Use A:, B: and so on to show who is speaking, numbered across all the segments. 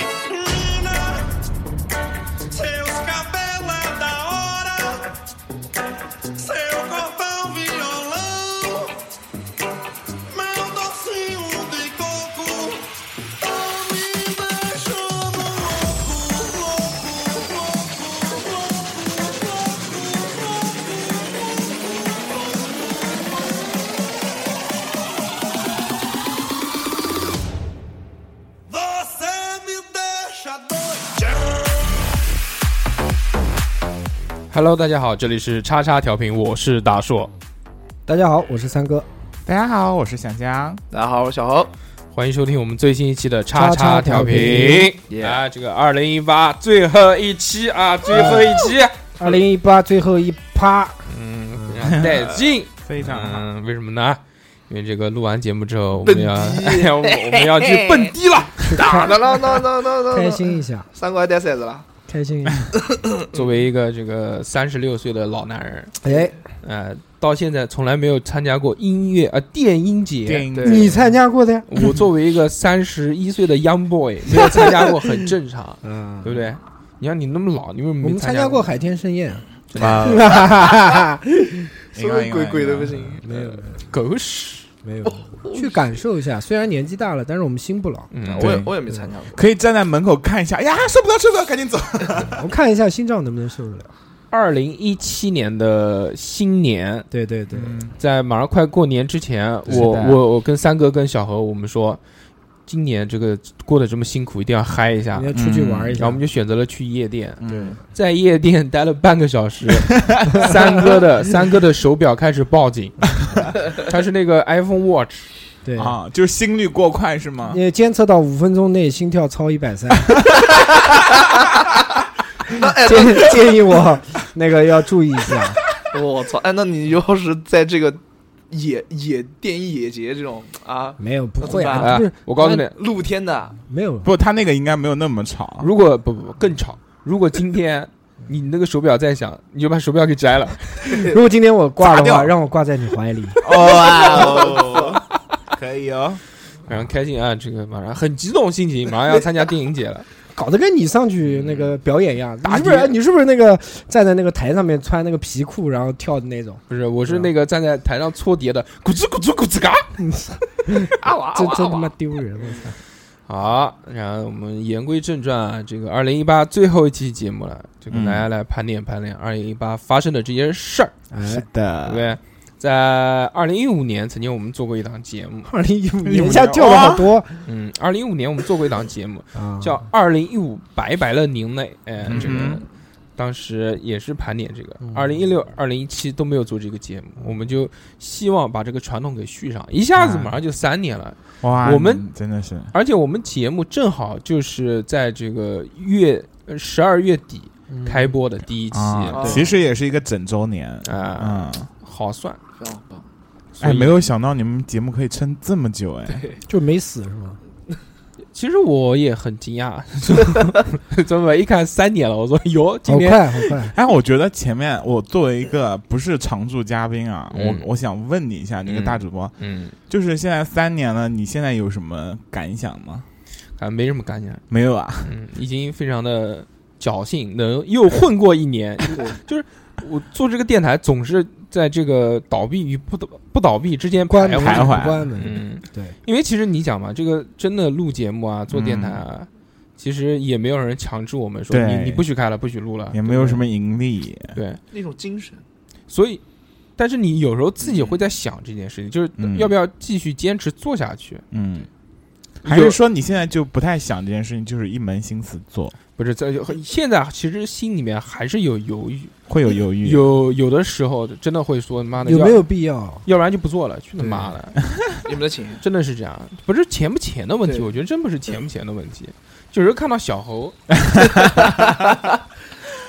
A: Menina, seus cabelos é da hora, seu corpão violão, meu docinho de coco, tão me deixando louco, louco, louco, louco, louco, louco. 我
B: Hello，大家好，这里是叉叉调频，我是大硕，
C: 大家好，我是三哥，
D: 大家好，我是想江。
E: 大家好，我是 小侯。
B: 欢迎收听我们最新一期的叉
C: 叉
B: 调
C: 调频
E: 耶
B: 啊，这个二零一八最后一期啊，最后一期，
C: 二零一八最后一趴，
B: 嗯，非常带劲，
D: 非常好，
B: 嗯，为什么呢？因为这个录完节目之后，我们 要，
E: 蹦迪
B: 哎呀，我我们要去蹦迪了。
C: 去
E: 打
C: 开
E: 的了，那那那那
C: 开心一下，
E: 三国还带骰子了，
C: 开心一下，
B: 作为一个这个三十六岁的老男人，
C: 哎，
B: 呃，到现在从来没有参加过音乐啊电音节。
D: 电影
E: 对
C: 你参加过的呀？，
B: 我作为一个三十一岁的 young boy，没有参加过很正常
C: 嗯
B: 对不对？你看你那么老，你为什么
C: 我
B: 没
C: 们参
B: 加
C: 加过？海天盛宴，
D: 啊，
E: 所有鬼鬼都不行。
C: 没有
B: 狗屎！
C: 没有，去感受一下。虽然年纪大了，但是我们心不老。
B: 嗯，
E: 我
B: 我
E: 也
D: 对
E: 我也没参加过。
D: 可以站在门口看一下。哎呀，受不了，受不了，赶紧走。
C: 我看一下心脏能不能受得了。
B: 二零一七年的新年，
C: 对对对，
B: 在马上快过年之前，
D: 是
B: 我
D: 的
B: 我我跟三哥跟小何我们说，今年这个过得这么辛苦，一定要嗨一下
C: 嗯你。要出去玩一
B: 然后我
C: 下
B: 们。就选择了去夜店，
D: 嗯，
B: 在夜店 待了半个小时，三哥的 三哥的手表开始报 警，他是那个 iPhone Watch，
C: 对，
D: 啊，就是心率过快是吗？
C: 也监测到五分钟内心跳超一百三，建建议我那个要注意一下。
E: 我操！哎，那你要是在这个野野电影野节这种啊
C: 没有，不会
E: 那怎么
C: 啊，
B: 啊
C: 不是，
B: 我告诉你，
E: 露 天的，
C: 没有，
D: 不，他那个应该没有那么
C: 啊
D: 吵。
B: 如果不不不更吵，如果今天你那个手表在响，你就把手表给摘了。
C: 如果今天我挂的话，
D: 砸掉
C: 让我挂在你怀里。
D: 哇哦，可以哦。
B: 非常开心啊，这个马上很激动心情，马上要参加电影节了。
C: 搞得跟你上去那个表演一样，
B: 打
C: 你是不是
B: 碟
C: 你是不是那个站在那个台上面穿那个皮裤然后跳的那种？
B: 不是，我是那个站在台上搓碟的，咕吱咕吱咕吱嘎。
E: 啊哇
C: 这
E: 哇
C: 真他妈
E: 哇！
C: 丢人！我操，
B: 好，然后我们言归正传啊，这个二零一八最后一期节目了，就跟
D: 嗯
B: 大家来盘点盘点二零一八发生的这些事儿，
C: 哎，
B: 对
D: 的
B: 不对？在二零一五年，曾经我们做过一档节目，
C: 二零一五
D: 你
C: 年
D: 们
C: 一下掉了好多
B: 嗯，二零一五年我们做过一档节目，
C: 啊
B: 叫《二零一五拜拜了您嘞》，哎，这个
D: 嗯
B: 当时也是盘点这个
C: 嗯，
B: 二零一六、二零一七都没有做这个节目，我们就希望把这个传统给续上，一下
C: 啊
B: 子马上就三年了，
D: 哇，
B: 我们
D: 你真的是
B: 而且我们节目正好就是在这个月呃十二月底
C: 嗯
B: 开播的第一期，
D: 啊，
E: 对
D: 其实也是一个整周年
B: 啊
D: 啊。
B: 好算，
E: 非常棒，
B: 所
D: 哎，
B: 以
D: 没。有想到你们节目可以撑这么 久哎。
C: 就没死是吗？
B: 其实我也很惊讶， 怎么一看三年了，我说哟，今
C: 好
B: 天
C: 快好快，
D: 哎，我觉得前面我作为一个不是常驻嘉宾啊，
B: 嗯
D: 我我想问你一下，那个
B: 嗯
D: 大主播，
B: 嗯，
D: 就是现在三年了，你现在有什么感想吗？
B: 啊，没什么感想，
D: 没有啊，
B: 嗯，已经非常的侥幸，能又混过一年。 就是我做这个电台，总是在这个倒闭与不倒不倒闭之间
C: 关
B: 徘
C: 门
D: 台
B: 徊。
D: 湾
C: 不关门，
B: 嗯，
C: 对，
B: 因为其实你讲嘛，这个真的录节目啊，做电台啊，其实也没有人强制我们说
D: 嗯对
B: 你你不许开了，不许录了，
D: 也没有什
B: 么
D: 么盈利。
B: 啊对，
E: 那种精神，
B: 所以。但是你有时候自己会在想这件事情，就是
D: 嗯
B: 要不要继续坚持做下去？
D: 嗯，还是说你现在就不太想这件事情，就是一门心思 做，
B: 不是在现在其实心里面还是有犹豫，
D: 会有犹豫？
B: 有有的时候真的会说妈的
C: 有
B: 要
C: 没有必要？
B: 要不然就不做了，去他妈的！
E: 有没有钱？
B: 真的是这样，不是钱不钱的问题，
E: 对
B: 我觉得真不是钱不钱的问 题，就是看到小猴，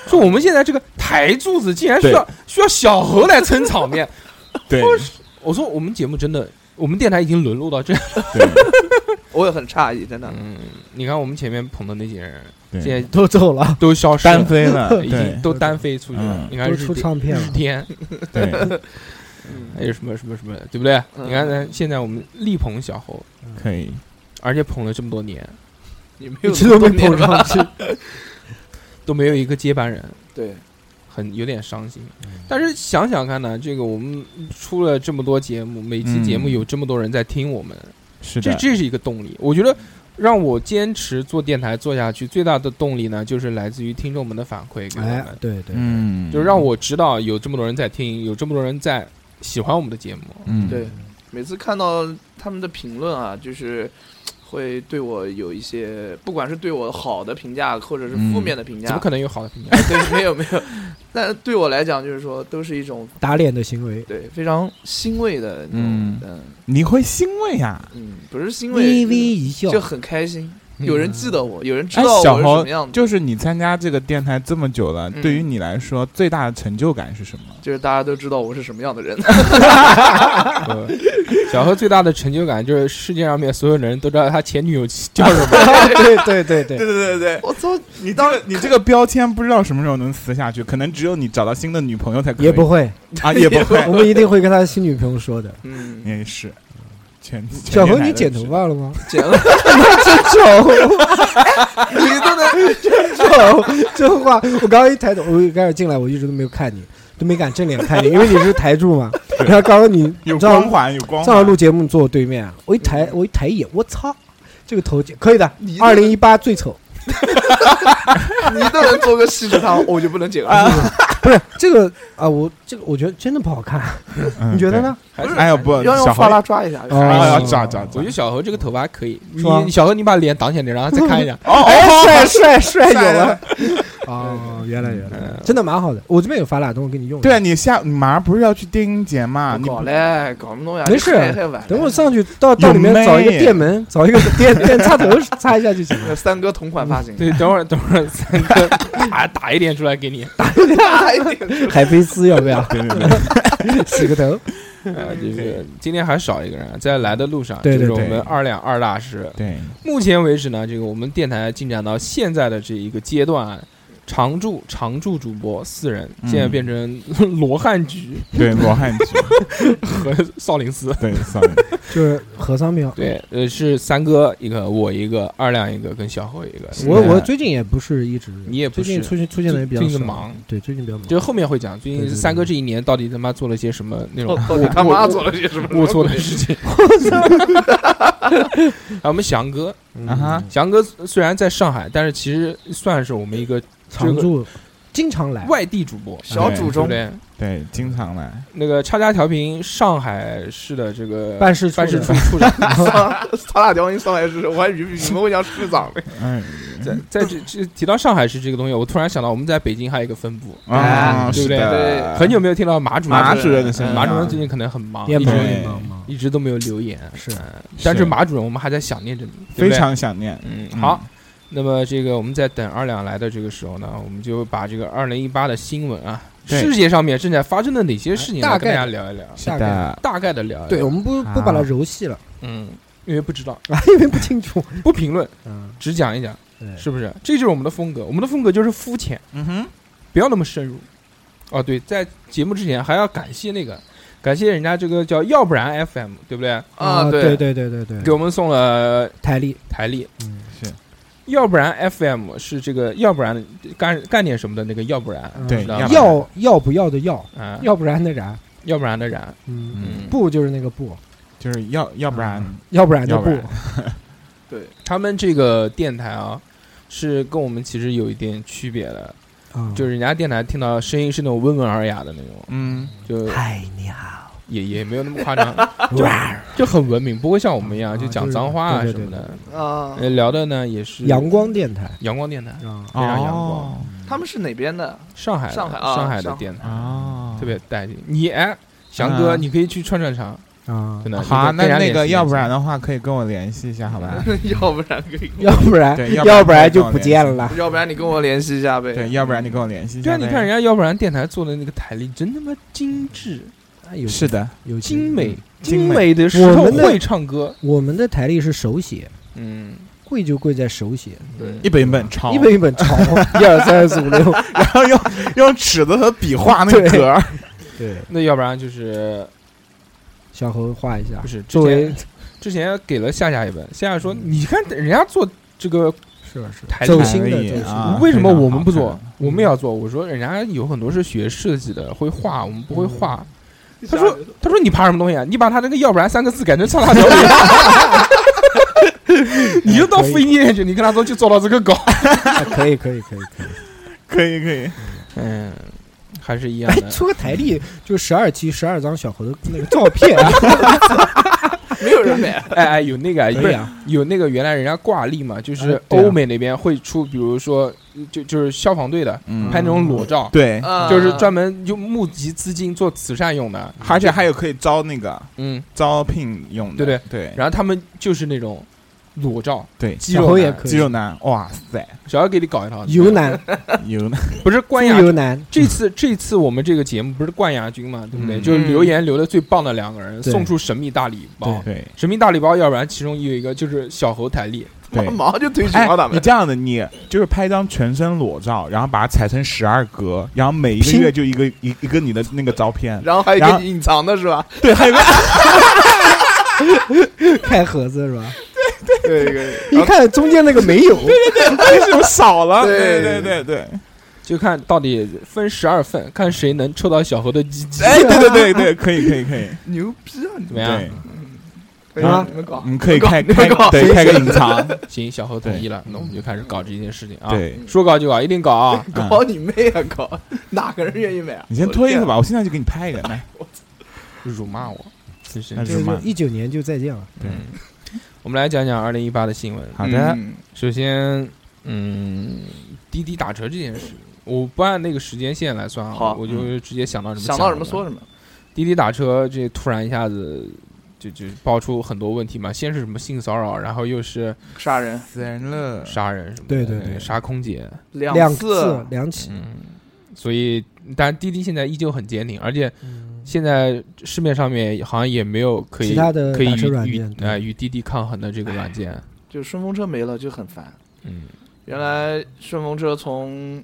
B: 说我们现在这个台柱子竟然需要需要小猴来撑场面，
D: 对
B: 我说我们节目真的，我们电台已经沦落到这样，
D: 对
E: 我也很诧异，真的。
B: 嗯，你看我们前面捧的那些人，
D: 对，
B: 现在
C: 都走了，
B: 都消失
D: 单
B: 了，
D: 飞了，
B: 已
D: 对
B: 经都单飞出去了
D: 嗯，
B: 你看
C: 都
B: 日
C: 出
B: 天
C: 唱片
B: 日
C: 了。
B: 天，
D: 对，
B: 还有什么什么什么，对不对？
E: 嗯
B: 你看现在我们力捧小猴，
D: 可以，
B: 而且捧了这么多年，
E: 你没
C: 一
E: 有
C: 直都没
E: 碰
C: 捧上 去，
B: 都没有一个接班人，
E: 对，
B: 很有点伤心。
D: 嗯
B: 但是想想看呢，这个我们出了这么多节目，每期
D: 嗯
B: 节目有这么多人在听我们，
D: 是
B: 这
D: 的，
B: 这是一个动力。我觉得让我坚持做电台做下去最大的动力呢，就是来自于听众们的反馈给我
C: 哎
B: 们，，
C: 对对，
D: 嗯，
B: 就是让我知道有这么多人在听，有这么多人在喜欢我们的节目。
D: 嗯，
E: 对，每次看到他们的评论啊，就是会对我有一些，不管是对我好的评价，或者是负面的评价，
B: 怎么可能有好的评价？
E: 对，没有没有。但对我来讲，就是说，都是一种
C: 打脸的行为。
E: 对非常欣慰的那种
D: 嗯，
E: 嗯
D: 你会欣慰啊呀。
E: 嗯，不是欣
C: 微微
E: 慰，
C: 一笑，
E: 就很开心，有人记得我，有人知
D: 哎
E: 道我，是
D: 小
E: 什
D: 侯
E: 么样，子，
D: 就是你参加这个电台这么久了，
E: 嗯
D: 对于你来说最大的成就感是什么？
E: 就是大家都知道我是什么样的人。
B: 呃小何最大的成就感就是世界上面所有人都知道他前女友叫什么。
C: 对对对对对，
D: 对对对，
E: 我操，
D: 你当你这个标签不知道什么时候能撕下去，可能只有你找到新的女朋友才可以
C: 也不会，
D: 啊， 也不
C: 我
D: 会，
C: 们一定会跟他新女朋友说的。
E: 嗯，
D: 也是。全
C: 小
D: 何，
C: 红，你剪头发了 吗？
E: 剪 了，
C: 小红， 你都能小这话，我刚刚一抬头，我一开始进来，我一直都没有看你，都没敢正脸看你，因为你是台柱 嘛。然后刚刚你
D: 有
C: 你正好
D: 光环，有光
C: 正好
D: 环。
C: 录节目坐我对面啊，我一抬我一抬眼，我操，这个头可以的
E: 你，这
C: 二零一八最丑。
E: 你都能做个戏剧汤，我就不能剪了。
C: 不是这个啊，我这个我觉得真的不好看，啊
D: 嗯
C: 你觉得？呢？
B: 还是
D: 对哎呦不，
E: 要
D: 小
E: 用
D: 何
E: 发蜡抓一下，
C: 哦
D: 哎呀，抓抓
B: 我觉
D: 抓。
B: 得！小何这个头发还可以，你
C: 是吧
B: 你小何你把脸挡起来，然后再看一下
D: 哦
C: 哎，
D: 哦，
C: 帅帅帅
D: 帅
C: 有了。哦，原来原来，真的蛮好的。我这边有发蜡，等我给你用。
D: 对，啊你下你马上不是要去电影节嘛？
E: 我
D: 你
E: 搞嘞，搞什么东西啊？
C: 没事
E: 这太太晚了。
C: 等我上去到到里面
D: 有妹
C: 找一个电门，找一个电电插头插一下就行 了。
E: 那三哥同款发型，
B: 对，等会儿等会儿，三哥打打一点出来给你，
E: 大一 点。
C: 海飞丝要不 要
D: 对对对，
C: 洗个头？
B: 啊，就是今天还少一个人，啊在来的路上，
C: 对对
B: 就是我
D: 对
B: 们二两二大师。
D: 对，
B: 目前为止呢，这个我们电台进展到现在的这一个阶段，啊常驻常驻主播四人，
D: 嗯
B: 现在变成 罗汉局
D: 对罗汉局，
B: 和少林寺。
D: 对，sorry，
C: 就是和尚庙。
B: 对，呃，是三哥一个，我一个，二亮一个，跟小何一个。
C: 我
D: 对
C: 我最近也不是一直，
B: 你也不
C: 最近
B: 是
C: 出现出现的人比较少
B: 最近忙，
C: 对，最近比较忙。
B: 就是后面会讲，最
C: 对
B: 近
C: 对对
B: 三哥这一年到底他妈做了些什么那种
E: 到底他妈做了些什么？
B: 龌龊的事情。 啊，我们翔哥，
C: 嗯
D: 啊哈，
B: 翔哥虽然在上海，但是其实算是我们一个
C: 常驻，经常来。
B: 外地主播，
E: 小祖
B: 对不
E: 宗，
B: 对？
D: 对，经常来，
B: 那个叉叉调频上海市的这个
C: 办事处
B: 办事
C: 的
B: 处处长，
E: 他俩调音上来是，我还以为你们会讲市长呢。
D: 嗯
B: 在在这这提到上海市这个东西，我突然想到我们在北京还有一个分部，
D: 啊，
B: 哎对不
D: 是
B: 对
D: 的
B: 很久没有听到马主任
D: 马
B: 了
D: 主任的声音，
B: 马主任最近可能很忙，
C: 也
B: 一
C: 忙
B: 直
C: 也忙忙。
B: 一直都没有留言，
C: 啊是
B: 嗯但是马主任我们还在想念着你，对
D: 非
B: 不对
D: 常想念，
B: 嗯，
D: 嗯
B: 好，那么这个我们在等二两来的这个时候呢，我们就把这个二零一八的新闻啊，
D: 对
B: 世界上面正在发生的哪些事情呢，
C: 大概
B: 跟大家聊一聊，
D: 是
C: 大概
D: 的，
B: 大概的聊一聊。
C: 对，我，们不不把它揉细了，
B: 嗯，因为不知道，
C: 啊，因为不清楚。
B: 不评论，
C: 嗯，
B: 只讲一讲，
C: 对，
B: 是不是？这就是我们的风格，我们的风格就是肤浅，
D: 嗯哼，
B: 不要那么深入。哦，对，在节目之前还要感谢那个，感谢人家这个叫要不然 FM，对不对？
E: 啊，
C: 对
E: 对，
C: 对对对对，
B: 给我们送了
C: 台历。
B: 台历。
C: 嗯，
B: 要不然 FM 是这个，要不然干干点什么的那个，要不然
C: 嗯
D: 对
B: 知道吧
C: 要要不要的要，
B: 啊，
C: 要不然那啥，
B: 要不然的然，
C: 嗯，
B: 嗯，
C: 不就是那个不，
D: 就是要要不然
C: 要不然就
D: 要
C: 不
D: 不然。
B: 他们这个电台啊，是跟我们其实有一点区别的，
C: 啊
B: 就是人家电台听到声音是那种温文尔雅的那种，
D: 嗯，
B: 就
C: 嗨，你好，
B: 也也没有那么夸张，就很文明，不会像我们一样就讲脏话啊
C: 对
B: 什
C: 对
B: 么的。
E: 啊，
B: 呃聊的呢也是
C: 阳光电台
B: 阳光电台，
C: 啊，
B: 非常阳光。
D: 哦
E: 他们是哪边的？
B: 上海的
E: 上海啊
B: 上海的
E: 上海
B: 电台
D: 哦，
B: 啊特别带劲。你哎，翔哥，
D: 啊
B: 你可以去串串场，
C: 啊
B: 真，的。
D: 好啊，
B: 你
D: 那
B: 跟人家
D: 那
B: 联
D: 个
B: 系
D: 要
B: 一
D: 不
B: 下
D: 然的话可以跟我联系一下，好吧？
E: 要不然可以，
C: 要不然
D: 对要不然
C: 要不然就不见了。
E: 要不然你跟我联系一下呗。
D: 啊对，要不然你跟我联系一下
B: 对啊，
D: 呗。
B: 你看人家要不然电台做的那个台历真他妈精致、
C: 哎有
D: 是的，
C: 有嗯
B: 精美、
D: 嗯精美
B: 美的石
C: 我
B: 头
C: 们的
B: 会唱歌，
C: 我们的台历是手写，
B: 嗯，
C: 贵就贵在手写，
B: 对。
D: 一本一本抄，
C: 一本一本抄， 一二三四五六，
D: 然后用用尺子和笔画那个
C: 对
D: 格儿。
C: 对，
B: 那要不然就是
C: 小猴画一下
B: 不，是之
C: 作为
B: 前之前给了夏夏一本，夏夏说你看人家做这个
C: 是是
B: 台历
C: 走心的
D: 台历
C: 走心
D: 啊
C: 的，
B: 为什么我们不
D: 非
B: 做
D: 常好？嗯
B: 我们也要做。我说人家有很多是学设计的，会画，我们不会画。他说：“他说你怕什么东西啊？你把他那个‘要不然’三个字改成‘唱大调’， 你就
D: 哎
B: 到复印店去，你跟他说就做到这个稿。
C: 啊 可以可以可以可以。
D: 可以可以，”
B: 嗯，还是一样
C: 哎，
B: 的。
C: 出个台历就十二期十二张小猴的那个照片啊，
E: 没有人买，
B: 哎 哎，有那个，
C: 可以啊，
B: 有那个，原来人家挂历嘛，就是
C: 哎对啊
B: 欧美那边会出，比如说就就是消防队的
D: 嗯
B: 拍那种裸照，
D: 对，
E: 啊
B: 就是
C: 嗯
B: 专门用募集资金做慈善用的。
D: 而且还有可以招那个
B: 嗯，
D: 招聘用的，
B: 对
D: 对
B: 然后他们就是那种裸照，
D: 对
B: 肌
C: 小
B: 肉
C: 猴
B: 男
C: 也可
D: 肌
C: 以，
D: 肉男，哇塞，
B: 小要给你搞一套
C: 油男
D: 有呢，
B: 不是冠亚
C: 油男，
B: 这次这次我们这个节目不是冠亚军嘛，对不对？
D: 嗯
B: 就是留言留的最棒的两个人
C: 对
B: 送出神秘大礼包，
D: 对
B: 神秘大礼包，要不然其中有一个就是小猴台历，
D: 对。
E: 马上就推举
D: 哎
E: 到他，
D: 你
E: 们。
D: 这样的，你就是拍张全身裸照，然后把它裁成十二格，然后每一个
C: 拼
D: 月就一个一一个你的那个照片，
E: 然后还有一
D: 然
E: 个
D: 后
E: 隐藏的是吧？
D: 对，还有个
C: 开盒子 是吧？
E: 对对
B: 哎
E: 啊
C: 一看中间那个没有，
D: 就少了，
E: 对
D: 对对对，
B: 就看到底分十二份，看谁能抽到小猴的鸡鸡，
D: 哎，对对对对，可以可以可以，
E: 牛逼啊！你
B: 怎么样
D: 对？，
E: 可以
C: 啊
E: 你们搞
D: 你可以
E: 搞
D: 开
E: 你们
D: 开
E: 搞
D: 对开个隐藏，
B: 行，小猴同意了，那我们就开始搞这件事情啊。，
D: 对，
B: 说搞就搞，一定搞啊！
D: 嗯
E: 搞你妹啊！搞 哪个人愿意买啊？
D: 你先推一
E: 我的
D: 个
E: 天啊。
D: 吧，我现在就给你拍一个，来，
B: 辱骂我，真是嗯
D: 那
C: 就是
D: 吗
C: 一九年就再见了，
D: 对，
B: 我们来讲讲二零一八的新闻。
D: 好的，
E: 嗯
B: 首先，嗯，滴滴打车这件事，我不按那个时间线来算啊
E: 好，嗯
B: 我就直接想到什么
E: 想到
B: 讲
E: 什么说什么。
B: 滴滴打车这突然一下子就就爆出很多问题嘛，先是什么性骚扰，然后又是
E: 杀人
D: 死人了
B: 杀人什么的，
C: 对对对
B: 杀空姐，
C: 两
E: 次
C: 次，两起，
B: 嗯，所以但滴滴现在依旧很坚定，而且现在市面上面好像也没有可以
C: 嗯其他的
B: 可以
C: 打车
B: 与
C: 软
B: 与
C: 件对
B: 呃与滴滴抗衡的这个软件，
E: 就顺风车没了就很烦。
B: 嗯，
E: 原来顺风车从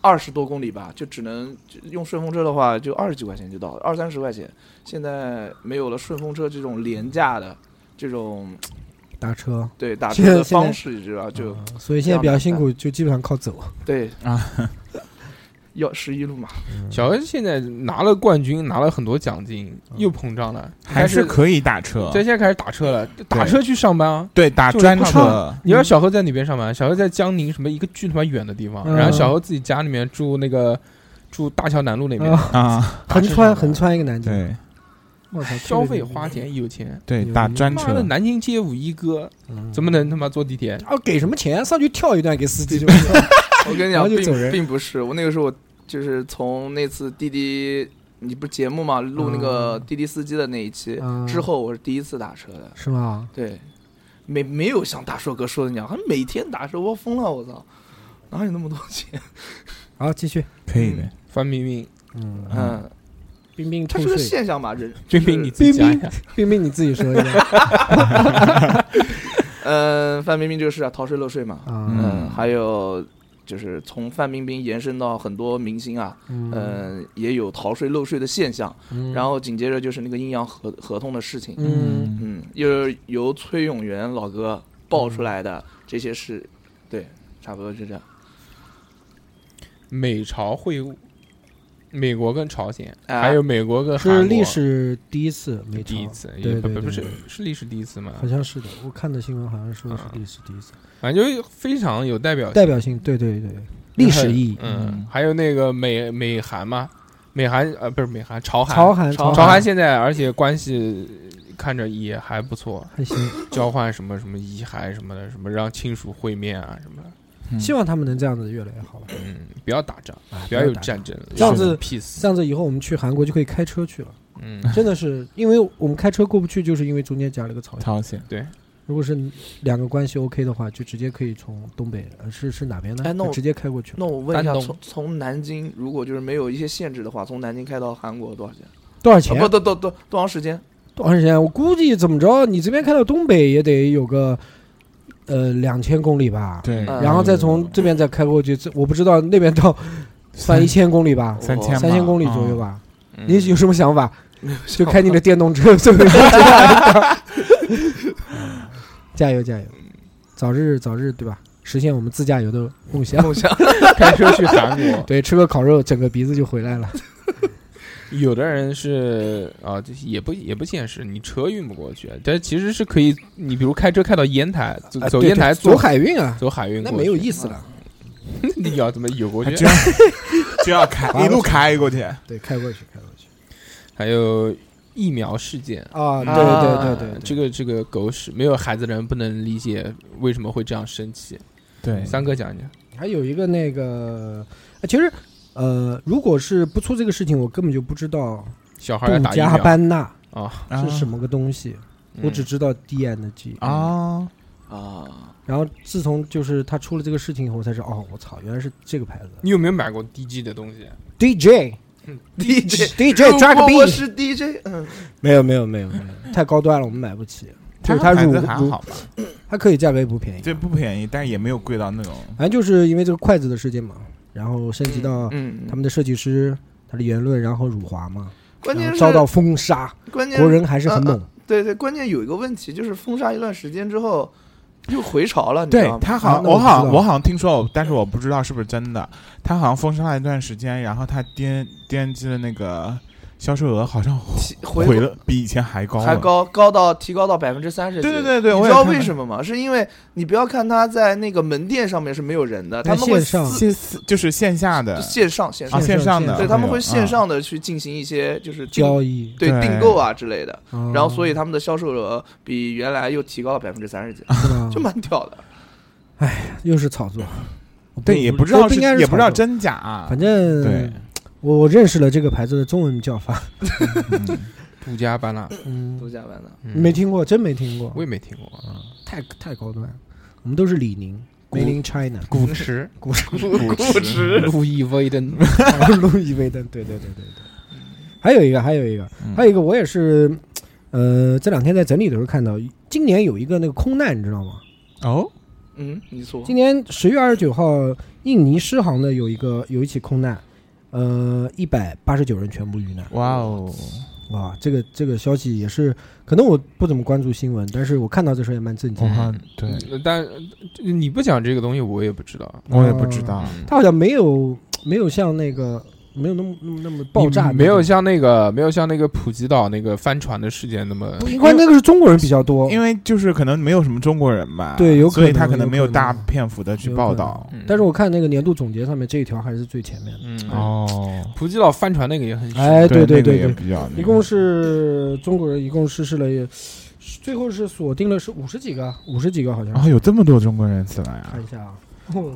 E: 二十多公里吧，就只能就用顺风车的话，就二十几块钱就到了，二三十块钱。现在没有了顺风车这种廉价的这种
C: 打车，
E: 对打车
C: 现在
E: 的
C: 现在
E: 方式，知道就
C: 嗯所以现在比较辛苦，就基本上靠走。
E: 对
D: 啊，
E: 要十一路嘛，
B: 小恩现在拿了冠军，拿了很多奖金，又膨胀了，
D: 还是
B: 是
D: 可以打车
B: 对，，现在开始打车了，打车去上班啊。
D: 对，打
B: 就是
D: 专
B: 不
D: 车
B: 唱，你让小何在哪边上班？小何在江宁什么一个巨他妈远的地方，
C: 嗯
B: 然后小何自己家里面住那个住大桥南路那边，
C: 啊
D: 啊，
B: 打
C: 横
B: 车上班
C: 穿横穿一个南京，
D: 对
C: 我操，
B: 消费花钱有钱。
D: 对，
C: 有
D: 打
C: 一
D: 专
B: 妈的，
D: 车，
B: 南京街舞一哥
C: 嗯
B: 怎么能他妈坐地铁？
C: 啊？给什么钱？上去跳一段给司机就。
E: 我跟
C: 然
E: 你讲，
C: 后就走
E: 并
C: 人
E: 并不是，我那个时候我就是从那次滴滴，你不是节目嘛，录那个滴滴司机的那一期、
C: 嗯
E: 之后，我是第一次打车的，
C: 是吗？
E: 对，没没有像大硕哥说的那样，他每天打车，我疯了，我操，哪有那么多钱？
C: 好，继续。
D: 可以的，
B: 范冰冰，
C: 嗯，
D: 嗯
E: 嗯，
C: 冰冰
E: 它
C: 吐
E: 是个
C: 水，
E: 现象吧，人
B: 冰冰你自己讲一下。
C: 冰冰你自己说一下
E: 嗯，范冰冰这个事啊，逃税漏税嘛，
C: 啊。
E: 嗯，还有就是从范冰冰延伸到很多明星啊，
B: 呃
E: 嗯，也有逃税漏税的现象。
C: 嗯
E: 然后紧接着就是那个阴阳合合同的事情，
C: 嗯，
E: 嗯，又是由崔永元老哥爆出来的这些事，对，差不多就这样。
B: 美朝会晤，美国跟朝鲜，
E: 啊
B: 还有美国跟韩
C: 是
B: 国
C: 历史第一次没
B: 第一
C: 抄
B: 次，
C: 对
B: 也不
C: 对
B: 不不
C: 对
B: 是是历史第一次吗？
C: 好像是的，我看的新闻好像说是
B: 啊
C: 历史第一次，
B: 反正就非常有代表性
C: 代表性，对对对，历史意义，
B: 嗯
D: 嗯，
B: 还有那个美美韩嘛，美韩呃不是美韩，朝韩
C: 朝韩
E: 朝
B: 朝韩
C: 韩
B: 现在而且关系呃看着也还不错，
C: 还行，
B: 交换什么什么遗骸什么的，什么让亲属会面啊什么的，
D: 嗯
C: 希望他们能这样子越来越好吧。
B: 嗯，不要 打仗，
C: 啊
B: 不要
D: 嗯
B: 有
C: 打
B: 战争，
C: 这样子
B: peace，
C: 这样子以后我们去韩国就可以开车去了，
B: 嗯，
C: 真的是，因为我们开车过不去，就是因为中间夹了个朝鲜。
D: 朝鲜
C: 如果是两个关系 OK 的话，就直接可以从东北，呃是是哪边呢？
E: 哎那我
C: 就直接开过去了
E: 那我问一
B: 丹
E: 下，
B: 东
E: 从从南京，如果就是没有一些限制的话，从南京开到韩国多少钱？
C: 多少
E: 啊
C: 钱？
E: 不，多多多多长时间？
C: 多长时间？我估计怎么着，你这边开到东北也得有个呃两千公里吧，
D: 对，
E: 嗯
C: 然后再从这边再开过去，这我不知道那边到算一千公里吧，
D: 三千吧
C: 三千公里左右。吧。
B: 嗯
C: 你有什么想法？
E: 没有
C: 就开你的电动车，最后一个 加油加油，
B: 嗯
C: 早日早日对吧？实现我们自驾游的梦想。
E: 梦想。
B: 开车去韩国，
C: 对，吃个烤肉，整个鼻子就回来了。
B: 有的人是啊，这也不也不现实，你车运不过去，但其实是可以，你比如开车开到烟台，走
C: 啊
B: 走
C: 对
B: 烟台，
C: 对走海运啊，
B: 走海运过
C: 那
B: 去，啊
C: 没有意思了。
B: 你要怎么游过
D: 还
B: 去？
D: 就要 就要开一路开过去，
C: 对，开过去，开过去。
B: 还有疫苗事件。呃
C: 啊，对
E: 啊
C: 对对对，
B: 这个这个狗屎，没有孩子的人不能理解为什么会这样生气。
D: 对
B: 三哥讲讲，
C: 还有一个那个，呃其实呃，如果是不出这个事情，我根本就不知道
B: 小孩要
C: 杜
B: 打疫
C: 嘉
B: 苗
C: 班纳
B: 啊，
C: 是什么个东西，
B: 嗯
C: 我只知道 DNG
D: 啊？
E: 啊，
C: 然后自从就是他出了这个事情以后，我才知道，哦，我操，原来是这个牌子
B: 你有没有买过 DG 的东西？
C: ，DJ
E: DJ
C: DJ 抓个
E: 如
C: 逼
E: 果，我是 DJ，嗯，
C: 没有没有没有没有，太高端了，我们买不起。就是它
D: 牌
C: 乳
D: 子还
C: 乳，
D: 好吧？
C: 它可以价格也不便宜，
D: 嗯这不便宜，但是也没有贵到那种。
C: 反正就是因为这个筷子的事件嘛，然后升级到
E: 嗯，
C: 他们的设计师他的言论，然后辱华嘛，
E: 关
C: 然
E: 键
C: 后
E: 是
C: 嗯遭到封杀，
E: 关键啊
C: 国人还是很猛。
E: 对对，关键有一个问题就是封杀一段时间之后又回潮了，你知
D: 对
E: 道吗？
D: 他好
C: 啊
D: 像，
C: 那我
D: 我
C: 不知
D: 好像，
C: 道
D: 我好像听说，但是我不知道是不是真的。他好像封杀了一段时间，然后他 D D N G 的那个销售额好像
E: 其回
D: 回了，比以前还高，
E: 还。高高到提高到百分之三十。
D: 对对对对，
E: 你
D: 我
E: 知
D: 也
E: 道
D: 看
E: 为
D: 到
E: 什么吗？是因为你不要看他在那个门店上面是没有人的，他
C: 在
E: 们会
C: 线上
E: 私
D: 线丝就是线下的
E: 线上线
D: 啊，
E: 上，
D: 线上的，
E: 对他们会
D: 啊
E: 线上的去进行一些就是订
C: 交易，
E: 对
D: 对
E: 订购啊之类的，
D: 嗯
C: 然
E: 然后所以他们的销售额比原来又提高了百分之三 十几，就蛮屌的。
C: 又是炒作，
D: 对，也不知道
C: 都
D: 是
C: 应该是
D: 也不知道
C: 炒作，
D: 真假，啊
C: 反正
D: 对，
C: 我我认识了这个牌子的中文叫 法，
D: 嗯
B: 杜嘉班纳，
E: 都
C: 嗯，
E: 加班的，
B: 嗯
C: 没，听过，真没听过
B: 我，也没听过。啊。
C: 太太高端了，我们都是李宁
B: 古
C: ，Made in China，
B: 古驰，
C: 古驰，
E: 固执
B: 路易威登，
C: 路易威登，对对对对对，还有一个，还有一个，
D: 嗯
C: 还有一个，我也是，呃，这两天在整理的时候看到，今年有一个那个空难，你知道吗？
D: 哦，
E: 嗯，你说
C: 今年十月二十九号，印尼狮航的有一个有一起空难，呃，一百八十九人全部遇难。
D: 哇哦，
C: 哇，这个这个消息也是，可能我不怎么关注新闻，但是我看到这时候也蛮震惊
D: 我
C: 的。
D: 好对，
B: 但这你不讲这个东西，我也不知道。
D: 我也不知道，
B: 嗯
C: 他好像没有没有像那个没有那么那么那么爆炸那
B: 你
C: 种，
B: 没有像那个没有像那个普吉岛那个帆船的事件那么
C: 不，因为那个是中国人比较多，
D: 因为就是可能没有什么中国人吧，
C: 哦对有可
D: 所以他
C: 能
D: 可能
C: 有
D: 没有
C: 可
D: 大
C: 能
D: 篇幅的去
C: 有
D: 报
C: 可
D: 道。
B: 嗯
C: 但是我看那个年度总结上面这一条还是最前面的。
B: 嗯
D: 哦，
B: 普吉岛帆船那个也很
C: 哎，对
D: 对
C: 对对对，
D: 比较那
C: 一
D: 个
C: 共是中国人一共失事了，最后是锁定了是五十几个，五十几个好像是。
D: 啊，有这么多中国人死了呀
C: 看一？下啊，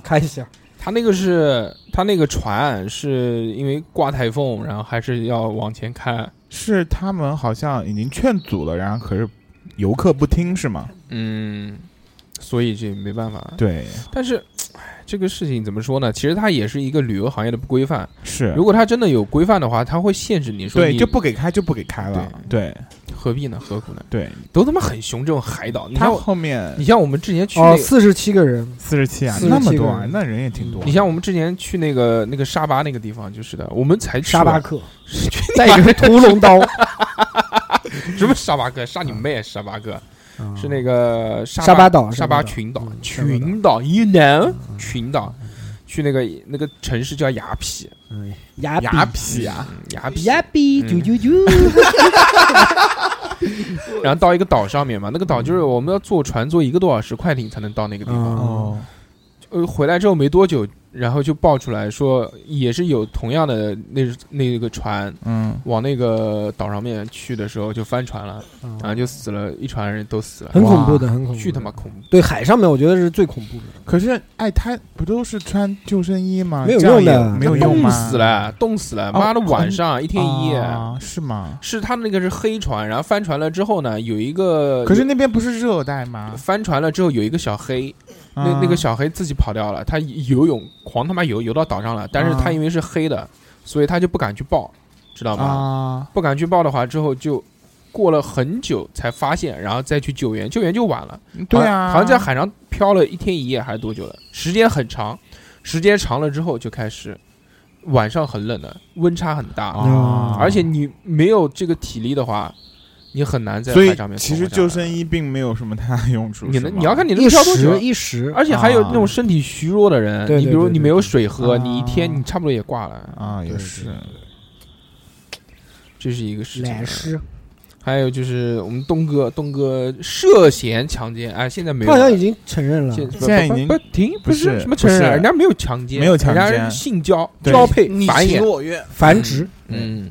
C: 看 一下，
B: 他那个是他那个船是因为刮台风，然后还是要往前开。
D: 是他们好像已经劝阻了，然后可是游客不听是吗？
B: 嗯，所以这没办法。
D: 对，
B: 但是唉这个事情怎么说呢？其实它也是一个旅游行业的不规范。
D: 是
B: 如，果它真的有规范的话，它会限制你说
D: 对，
B: 你
D: 就不给开就不给开了，对
B: 何必呢？何苦呢？
D: 对，
B: 都他妈很凶，这种海岛，你
D: 他
B: 像
D: 后面
B: 你像我们之前去那
C: 哦，
B: 个
C: 四十七个人，
D: 四十七啊，
C: 47
D: 那么多
C: 个
D: 啊
C: 人，
D: 那人也挺多。
B: 你像我们之前去那个那个沙巴那个地方就是的，我们才去
C: 沙巴
B: 完
C: 克
B: 去
C: 带一个屠龙刀，
B: 什么沙巴哥？杀你妹！沙巴哥是那个哦沙
C: 嗯沙巴岛
B: 啊沙
C: 沙
B: 巴
C: 巴岛
B: 群岛嗯
C: 嗯，
B: 群岛，you know，群岛，去那个那个城市叫雅痞，
C: 嗯牙
D: 牙痞啊，
B: 嗯哎雅痞，
C: 牙比
B: 嗯
C: 九九九，
B: 然后到一个岛上面嘛，那个岛就是我们要坐船坐一个多小时快艇才能到那个地方，
C: 嗯
D: 哦，
B: 呃，回来之后没多久然后就爆出来说，也是有同样的那那个船
D: 嗯，
B: 往那个岛上面去的时候就翻船了，然后就死了一船人都死了，
C: 嗯很恐怖的，很恐怖的，
B: 啊巨他妈恐怖！
C: 对海上面，我觉得是最恐怖的。
D: 可是哎，他不都是穿救生衣吗？
C: 没有
D: 这样
C: 用的
D: 也没有
C: 那
D: 用
B: 冻
D: 吗？
B: 死了，冻死了！
D: 哦
B: 妈的，晚上一天一夜，
D: 啊，是吗？
B: 是他那个是黑船，然后翻船了之后呢，呃有一个
D: 可是那边不是热带吗？
B: 翻船了之后有一个小黑，
D: 啊
B: 那那个小黑自己跑掉了，他游泳狂他妈游游到岛上了，但是
D: 啊
B: 他因为是黑的，所以他就不敢去报，知道吗？
D: 啊，
B: 不敢去报的话，之后就过了很久才发现，然后再去救援，救援就晚了。
D: 对
B: 好像
D: 啊，
B: 好像在海上漂了一天一夜还是多久了？时间很长，时间长了之后就开始晚上很冷的，温差很大，
D: 啊，
B: 而且你没有这个体力的话，你很难在
D: 所
B: 海
D: 以
B: 上面
D: 其
B: 活
D: 实
B: 下
D: 救
B: 来
D: 生衣并没有什么太大用处。
B: 你
D: 是啊
B: 能
D: 吗
B: 你要看你能
C: 一
B: 漂多久
C: 时。一时，
B: 而且还有那种身体虚弱的人，
C: 对对
B: 你比如
C: 对对啊
B: 你没有水喝，
D: 对
B: 你一天你差不多也挂了。
D: 啊，也
C: 对
D: 是
B: 这是一个事
C: 来
B: 情。啊
C: 尸，
B: 还有就是我们东哥，东哥涉嫌强奸，哎，现在没
C: 他
B: 有
C: 好
B: 了，
C: 像已经承认了。
B: 现不
D: 现在已
B: 不
D: 经
B: 不停，
D: 不
B: 是
D: 是
B: 什么成人
D: 不
B: 了，
D: 是
B: 人家没有强奸，
D: 没有强奸
B: 人家是性交
D: 对
B: 交配
E: 你
B: 繁
E: 情
B: 衍
E: 我愿，
C: 繁殖，嗯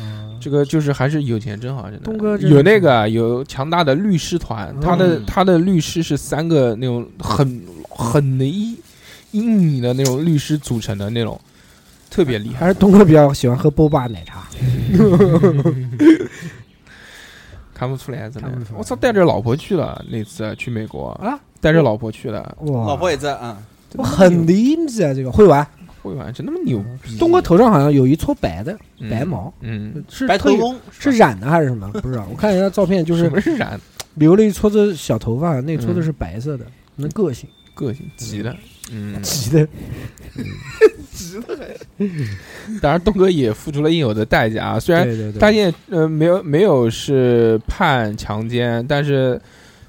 B: 嗯，这个就是还是有钱真好，真的。
C: 东哥真的
B: 有那个啊有强大的律师团，他的
D: 嗯
B: 他的律师是三个那种很很英英你的那种律师组成的那种，特别厉害。
C: 还是东哥比较喜欢喝波霸奶茶。
B: 看不出来，真的
C: 看不出。来
B: 我操，带着老婆去了那次去美国
C: 啊，
B: 带着老婆去了，
C: 哇，
F: 老婆也在啊，
C: 我很灵机啊，这个会玩。
B: 会玩真他妈牛逼。
C: 嗯东哥头上好像有一撮白的
B: 嗯
C: 白毛，
B: 嗯，
C: 是
F: 白
C: 特
F: 头
C: 有
F: 翁嗯
C: 是染的还是什么？不知道，我看人家照片就
B: 啊什
C: 是
B: 么是染
C: 留了一撮子小头发，那撮子
B: 嗯
C: 是白色的，那个性
B: 个性急的，嗯，
C: 急的。
B: 当然东哥也付出了应有的代价啊，虽然
C: 对对对，
B: 他现在呃没有没有是判强奸，但是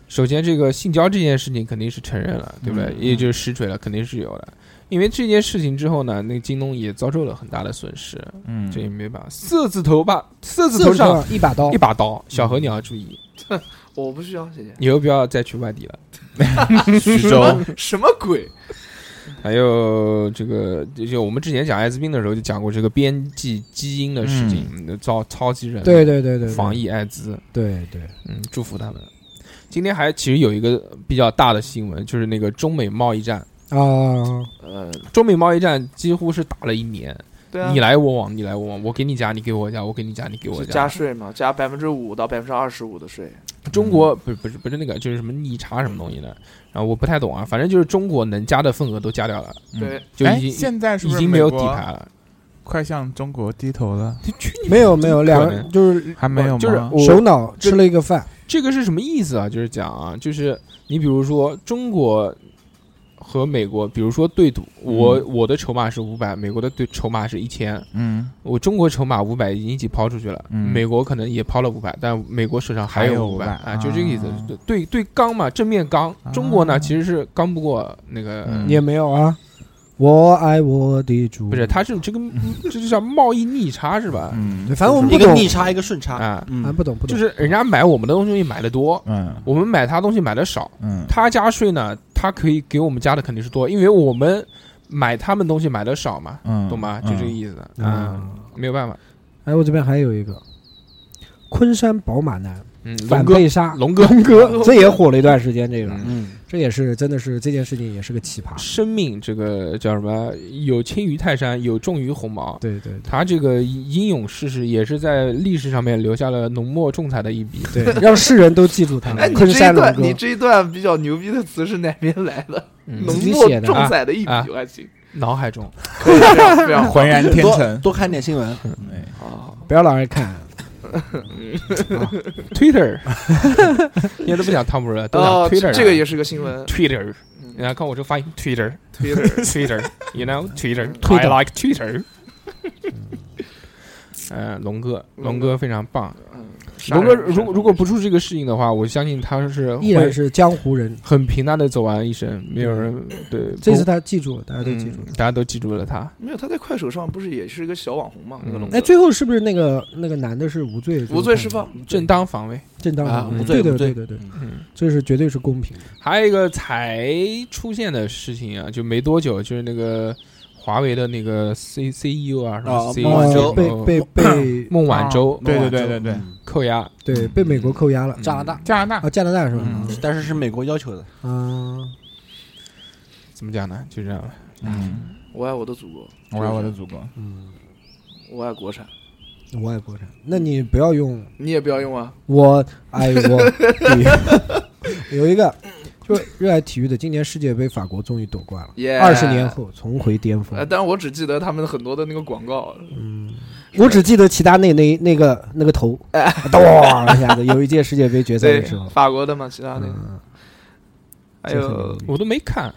B: 首先这个性交这件事情肯定是承认了，对不对？
D: 嗯
B: 也就是实锤了，肯定是有的。因为这件事情之后呢，那个京东也遭受了很大的损失，
D: 嗯，
B: 这也没办法。色字头吧，色字
C: 四
B: 头
C: 头
B: 上
C: 上一把刀
B: 一，把刀，小何你要注意，
E: 我不需要，谢谢。
B: 以后不要再去外地了。
D: 徐州
E: 什么鬼？
B: 还有这个，就就我们之前讲艾滋病的时候就讲过这个编辑基因的事情，造超级人类
C: 嗯对对对对，对
B: 防，疫艾滋，
C: 对对，
B: 嗯，祝福他们。今天还其实有一个比较大的新闻，就是那个中美贸易战。
C: 啊，
E: 呃，
B: 中美贸易战几乎是打了一年，
E: 对啊
B: 你，来我往，你来我往，我给你加，你给我加，我给你加，你给我
E: 是加
B: 加。
E: 税嘛，加百分之五到百分之二十五的税。
B: 中国不不是不是那个，就是什么逆差什么东西的，然后我不太懂啊，反正就是中国能加的份额都加掉了，
D: 嗯
E: 对，
B: 就
D: 哎
B: 已经
D: 现在是不
B: 已
D: 是
B: 经没
D: 美
B: 有底
D: 国
B: 牌了。
D: 快向中国低头了？
C: 没有没有，
B: 可
C: 两个
B: 能啊
C: 就是
D: 还没
B: 哦
D: 有吗？
B: 就是
C: 首
B: 我
C: 脑吃了一个饭，
B: 这个是什么意思啊？就是讲啊，就是你比如说中国和美国，比如说对赌，我我的筹码是五百，美国的对筹码是一千，
D: 嗯，
B: 我中国筹码五百已经一起抛出去了，
D: 嗯
B: 美国可能也抛了五百，但美国手上还
D: 还有
B: 五
D: 500
B: 啊，就这个意思
D: 啊。
B: 对对对，刚嘛，正面刚
D: 啊。
B: 中国呢其实是刚不过那个，
D: 嗯
C: 也没有啊。我爱我的主，
B: 不是，它是这 个这就叫贸易逆差是吧？
D: 嗯
C: 对，反正我们
F: 一
C: 不
F: 个
C: 懂
F: 逆差一个顺差，
B: 啊，
C: 啊，
F: 嗯，
C: 不懂不懂，
B: 就是人家买我们的东西买的多，
D: 嗯
B: 我们买他东西买的少，
D: 嗯，
B: 他加税呢，他可以给我们加的肯定是多，因为我们买他们东西买的少嘛，
D: 嗯
B: 懂吗？就这个意思
C: 嗯
B: 啊，没有办法。
C: 哎，我这边还有一个，昆山宝马男
B: 嗯，龙
C: 反
B: 哥，
C: 被杀，
B: 龙哥，
C: 龙哥，这也火了一段时间。这个，
B: 嗯
F: 嗯，
C: 这也是真的是这件事情也是个奇葩。
B: 生命这个叫什么？有轻于泰山，有重于鸿毛。
C: 对对
B: 他这个英勇事实也是在历史上面留下了浓墨重彩的一笔。
C: 对，让世人都记住他
E: 哎，。你
C: 昆
E: 这
C: 山
E: 一
C: 龙
E: 段，
C: 哥
E: 你，这一段比较牛逼的词是哪边来的？
B: 嗯
E: 浓
C: 自 己
E: 墨
C: 写的
E: 重
B: 啊
E: 彩的一笔，
B: 啊
E: 我还行，
B: 脑海中，
E: 可以非常非 常好
D: 浑然嗯天
F: 多
D: 成。啊
F: 多看点新闻，
D: 哎
E: 好。
C: 不要老是看。
B: Twitter，现在都不讲汤姆了，都讲
E: 哦，
B: Twitter 了。
E: 这个也是个新 闻
B: Twitter，
E: 嗯
B: 你来看我这发音，Twitter，Twitter，you
E: ，Twitter
B: know，Twitter，I like Twitter。呃，龙哥，
E: 龙
B: 龙
E: 哥
B: 哥非常棒。
E: 嗯，
B: 龙哥，
E: 杀人
B: 如果如果不出这个事情的话，我相信他是
C: 依然
B: 会
C: 是江湖人。
B: 很平淡的走完一生，没有人对。
C: 嗯这次
B: 不
C: 他记住了，大家都记住了。
B: 嗯大家都记住了他。
E: 没有他在快手上不是也是一个小网红嘛？那
B: 嗯
E: 个龙哥
C: 哎，最后是不是那个那个男的是无罪？
E: 无罪释放，
B: 正当防卫，
C: 正当
F: 啊
C: 防卫
F: 无罪
C: 对
F: 无
C: 的，
F: 罪
C: 对的，对的，
B: 嗯，
C: 这是绝对是公平的。
B: 还有一个才出现的事情啊，就没多久，就是那个华为的那个 C C E O 啊，什
F: 啊
B: 么 C
F: 孟晚舟
C: 哦被被 啊被
B: 孟晚舟
D: 对对对对对，
F: 嗯
B: 扣押
C: 对被美国扣押
B: 嗯
C: 了，
F: 加拿大，
D: 加拿大
C: 嗯啊，加拿大是吧？
D: 嗯
F: 但是是美国要求的，
C: 啊，
B: 怎么讲呢？就这样了。
D: 嗯，
E: 我爱我的祖国，
D: 我爱我的祖国，
C: 嗯，
E: 我爱国产，
C: 我爱国产，那你不要用
E: 你也不要用啊。
C: 我爱我体育。 有一个就是热爱体育的，今年世界杯法国终于夺冠了，
E: 耶，
C: 二十年，后重回巅峰
E: 呃，。但是我只记得他们很多的那个广告，
C: 嗯，我只记得齐达内那那个那个头，咚一下子，有一届世界杯决赛
E: 呃对
C: 的时候，，
E: 法国的嘛，其他的，哎
C: 嗯，
E: 还
C: 这很牛
E: 有
C: 逼
B: 我都没看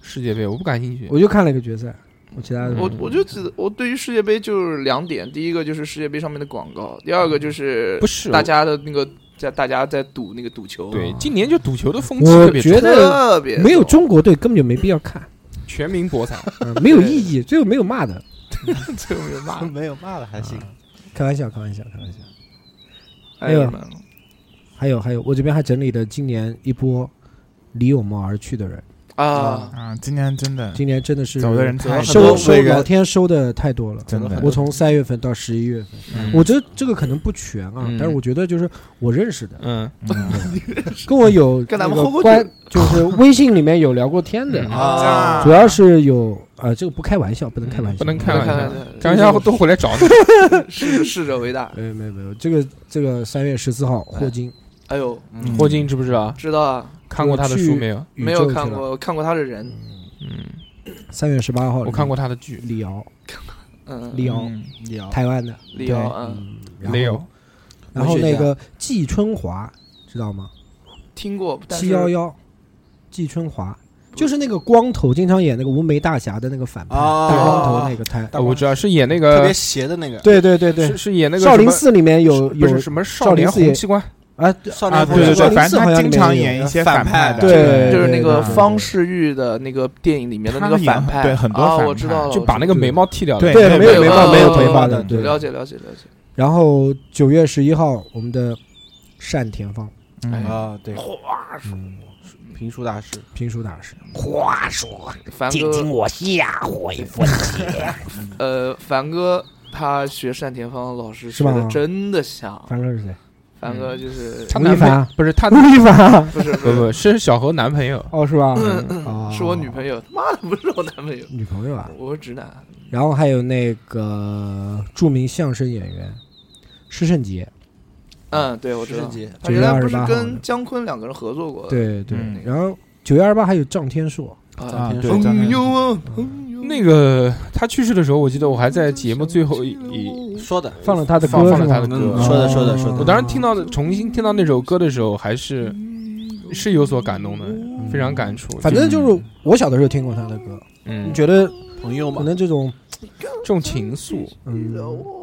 B: 世界杯，我不感兴趣。
C: 我就看了一个决赛，我其他的
E: 我我就记得，我对于世界杯就是两点，第一个就是世界杯上面的广告，第二个就是
B: 不是
E: 大家的那个在大家在赌那个赌球，
B: 对，今年就赌球的风气
C: 我
B: 特别重
C: 觉得
E: 特别
C: 没有
E: 重，
C: 中国队根本就没必要 看，
B: 全民博 彩。
C: 嗯没有意义，最后没有骂的，
E: 特别骂。
F: 没有骂的还行。
C: 开玩笑，开玩笑，开玩笑。
E: 还有
C: 哎呦
E: 什么？
C: 还有还有，我这边还整理了今年一波离我们而去的人，
E: 啊，
D: 啊，今年真的
C: 今年真的是
D: 走的人太
F: 很
C: 收
F: 多
C: 收
F: 伟人
C: 老天收的太多了，
D: 真的
C: 我从三月份到十一月份，
B: 嗯
C: 我觉得这个可能不全啊，
B: 嗯
C: 但是我觉得就是我认识的，
B: 嗯，
D: 嗯
C: 跟我有
E: 嗯跟咱们
C: 那个
E: 后后
C: 关， 就是微信里面有聊过天的，
B: 嗯
F: 啊
C: 主要是有啊，这个不开玩笑，不能开玩笑，
B: 嗯不能开
E: 看
B: 玩
E: 看
B: 笑
E: 看
B: 开玩笑都回来找你。
E: 看，试试者为大。
C: 没有没有没有，这个这个三月十四号，霍金
E: 哎呦，
F: 嗯
B: 霍金知不知道？
E: 知道啊，
B: 看过他的书没有？
C: 嗯宇
E: 没有
C: 宙去
E: 看
C: 了。
E: 过，我看过他的人，
B: 嗯，
C: 三月十八号，
B: 我看过他的剧。
C: 李敖，
E: 嗯，
C: 李敖，
D: 嗯
F: 聊
C: 台湾的
E: 李
C: 对
E: 敖，嗯，
C: 嗯然后
B: 没有，
C: 然后
F: 文学
C: 那
F: 家
C: 个季春华，知道吗？
E: 听过，但
C: 七
E: 是
C: 幺幺，季春华就是那个光头，经常演那个无眉大侠的那个反派，
F: 啊
C: 大光头那个他。
B: 呃我知道是演那
F: 特
B: 个
F: 别，邪的那个
C: 对对对对
B: 是，是演那个
C: 少林
B: 什
C: 寺里面
B: 么
C: 有
B: 不是
C: 有
B: 什么
C: 少
B: 少
C: 林
B: 年
C: 寺也
B: 红器官，
C: 啊，
F: 少
D: 啊，
F: 年
D: 对对
C: 少
D: 对，
C: 林寺
D: 反正
C: 好
D: 他
C: 像
D: 经
C: 里面
D: 常
C: 有
D: 演一些
F: 反
D: 派
F: 派
D: 的，
F: 的
C: 对
E: 就是那个
C: 对对
E: 方世玉的那个电影里面的那个
D: 他演
E: 反派，
D: 对很多
E: 啊，
D: 反
E: 我知道了，
B: 就把那个眉毛剃掉了。
D: 对
C: 对，
D: 没
C: 没
D: 有
C: 有眉毛，
E: 呃
C: 没有头发
F: 呃
C: 的，
E: 我知道
C: 对。
E: 了解了解了解，
C: 然后九月十一号，我们的单田芳
D: 嗯
F: 啊，对，评书大师，
C: 评书大师，
E: 凡哥，我下回分解。 呃，凡哥他学单田芳老师
C: 是
E: 学
C: 吧嗯
E: 的真的像，
C: 凡哥是 谁？
E: 凡哥就是
B: 他
C: 吴
B: 男
C: 亦
B: 朋
C: 凡啊
B: 不是他，
C: 吴
B: 不
C: 亦凡，
E: 不是不是
B: 不是小何男朋友，
C: 哦，是吧？
B: 嗯
C: 哦
E: 是我女朋友，他妈的不是我男朋友，
C: 女朋友啊。
E: 我是直男。
C: 然后还有那个著名相声演员施圣杰，
E: 嗯，对，我知
F: 石
E: 道
F: 人。杰，
E: 他原来不
C: 9
E: 是
C: 月28号
E: 跟
C: 的
E: 姜昆两个人合作
B: 呃
E: 过的
C: 对对。
D: 嗯
C: 然后九月二十八还有张天硕，
D: 啊
E: 啊？
D: 对，张
C: 嗯
E: 朋
D: 天
E: 友啊，朋友
B: 那个他去世的时候，我记得我还在节目最后一
C: 嗯
B: 一，
F: 说的
C: 放了他的
B: 放
C: 歌，
B: 放了
C: 是吗
B: 他
C: 哦
B: 的歌
F: 嗯说的说的说的
B: 我当时听到的重新听到那首歌的时候，还是
C: 嗯
B: 是有所感动的，非常感触。
C: 反正就是我小的时候听过他的歌，
B: 嗯
C: 你，觉得
F: 朋友
C: 可
F: 嘛，
C: 能这种
B: 这种情愫，
C: 嗯，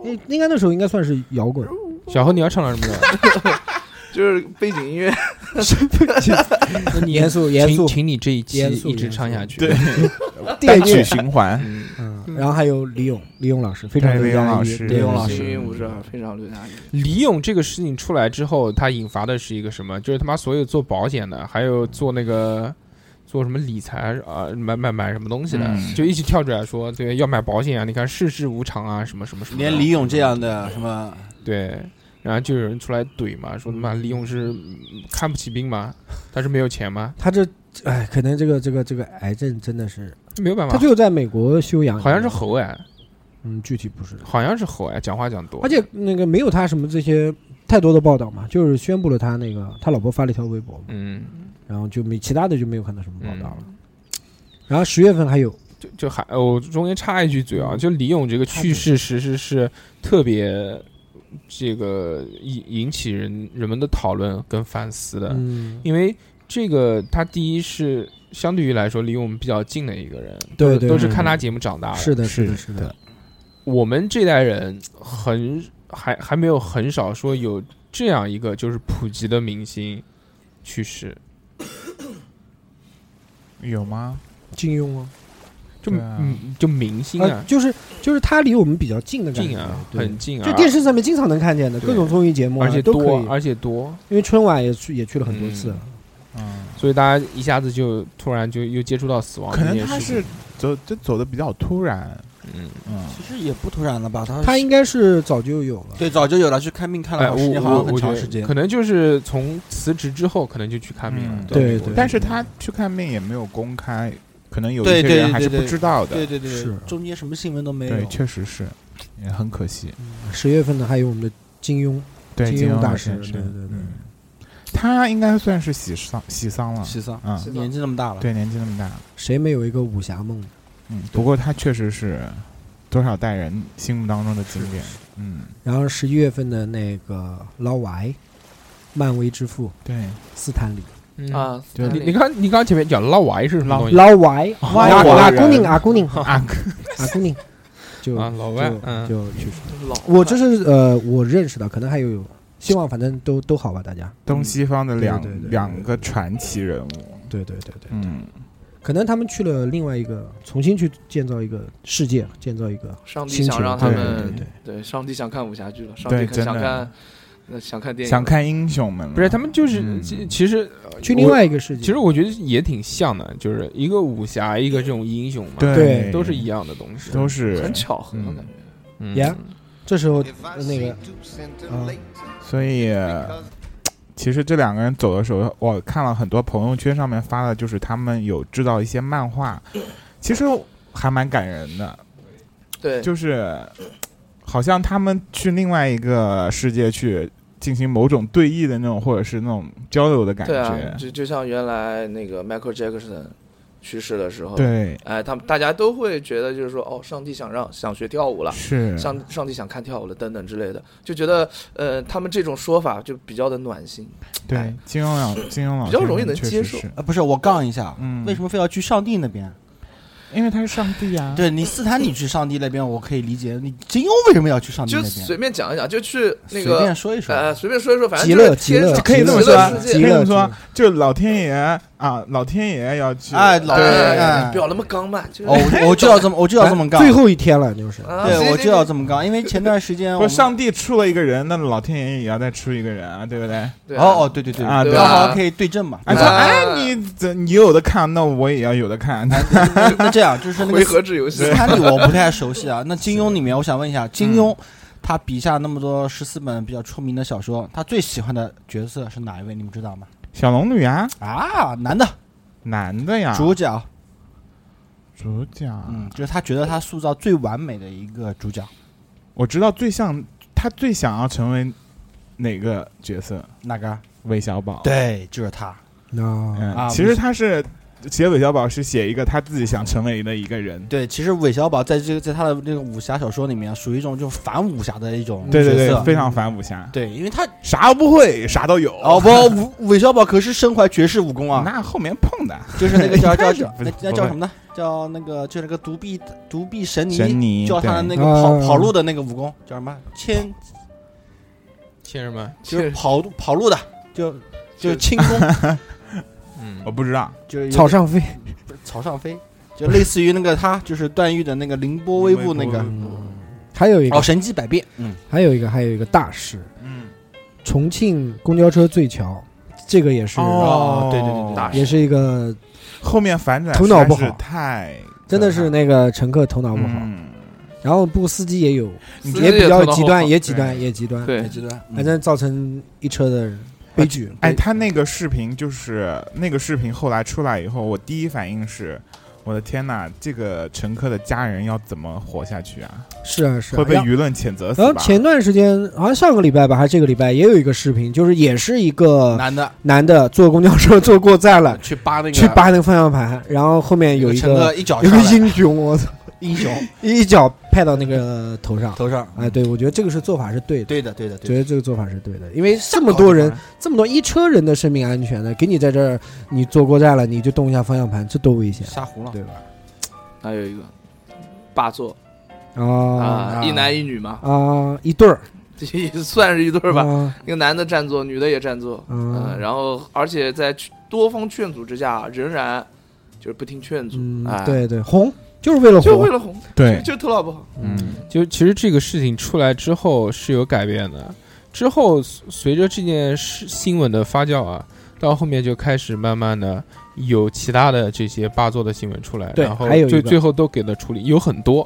C: 应应该那时候应该算是摇 滚，
B: 小何你要唱点什么歌？
E: 就是背景音乐，
C: 严肃严肃
B: 请请你这一期
C: 严肃
B: 一直唱下去。
D: 对，
C: 电
D: 单曲
C: 乐，
D: 循环，
B: 嗯，
C: 嗯，然后还有李咏，李咏老师非常
D: 对
C: 乐
D: 李咏
C: 嘉
D: 老
C: 于对
D: 师
C: 嗯
F: 李咏老师
E: 幸运五十二非常刘佳怡。
B: 李勇这个事情出来之后，他引发的是一个什么？就是他妈所有做保险的，还有做那个做什么理财啊，买买买什么东西的，
D: 嗯
B: 就一起跳出来说，对，要买保险啊！你看世事无常啊，什么什么什么的。
F: 连李咏这样的什么
B: 对，然后就有人出来怼嘛，说他妈李勇是嗯看不起病吗？他是没有钱吗？
C: 他这哎，可能这个这个这个癌症真的是，
B: 没有办
C: 他
B: 法
C: 最，后在美国休养，
B: 好像是喉癌，
C: 嗯，具体不是，
B: 好像是喉癌，讲话讲多，
C: 而且那个没有他什么这些太多的报道嘛，就是宣布了他那个他老婆发了一条微博嘛，
B: 嗯，
C: 然后就没其他的就没有看到什么报道了。然后十月份还有
B: 就就还呃我中间插一句嘴
C: 嗯
B: 啊，就李勇这个去世，其实是特别这个引引起人人们的讨论跟反思的，
C: 嗯，
B: 因为这个他第一是相对于来说离我们比较近的一个人，
C: 对
B: 都
C: 对
B: 都是
C: 对
B: 啊看他节目长大的，
C: 是的，
D: 是
C: 的，是的，
B: 我们这代人很还还没有很少说有这样一个就是普及的明星去世，
D: 有吗？
C: 金庸啊，
B: 就
D: 对啊
B: 嗯就明星
C: 呃
B: 啊，
C: 就是就是他离我们比较近的感
B: 近
C: 觉
B: 啊，，
C: 对
B: 很近啊，
C: 就电视上面经常能看见的
B: 对
C: 各种综艺节目啊，
B: 而且
C: 都可
B: 多
C: 以，，
B: 而且多，
C: 因为春晚也去也去了很多次
B: 嗯，
D: 嗯，
B: 所以大家一下子就突然就又接触到死亡
D: 可
B: 这
D: 能
B: 件
D: 他
B: 事
D: 是
B: 情，
D: 走这走的比较突然，
B: 嗯，
D: 嗯，
F: 其实也不突然了吧？
A: 嗯
F: 他
C: 他应该是早就有了。
F: 对早就有了，去看病看
B: 哎，
F: 了
B: 我
F: 时间好
B: 我
F: 像很
B: 我觉
F: 长
B: 得
F: 时间
B: 可。能就是从辞职之后，可能就去看病了
D: 嗯，
C: 对对
D: 但是他去看病也没有公开，可能有一
F: 对
D: 些
F: 对
D: 人还
F: 对
D: 是不
F: 对
D: 知道的
F: 对，对对，
C: 是
F: 中间什么新闻都没有
D: 对，。确实是，也很可惜。
C: 十月份呢，还有我们的金庸，
D: 对，
C: 金
D: 金
C: 庸
D: 庸
C: 大
D: 老
C: 师
D: 先生
C: 对对对
D: 嗯他应该算是喜丧喜丧了，
F: 西桑
D: 嗯，
E: 西
F: 年纪那么大了，
D: 对，年纪那么大，
C: 谁没有一个武侠梦？
D: 嗯，不过他确实是多少代人心目当中的经典，嗯，
C: 然后十一月份的那个老外，漫威之父
D: 对，
C: 斯坦李，
B: 嗯，
E: 啊，
D: 对
B: 你你刚你刚前面讲老外是什么东西
C: 老外，
D: 外
C: 啊
D: 国
C: 啊
D: 人
C: 姑娘啊姑娘啊
D: 啊，
C: 姑娘，就
B: 啊？老外
C: 就，
B: 嗯，
C: 就去世。
E: 就是老
C: 我这是呃，我认识的，可能还有，希望反正都都好吧，大家。
D: 东西方的
C: 对
D: 两
C: 嗯对对对
D: 两个传奇人物，
C: 对对对对，
D: 嗯，
C: 可能他们去了另外一个，重新去建造一个世界，建造一个
E: 上帝
C: 星球。
E: 想让他
C: 对
D: 对
E: 们
C: 对
E: 对，上帝想看武侠剧了，上
D: 对
E: 帝可
D: 真
E: 想
D: 的
E: 看，那想看电影，
D: 想看英雄们了，
B: 不是他们就是
D: 嗯
B: 其其实
C: 对，去另外一个世界。
B: 其实我觉得也挺像的，就是一个武侠，一个这种英雄嘛，
C: 对
B: 都是一样的东西，
D: 都是
E: 很巧合
D: 嗯
E: 感觉。
B: 嗯
C: 呀这时候
A: If I
C: 那
A: see
C: 个
A: two
C: 啊
A: centimeters,
D: 所以
F: 呃
A: because
D: 其实这两个人走的时候，我看了很多朋友圈上面发的，就是他们有制造一些漫画，其实还蛮感人的，
E: 对，
D: 就是好像他们去另外一个世界去进行某种对弈的那种，或者是那种交流的感
E: 对啊，
D: 觉。
E: 就就像原来那个 Michael Jackson 去世的时候，，
D: 对，
E: 哎，他们大家都会觉得就是说，哦，上帝想让想学跳舞了。
D: 是，
E: 上上帝想看跳舞了等等之类的，就觉得呃，他们这种说法就比较的暖心。
D: 对
E: 哎，
D: 金庸 老，金庸老
E: 比较容易
D: 先生
E: 能
D: 确
E: 接
D: 实
E: 受
D: 是，
F: 呃，不是我杠一下，
D: 嗯
F: 为什么非要去上帝那边？
D: 因为他是上帝啊。
F: 对你斯坦你去上帝那边，我可以理解。你金庸为什么要去上帝
E: 就
F: 那边？
E: 随便讲一讲，就去那
F: 随
E: 个
F: 便说一说，
E: 呃，随便说一说，反正
C: 极
E: 就是
C: 乐极
E: 天
C: 乐
E: 上
D: 可以这么
E: 极
D: 说
E: 乐
D: 啊，
E: 世
D: 可
E: 界
D: 以
C: 极乐
D: 这么说
C: 极乐，
D: 就老天爷啊，老天爷要去
F: 哎，老天
E: 哎
F: 哎
E: 不要那么刚嘛，就是
F: 哦，我我就要这么，我就要这么杠。
C: 哎最后一天了，就是
E: 啊
F: 对，我就要这
E: 么
F: 么杠，因为前段时间
D: 不
F: 我
D: 是上帝出了一个人，那老天爷也要再出一个人啊，对不对？
E: 对啊
F: 哦哦，对对对
D: 啊
E: 对
F: 刚好
E: 吧
F: 可以对症嘛。
D: 哎，
E: 啊
D: 说哎，你怎你有的看，那我也要有的看。
F: 哎那这样就是那
E: 回
F: 个
E: 合制游戏
F: 斯，坦利我不太熟悉啊。那金庸里面，我想问一下，
D: 嗯
F: 金庸他笔下那么多十四本比较出名的小说，他最喜欢的角色是哪一位？你们知道吗？
D: 小龙女啊，
F: 啊，男的
D: 男的呀，
F: 主角，
D: 主角，啊
F: 嗯，就是他觉得他塑造最完美的一个主角，
D: 我知道最像他最想要成为哪个角色？
F: 哪个？
D: 韦小宝。，
F: 对，就是他。
C: 啊，
D: 嗯，
F: 啊
D: 其实他是写韦小宝是写一个他自己想成为的一个人。
F: 对，其实韦小宝在这个在他的那个武侠小说里面，属于一种就反武侠的一种
D: 对对
F: 角
D: 对，
F: 色
D: 非常反武侠，
F: 对，因为他
D: 啥都不会，啥都有。
F: 哦不，韦小宝可是身怀绝世武功啊，
D: 那后面碰的
F: 就是那个叫 叫
D: 开始
F: 叫
D: 不
F: 那
D: 是
F: 那
D: 不
F: 叫
D: 会
F: 什么呢？叫那个就那个独臂独臂神尼，
D: 神尼
F: 叫他的那
D: 对
F: 个跑
C: 啊
F: 跑路的那个武功叫什么？千
B: 亲人们，
F: 就是跑路跑路的，就就轻功，
B: 嗯
D: 我，
F: 哦
D: 不知道。
F: 就是有
C: 草上飞，
F: 草上飞，就类似于那个他就是段誉的那个凌波微步那
C: 嗯
F: 个
D: 嗯
C: 还有一个
F: 哦，神机百变，嗯，
C: 还有一个还有一个大事，
D: 嗯，
C: 重庆公交车醉桥，这个也是
D: 哦，
F: 对对对对
E: 大
C: 也是一个
D: 后面反转
C: 头脑不好
D: 实在是太
C: 真的是那个乘客头脑不好，
D: 嗯
C: 然后不过司机也有，
D: 你
E: 司
D: 知
E: 机
C: 也比较
E: 头脑
C: 极
E: 后
C: 端，
E: 脑
C: 也极端，也极端，
E: 对
F: 很极端，
C: 反
F: 嗯
C: 正造成一车的人悲剧。
D: 哎，他那个视频就是那个视频后来出来以后，我第一反应是，我的天呐，这个乘客的家人要怎么活下去啊？
C: 是啊呃是啊，
D: 会被
C: 然后
D: 舆论谴责死
C: 然后
D: 吧？
C: 前段时间，好像上个礼拜吧，还是这个礼拜，也有一个视频，就是也是一个
F: 嗯男的
C: 男的坐公交车坐过站了，
F: 去扒那个
C: 去扒那个方向盘，然后后面有
F: 个
C: 一
F: 乘
C: 个
F: 客一 脚
C: 有
F: 上
C: 个
F: 来
C: 英 雄，我操，
F: 英雄
C: 一脚拍到那个头上。
F: 头上，
C: 哎，对，我觉得这个是做法是对的，
F: 对的对的
C: 觉
F: 对的，
C: 得这个做法是对的，因为这么多人，这么多一车人的生命安全呢，给你在这儿，你坐过站了，你就动一下方向盘，这多危险，
F: 吓糊了，
C: 对吧？
E: 还有一个霸座
C: 啊嗯
E: 啊，一男一女嘛，
C: 啊，一对儿，啊
E: 也算是一对儿吧。
C: 吧？
E: 那个男的占座，女的也占座，
C: 嗯
E: 嗯，然后而且在劝多方劝阻之下，仍然就是不听劝阻，
C: 嗯
E: 哎，，
C: 对对，红就是为了
E: 就为
C: 红，
E: 了红，
D: 对，
E: 就特老不好，
D: 嗯，
B: 就其实这个事情出来之后是有改变的，之后随随着这件事新闻的发酵啊，到后面就开始慢慢的有其他的这些霸座的新闻出来，
C: 对
B: 然后
C: 还有一
B: 最
C: 个
B: 最后都给了处理，有很多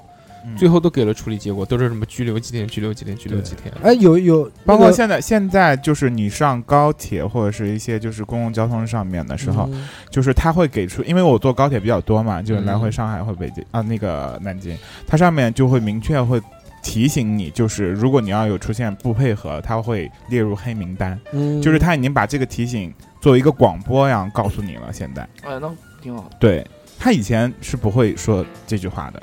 D: 嗯
B: 最后都给了处理结果，都是什么拘留几天、拘留几天、拘留几天。
C: 哎，有有
D: 包括
C: 那个
D: 现在，现在就是你上高铁或者是一些就是公共交通上面的时候，
C: 嗯
D: 就是他会给出，因为我坐高铁比较多嘛，就是来回
B: 嗯
D: 上海或北京、啊，那个南京，它上面就会明确会提醒你，就是如果你要有出现不配合，它会列入黑名单，
C: 嗯
D: 就是他已经把这个提醒作为一个广播一样告诉你了。现在，
E: 哎，那挺好的，
D: 对他以前是不会说这句话的，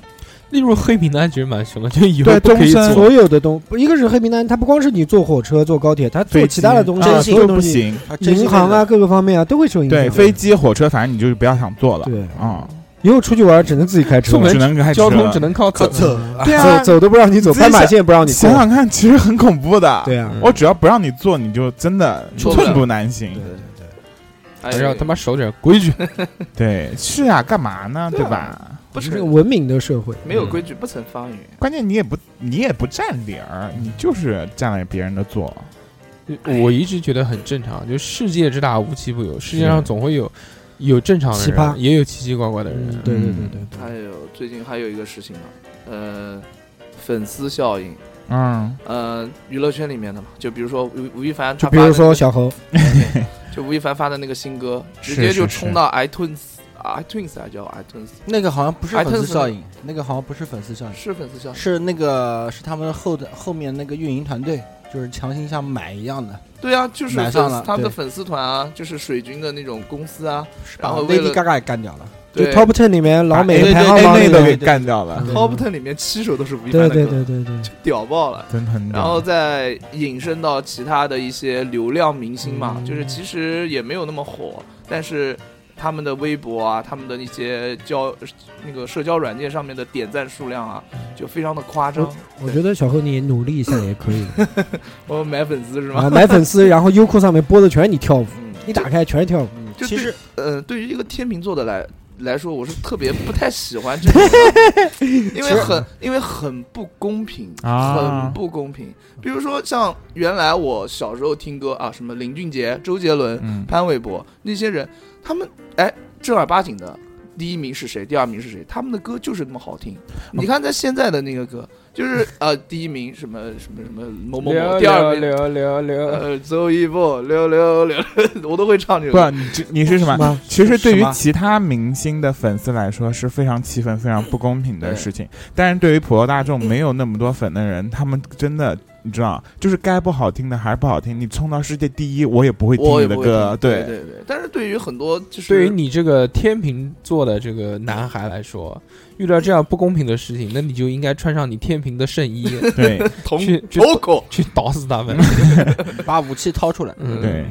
B: 例如黑名单其实蛮凶的，就以后
D: 对
B: 不可以
D: 终身
B: 做
C: 所有的东，不一个是黑名单，它不光是你坐火车、坐高铁，它做
D: 飞
C: 其他的
D: 机
C: 东
D: 啊
C: 西，所有
D: 都
C: 东
D: 不
C: 西，
D: 行。
F: 他真心
C: 银行
F: 为
C: 啊，
F: 了，
C: 各个方面啊都会受影响。
D: 对，飞机、火车，反正你就是不要想坐了。
C: 对，
D: 啊，
C: 以后出去玩只能自己开车
B: 出，门
D: 只能开车
B: 交通只能靠
F: 呃
B: 走。
D: 对啊
C: 走，走都不让你走，
D: 你自己
C: 斑马
D: 想啊嗯
C: 线不让你过
D: 想。想看，其实很恐怖的。
C: 对啊，
D: 我只要不让你做，你就真的
E: 做不了
D: 寸步难行。
E: 还
C: 哎
B: 还是哎要他妈守点规矩。
D: 对，是啊，干嘛呢？
E: 对啊
D: 对吧？
E: 不
C: 是个嗯
E: 成
C: 文明的社会。
E: 没有规矩不成方圆，
D: 关键你也不你也不占理儿，你就是占了别人的座。
B: 我一直觉得很正常，就世界之大无奇不有，世界上总会有有正常的
C: 奇葩
B: 人，也有奇奇怪怪的人
C: 嗯，。对对对对对。
E: 还有最近还有一个事情嘛，呃，粉丝效应，
D: 嗯，
E: 呃，娱乐圈里面的嘛，就比如说吴吴亦凡
C: 就
E: 他
C: 比
E: 发的那
C: 如
E: 个，
C: 说小猴，
E: 就吴亦凡发的那个新歌，直
D: 是
E: 接
D: 是
E: 就是冲到 iTunes。iTunes 啊还叫 iTunes，
F: 那个好像不是粉
E: iTunes
F: 丝效应，那个好像不是粉丝效应，
E: 是粉丝效应。
F: 是那个是他们后的后面那个运营团队，就是强行像买一样的，
E: 对啊，就是
F: 买
E: 粉
F: 上
E: 丝
F: 了
E: 他们的
F: 对
E: 粉丝团啊，就是水军的那种公司啊，
F: 是
E: 然
F: 把
E: 后为了
F: Lady Gaga 也干掉 了。
C: 就
E: 对
C: Top Ten 里面
D: 啊
C: 老美
F: 对
C: 排
F: 对
C: 行
F: 对
C: 榜里
F: 对
D: 都
F: 对
C: 面
D: 给，干掉了，
E: Top Ten 里面七首都是吴亦
C: 对
E: 凡的
C: 对
E: 歌，
C: 对对对，
E: 屌爆了。
D: 真很屌。
E: 然后再引申到其他的一些流量明星嘛，
C: 嗯
E: 就是其实也没有那么火，但是他们的微博啊，他们的一些交那个社交软件上面的点赞数量啊，就非常的夸张。
C: 我觉得小猴你努力一下也可以，
E: 我买粉丝是
C: 然
E: 吗
C: 后？买粉丝，然后优酷上面播的全是你跳舞，
E: 嗯，
C: 一打开全是跳舞，
F: 嗯，
E: 就
F: 其实
E: 呃，对于一个天秤座的来来说，我是特别不太喜欢这种，因为很因为很不公平，
D: 啊
E: 很不公平。比如说像原来我小时候听歌啊，什么林俊杰、周杰伦、
D: 嗯，
E: 潘玮柏那些人，他们哎正儿八经的第一名是谁，第二名是谁，他们的歌就是那么好听。你看在现在的那个歌，就是呃第一名什么什么什么某某某，第二名。
B: 聊聊聊，
E: 呃，走一步，溜溜溜， 我都会唱这个。
D: 不，你这你是什么？其实对
F: 什
D: 于
F: 么
D: 其他明星的粉丝来说是非常气愤、非常不公平的事情，但是对于普罗大众没有那么多粉的人，他们真的你知道，就是该不好听的还是不好听，你冲到世界第一，我也不会听
E: 我
D: 你
E: 也
D: 的
E: 不会
D: 歌，
E: 听对对对。但是对于很多就是
B: 对于你这个天秤座的这个男孩来说，遇到这样不公平的事情，那你就应该穿上你天平的圣 衣
D: 对
E: 同
B: 去去
E: logo
B: 去打死他们。
F: 把武器掏出来。
B: 嗯，
D: 对，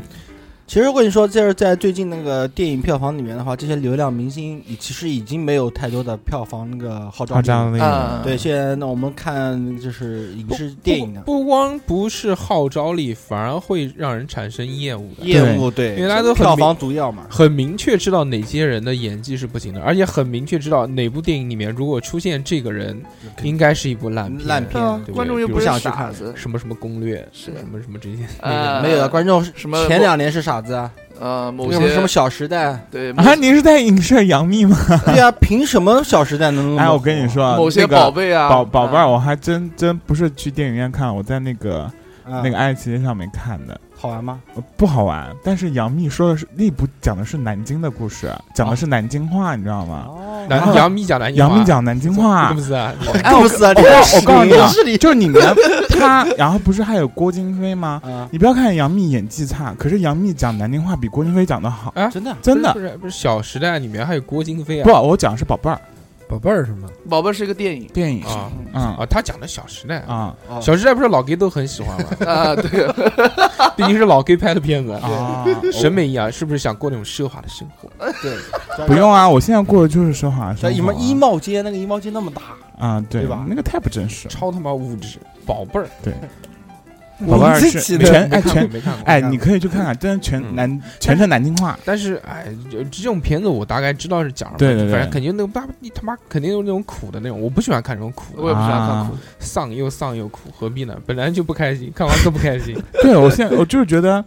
F: 其实我跟你说，就是在最近那个电影票房里面的话，这些流量明星已其实已经没有太多的票房那个号召
D: 夸
F: 力了。
D: 张的一
E: 啊
D: 个，
F: 对，现在那我们看就是影视电影啊的
B: 不不光不是号召力，反而会让人产生厌恶感。
F: 业务，对，
B: 因为大家都很
F: 票
B: 明
F: 房毒药嘛。
B: 很明确知道哪些人的演技是不行的，而且很明确知道哪部电影里面如果出现这个人，应该是一部烂片。
F: 烂片
E: 啊
B: 对不对
E: 观众又
B: 比
E: 不
B: 如
E: 是
F: 想去
E: 傻
F: 看
E: 子，
B: 什么什么攻略，
E: 是
B: 什么什么这些。
E: 呃
F: 没有的，观众是
E: 什么
F: 前两年是傻子啊，
E: 呃某
F: 什么
E: 些
F: 什么小时代，
E: 对某
D: 啊，你是在影射杨幂吗？
F: 对呀，凭什么小时代能？
D: 哎，我跟你，说，
E: 嗯某些
D: 那个
E: 宝贝啊
D: 宝宝贝儿，
E: 啊
D: 我还真真不是去电影院看，我在那个
F: 那
E: 啊
D: 那个爱奇艺上面看的，
F: 好玩吗？
D: 呃不好玩。但是杨幂说的是那部讲的是南京的故事，讲的是南京话，你知道吗？
E: 呃
F: 哦
B: 南
D: 啊
B: 杨幂讲南京
D: 杨
B: 话
D: 幂讲南京
B: 是
D: 话
B: 不，是 啊？
F: 哎，我死啊！这
D: 我告我告诉你啊
F: 是你
D: 就是你们 她，然后不是还有郭京飞吗？
F: 啊，
D: 你不要看杨幂演技差，可是杨幂讲南京话比郭京飞讲的好，
B: 啊
F: 真的
D: 真的
B: 不。是不是《小时代》里面还有郭京飞
D: 不，
B: 啊
D: 我讲的是宝贝儿
C: 宝贝儿是吗？
E: 宝贝儿是一个电影
D: 电影，
B: 啊
D: 嗯
B: 啊！他讲的《小时代》啊，
D: 啊
B: 《小时代》不是老 gay 都很喜欢吗？
E: 啊，对，
B: 毕竟是老 gay 拍的片子，
D: 啊，
B: 审美一样，是不是想过那种奢华的生活？
F: 对
D: 不用啊，我现在过的就是奢华
F: 在
D: 生
F: 衣
D: 活
F: 帽
D: 啊，
F: 衣帽街那个衣帽街那么大，
D: 啊，对
F: 对吧
D: 那个太不真实了。
B: 超他妈物质，宝贝儿。
D: 对，宝贝儿
C: 自
D: 是
C: 己的
D: 全
B: 没
D: 哎
B: 看过
D: 全
B: 没看过。
D: 哎，你可以去看看，真的全
B: 嗯
D: 南全是南京话。
B: 但是哎，就这种片子我大概知道是讲什么，
D: 对对对
B: 反正肯定那种爸，你他妈肯定有那种苦的那种，我不喜欢看这种苦
E: 我
B: 的，
E: 也不喜欢
D: 啊
E: 看苦的。
B: 丧又丧又苦，何必呢？本来就不开心，看完更不开 心。
D: 对我现在我就是觉得，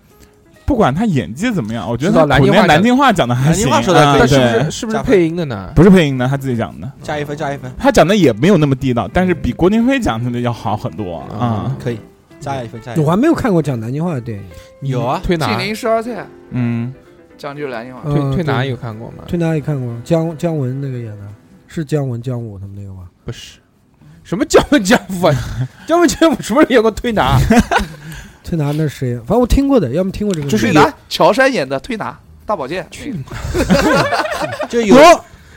D: 不管他演技怎么样，我觉得
B: 知道
D: 他
B: 南
D: 普
B: 京
D: 遍
B: 话讲
D: 南京话讲的还
F: 南京
D: 行，
F: 话说得
D: 啊
F: 对
B: 但是不
D: 对
B: 是，是不是
F: 加分
B: 配音的呢？
D: 不是配音的，他自己讲的，
F: 加一分，加一分，
D: 他讲的也没有那么地道，但是比郭京飞讲的要好很多啊
B: 啊。
F: 可以，加一分，加一
C: 我
F: 分。
C: 还没有看过讲南京话的电影，
F: 有啊
B: 推拿
E: 晋陵十二菜
D: 嗯，
E: 讲究南京话，
C: 嗯
B: 啊
D: 呃
B: 推推拿
C: 对
B: 有看过吗？
C: 推哪里看过？姜姜文那个演的，是姜文姜武他们那个吗？
B: 不是，什么姜文姜武啊？姜文姜武什么时候演过推拿？
C: 推拿那是谁？反正我听过的，要么听过这个名字。
E: 推拿乔杉演的推拿大保健，
B: 去
F: 就有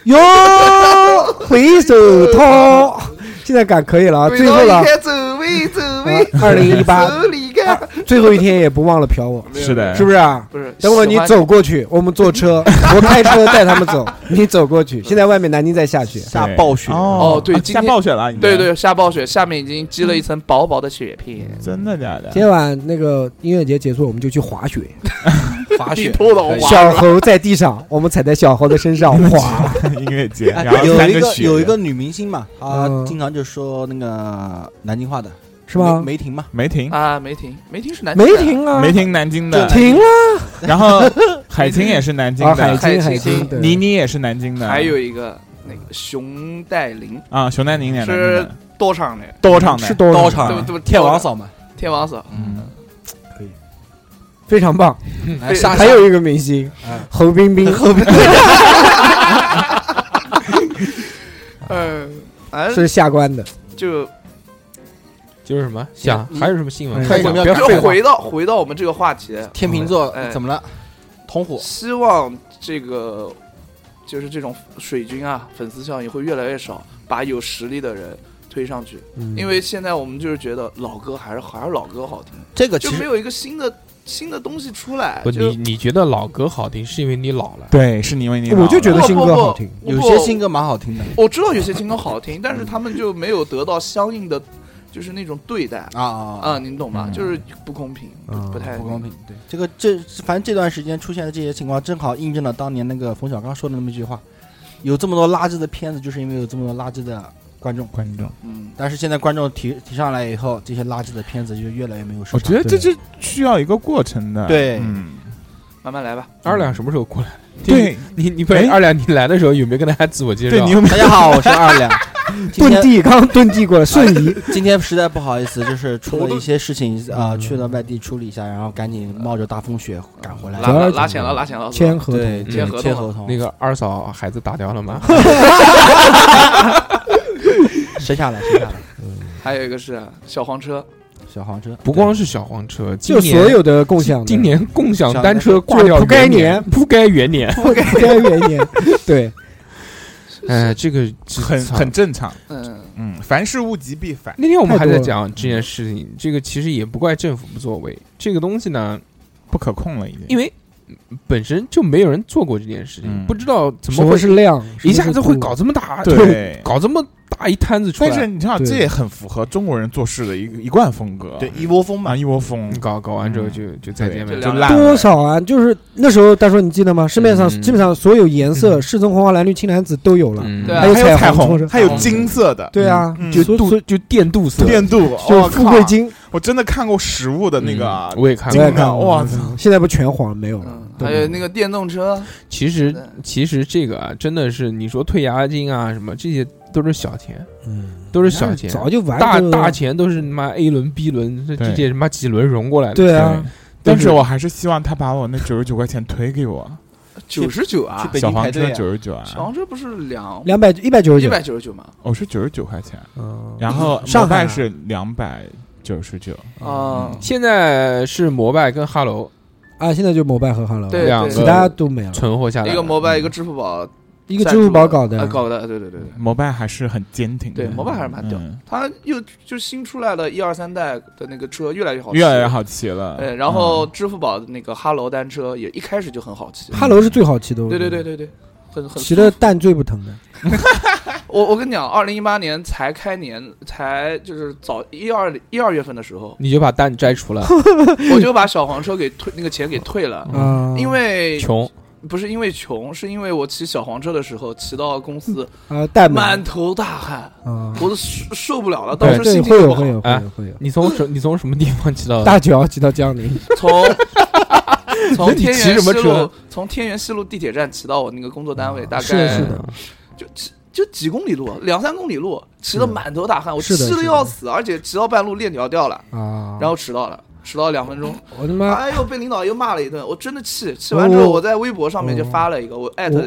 C: 有啊有回首掏，现在敢可以了啊！最后了啊
E: 离，开走位走位，
C: 二零一八 啊
E: 走离开，
C: 最后一天也不忘了嫖我，
D: 是的，
C: 是不是啊？
E: 不是？
C: 等会儿
E: 喜
C: 你
E: 欢
C: 走过去，我们坐 车，我开车带他们走，你走过去。现在外面南京在下雪，
F: 下暴雪，
E: 哦对
D: 啊
E: 今
D: 下
E: 天
D: 暴雪了，已经
E: 对，对，下暴雪，下面已经积了一层薄薄的雪片。
D: 真的假的
C: 今？天晚那个音乐节结束，我们就去滑雪。
F: 啊滑
E: 你
F: 雪。
E: 偷的我
C: 小猴在地上，我们踩在小猴的身上滑。
D: 音乐节，
F: 哎
D: 然后
F: 有
D: 三
F: 一个
D: 雪
F: 有一个女明星嘛，她
C: 嗯
F: 经常就说那个南京话的，
C: 是吗？
F: 梅梅婷嘛，
D: 梅婷，
E: 啊，梅婷，梅婷是南
C: 没
E: 京人
C: 停啊，
D: 梅婷南京的，
C: 停啊，
D: 然后海清也是南京
C: 啊，海
D: 的，
C: 清
E: 海
C: 海
E: 清
C: 清，对
D: 倪妮也是南京的，
E: 还有一个那个熊黛林，
D: 啊，熊黛宁也南京的
E: 是多场的，
D: 多场的，
C: 是多
F: 刀
C: 少？
F: 场
E: 对不对不？
F: 天王嫂嘛，
E: 天王嫂，
D: 嗯，
C: 非常棒。
F: 哎下
C: 还有一个明星
F: 嗯，
C: 侯 冰冰，
E: 嗯，反正
C: 是下关的。
E: 就
B: 就是什么想
F: 你
B: 还有什么新闻？
C: 嗯
B: 快讲
F: 我们要
B: 不要
F: 赶
B: 废
E: 就
B: 话。
E: 回到回到我们这个话题，
F: 天秤座
E: 哎
F: 怎么了？同伙
E: 希望这个就是这种水军啊，粉丝效应会越来越少，把有实力的人推上去，
C: 嗯
E: 因为现在我们就是觉得老歌还是还是老歌好听，
F: 这个
E: 就
F: 其
E: 没
F: 实
E: 有一个新的新的东西出来
B: 不，。
E: 就
B: 你你觉得老歌好听，是因为你老了。
D: 对，是因为你老了，
C: 我就觉得
E: 不
C: 新歌
E: 不不
C: 好听
E: 不
F: 有些新歌蛮好听的
E: 我知道有些新歌好听，但是他们就没有得到相应的就是那种对待
F: 啊啊
E: 啊，您懂吗？
D: 嗯
E: 就是不公平，
C: 嗯
E: 不
B: 啊
E: 不太
F: 不公平。对，这个这反正这段时间出现的这些情况，正好印证了当年那个冯小刚说的那么一句话：有这么多垃圾的片子，就是因为有这么多垃圾的观众。
D: 观众。
E: 嗯，
F: 但是现在观众提提上来以后，这些垃圾的片子就越来越没有市
D: 我
F: 场
D: 觉。得这是需要一个过程的，
F: 对
D: 嗯，
E: 慢慢来吧。
B: 二两什么时候过来？
D: 对
B: 你你不是
D: 哎
B: 二两，你来的时候有没有跟大家自我介
D: 对，
B: 绍
D: 你？有没
F: 大家好，我是二两。今
C: 遁
F: 天
C: 地刚遁地过来，瞬 移。
F: 今天实在不好意思，就是出了一些事情啊、去了外地处理一下，然后赶紧冒着大风雪赶回来。
E: 拉拉拉钱了，拉钱了，
C: 签合
F: 对
C: 同，，
E: 签合
F: 合
E: 同
F: 签合同，
B: 那个二嫂孩子打掉了 吗？
F: 生下来，生下来，
E: 还有一个是小黄车，
F: 小黄车。
B: 不光是小黄车，今
C: 就
B: 年
C: 所有的共享的，
B: 今年共享单车挂
C: 就
B: 掉
C: 不该
B: 元
C: 年
B: 不该元年。
C: 不该元 年，对，
B: 哎，这 个
D: 有很很正常，
E: 嗯，
D: 嗯，凡事物极必反，
B: 那天我们还在
C: 太多了
B: 讲这件事情，这个其实也不怪政府不作为，这个东西呢，
D: 不可控了已经，
B: 因为本身就没有人做过这件事情，
D: 嗯
B: 不知道怎
C: 什
B: 么
C: 么
B: 会
C: 是量，
B: 一下子会搞
C: 什
B: 这么大，
D: 对。
B: 搞这么大一摊子出来。
D: 但是你知道，
C: 对
D: 这也很符合中国人做事的一个一贯风格，
F: 对，一窝蜂嘛
D: 啊，，一窝蜂
B: 你，搞搞完之后就就嗯再见
D: 对
B: 面，
E: 就
D: 就
E: 两
C: 么
D: 烂
C: 酷
D: 了
C: 多少啊？就是那时候，大叔你记得吗？市面上
B: 嗯
C: 基本上所有颜色，适中红黄蓝绿青蓝紫都有了，
B: 嗯，
E: 对啊
D: 还
C: 有
D: 有彩
C: 彩虹
D: 虹，
C: 车
D: 还有金色的，
C: 对啊
D: 嗯，
C: 就
B: 就哦镀就电镀色，
D: 电镀，
C: 就
D: 我
C: 富贵
D: 靠
C: 金，
D: 我真的看过实物的那个啊
B: 嗯我也看
C: 我
B: 过
C: 也
D: 金
C: 看。过
D: 哇塞，
C: 现在不全黄了没有了
E: 嗯，，
C: 对
E: 还有那个电动车，嗯
B: 其实
E: 对
B: 其实这个啊，真的是你说退押金啊什么，这些都是小钱，
C: 嗯，
B: 都是小钱，
C: 早就完
B: 大
C: 了
B: 大钱都是你妈 A 轮 B 轮，这
D: 对
B: 这些他妈几轮融过来的。
D: 嗯
C: 对啊，
D: 但是我还是希望他把我那九十九块钱退给我，
E: 九十九啊
F: 去，北
D: 小
F: 京排
D: 黄
F: 队
D: 车
F: 啊
D: 九十九啊，哦
E: 小黄车不是两
C: 两百一百九十
E: 一
C: 九，
E: 百九十九吗？
D: 我是九十九块钱，
C: 嗯，
D: 然后
C: 上
D: 摩
C: 海啊
D: 拜是两百九十九，嗯
E: 啊，
B: 现在是摩拜跟哈罗
C: 啊，现在就摩拜和哈罗，
E: 对
B: 两
E: 对
C: 其
B: 个
C: 他都没了，
B: 存活下来了，，
E: 一个摩拜，一个支付宝，
C: 一个支付宝搞
E: 呃
C: 的，
E: 搞的，对对对对，
D: 摩拜还是很坚挺的，
E: 对摩拜还是蛮屌
D: 嗯
E: 它又就新出来的一二三代的那个车越来越好，
D: 越来越。好骑了。
E: 对，然后支付宝的那个哈罗单车也一开始就很好骑，
C: 哈罗是最好骑的，我
E: 对对
C: 觉
E: 对
C: 得
E: 对对，很很
C: 骑
E: 舒
C: 着蛋最不疼的。
E: 我我跟你讲，二零一八年才开年，才就是早一二一二月份的时候
B: 你就把蛋摘 除了，
E: 我就把小黄车给退那个钱给退了，
C: 啊，
E: 因为
B: 穷，
E: 不是因为穷，是因为我骑小黄车的时候骑到公司
C: 啊蛋
E: 满头大汗，
C: 啊，
E: 我都受受不了了，当
C: 对
E: 时
C: 对
E: 心
C: 会
E: 情
C: 有
E: 不好
C: 会，有会
B: 哎
C: 有会有，
B: 你从什你从什么地方骑到的？
C: 大脚骑到江陵，
E: 从从
B: 你
E: 天
B: 骑
E: 元
B: 什么
E: 西路
B: 车
E: 从天元西路地铁站骑到我那个工作单位，大概
C: 嗯是的是的
E: 就骑就几公里路，两三公里路，骑得
C: 是的
E: 满头大汗，我
C: 嗯是
E: 气
C: 的是
E: 得
C: 的
E: 要死，而且骑到半路链条掉了，
C: 啊，
E: 然后迟到了，迟到两分钟，
D: 嗯
C: 我他妈
E: 哎呦被领导又骂了一顿，我真的气，气完之后
D: 哦
C: 我
E: 我在微博上面就发了一个，我艾特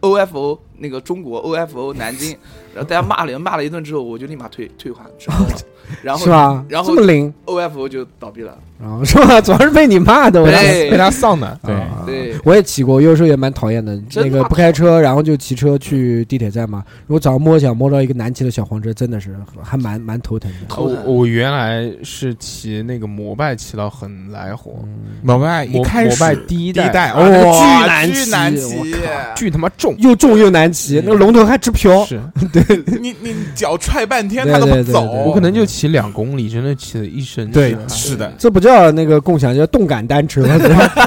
E: OFO 那个中国 OFO 南京，然后大家骂了骂了一顿之后，我就立马退退款撤销了，
D: 哦
E: 然
C: 是
E: 后
C: 吧？
E: 然后
C: 这么灵，
E: OFO 就倒闭了，
C: 然后是吧？主 要是被你骂的，我当时
E: 对
B: 被他丧的，
D: 对
C: 啊
E: 对。
C: 我也骑过，有时候也蛮讨厌的。
E: 真
C: 那
E: 的
C: 个不开车，然后就骑车去地铁站嘛。如果早上摸一下，摸到一个难骑的小黄车，真的是还蛮蛮头疼的。
E: 头
B: 我
E: 疼
B: 我原来是骑那个摩拜骑到很来火，
D: 嗯摩拜一
B: 摩
D: 开
B: 摩拜哎
D: 始
B: 第一
D: 第一
B: 代
D: 代，
C: 啊
D: 哦，那个
C: 哇
D: 巨
C: 巨
D: 难
C: 难
D: 骑，
C: 骑
B: 巨他妈重，
C: 又重又难骑，那个龙头还直飘。
B: 是
D: 你你脚踹半天
C: 对
D: 它都不
C: 对对
D: 走，
C: 对
B: 我可能就骑两公里，真的骑的一身
D: 对
B: 是汗
D: 是的，
C: 这不叫那个共享，叫动感单车，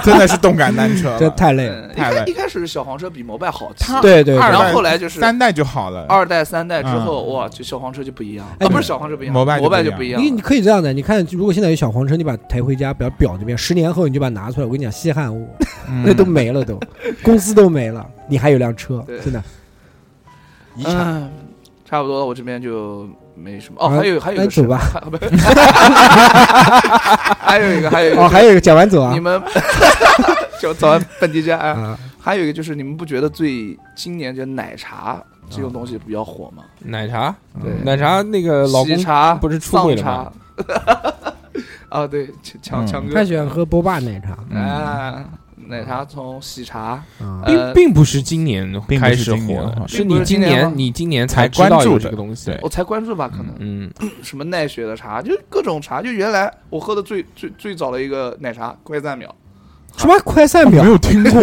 D: 真的是动感单 车了，
C: 这太累了。
E: 嗯，一
D: 太
E: 开
D: 累
E: 一开始小黄车比摩拜好骑，
D: 它
C: 对对，
D: 二
E: 然
C: 对
E: 后后来就是
D: 三代就好了。
E: 二代、三代之后，
D: 嗯
E: 哇，就小黄车就不一样了，
C: 哎
E: 啊，不是小黄车不一样，
D: 摩拜就
E: 摩拜
D: 不一
E: 就
D: 样
E: 不一样
C: 你
E: 了
C: 你。可以这样的，你看，如果现在有小黄车，你把它抬回家，表表那边，十年后你就把它拿出来。我跟你讲，稀罕物，
D: 嗯
C: 那都没了，都，公司都没了，你还有辆车
E: 对，
C: 真的。
E: 嗯，差不多了，我这边就没什么。哦，
D: 嗯
C: 啊
E: 还有还有一
C: 哎
E: 个事
C: 走吧，
E: 还不 还有一个还有一
C: 哦，
E: 个，
C: 还有一个讲完走啊
E: 你，们就走完本地家啊。
B: 嗯
C: 啊，
E: 还有一个就是，你们不觉得最今年就奶茶这种东西比较火吗？
B: 奶茶，
E: 对，
B: 嗯奶茶那个老公
E: 喜茶
B: 不是出轨了
E: 藏
B: 吗？
E: 茶啊，对，强
D: 嗯
E: 强哥
C: 他喜欢喝波霸奶茶
D: 嗯
E: 啊，奶茶从喜茶
C: 啊。
B: 并
E: 呃
B: 并不是今年
D: 并不
B: 开
D: 是
B: 始
D: 今年
B: 火
D: 哈
B: 的，
E: 并不
B: 你
E: 是
B: 今
E: 今年吗
B: 你今年才
D: 才
B: 知道
D: 关注
B: 有
D: 的
B: 这个东西
D: 对。
E: 我才关注吧，可能
B: 嗯，
E: 什么奈雪的茶，就各种茶，就原来我喝的最最最早的一个奶茶乖赞秒，
C: 什么快三秒
D: 哦没？有听过，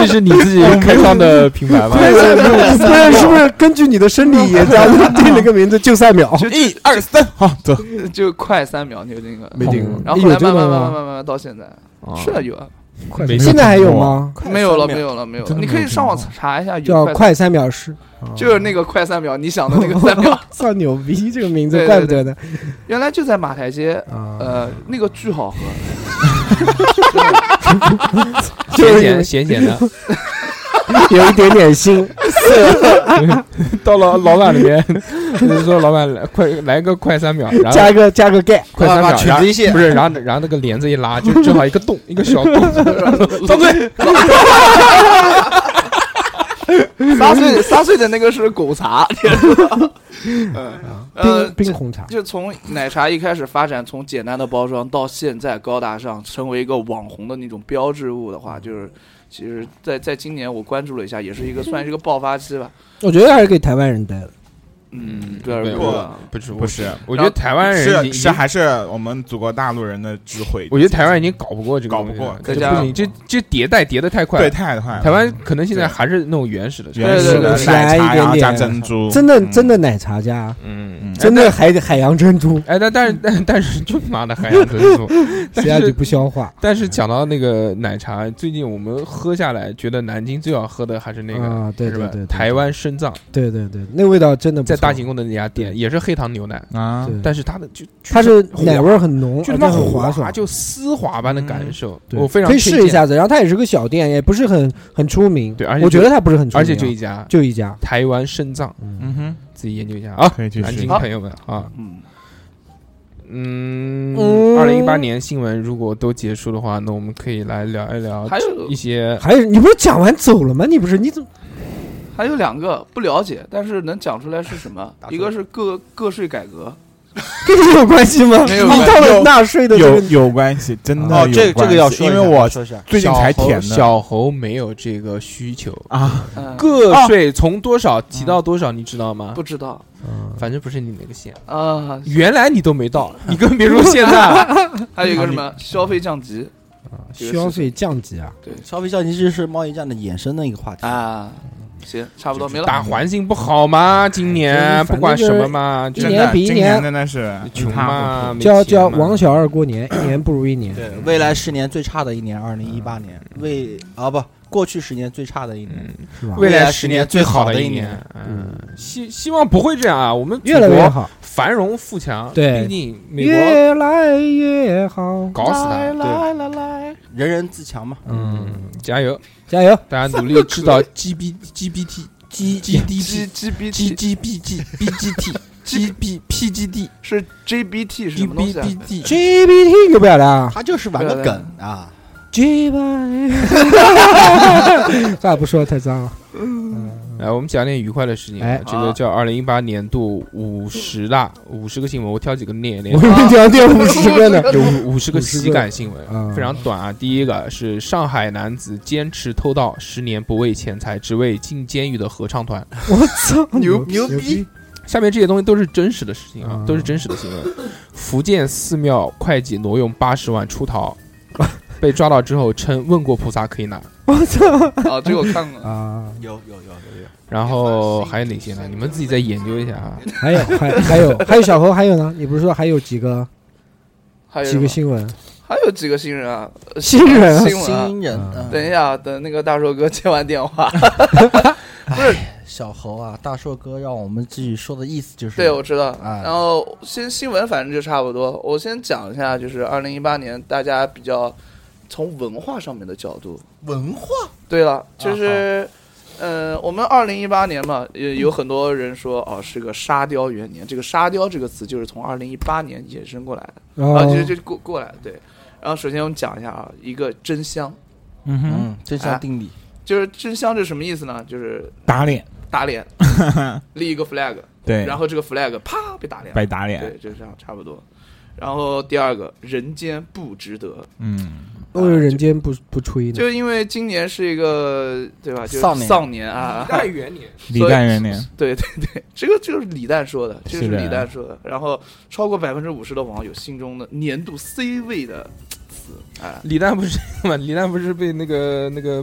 B: 这是你自己开创的品牌吗？
C: 快三秒， 不是是不是根据你的生理也加入定了个名字就三秒？
E: 就
D: 一二三，好走，
E: 就快三秒就那个，
C: 没听过，
E: 哦然后
C: 有
E: 后来
C: 哎这
E: 慢慢
C: 个
E: 慢慢
C: 吗？
E: 慢慢到现在，
B: 啊
E: 是的有啊，
C: 快
B: 没
C: 现在还有吗？
E: 没有了
D: 三秒
E: 没有了没有了，
D: 真的
E: 你
D: 没
E: 可以
D: 听
E: 上网
D: 过
E: 查一下，
C: 叫
E: 有快，
C: 快三秒是，
E: 就是那个快三秒，你想的那个三秒，
C: 操牛逼，这个名字
E: 对对
C: 怪不得呢。
E: 原来就在马台街，
C: 啊，
E: 呃，那个巨好喝，
B: 咸咸咸咸的，
C: 有一点点腥，
B: 到了老板那边， 就是说老板来快来个快三秒，然后
C: 加个加个盖，
B: 快
E: 啊
B: 三秒，
F: 把裙子
B: 然后
F: 一卸
B: 不是，然后然后那个帘子一拉，就正好一个洞，一个 小洞，张嘴，
E: 撒碎撒碎的那个是狗茶，嗯，呃
C: 冰，啊冰红茶。
E: 就从奶茶一开始发展，从简单的包装到现在高大上，成为一个网红的那种标志物的话，就是其实在在今年我关注了一下，也是一个算是一个爆发期吧。
C: 我觉得还是给台湾人带的，
E: 嗯，对，
B: 对啊
E: 如果
B: 不是
D: 不，是
B: 我觉得台湾人已
D: 是
B: 经
D: 是还是我们祖国大陆人的智慧，
B: 啊我觉得台湾已经搞不过这个
D: 搞
B: 东西
D: 不过
B: 了，
D: 再
B: 这
E: 加
B: 不行，这这迭代迭的太快
D: 对
B: 了。
D: 太快了，
B: 台湾可能现在
D: 对
B: 还是那种原始的，
D: 原始的
E: 对对对
D: 奶
C: 来
D: 茶
C: 一点
D: 然后加
C: 点
D: 珍珠，
C: 真的真
D: 的，
C: 的奶茶加，
E: 哎
B: 嗯，
D: 嗯
C: 真的海海洋珍珠，
B: 哎，但但是但但是就妈的海洋珍珠，但
C: 谁让你
B: 是
C: 不消化？
B: 但是讲到那个奶茶，最近我们喝下来，觉得南京最好喝的还是那个。
C: 啊，对
B: 是
C: 对
B: 吧
C: 对，对
B: 台，湾生藏
C: 对对对，那味道真的不
B: 在大
C: 错
B: 行宫的那家店也是黑糖牛奶，
D: 啊，
C: 对嗯
B: 但是它的就
C: 它是奶味
B: 儿，
C: 儿很浓，
B: 就
C: 而
B: 他妈
C: 且很
B: 滑
C: 爽，
B: 就丝滑般的感受，
C: 对
B: 我非常
C: 可以
B: 推
C: 试一
B: 荐。
C: 下子。然后它也是个小店，也不是很很出名，
B: 对而且
C: 我
B: 就
C: 觉得它不是很出名啊，
B: 而且就一家
C: 就一家，
B: 台湾生藏，
C: 嗯，
D: 嗯哼，
B: 自己研究一下啊，
D: 可以去
B: 南
D: 试
B: 京。朋友们啊，
E: 嗯，
B: 嗯，
C: 嗯
B: 二零一八年新闻如果都结束的话，那我们可以来聊一聊
E: 还有
B: 一些
C: 还有你不是讲完走了吗？你不是你怎么
E: 还有两个不了解，但是能讲出来是什么？一个是个个税改革，
C: 跟你有关系吗？
E: 没有
C: 你到了
D: 有
C: 纳税的这
D: 有
C: 个
D: 有关系，真的
F: 哦，
D: 有
F: 这个这
D: 关
F: 个要
D: 系
F: 说一
D: 因
F: 下，
D: 为我
F: 说一下，
D: 最近才填
B: 小猴
D: 的
B: 小猴没有这个需求，
D: 啊，
E: 嗯，
B: 个税从多少提到多少，你知道吗
E: 不？知道
B: 反正不是你那个县，
E: 啊，
B: 原来你都没到，你更别说现在了。
E: 还有一个什么消费降级，
B: 啊，
E: 这个
C: 消
E: 事情
C: 费降级啊，
F: 消费降级就是贸易战的衍生的一个话题。
E: 啊，行，差不多没了。
B: 大环境不好嘛，今年
C: 就是
B: 不管
C: 反正
B: 什
C: 就是
B: 么嘛，
C: 一
B: 就
D: 真
C: 年
D: 的，
C: 比一
D: 今
C: 年
D: 年真的是
B: 穷嘛，
D: 嘛，
B: 没
C: 叫
B: 钱
C: 叫
B: 嘛
C: 王小二过年，一年不如一年。
F: 对，未来十年最差的一年，二零一八年，未啊不，过去十年最差的一年。
B: 嗯
C: 是吧
B: 未
F: 未
B: 来
F: 来
B: 十
F: 十
B: 年
F: 年
B: 最
F: 最
B: 好
F: 好
B: 的
F: 的
B: 一
F: 一
B: 年
F: 年，
B: 嗯，希希望不会这样啊，我们
C: 越来
B: 祖
C: 越
B: 国
C: 好，
B: 繁荣富强，
C: 对
B: 毕竟美国
C: 越来越好，
B: 搞死他，
E: 来来来，
F: 人人自强嘛，
B: 嗯，加油，
C: 加油！
B: 大家努力制造 G B G B T G G D
E: G
B: P
E: G B
B: G
E: T
B: G B G B G T G B P G D
E: 是 G B T 是
B: G
E: 什么东
B: B
E: 西啊
B: B D
C: GPT 有表达
F: 他就是玩
E: 对
F: 个
E: 对
F: 梗啊。
C: 啊，G 吧，算了，不说了太脏了。嗯，
B: 来，我们讲点愉快的事情啊
C: 哎。
B: 这个叫二零一八年度五十大五十个新闻，我挑几个念一念
C: 我。以为讲点五十个呢。
B: 有五五十个
C: 50个
B: 喜感新闻，
C: 嗯
B: 非常短啊。第一个是上海男子坚持偷盗，十年不为钱财，只为进监狱的合唱 团。
C: 我操，
F: 牛
C: 牛
F: 牛逼！
B: 下面这些东西都是真实的事情啊，
C: 嗯
B: 都是真实的新闻。福建寺庙会计挪用八十万出 逃，被抓到之后称问过菩萨可以拿。
C: 我操
E: 啊，这个我看过。
C: 啊！
F: 有有有有有，
B: 然后还有哪些呢？你们自己再研究一下啊。
C: 还有还还有还有小侯还有呢？你不是说还有几个
E: 还有
C: 几个
E: 什么
C: 新闻？
E: 还有几个新人啊？呃
C: 新人啊
E: 新闻啊！
F: 新人
C: 啊，
F: 嗯
E: 等一下，等那个大寿哥接完电话。
F: 小侯啊，大硕哥让我们自己说的意思就是，
E: 对，我知道。
F: 啊
E: 然后先新闻，反正就差不多。我先讲一下，就是二零一八年大家比较从文化上面的角度。
F: 文化啊
E: 对了，就是。呃，我们二零一八年嘛，有
F: 嗯
E: 有很多人说哦是个沙雕元年，这个“沙雕”这个词就是从二零一八年衍生过来的啊，
C: 哦
E: 就就过过来的对。然后首先我们讲一下啊，一个真香，
D: 嗯哼，
F: 嗯，真相定理，
E: 就是真香是什么意思呢？就是
D: 打脸，
E: 打 脸，立一个 flag，
D: 对，
E: 然后这个 flag 啪被打脸了，
D: 被打
E: 对，
D: 脸，
E: 就这样差不多。然后第二个，人间不值得，
D: 嗯，
C: 都为哦人间不不吹呢。
E: 就因为今年是一个对吧？就是
F: 丧年
E: 丧 年啊，
B: 元年，
D: 李诞元年，
E: 对对对，这个就是李诞说的，这个
D: 是
E: 是
D: 的
E: 李诞说的。然后超过百分之五十的网友心中的年度 C 位的词，哎，
B: 李诞不是 嘛？李诞不是被那个那个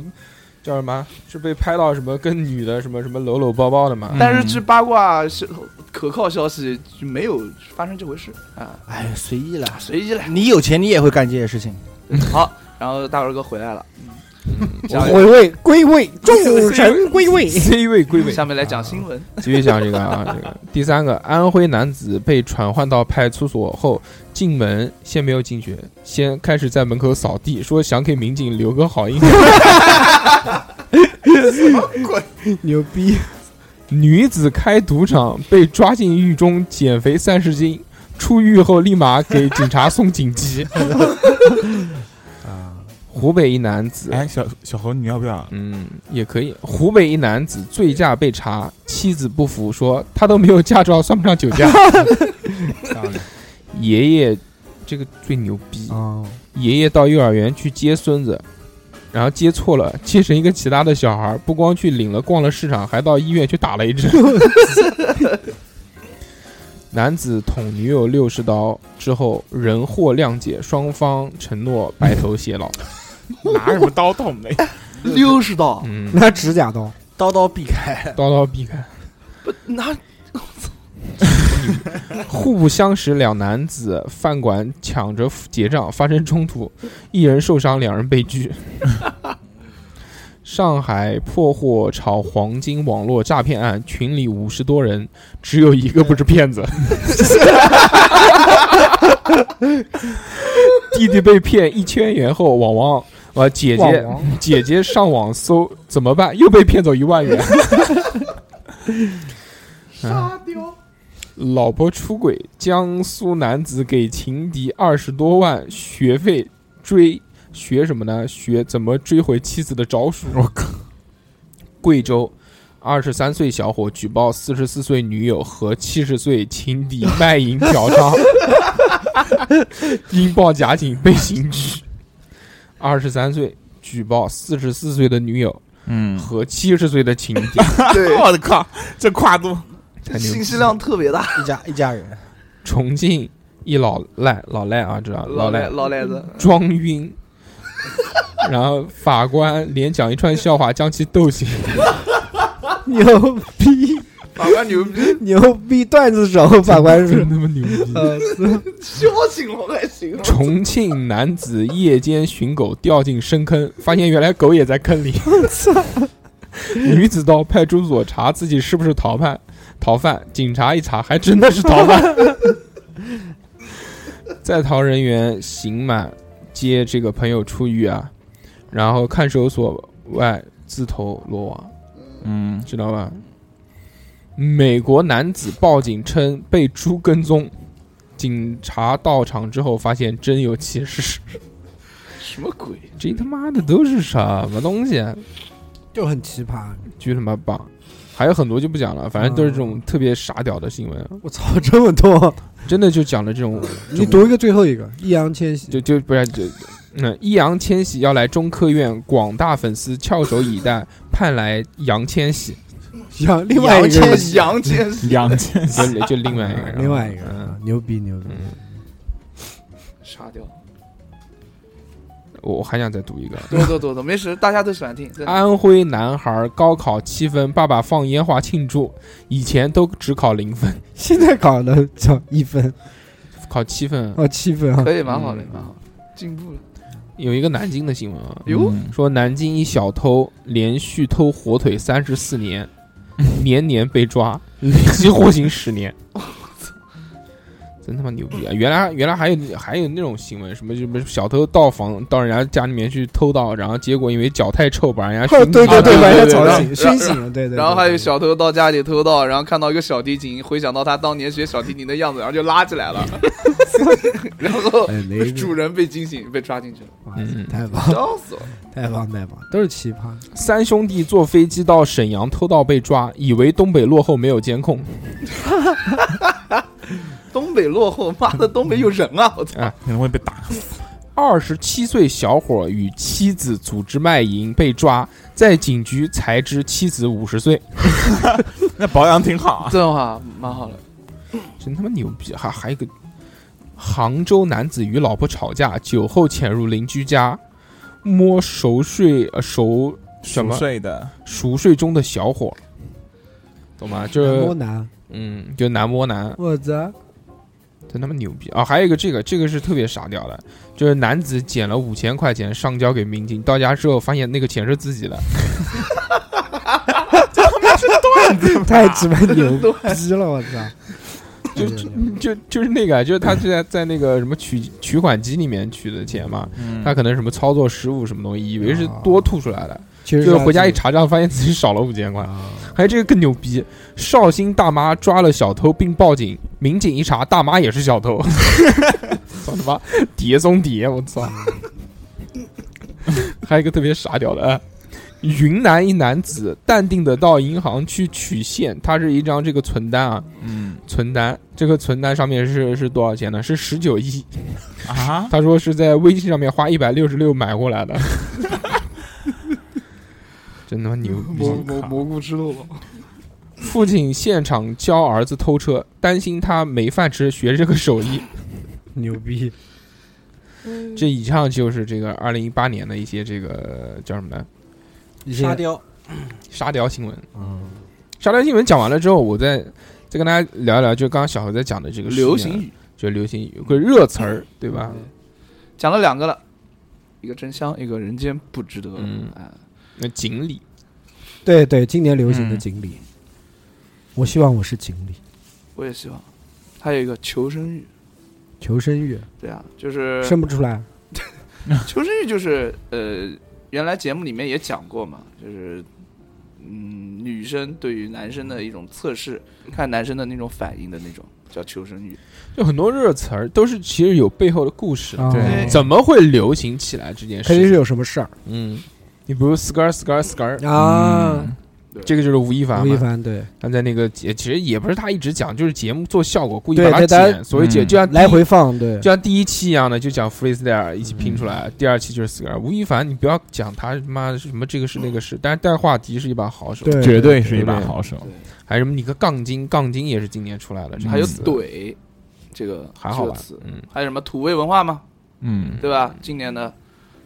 B: 叫什么？是被拍到什么跟女的什么什么搂搂抱抱的嘛？
E: 但是据八卦是可靠消息，就没有发生这回事啊，
F: 哎，随意了。
E: 随意了。
F: 你有钱，你也会干这些事情。
E: 好，然后大文哥回来了，嗯，下面
C: 回味归位，众神归位。
B: C 位归位，
E: 下面来讲新闻，
B: 继续讲这个啊，这个第三个，安徽男子被传唤到派出所后，进门先没有进去，先开始在门口扫地，说想给民警留个好印象。
C: 牛逼！
B: 女子开赌场被抓进狱中，减肥三十斤，出狱后立马给警察送锦旗。湖北一男子，
D: 哎，小小侯，你要不 要？
B: 嗯，也可以。湖北一男子醉驾被查，妻子不服说他都没有驾照，算不上酒驾。爷爷，这个最牛逼。
C: 哦，
B: 爷爷到幼儿园去接孙子，然后接错了，接成一个其他的小孩，不光去领了逛了市场，还到医院去打了一针。 男子捅女友六十刀之后，人获谅解，双方承诺白头偕老。
D: 拿什么刀捅的？
E: 六十刀，
B: 嗯，
C: 拿指甲刀，
F: 刀刀避开，
B: 刀刀避开。
E: 不那
B: 互不相识两男子饭馆抢着结账发生冲突，一人受伤，两人被拘。 上海破获炒黄金网络诈骗案，群里五十多人，只有一个不是骗子。 弟弟被骗一千元后，网王呃姐姐
C: 王
B: 姐姐上网搜怎么办？又被骗走一万元。
E: 沙雕，
B: 老婆出轨，江苏男子给情敌二十多万学费追学什么呢？学怎么追回妻子的招数。我靠！贵州，二十三岁小伙举报四十四岁女友和七十岁情敌卖淫嫖 娼，因报假警被刑拘。二十三岁举报四十四岁的女友
D: 嗯，
B: 和七十岁的情敌，
E: 对，
D: 我的靠，这跨度，
B: 太牛逼
E: 信息量特别大，
F: 一家一家人。
B: 重庆一老赖老赖啊，知道
E: 老
B: 赖
E: 赖老赖子，
B: 装晕，然后法官连讲一串笑话将其逗醒。
C: 牛逼
E: 法官牛逼，
C: 牛逼段子手，法官是
B: 真他妈牛逼！
C: 呃，
E: 什么形容还形 容？
B: 重庆男子夜间寻狗掉进深坑，发现原来狗也在坑 里。女子到派出所查自己是不是逃犯，逃犯警察一查还真的是逃犯。 在逃人员刑满接这个朋友出狱啊，然后看守所外自投罗网。
D: 嗯，
B: 知道吧？美国男子报警称被猪跟踪，警察到场之后发现真有其事，
E: 什么鬼？
B: 这他妈的都是什么东西、啊？
C: 就很奇葩。
B: 巨他妈棒！还有很多就不讲了，反正都是这种特别傻屌的新闻，
C: 我操，这么多！
B: 真的就讲了这种。
C: 你读一个最后一个，易烊千玺。
B: 就就不然就，嗯，易烊千玺要来中科院，广大粉丝翘首以待，盼来杨千玺，
C: 杨另外一个人，
E: 杨千玺，
D: 杨千玺，
B: 就就另外一个，
C: 啊 另外一个
B: 嗯
C: 啊，牛逼牛逼！
B: 嗯
E: 杀掉！
B: 我我还想再读一个，
E: 多多多多，没事，大家都喜欢听。真的
B: 安徽男孩高考七分，爸爸放烟花庆祝。以前都只考零分，
C: 现在考了叫一分
B: 考七分。
C: 哦，七分啊，
E: 可以，蛮好的，
B: 嗯
E: 蛮好的，进步了。
B: 有一个南京的新闻啊，
E: 哟，
D: 嗯
B: 说南京一小偷连续偷火腿三十四 年，年年被抓，累计获刑十 年。真他妈牛逼啊！原来原来还有还有那种新闻，什么什么小偷到房到人家家里面去偷盗，然后结果因为脚太臭把人家
C: 哦，
B: 熏
C: 对
B: 死了
C: 对
E: 对
C: 把人
E: 啊对
C: 家吵
E: 对
C: 醒、
E: 对
C: 熏醒了，对对。
E: 然后
C: 对
E: 还有，小偷到家里偷盗，然后看到一个小提琴，回想到他当年学小提琴的样子，然后就拉起来 了，然后
C: 哎，雷
E: 主人被惊醒，被抓进去了，
C: 哇
B: 嗯
C: 太棒
E: 笑死我了！
C: 太棒太棒，都是奇葩。
B: 三兄弟坐飞机到沈阳偷盗被抓，以为东北落后没有监控。
E: 东北落后，妈的，东北有人啊！我操，
D: 可能会被打死。
B: 二十七岁小伙与妻子组织卖淫被抓，在警局才知妻子五十岁，
D: 那保养挺好啊，
E: 这话蛮好的。
B: 真他妈牛逼！还还有一个，杭州男子与老婆吵架，酒后潜入邻居家，摸熟睡呃熟什
D: 熟
B: 么
D: 睡的，
B: 熟睡中的小伙，懂吗？就是
C: 多难，
B: 嗯，就男摸男，
C: 我操！
B: 真他妈牛逼啊！还有一个这个，这个是特别傻屌的，就是男子捡了五千块钱上交给民警，到家之后发现那个钱是自己的，
C: 太鸡巴牛逼了，我操！
B: 就
C: 对对对
B: 就就是那个，啊就是他就在在那个什么取取款机里面取的钱嘛，他
D: 嗯，
B: 可能什么操作失误什么东西，以为是多吐出来的，
C: 啊其实啊
B: 就是回家一
C: 查
B: 查账，发现自己少了五千块。还有这个更牛逼，绍兴大妈抓了小偷并报警，民警一查，大妈也是小偷， 操他妈碟中谍，我操！ 还有一个特别傻屌的，啊云南一男子淡定的到银行去取现，他是一张这个存单啊，
D: 嗯
B: 存单，这个存单上面是是多少钱呢？是十九亿，
D: 啊，
B: 他说是在微信上面花一百六十六买过来的， 真他妈牛逼！
E: 蘑菇之路，
B: 父亲现场教儿子偷车，担心他没饭吃，学这个手艺。
C: 牛逼，
B: 这以上就是这个二零一八年的一些这个叫什么呢？
C: 一
F: 沙
C: 些
F: 雕，
B: 沙雕新闻。
C: 嗯，
B: 沙雕新闻讲完了之后，我再再跟大家聊一聊，就刚刚小何在讲的这个事情啊
E: 流行，语
B: 就流行语，有个热词
C: 嗯
B: 儿，对吧？
E: 讲了两个了，一个真香，一个人间不值得。
B: 嗯
E: 哎
B: 那锦鲤，
C: 对对，今年流行的
D: 嗯
C: 锦鲤，我希望我是锦鲤，
E: 我也希望。还有一个求生欲，
C: 求生欲
E: 对啊，就是
C: 生不出来，
E: 求生欲就是呃，原来节目里面也讲过嘛，就是嗯，女生对于男生的一种测试，看男生的那种反应的那种叫求生欲。
B: 就很多热词儿都是其实有背后的故事的，
C: 啊
D: 对
B: 怎么会流行起来这件事？
C: 肯定是，有什么事儿
B: 嗯，你比如 scar scar scar，
C: 啊。
D: 嗯
B: 这个就是吴亦凡
C: 吴亦
B: 嘛，
C: 凡对，
B: 他在那个节其实也不是他一直讲，就是节目做效果，故意
C: 对
B: 把它
C: 对大家
B: 剪，所谓剪
D: 嗯
B: 就像第一
C: 来回放对
B: 就像第一期一样的，就讲 freestyle 一起拼出
C: 嗯
B: 来，第二期就是 scar。吴亦凡，你不要讲他妈的什么这个是那个是，但是带话题是一把好手，
C: 嗯对
D: 绝对是一把好手。
B: 还有什么你个杠精，杠精也是今年出来
C: 嗯
B: 的，这个
E: 还有
B: 词
E: 怼这个
B: 啊还好
E: 这
B: 吧
E: 个词，
B: 嗯，
E: 还有什么土味文化嘛，
D: 嗯，
E: 对吧？今年的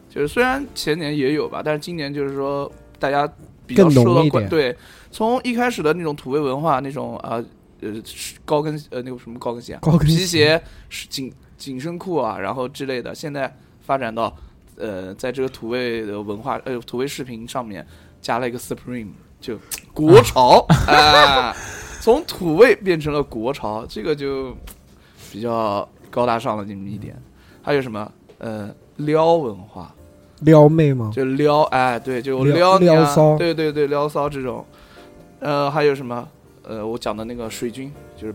E: 就是虽然前年也有吧，但是今年就是说大家比较
C: 更浓
E: 受到
C: 一
E: 关
C: 点
E: 对，从一开始的那种土味文化那种啊呃是高跟呃那个什么高跟鞋啊，
C: 高跟
E: 皮鞋、是紧紧身裤啊，然后之类的，现在发展到呃在这个土味的文化呃土味视频上面加了一个 Supreme，就 国 潮啊，从土味变成了国潮，这个就比较高大上了这么一点。还有什么呃撩文化，
C: 撩妹吗？
E: 就撩哎对，就
C: 撩
E: 你啊
C: 撩骚
E: 对对对撩骚这种，呃还有什么呃我讲的那个水军就是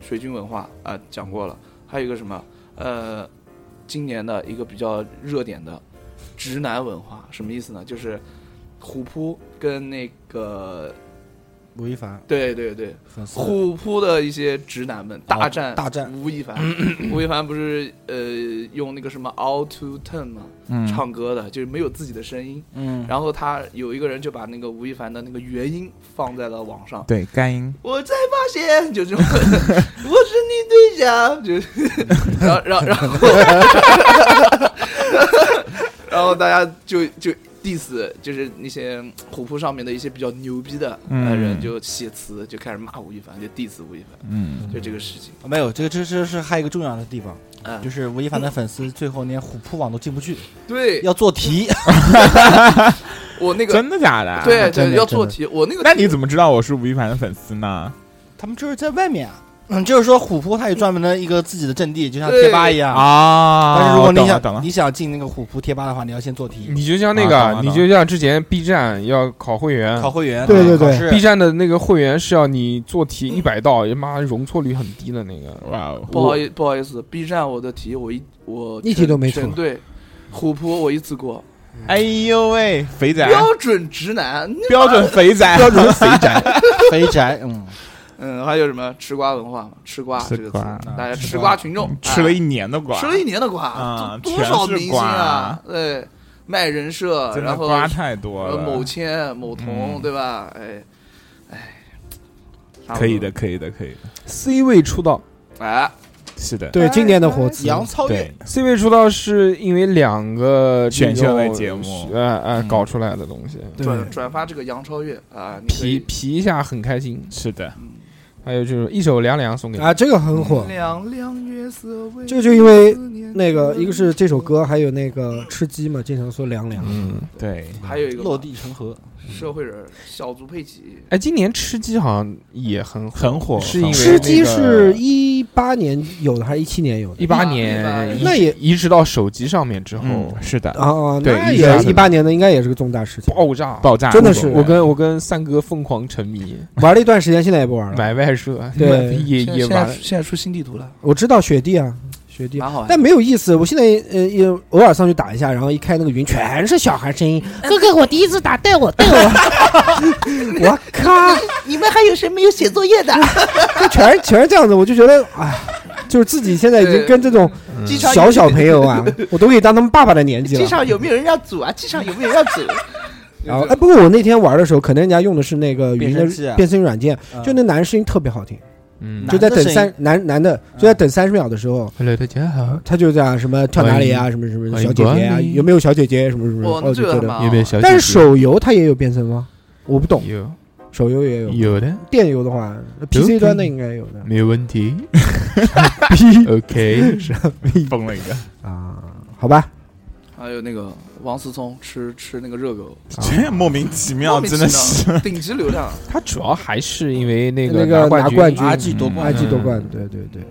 E: 水军文化啊、讲过了，还有一个什么呃今年的一个比较热点的直男文化什么意思呢？就是虎扑跟那个
F: 吴亦凡
E: 对对对
F: 粉丝
E: 虎扑的一些直男们大战、
F: 哦大战
E: 吴亦凡， 吴亦凡不是呃用那个什么 All to Ten 嘛、
D: 嗯，
E: 唱歌的，就是没有自己的声音。
F: 嗯，
E: 然后他有一个人就把那个吴亦凡的那个原音放在了网上，
D: 对干音，
E: 我才发现，就这种，我是你对象，就，然后然后然后，然后大家就就 diss，就是那些虎扑上面的一些比较牛逼的呃
D: 嗯
E: 人就写词，就开始骂吴亦凡，就 diss 吴亦凡，
D: 嗯，
E: 就这个事情，
F: 啊没有这个，这这是还有一个重要的地方，
E: 啊，
F: 就是吴亦凡的粉丝最后连虎扑网都进不去，
E: 对
F: 要做题。
E: 我那个，
D: 真的假的？
E: 对
C: 真
E: 对，
C: 的
E: 要
C: 真
E: 做
C: 的
E: 题，我那个，
D: 那你怎么知道我是吴亦凡的粉丝呢？
F: 他们就是在外面啊，嗯，就是说虎扑它有专门的一个自己的阵地，就像
E: 对
F: 贴吧一样。
D: 啊
F: 但是如果你
D: 我懂
F: 想
D: 了，
F: 你想进那个虎扑贴吧的话，你要先做题，
B: 你就像那个
D: 啊懂
B: 啊，
D: 了
B: 你
D: 懂了
B: 就像之前 B 站要考会员
F: 考会员，啊
C: 对对对
F: 考试
B: b 站的那个会员是要你做题一百道，哎妈容错率很低的那个。
D: 哇哦，
E: 不好意不好意思，B 站我的题我一我
C: 一题
E: 全
C: 都没错
E: 全对，虎扑我一次过，
D: 哎呦喂， 肥宅，
E: 标准直男。
D: 标准肥宅， 标准肥宅，
F: 肥宅，嗯，
E: 嗯，还有什么吃瓜文化嘛？吃瓜
D: 吃
E: 这个词，
D: 瓜
E: 大家
F: 吃
E: 吃
F: 瓜
E: 瓜群众
D: 吃了一
E: 啊
D: 年的瓜，
E: 吃了一年的瓜，
D: 啊
E: 多多
D: 全
E: 少
D: 是
E: 明星
D: 瓜
E: 啊？对，卖人设，
D: 真的
E: 然后
D: 瓜太多
E: 呃
D: 了。
E: 某签某同，
D: 嗯
E: 对吧？哎，哎，差不
D: 可以
E: 多
D: 的，，可以的，可以的，
B: C 位出道
E: 哎，
D: 是的，
C: 对，今年的火词，
F: 杨超越
D: 对，
B: ，C 位出道是因为两个
D: 选秀类
B: 这种
D: 节目
B: 哎哎
D: 嗯
B: 搞出来的东西，
C: 对
E: 转转发这个杨超越啊，你可
B: 皮
E: 以
B: 皮一下很开心。
D: 是的，
B: 还有就是一首凉凉送给你，
C: 啊，这个很火。
E: 亮亮月色为
C: 这个就因为
E: 思念
C: 那个
E: 的
C: 一个是这首歌，还有那个吃鸡嘛，经常说凉凉。
B: 嗯，
D: 对，
E: 还有一个
F: 落地成盒，
E: 社会人小猪佩奇，
B: 哎，今年吃鸡好像也很火，
D: 很火，
B: 是因为
C: 吃鸡
B: 那个
C: 是一八年有的还是一七年有的
B: 一？八
E: 18
B: 年移，
C: 那也
B: 移植到手机上面之后
D: 嗯，是的，
C: 哦，
D: 对
C: 那
D: 一八
C: 也
D: 年
C: 一八年的应该也是个重大事情。
B: 爆炸，
D: 爆炸，
C: 真的是
B: 我 跟我跟三哥疯狂沉迷，
C: 玩了一段时间，现在也不
D: 嗯
C: 玩了。
B: 买外设，
C: 对
B: 买 也
E: 现在
B: 也
E: 现
B: 玩
E: 在，现在出新地图了，
C: 我知道雪地啊，雪地，
E: 蛮好玩的。
C: 但没有意思。我现在呃也偶尔上去打一下，然后一开那个云，全是小孩声音。哥哥，我第一次打，带我带我。我靠，
G: 你们还有谁没有写作业的？
C: 嗯这全是全是这样子，我就觉得哎，就是自己现在已经跟这种
B: 嗯
E: 机场
C: 小小朋友啊，我都可以当他们爸爸的年纪
G: 机
C: 了。
G: 场有没有人要组啊？机场有没有人要组？
C: 然后哎，不过我那天玩的时候，可能人家用的是那个云的
F: 变声器啊
C: 变声软件，就
F: 嗯
C: 那男声音特别好听，
B: 嗯
F: 男
C: 就在
F: 的
C: 等
F: 声音嗯
C: 三男男的就在等三十秒的时候，
B: ，Hello，大家好，
C: 他就讲什么跳哪里啊，什么什么
B: 欢迎
C: 小姐姐啊，
B: 光临
C: 有没有小姐姐什么什么，
E: 哇，
C: 哦，
E: 那
C: 就
E: 这个
C: 觉
E: 还
D: 啊
C: 得。
E: 蛮
B: 有没有小姐姐？
C: 但是手游它也有变声吗？我不懂，
B: 有
C: 手游也有，
B: 有的，
C: 电游的话
B: 有
C: ，PC 端的应该有的
B: 没有问 题。OK，是啊
D: 崩了一个，
C: 啊，好吧，
E: 还有那个王思聪吃吃那个热狗，
D: 这
B: 啊
D: 莫名其妙，
E: 莫名其
D: 真
E: 妙
D: 的是，
E: 顶级 流量，
B: 他主要还是因为那
C: 那
B: 拿
C: 个拿
B: 冠
C: 冠
B: 军，啊
C: 军
F: ，RG 夺
C: 埃
F: 冠，
C: 及夺冠，对对对，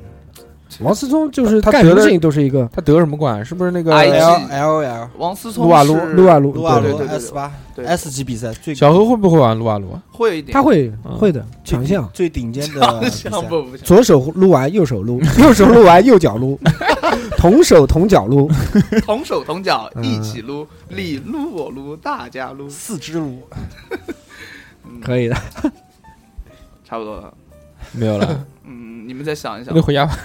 C: 王思聪就是
B: 他
C: 干什
B: 觉
C: 么
B: 得
C: 事情都是一个
B: 他得什么冠？是不是那个哎
E: IG
F: L L L
E: 王思聪
C: 撸啊撸
E: 是
C: 撸啊撸，
F: 撸啊
C: 对
F: 撸
C: 对对
E: 对对
F: S 八
E: 对
F: S 级比赛最
B: 小何会不会玩撸啊撸？
E: 会一点，
C: 他 会
B: 嗯
C: 会的强项。
F: 最顶尖的比赛
E: 像不不像，
C: 左手撸完右手撸， 右手撸完右 脚撸，同手同脚撸，
E: 同手同脚
C: 嗯
E: 一起撸，你撸我撸，大家撸，
F: 四只撸，
B: 嗯
C: 可以的。
E: 差不多了。
B: 没有 了，
E: 嗯，你们再想一想
B: 那回家 吧。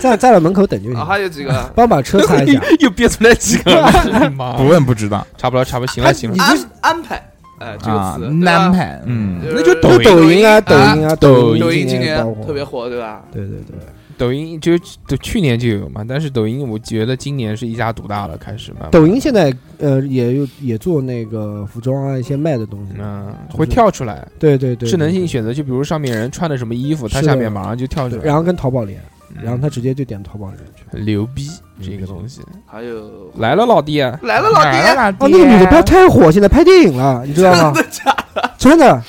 C: 站站到门口等就
E: 啊，
C: 行，
E: 还有 几个
C: 帮把车擦一下。
B: 又憋出来几个， 妈
D: 不，问不知道
B: 差不多，差不多，行了，行了。
E: 安安排，哎，这个
D: 啊，
E: 词，
D: 男
E: 对吧
D: 排，嗯，
E: 是
B: 那就
C: 就
B: 抖
C: 抖
E: 音
C: 音啊，
E: 抖
C: 抖
E: 音
C: 音啊，抖
E: 抖音今
C: 年
E: 年
C: 爆火
E: 特别火，对吧？
C: 对对对，
B: 抖音就就去年就有嘛，但是抖音我觉得今年是一家独大了，开始慢慢
C: 抖音现在呃也有也做那个服装啊一些卖的东西，
B: 嗯会跳出来，
C: 对对对，
B: 智能性
C: 对
B: 选择，就比如上面人穿的什么衣服，它
C: 是的
B: 下面马上就跳出
C: 对
B: 来，
C: 然后跟淘宝连，
B: 嗯
C: 然后嗯他直接就点淘宝连去。
B: 很牛逼这个东西
E: 还有
B: 来了，老弟，
E: 来了，老
D: 哪儿
E: 爹，
D: 啊
C: 哦，
D: 老
C: 那个女的不要
D: 爹，
C: 太火，现在拍电影了，你知道吗？真的假的？真的，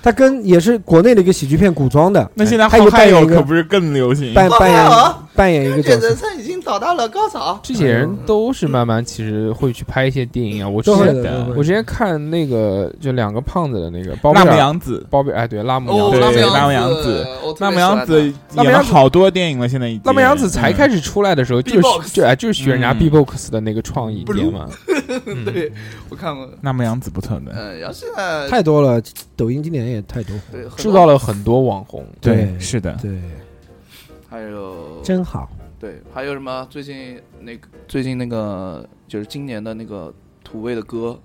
C: 她跟也是国内的一个喜剧片古装的，
D: 那现在
C: 她
D: 好
C: 有
D: 汉
C: 扮演
D: 友
C: 一
D: 可
C: 个
D: 不是更流
B: 嗯
D: 行？
C: 扮扮
G: 好
C: 演
G: 汉
C: 扮演一个
G: 觉
C: 角
G: 得
C: 色，
G: 他已经找到了高潮。
B: 这些人
D: 哎
B: 都是慢慢其实会去拍一些电影啊。我之
C: 都会
B: 前
C: 的，都会的
B: 我之前看那个就两个胖子的那个包贝
D: 辣目
B: 尔，
D: 洋子，
B: 包贝哎对拉姆杨
E: 哦
B: 子
D: 对
E: 拉姆
D: 拉姆
E: 杨
D: 杨子，
E: 我特别
D: 辣目
E: 喜欢
D: 洋子
B: 辣目
D: 演了
B: 洋子
D: 好多电影了，现在已经。嗯
B: 拉美杨子才开
D: 始，
B: 始出来的时候，就是
E: Beatbox
B: 对，哎就是学人家
D: 嗯
B: B-box 的那个创意点嘛。
E: 他，
B: 嗯
E: 对我看过，
D: 辣目洋子不错的，
E: 嗯，然后现在
C: 太多了，抖音今年也太多火
E: 对
C: 了，
E: 很
B: 制
E: 多
B: 造了很多网红，
C: 对
D: 是的，
C: 对，
E: 还有
C: 真好。
E: 对，还有什么？最近那个最近那个就是今年的那个土味的歌，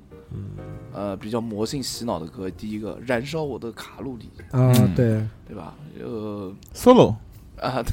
E: 呃，比较魔性洗脑的歌，第一个《燃烧我的卡路里》，
C: 啊
D: 嗯，
C: 对，
E: 对吧？呃
D: solo。
E: 啊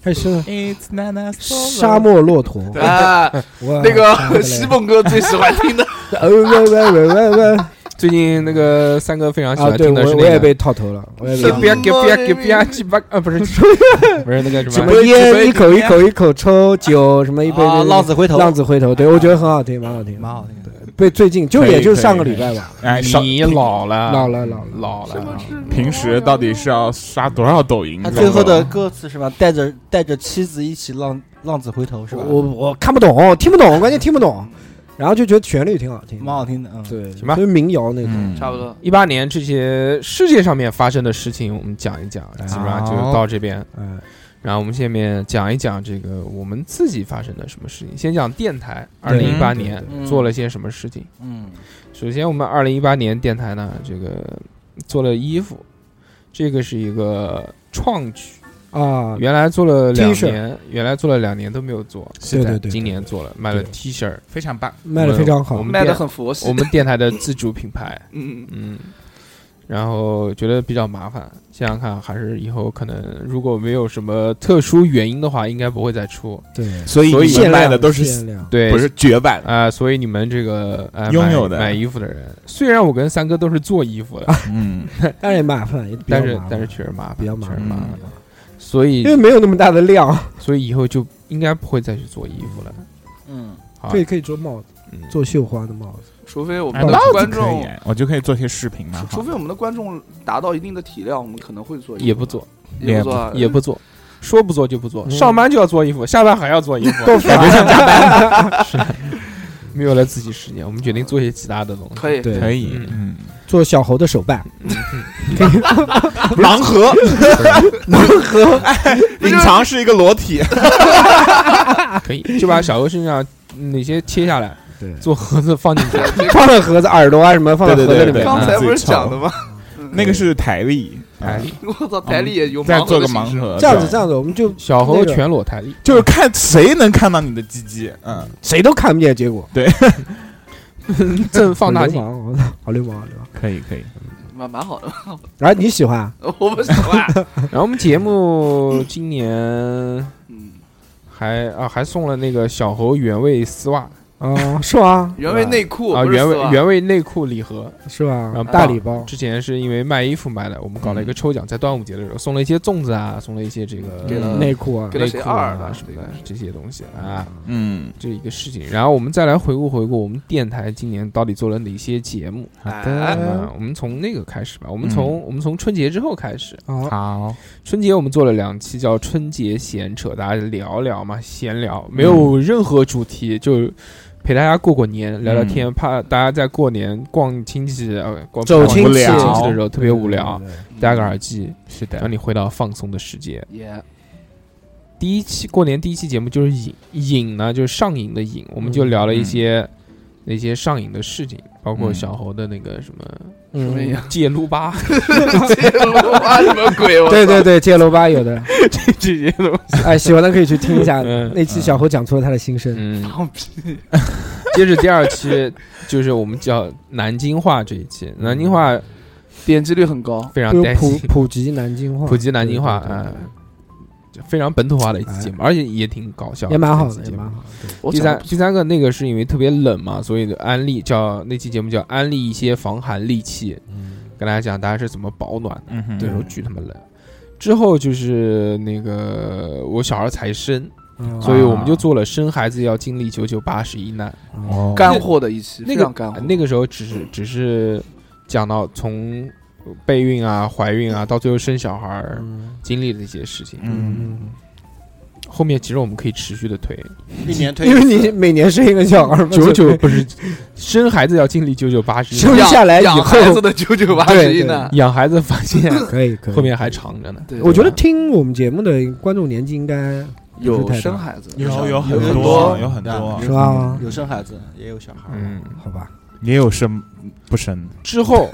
C: 还是
D: It's not a
C: 沙漠骆驼，
E: 啊，
C: 哇
E: 那
C: 看不
E: 个
C: 来
E: 西蒙哥最喜欢听的，
C: 呃喂喂喂喂喂
B: 最近那个三哥非常喜
C: 啊！
B: 欢
C: 对
B: 听的是
C: 我我
B: 那
C: 也
B: 个。
C: 被套头了，我也
B: 给
C: 被
E: 是
B: 别给别给别鸡巴啊！不是 不是那个
C: 什
B: 什
C: 么
B: 么
C: 烟一口一口一口抽酒，什么一杯
F: 啊，浪子回头，
C: 浪子回头，对我觉得很好听，蛮好听，
F: 蛮好听的。
C: 被最近就
D: 可以
C: 也就
D: 可以
C: 上个
D: 可以
C: 礼拜吧，
D: 哎，少
B: 你老了
C: 老了老了
B: 老了，
D: 平时到底是要刷多少抖音？
F: 他啊最后的歌词是吧？带着带着妻子一起浪浪子回头是吧？
C: 我我看不懂，听不懂，关键听不懂，然后就觉得旋律挺好听，
F: 蛮好听的，嗯，
C: 对，
B: 行吧
C: 就是民谣那种，
D: 嗯，
E: 差不多。
B: 一八年这些世界上面发生的事情，我们讲一讲，基本上就到这边。
C: 嗯，
B: 然后我们下面讲一讲这个我们自己发生的什么事情。先讲电台，二
C: 对
B: 零一八
C: 嗯
B: 年
F: 对对
B: 做了些什么事情。
F: 嗯，
B: 首先，我们二零一八年电台呢，这个做了衣服，这个是一个创举。
C: 啊，
B: 原来做了两
C: T 恤
B: 年，原来做了两年都没有做，
C: 对对对，
B: 今年做了，卖了 T 恤儿，
D: 非常棒。
C: 卖的非常
B: 我
C: 好，
B: 们
E: 卖的
B: 电
E: 很佛
B: 我
E: 系，
B: 们电台的自主品牌，
E: 嗯，
B: 嗯，然后觉得比较麻烦，想想看，还是以后可能如果没有什么特殊原因的话，应该不会再出。
C: 对，
D: 所以你
C: 限
D: 们卖
C: 量
D: 的都是
C: 限量，
B: 对，
D: 不是绝版？
E: 哎
B: 啊、所以你们这个呃
D: 拥
B: 买
D: 有的
B: 买衣服的人，虽然我跟三哥都是做衣服的，
D: 嗯，
C: 但是也麻烦，啊也比较
B: 但是
C: 麻烦
B: 但是确实麻烦，
C: 比较麻
B: 确实
C: 烦
B: 麻烦啊
D: 嗯。
B: 所
C: 因为
B: 以
C: 没有那么大的量，
B: 所以以后就应该不会再去做衣服了。
F: 嗯，
B: 啊
C: 可以可以做帽子，
B: 嗯，
C: 做绣花的帽子，
E: 除非我
D: 哎
E: 们的
D: 老子
E: 观
D: 可以
E: 众，，
D: 我就可以做些视频了。
E: 除非我们的观众达到一定的体量，我们可能会做，
B: 也不，做，
E: 也不做，
B: 也不做，说不做就不做，
C: 呃嗯
B: 上班就要做衣服，下班还要做衣服，
D: 感觉像加班，
B: 没有了自己时间，我们决定做一些其他的东西。
E: 可以，
C: 对，
D: 可以，嗯
B: 嗯，
C: 做小猴的手办，
D: 盲 盒，盲盒， 隐藏是一个裸体，
B: 可以，就把小欧身上哪些切下来，
C: 对
B: 做盒子放进 去。
C: 放在盒子、耳朵啊什么放在
D: 对
C: 盒
D: 对
C: 子里
D: 对
C: 面，
E: 刚才不
D: 自
E: 是
D: 己抽
E: 讲的吗？ 嗯
D: 那个是台历，
B: 台历
E: 我操，台历也有
D: 再
E: 盲盒
D: 做
E: 的
D: 个
E: 形
D: 盲
E: 式，
D: 盒，
C: 这样子
D: 对
C: 这样子，我们就
B: 小猴
C: 那个
B: 全裸台历，
D: 就是看谁能看到你的鸡鸡，嗯，
C: 谁都看不见结果，
B: 正放大
C: 好流
B: 镜。
C: 氓，我操好流氓，好流氓。
D: 可以可以，
E: 蛮蛮好的，
C: 然后你喜欢啊？
E: 我不喜欢。
B: 然后我们节目今年
E: 嗯，
B: 还啊还送了那个小猴原味丝袜
E: 哦
C: 啊，是吗？
E: 原味内裤
B: 啊
E: 哦不是
B: 原味
E: 丝袜
B: 原味内裤礼盒，
C: 是吧
E: 啊
B: 然后？
C: 大礼包，
B: 之前是因为卖衣服买的，我们搞了一个抽奖，在端午节的时候送了一些粽子啊，送了一些这个
E: 给了
C: 内裤啊
E: 给，了
B: 内
E: 谁
B: 裤
E: 二
B: 啊
E: 了
B: 什么的这些东西啊，
D: 嗯，
B: 这一个事情。然后我们再来回顾回顾我们电台今年到底做了哪些节目。啊
D: 好
E: 哎
B: 那
C: 嗯
E: 嗯
D: 的，
B: 呃么我们从那个开始吧，我们
D: 嗯
B: 从我们从春节之后开始，
C: 啊，
D: 好，
B: 春节我们做了两期叫“春节闲扯”，大家聊聊嘛，闲聊，没
C: 嗯
B: 有任何主题，就陪大家过过年，聊聊
C: 嗯
B: 天，怕大家在过年逛亲戚、呃、逛
C: 走
B: 逛
C: 亲戚
B: 亲戚的时候特别无聊，
C: 对，对对对
B: 戴个耳机，
D: 是
B: 让
D: 的，
B: 你回到放松的世界。
E: 也
B: 第一期过年第一期节目就是瘾，瘾呢就是上瘾的瘾，我们就聊
C: 嗯
B: 了一些、那些上瘾的事情，包括
D: 嗯
B: 小猴的那个什么
E: 什么
C: 嗯，
E: 呀？
B: 戒撸吧
E: 这个挖什么鬼？我操
C: 对对对，街楼吧有 的，
B: 这些东西，
C: 哎，喜欢的可以去听一下
B: 嗯。
C: 那期小侯讲出了他的心声，
B: 嗯，
E: 放屁！
B: 接着第二期就是我们叫南京话这一期，南京话
E: 点击率很高，
B: 非常
C: 就
B: 担
C: 普
B: 嗯心
C: 普及南京话，
B: 普及南京话
C: 对对对
B: 啊
C: 对，哎
B: 非常本土化的一期节目，而且也挺搞笑，
C: 也蛮
B: 这
C: 好的，
B: 期
C: 也
B: 节目
C: 蛮好的。
E: 我
B: 第
E: 讲得
B: 三
E: 不错
B: 第三个那个是因为特别冷嘛，所以就安利叫那期节目叫安利一些防寒利器，
C: 嗯
B: 跟大家讲大家是怎么保暖的。
D: 嗯哼，
B: 那时候巨他妈冷。之后就是那个我小孩才生，
C: 嗯
B: 所以我们就做了生孩子要经历九九八十一难。
D: 哦，
E: 干货的一期，
B: 那
E: 非
B: 个
E: 常干货。
B: 那个时候只是只是讲到从备孕啊、怀孕啊，到最后生小孩儿经历的一些事情。
D: 嗯，
C: 嗯，
B: 后面其实我们可以持续的推，
F: 一年推一
C: 啊因
F: 次，
C: 为你每年生一个小孩嘛，
B: 九九不是生孩子要经历九九八十一难，
C: 生下来以
E: 养
C: 后
E: 孩子的九九八十一呢？
B: 养孩子发现
C: 可以可以。
B: 后面还长着呢。
E: 对
C: 我觉得听我们节目的观众年纪应该
E: 有生孩子，
D: 有
F: 有
D: 很
F: 很
E: 多
D: 有很
F: 对啊
D: 多
C: 是，吧？
F: 有生孩子也有小孩，
B: 嗯，
C: 好吧，
D: 也有生不生，
B: 之 后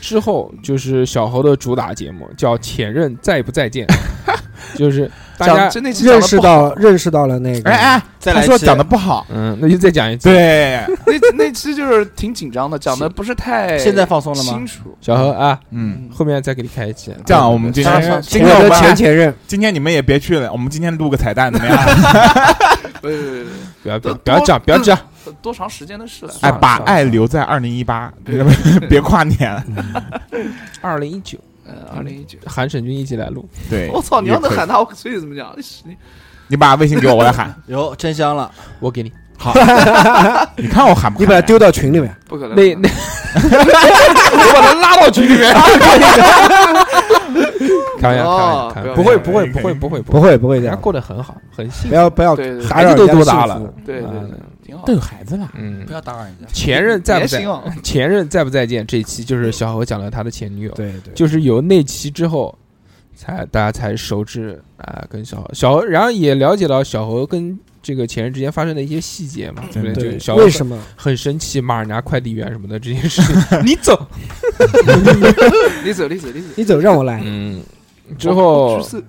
B: 之后就是小猴的主打节目叫《前任再不再见》， 就是大
E: 讲
B: 家
E: 真那期讲
C: 认
E: 得
C: 识
E: 不好
C: 到认识到了那个，
D: 哎哎，
F: 再
D: 他
F: 来一
D: 说
F: 期
D: 讲的 不好，
B: 嗯，那就再讲一次。
D: 对，
E: 那那期就是挺紧张的，讲的不是太
F: 现在放松了吗
E: 清？楚。
B: 小猴啊，
D: 嗯，
B: 后面再给你开一期。 啊
D: 这样我们今
E: 当然
B: 哎
D: 天今
C: 我
D: 天我
C: 的
D: 们
C: 前前任，
D: 今天你们也别去了，我们今天录个彩蛋怎么样？
E: 不不不不
B: 不要不要不要讲不要讲，
E: 不，多长时间的事了？
D: 哎，
B: 算了
D: 把
B: 算了
D: 爱留在二零一八，别 别跨年了。
B: 二零一九
E: 呃，二零一九。
B: 喊沈军一起来录，
D: 对，
E: 我操！你要
D: 也
E: 能
D: 可以
E: 喊他，我随你怎么讲。你
D: 你把微信给我，我来喊。
F: 有真香了，
B: 我给你。
D: 你看我喊不
C: 你
D: 喊？
C: 把他丢到群里面，
E: 不可能。
B: 那那 我把他拉到群里 面。开玩笑，开玩笑
E: 哦
B: 开
E: 不
B: 玩笑，不
E: 要
B: 会不
D: 不要
B: 会不会不会
C: 不，会不会这
B: 人家
C: 样，
B: 过得很好，很幸
C: 不
B: 福。
C: 要不要
E: 对对
C: 打扰
B: 孩子
C: 人家的
B: 都多大
C: 幸福
B: 了？啊
E: 对对对，挺好。
D: 都有孩子了，
B: 嗯
F: 不，要打扰人家。
B: 前任在不
E: 别
B: 在
E: 兴？旺
B: 前任再不再见？这一期就是小何讲了他的前女友，
C: 对对，
B: 就是有那期之后，才大家才熟知啊，跟小何小何，然后也了解到小何跟这个前任之间发生的一些细节嘛，对
D: 真
B: 不
D: 的
B: 对？就
C: 嗯对
B: 小，何
C: 为
B: 很
C: 什么？
B: 很生气，骂人家快递员什么的这件 事情，你走，
E: 你走，你走，你走。
C: 你走，让我来。
B: 嗯，之后
E: 十四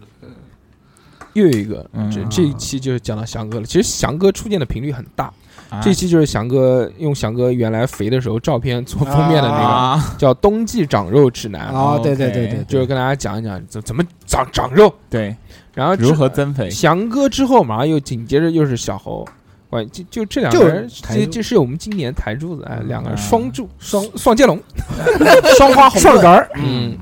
B: 又有一个，这
D: 嗯
B: 这一期就是讲到翔哥了。其实翔哥出现的频率很大，这
D: 啊
B: 期就是翔哥用翔哥原来肥的时候照片做封面的那
D: 啊
B: 个，叫《冬季长肉指南》，
C: 哦，对对
D: OK
C: 对对，
B: 就是跟大家讲一讲怎怎么长长肉，
D: 对，
B: 然后之
D: 如何增肥？
B: 翔哥之后，马上又紧接着又是小猴，关就就这两个人，
C: 就是台
B: 这
C: 柱啊
B: 这是我们今年台柱子哎，两个人
D: 嗯
B: 双柱双双接龙，
C: 双花红双杆儿，
B: 嗯，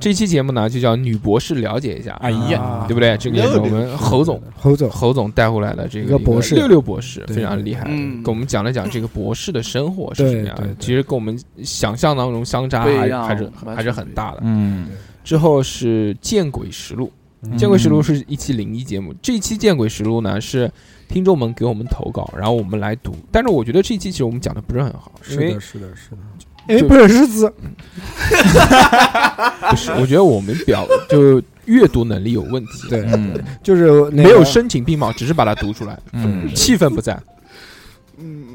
B: 这期节目呢就叫女博士了解一下，
D: 哎呀，
C: 啊
B: 对不对？这个也是我们侯总
C: 侯总，
B: 侯总带回来的这个
C: 一个博士
B: 六六博士
C: 对
B: 非常厉害，
E: 嗯
B: 跟我们讲了讲这个博士的生活是什么样
C: 对
B: 的
C: 对，对
B: 其实跟我们想象当中相差
E: 不一
B: 还
E: 样
B: 还是
E: 完全
B: 还是很大的。
D: 嗯，
B: 之后是《见鬼实录》，《见鬼实录》
C: 嗯
B: 是一期灵异节目，这一期《见鬼实录》呢是听众们给我们投稿，然后我们来读。但是我觉得这一期其实我们讲的不是很好，因为
C: 是的，是的，因为
B: 就嗯
C: 哎不是日子，
B: 不是，我觉得我们表就阅读能力有问题，
C: 对，
D: 嗯
C: 就是那
B: 没有
C: 个
B: 申请并茂，只是把它读出来，
D: 嗯，
B: 气氛不在，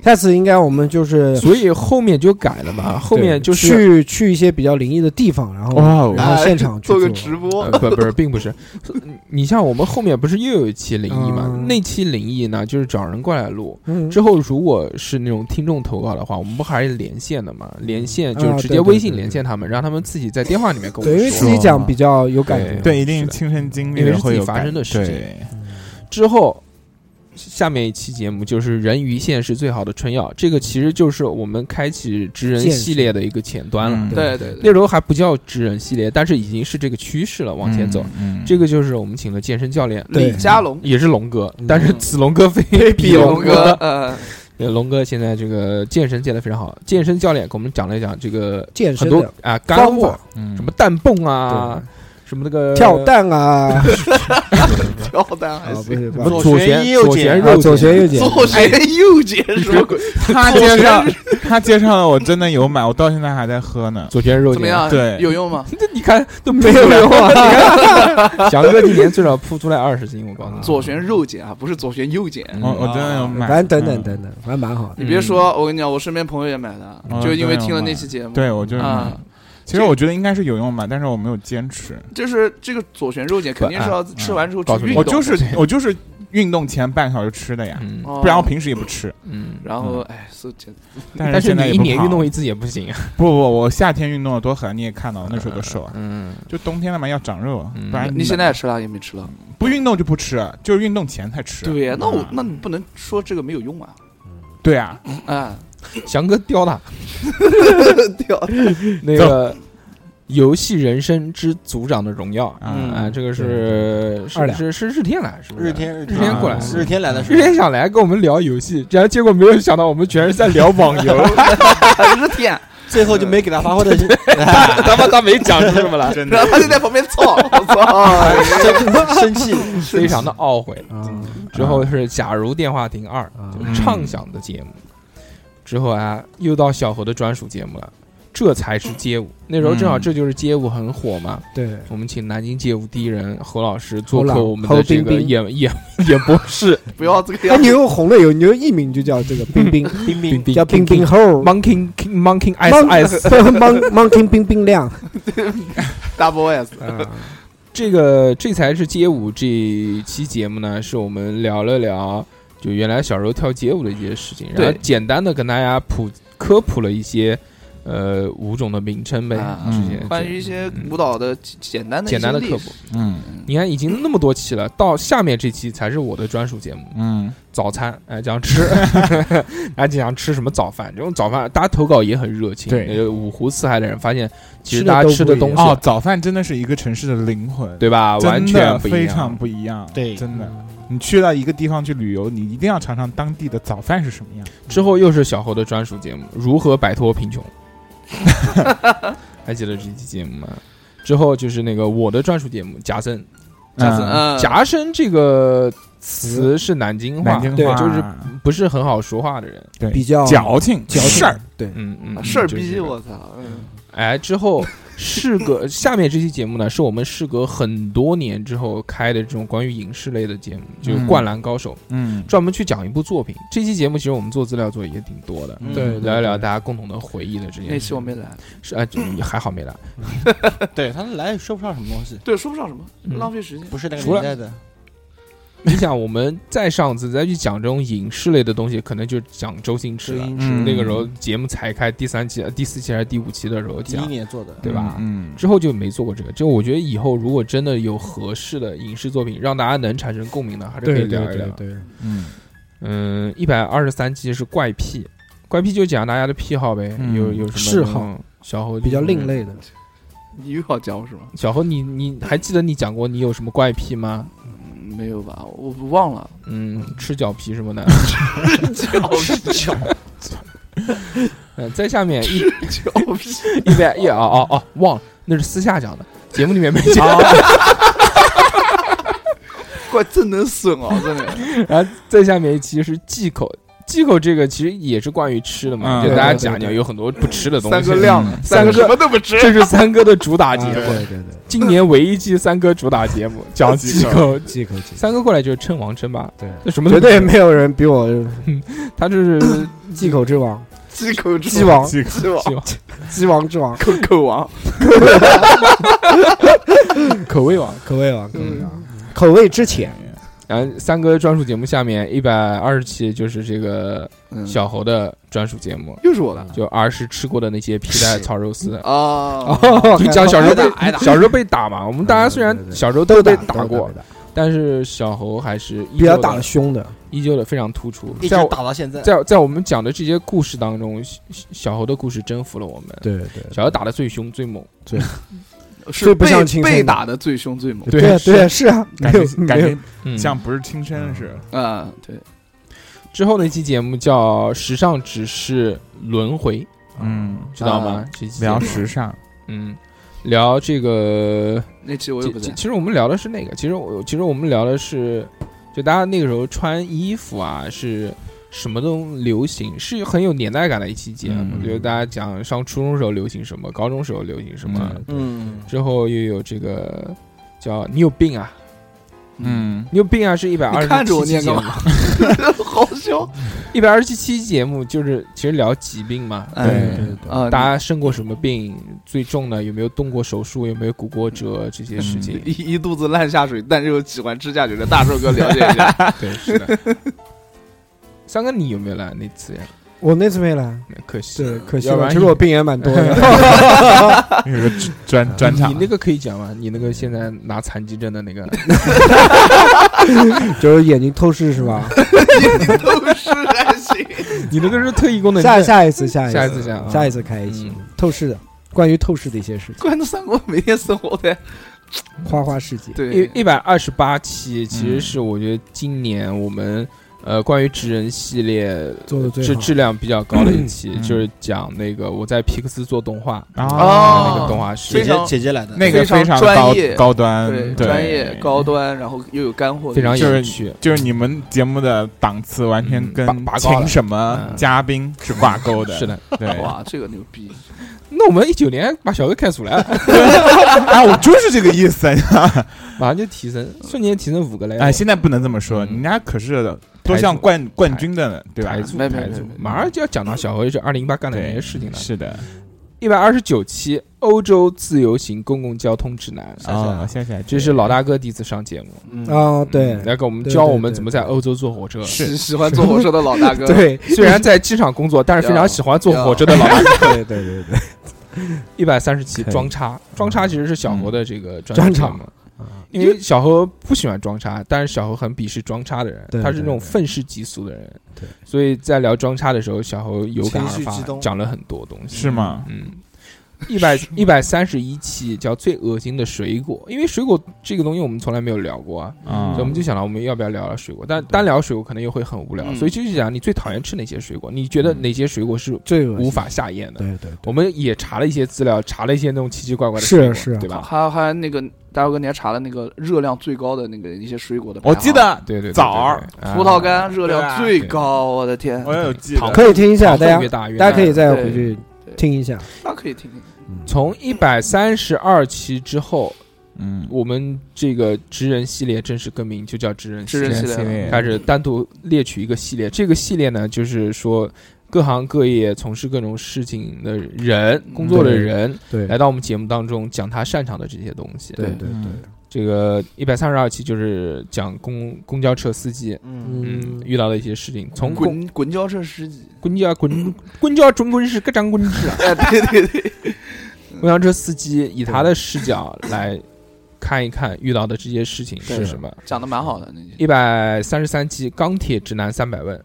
C: 下次应该我们就是
B: 所以后面就改了嘛，后面就是。
C: 去去一些比较灵异的地方，然后
D: 哇
C: 然
D: 哦，
C: 后现场去
E: 做个直播
B: 呃，不不是，并不是。 你像我们后面不是又有一期灵异嘛？
C: 嗯
B: 那期灵异呢，就是找人过来录，
C: 嗯，
B: 之后如果是那种听众投稿的话，我们不还是连线的嘛？连线就
C: 啊
B: 直
C: 对
B: 接
C: 对
B: 微
C: 对
B: 信
C: 对
B: 连
C: 对
B: 线他们，让他们自己在电话里面跟我
C: 对，因为
B: 们
C: 自
B: 说。啊
C: 己讲比较有感觉，
D: 对，一定
B: 是的
D: 亲身经历
B: 因为是
D: 会
B: 自己
D: 有
B: 发
D: 感
B: 生的事情
D: 对
B: 之后，下面一期节目就是“人鱼线是最好的春药”，这个其实就是我们开启职人
C: 见识
B: 系列的一个前端了。
D: 嗯
E: 对对对，
B: 那时候还不叫职人系列，但是已经是这个趋势了，往前走。，
D: 嗯，
B: 这个就是我们请了健身教练，
E: 李佳龙。
B: 也是龙哥，但是
E: 嗯
B: 此龙哥非彼
E: 龙
B: 哥
E: 哥，。呃，
B: 呃龙哥现在这个健身健得非常好，健身教练给我们讲了一讲这个
C: 健
B: 很
C: 身
B: 多
C: 的
B: 啊干
C: 方
B: 货
C: 法，，
D: 嗯
B: 什么弹蹦啊，什么那个
C: 跳 蛋啊，
E: 跳蛋还
C: 啊不
E: 行，
B: 什
C: 是吧
B: 么左旋
F: 右
B: 左旋
F: 剪
B: 肉
C: 啊左旋右
B: 剪
C: 剪，
E: 左旋右剪什么鬼？
D: 他介绍 他介绍的我真的有买，我到现在还在喝呢。
B: 左旋肉
E: 怎 么
B: 剪。
E: 样？
D: 对
E: 有用吗？
B: 这你看都没有用 啊！翔哥今年最少扑出来二十斤，我告诉你。
E: 左旋肉剪啊，不是左旋右剪。
B: 嗯
D: 我我真的有买，
C: 啊反正等等
D: 嗯，
C: 等等，反正蛮好的。
E: 你别说，我跟你讲，我身边朋友也买的，
D: 嗯
E: 就因为听了那期节目。
D: 对我就是买
E: 啊。，
D: 其实我觉得应该是有用吧，但是我没有坚持。
E: 就是这个左旋肉碱肯定是要吃完之后
B: 哎嗯告诉
E: 去运
B: 你
E: 动
D: 我
E: 的，
D: 就是我就是运动前半小时吃的呀，
B: 嗯
E: 哦
D: 不然我平时也不吃。
B: 嗯，
E: 然后哎，是这
D: 但
B: 但是
D: 现
B: 你
D: 在也
B: 一
D: 不
B: 年
D: 胖
B: 运动一次也不行啊。
D: 不不，我夏天运动的多狠，你也看到了，那时候多瘦啊。
B: 嗯，
D: 就冬天了嘛，要长肉啊，
B: 嗯
D: 不然
E: 你现在也吃辣也没吃了，
D: 不运动就不吃，啊就是运动前才吃。
E: 对呀，那我
D: 嗯
E: 那你不能说这个没有用啊，
D: 对啊，
B: 嗯
E: 啊，
B: 翔哥叼他，
E: 掉
B: 那个《游戏人生之组长的荣耀》
D: 嗯
B: 啊，这个是
C: 二
B: 是
C: 两
B: 是是日天来，是不是？
F: 日天日
B: 日天过来
F: 啊日天来的时
B: 日
F: 候，
B: 天想来跟我们聊游戏，然后结果没有想到我们全是在聊网游，
E: 日天，
F: 最后就没给他发挥的，
B: 他妈他没讲出什么来，
D: 真
E: 然
D: 的
E: 后他就在旁边 操，我操，
F: 生生气，
B: 非常的懊悔。
C: 啊，
B: 之后是《假如电话亭二》，就是畅想的节目。之后啊，又到小猴的专属节目了，这才是街舞。那时候正好
D: 嗯
B: 这就是街舞很火嘛，
C: 对，
B: 我们请南京街舞第一人侯老师做
C: 侯老
B: 客我们的这
C: 侯
B: 个
C: 冰冰
B: 演演演播室
E: 不要这个
C: 哎，
E: 样
C: 你
E: 子，
C: 又红了有，你又艺名就叫这个冰冰，
F: 冰
B: 冰
F: 冰
B: 冰
C: 叫冰冰猴儿。
B: Monkey King Monkey
C: Monkey-
B: Ice Ice。
C: Monkey Monkey 冰冰亮，
E: double S，
B: 嗯这个这才是街舞这一期节目呢，是我们聊了聊就原来小时候跳街舞的一些事情，然后
E: 对
B: 简单的跟大家普科普了一些呃舞种的名称呗，
E: 啊
B: 这些
E: 关于一些舞蹈的简单
B: 嗯
E: 的
B: 简单的
E: 一些
B: 科
E: 历
B: 普
E: 史。
D: 嗯
B: 你看，已经那么多期了，到下面这期才是我的专属节目《
D: 嗯，
B: 早餐》。哎，讲吃， 哎，讲吃什么早饭？这种早饭，大家投稿也很热情。
D: 对
B: 呃五湖四海的人发现，其实
C: 吃的
B: 大家
C: 都
B: 吃
C: 不
B: 的
C: 一
B: 东西，
D: 哦，早饭真的是一个城市的灵魂，
B: 对吧？
D: 真的
B: 啊完全不一样，
D: 非常不一样，
F: 对
D: 真的。你去到一个地方去旅游，你一定要尝尝当地的早饭是什么样。
B: 之后又是小侯的专属节目《如何摆脱贫穷》，还记得这期节目吗？之后就是那个我的专属节目《夹生》，
E: 下次
B: 啊
D: 嗯
E: 嗯，
B: 夹生这个词是南京话，
D: 南京
B: 对，
D: 话
B: 就是不是很好说话的人。
D: 对
C: 比较
D: 矫情
C: 矫情
D: 事儿，
C: 对，
B: 嗯嗯，
E: 啊事儿
B: 就是
E: 逼
B: 这个
E: 我操，嗯
B: 哎，之后事隔 下面这期节目呢，是我们事隔很多年之后开的这种关于影视类的节目，就是《灌篮高手》，
D: 嗯，
B: 专门去讲一部作品。这期节目其实我们做资料做得也挺多的，
D: 嗯
C: 对
B: 聊一聊大家共同的回忆的这件事。
E: 那期我没来，
B: 是哎，就你还好没来。
F: 对他来也说不上什么东西，
E: 对，说不上什么，
B: 嗯
E: 浪费时间。
F: 不是那个
B: 除了
F: 年代的，
B: 你想，我们再上次再去讲这种影视类的东西，可能就讲周星驰
F: 周
B: 了。
F: 星
D: 嗯
F: 驰
B: 那个时候节目才开第三期、呃第四期还是第五期的时候
F: 第一
B: 讲，
F: 年做的，
B: 对吧？
D: 嗯，
B: 之后就没做过这个。就我觉得以后如果真的有合适的影视作品让大家能产生共鸣的，还是可以
C: 对对
B: 聊一
C: 对
B: 聊。
C: 对，
D: 嗯
B: 嗯，一百二十三期是怪癖，怪癖就讲大家的癖好呗，
D: 嗯
B: 有有什么
C: 嗜好
B: 那种？小侯
C: 比较另。类的，
E: 你又要讲我是吗？
B: 小侯，你你还记得你讲过你有什么怪癖吗？
E: 嗯没有吧？我不忘 了。
B: 嗯，吃脚皮什么的。
E: 脚脚
B: 嗯，在下面一
E: 脚皮，
B: 一百一啊哦哦，忘了，那是私下讲的，节目里面没
C: 啊
B: 讲。
E: 怪真能损啊！真的，
B: 然后再下面一期是忌口，忌口这个其实也是关于吃的嘛，
D: 嗯
B: 给大
C: 对
B: 家
C: 对
B: 讲
C: 对
B: 讲有很多不吃的东西。
E: 三哥亮了，
B: 三哥
E: 哥什么都不吃。
B: 这是三哥的主打
C: 啊
B: 节
C: 对
B: 目，
C: 对对，
B: 今年唯一期三哥主打节目讲忌口。
C: 忌口忌口，
B: 三哥过来就是称王称霸，
C: 对
B: 那什么
C: 绝对没有人比我
B: 他就是
C: 忌口之王，
E: 鸡口
C: 鸡
E: 之王，
C: 王，
D: 这个
E: 鸡王，
B: 鸡王
C: 鸡王之 王，
E: 口口王，
B: 口味王。
C: 口味王，口
E: 嗯
C: 味王，口味之前，
B: 然后呃三哥专属节目下面一百二十期就是这个
E: 嗯
B: 小嗯猴的专属节目，
E: 又是我的
B: 就儿时吃过的那些皮蛋炒肉丝。
E: 啊！
C: 哦
B: 就讲小时候被
C: 挨打挨打
B: 小时候被打嘛，我们大家虽然
C: 对对对
B: 小时候
C: 都
B: 被
C: 打
B: 打过，，但是小猴还是依
C: 比较
B: 旧
C: 打的
B: 的，
C: 凶的，
B: 依旧的非常突出。
F: 一直
B: 在我
F: 打到现在，
B: 在在我们讲的这些故事当中，小小猴的故事征服了我们。
C: 对对
B: 小猴打的最凶最猛，
E: 是
C: 最不
E: 被
C: 像亲生的
E: 被打的最凶最猛
B: 对
C: 对啊
B: 是
C: 对啊，是啊， 没
D: 感
C: 有
D: 觉感
C: 没有
D: 觉
B: 嗯
D: 像不是亲生似的。
E: 啊！对，
B: 之后那期节目叫《时尚只是轮回》，
D: 嗯，
B: 知道吗
E: 啊？
B: 这期节目
D: 聊时尚，
B: 嗯，聊这个
E: 那期我又
B: 其
E: 不
B: 其
E: 在
B: 其实我们聊的是那个，其实我其实我们聊的是，就大家那个时候穿衣服啊是什么都流行，是很有年代感的一期节目。
D: 嗯
B: 就是大家讲上初中时候流行什么，高中时候流行什么，
D: 嗯
F: 嗯，
B: 之后又有这个叫“你有病啊，
D: 嗯，
B: 你有病啊”是一百二
E: 你看着
B: 十
E: 我
B: 七
E: 念
B: 节
E: 干
B: 目，
E: 嘛？ 好笑
B: 一百二十七期节目就是其实聊疾病嘛，
E: 哎
D: 对
C: 对对
E: 啊！
B: 大家生过什么病，最重的，有没有动过手术，有没有骨过折这些
E: 嗯
B: 事情。
E: 一一肚子烂下水，但是又喜欢吃下水的大寿哥了解一下。
B: 对，是的。三哥，你有没有来那次呀？
C: 我那次没来，
B: 可惜
C: 对，，可惜
B: 嗯要不
C: 了。
B: 然
C: 其实我病也蛮多的，
D: 有个专专
B: 嗯你
D: 场
B: 你，那个可以讲吗？你那个现在拿残疾证的那 个，
C: 就是眼睛透视是吧？
E: 都是还行，
B: 你那个是特异功能
C: 下
B: 症。
C: 下一次，下一
B: 下一
C: 次，
B: 次这样啊，
C: 下一次开一期
B: 嗯
C: 透视的，关于透视的一些事情，
E: 关着三国每天生活在
C: 花花世界。
E: 对
B: 一一百二十八期，其实是我觉得今年我们呃关于职人系列
C: 做得最
B: 质
C: 好啊
B: 质量比较高的一期，
D: 嗯
B: 就是讲那个我在皮克斯做动画
D: 哦
B: 那个动画师
F: 姐
E: 非
F: 姐
E: 常
F: 姐姐来的，
D: 那个非
E: 非
D: 常
E: 常
D: 高
E: 专业
D: 高端，
E: 对
D: 嗯对
E: 专业高端，然后又有干货的
B: 非
E: 一些，
B: 常
D: 就是
B: 有趣。
D: 就是你们节目的档次完全
B: 嗯
D: 跟
B: 拔拔高了
D: 请什么
B: 嗯
D: 嘉宾是挂钩的，
B: 是的，
D: 对。
E: 哇，这个牛逼！
B: 那我们一九年把小哥开除了，
D: 啊，我就是这个意思。
B: 马上就提升，瞬间提升五个 level。
D: 哎，现在不能这么说，
B: 嗯
D: 人家可是多项冠冠军的呢，对吧
B: 台？柱
E: 没没
B: 台柱
E: 没没，
B: 马上就要讲到小何这二零一八干的那
D: 对
B: 些事情了。
D: 是的，
B: 一百二十九期《欧洲自由行公共交通指南》
D: 啊，谢谢。
B: 这是老大哥第一次上节目，
C: 啊，对
B: 嗯来给我们
C: 对
B: 教
C: 对
B: 我们
C: 对
B: 怎么在欧洲坐火车。
D: 是
E: 喜喜欢坐火车的老大 哥，
C: 对
B: 虽然在机场工作，但是非常喜欢坐火车的老大哥。
C: 对对对对，
B: 一百三十七
D: 可以
B: 装叉，装叉其实是小何的这个专
C: 专
B: 场
C: 场
B: 嘛，因为小何不喜欢装叉，但是小何很鄙视装叉的人，
C: 对
B: 他是那种
C: 对对
B: 愤世嫉俗的人，
C: 对，
B: 所以在聊装叉的时候，小何有感而
F: 情绪
B: 发，
F: 激动
B: 讲了很多东西，
D: 是吗？
B: 嗯。一百一百三十一期叫最恶心的水果，因为水果这个东西我们从来没有聊过啊，
D: 啊
B: 所以我们就想了我们要不要聊聊水果，但单聊水果可能又会很无聊，
E: 嗯
B: 所以就是讲你最讨厌吃哪些水果，你觉得哪些水果是
C: 这个
B: 无法下咽的？
C: 对对
B: 我们也查了一些资料，查了一些那种奇奇怪怪的
C: 是
B: 水果，
C: 是
B: 对吧？
E: 还还那个大姚哥，你还查了那个热量最高的那个一些水果的排行，
D: 我记得
B: 对对对，
D: 枣儿
B: 对、
E: 葡萄干热
D: 对啊
E: 量最高，我的天
D: 我，有记得
B: 糖。
C: 可以听一
B: 啊，
C: 下，大
B: 糖
C: 家
B: 分越大越
C: 大家可以
B: 烂
C: 再
E: 对
C: 回去
E: 对
C: 听一下。
E: 那可以听听。
B: 从一百三十二期之后，
D: 嗯，
B: 我们这个职人系列正式更名，就叫职人系
E: 职
B: 列
E: 人
D: 这
E: 系
D: 个
E: 列
D: 列
B: 开始单独列举一个系列。这个系列呢，就是说各行各业从事各种事情的人、工作的人，
C: 嗯对
B: 来到我们节目当中讲他擅长的这些东西。
C: 对对
D: 嗯
C: 对，
B: 这个一百三十二期就是讲公公交车司机，嗯
C: 嗯，，
B: 遇到的一些事情，从公
E: 滚滚胶车十几，
B: 滚家滚滚家准滚是各张滚是啊！
E: 哎，对对对，
B: 公交车司机以他的视角来看一看遇到的这些事情是
C: 是
B: 什么。
E: 讲的蛮好的，那些
B: 一百三十三期《钢铁直男三百问》，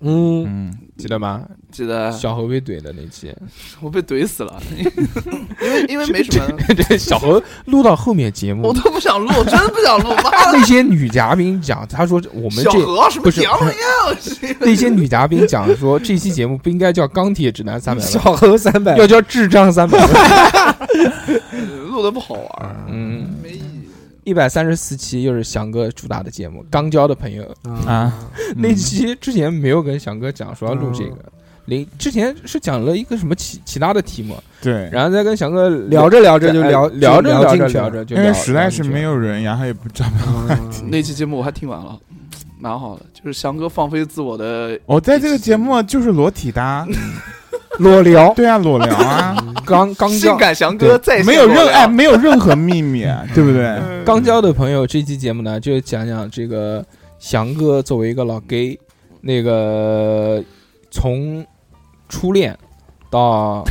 C: 嗯，
D: 嗯，
B: 记得吗？
E: 记得
B: 小猴被怼的那 期，
E: 我被怼 死了，因为因为没什么，
B: 这小猴录到后面节目，
E: 我都不想录，真不想录，妈的，
B: 那些女嘉宾讲，他说我们
E: 小
B: 这
E: 何什么
B: 不是
E: 屌玩意儿，我去
B: 那些女嘉宾讲说，这期节目不应该叫《钢铁直男三百问
C: 嗯小》，猴三百
B: 要叫《智障三百问》。
E: 录的不好玩儿，
B: 嗯，
E: 没意义。
B: 一百三十四期又是翔哥主打的节目，《刚交的朋友》。
D: 啊，
B: 那期之前没有跟翔哥讲说要录这个，林之前是讲了一个什么其其他的题目，
D: 对，
B: 然后再跟翔哥
C: 嗯聊着聊着就
B: 哎
C: 聊
B: 聊
C: 就
B: 着聊
C: 进
B: 着
C: 去了
B: 聊着就
D: 因
B: 聊，
D: 为实在是
B: 聊进去
D: 没
B: 了。
D: 有人，然后也不知道。
C: 嗯
E: 那期节目我还听完了，蛮好的，就是翔哥放飞自我的，
D: 我在这个节目就是裸体 的啊，
C: 裸聊，
D: 对啊，裸聊啊，
B: 刚刚
E: 性
B: 交
E: 感翔哥在
D: 没有任哎，没有任何秘密，啊 对不对？
B: 刚交的朋友这期节目呢，就讲讲这个翔哥作为一个老 gay，那个从初恋到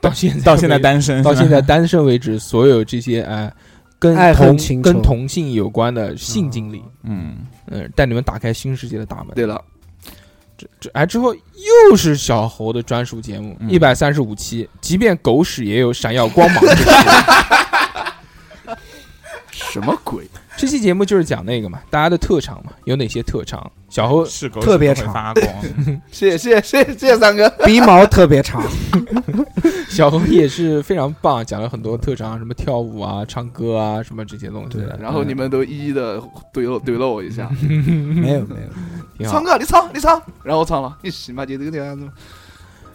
B: 到现在
D: 到现在
B: 为
D: 单身，
B: 到现在单身为止，所有这些哎、跟
C: 爱恨
B: 同
C: 情
B: 跟
C: 仇
B: 同性有关的性经历。
D: 嗯，
B: 嗯，带你们打开新世界的大门。
E: 对了，
B: 这这哎，之后又是小猴的专属节目，
D: 嗯
B: 一百三十五期，即便狗屎也有闪耀 光芒。
E: 什么鬼？
B: 这期节目就是讲那个嘛，大家的特长嘛，有哪些特长？小猴
D: 是狗
C: 特别
D: 是不会
C: 长
D: 发光，
E: 谢谢谢谢谢谢三哥，
C: 鼻毛特别长，
B: 小猴也是非常棒，讲了很多特长，什么跳舞啊、唱歌啊，什么这些东西的。
E: 然后你们都一一的怼了怼了我一下，
C: 没有 没有，
B: 嗯挺好
E: 唱。嗯歌你唱你唱，然后我唱 了，你行吧，你这个点子，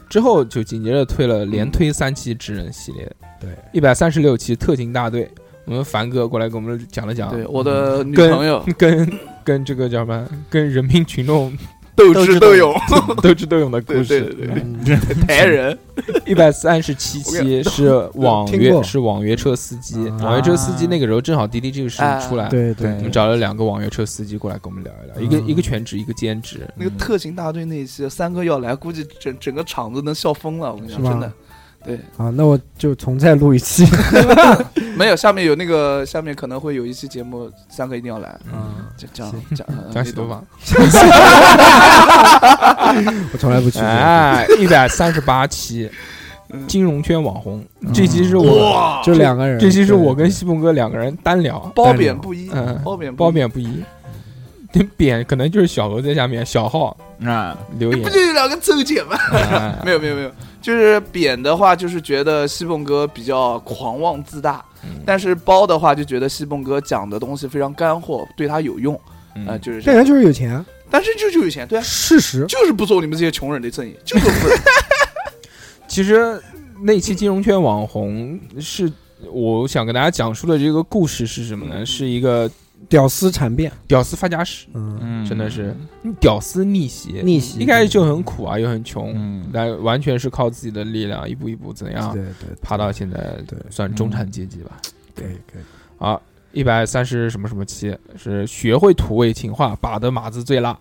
B: 之后就紧接着推了连推三期职人系列，
C: 对，
B: 一百三十六期特勤大队，我们凡哥过来给我们
E: 嗯
B: 讲了讲，
E: 对我的 女
B: 跟
E: 朋友
B: 跟跟这个叫什么，跟人民群众
E: 斗
F: 斗
E: 智
F: 智
E: 斗
F: 斗
E: 勇，
B: 斗智斗勇的故
E: 对对
B: 事。
E: 对对，抬人，
B: 一百三十七期是网
C: 听
B: 约
C: 过
B: 是网约车司机，
E: 嗯
C: 啊
B: 网约车司机那个时候正好滴滴这个事情出来，
C: 对
D: 对
B: 我们找了两个网约车司机过来跟我们聊一聊，一个
E: 嗯
B: 一个全职，一个兼职。
E: 那个特勤大队那一期，三哥要来，估计整整个场子能笑疯了。我跟你讲，
C: 是吧
E: 真的
C: 啊，那我就重再录一期。
E: 没有。下面有那个，下面可能会有一期节目，三哥一定要来，
B: 嗯
C: 啊，
E: 讲讲
C: 行
E: 讲呃
B: 讲
E: 那
B: 洗头
E: 种
B: 发，
C: 我从来不去。
B: 哎，一百三十八期，金融圈网红，这期是我，
E: 嗯哇，
C: 就两个人，
B: 这期是我跟西蒙哥两个人单聊，
E: 褒贬不一
B: 嗯，
E: 褒贬不一
B: 褒，贬不一。 这贬可能就是小鹅在下面小号
D: 啊，
B: 留
E: 哎不
B: 言
E: 就，是两个臭姐吗？
B: 哎
E: 没有没有没有，就是贬的话，就是觉得西凤哥比较狂妄自大，
B: 嗯
E: 但是褒的话就觉得西凤哥讲的东西非常干货，对他有用
B: 嗯
E: 啊、就是这
C: 这
E: 样。
C: 人就是有钱，
E: 但是就就有钱，对啊，
C: 事实
E: 就是不做你们这些穷人的生意，就是 不是
B: 其实那期金融圈网红是我想给大家讲述的这个故事是什么呢？是一个
C: 屌丝缠变，
B: 屌丝发家史，
C: 嗯，
D: 嗯
B: 真的是，屌丝逆袭，
C: 逆袭
B: 一开始就很苦啊，又很穷，
D: 嗯，
B: 来完全是靠自己的力量一步一步怎样
C: 对对
B: 爬到现在，
C: 对
B: 算中产阶级吧。
C: 对对，
B: 啊，一百三十什么什么期是学会土味情话，把的码子最辣。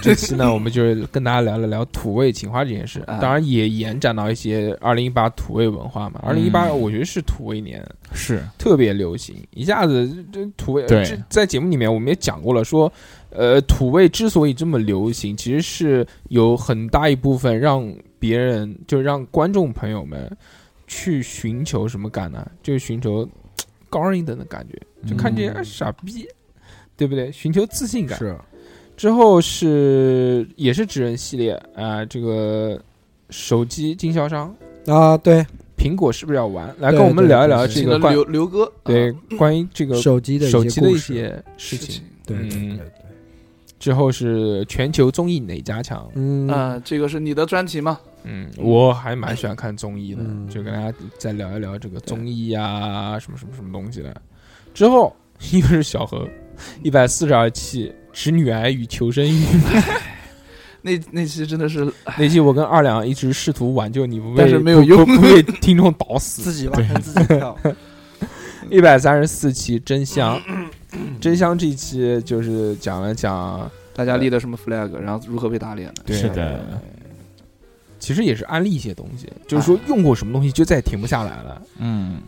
B: 这期呢，我们就是跟大家聊了聊土味情话这件事，
E: 啊
B: 当然也延展到一些二零一八土味文化嘛。二零一八，我觉得是土味年，
D: 是
B: 特别流行，一下子这这土味。
D: 对
B: 这在节目里面我们也讲过了，说，呃，土味之所以这么流行，其实是有很大一部分让别人，就是让观众朋友们去寻求什么感呢、就是寻求嘖高人一等的感觉，就看这些、啊傻逼，对不对？寻求自信感。
C: 嗯是
B: 之后是也是纸人系列啊、这个手机经销商
C: 啊，对
B: 苹果是不是要玩？来
C: 对
B: 跟我们
C: 对
B: 聊一
C: 对
B: 聊
C: 对
B: 这
E: 请
B: 个
E: 的
B: 关
E: 刘刘哥
B: 对
E: 啊
B: 关于这个
C: 手机的一些
B: 手机的
C: 故
B: 一
C: 事，
B: 些事
E: 事
B: 情
E: 情。。
C: 对对
B: 嗯
C: 对对，
B: 之后是全球综艺哪家强？
C: 嗯
E: 啊、这个是你的专题嘛？
B: 嗯，我还蛮喜欢看综艺的，
C: 嗯
B: 就跟大家再聊一聊这个综艺啊，什么什么什么东西的。之后又是小何，一百四十二期《直女癌与求生欲》
E: 那那期真的是，
B: 那期，我跟二两一直试图挽救你，不被
E: 但是没有用
B: 不不被听众倒死。
F: 自己挖坑自己跳。
B: 一百三十四期《真香》，真香这期就是讲了讲，
E: 大家立的什么 flag，然后如何被打脸的？
B: 对啊
D: 是的，
B: 其实也是安利一些东西，就是说用过什么东西就再也停不下来了。
D: 嗯，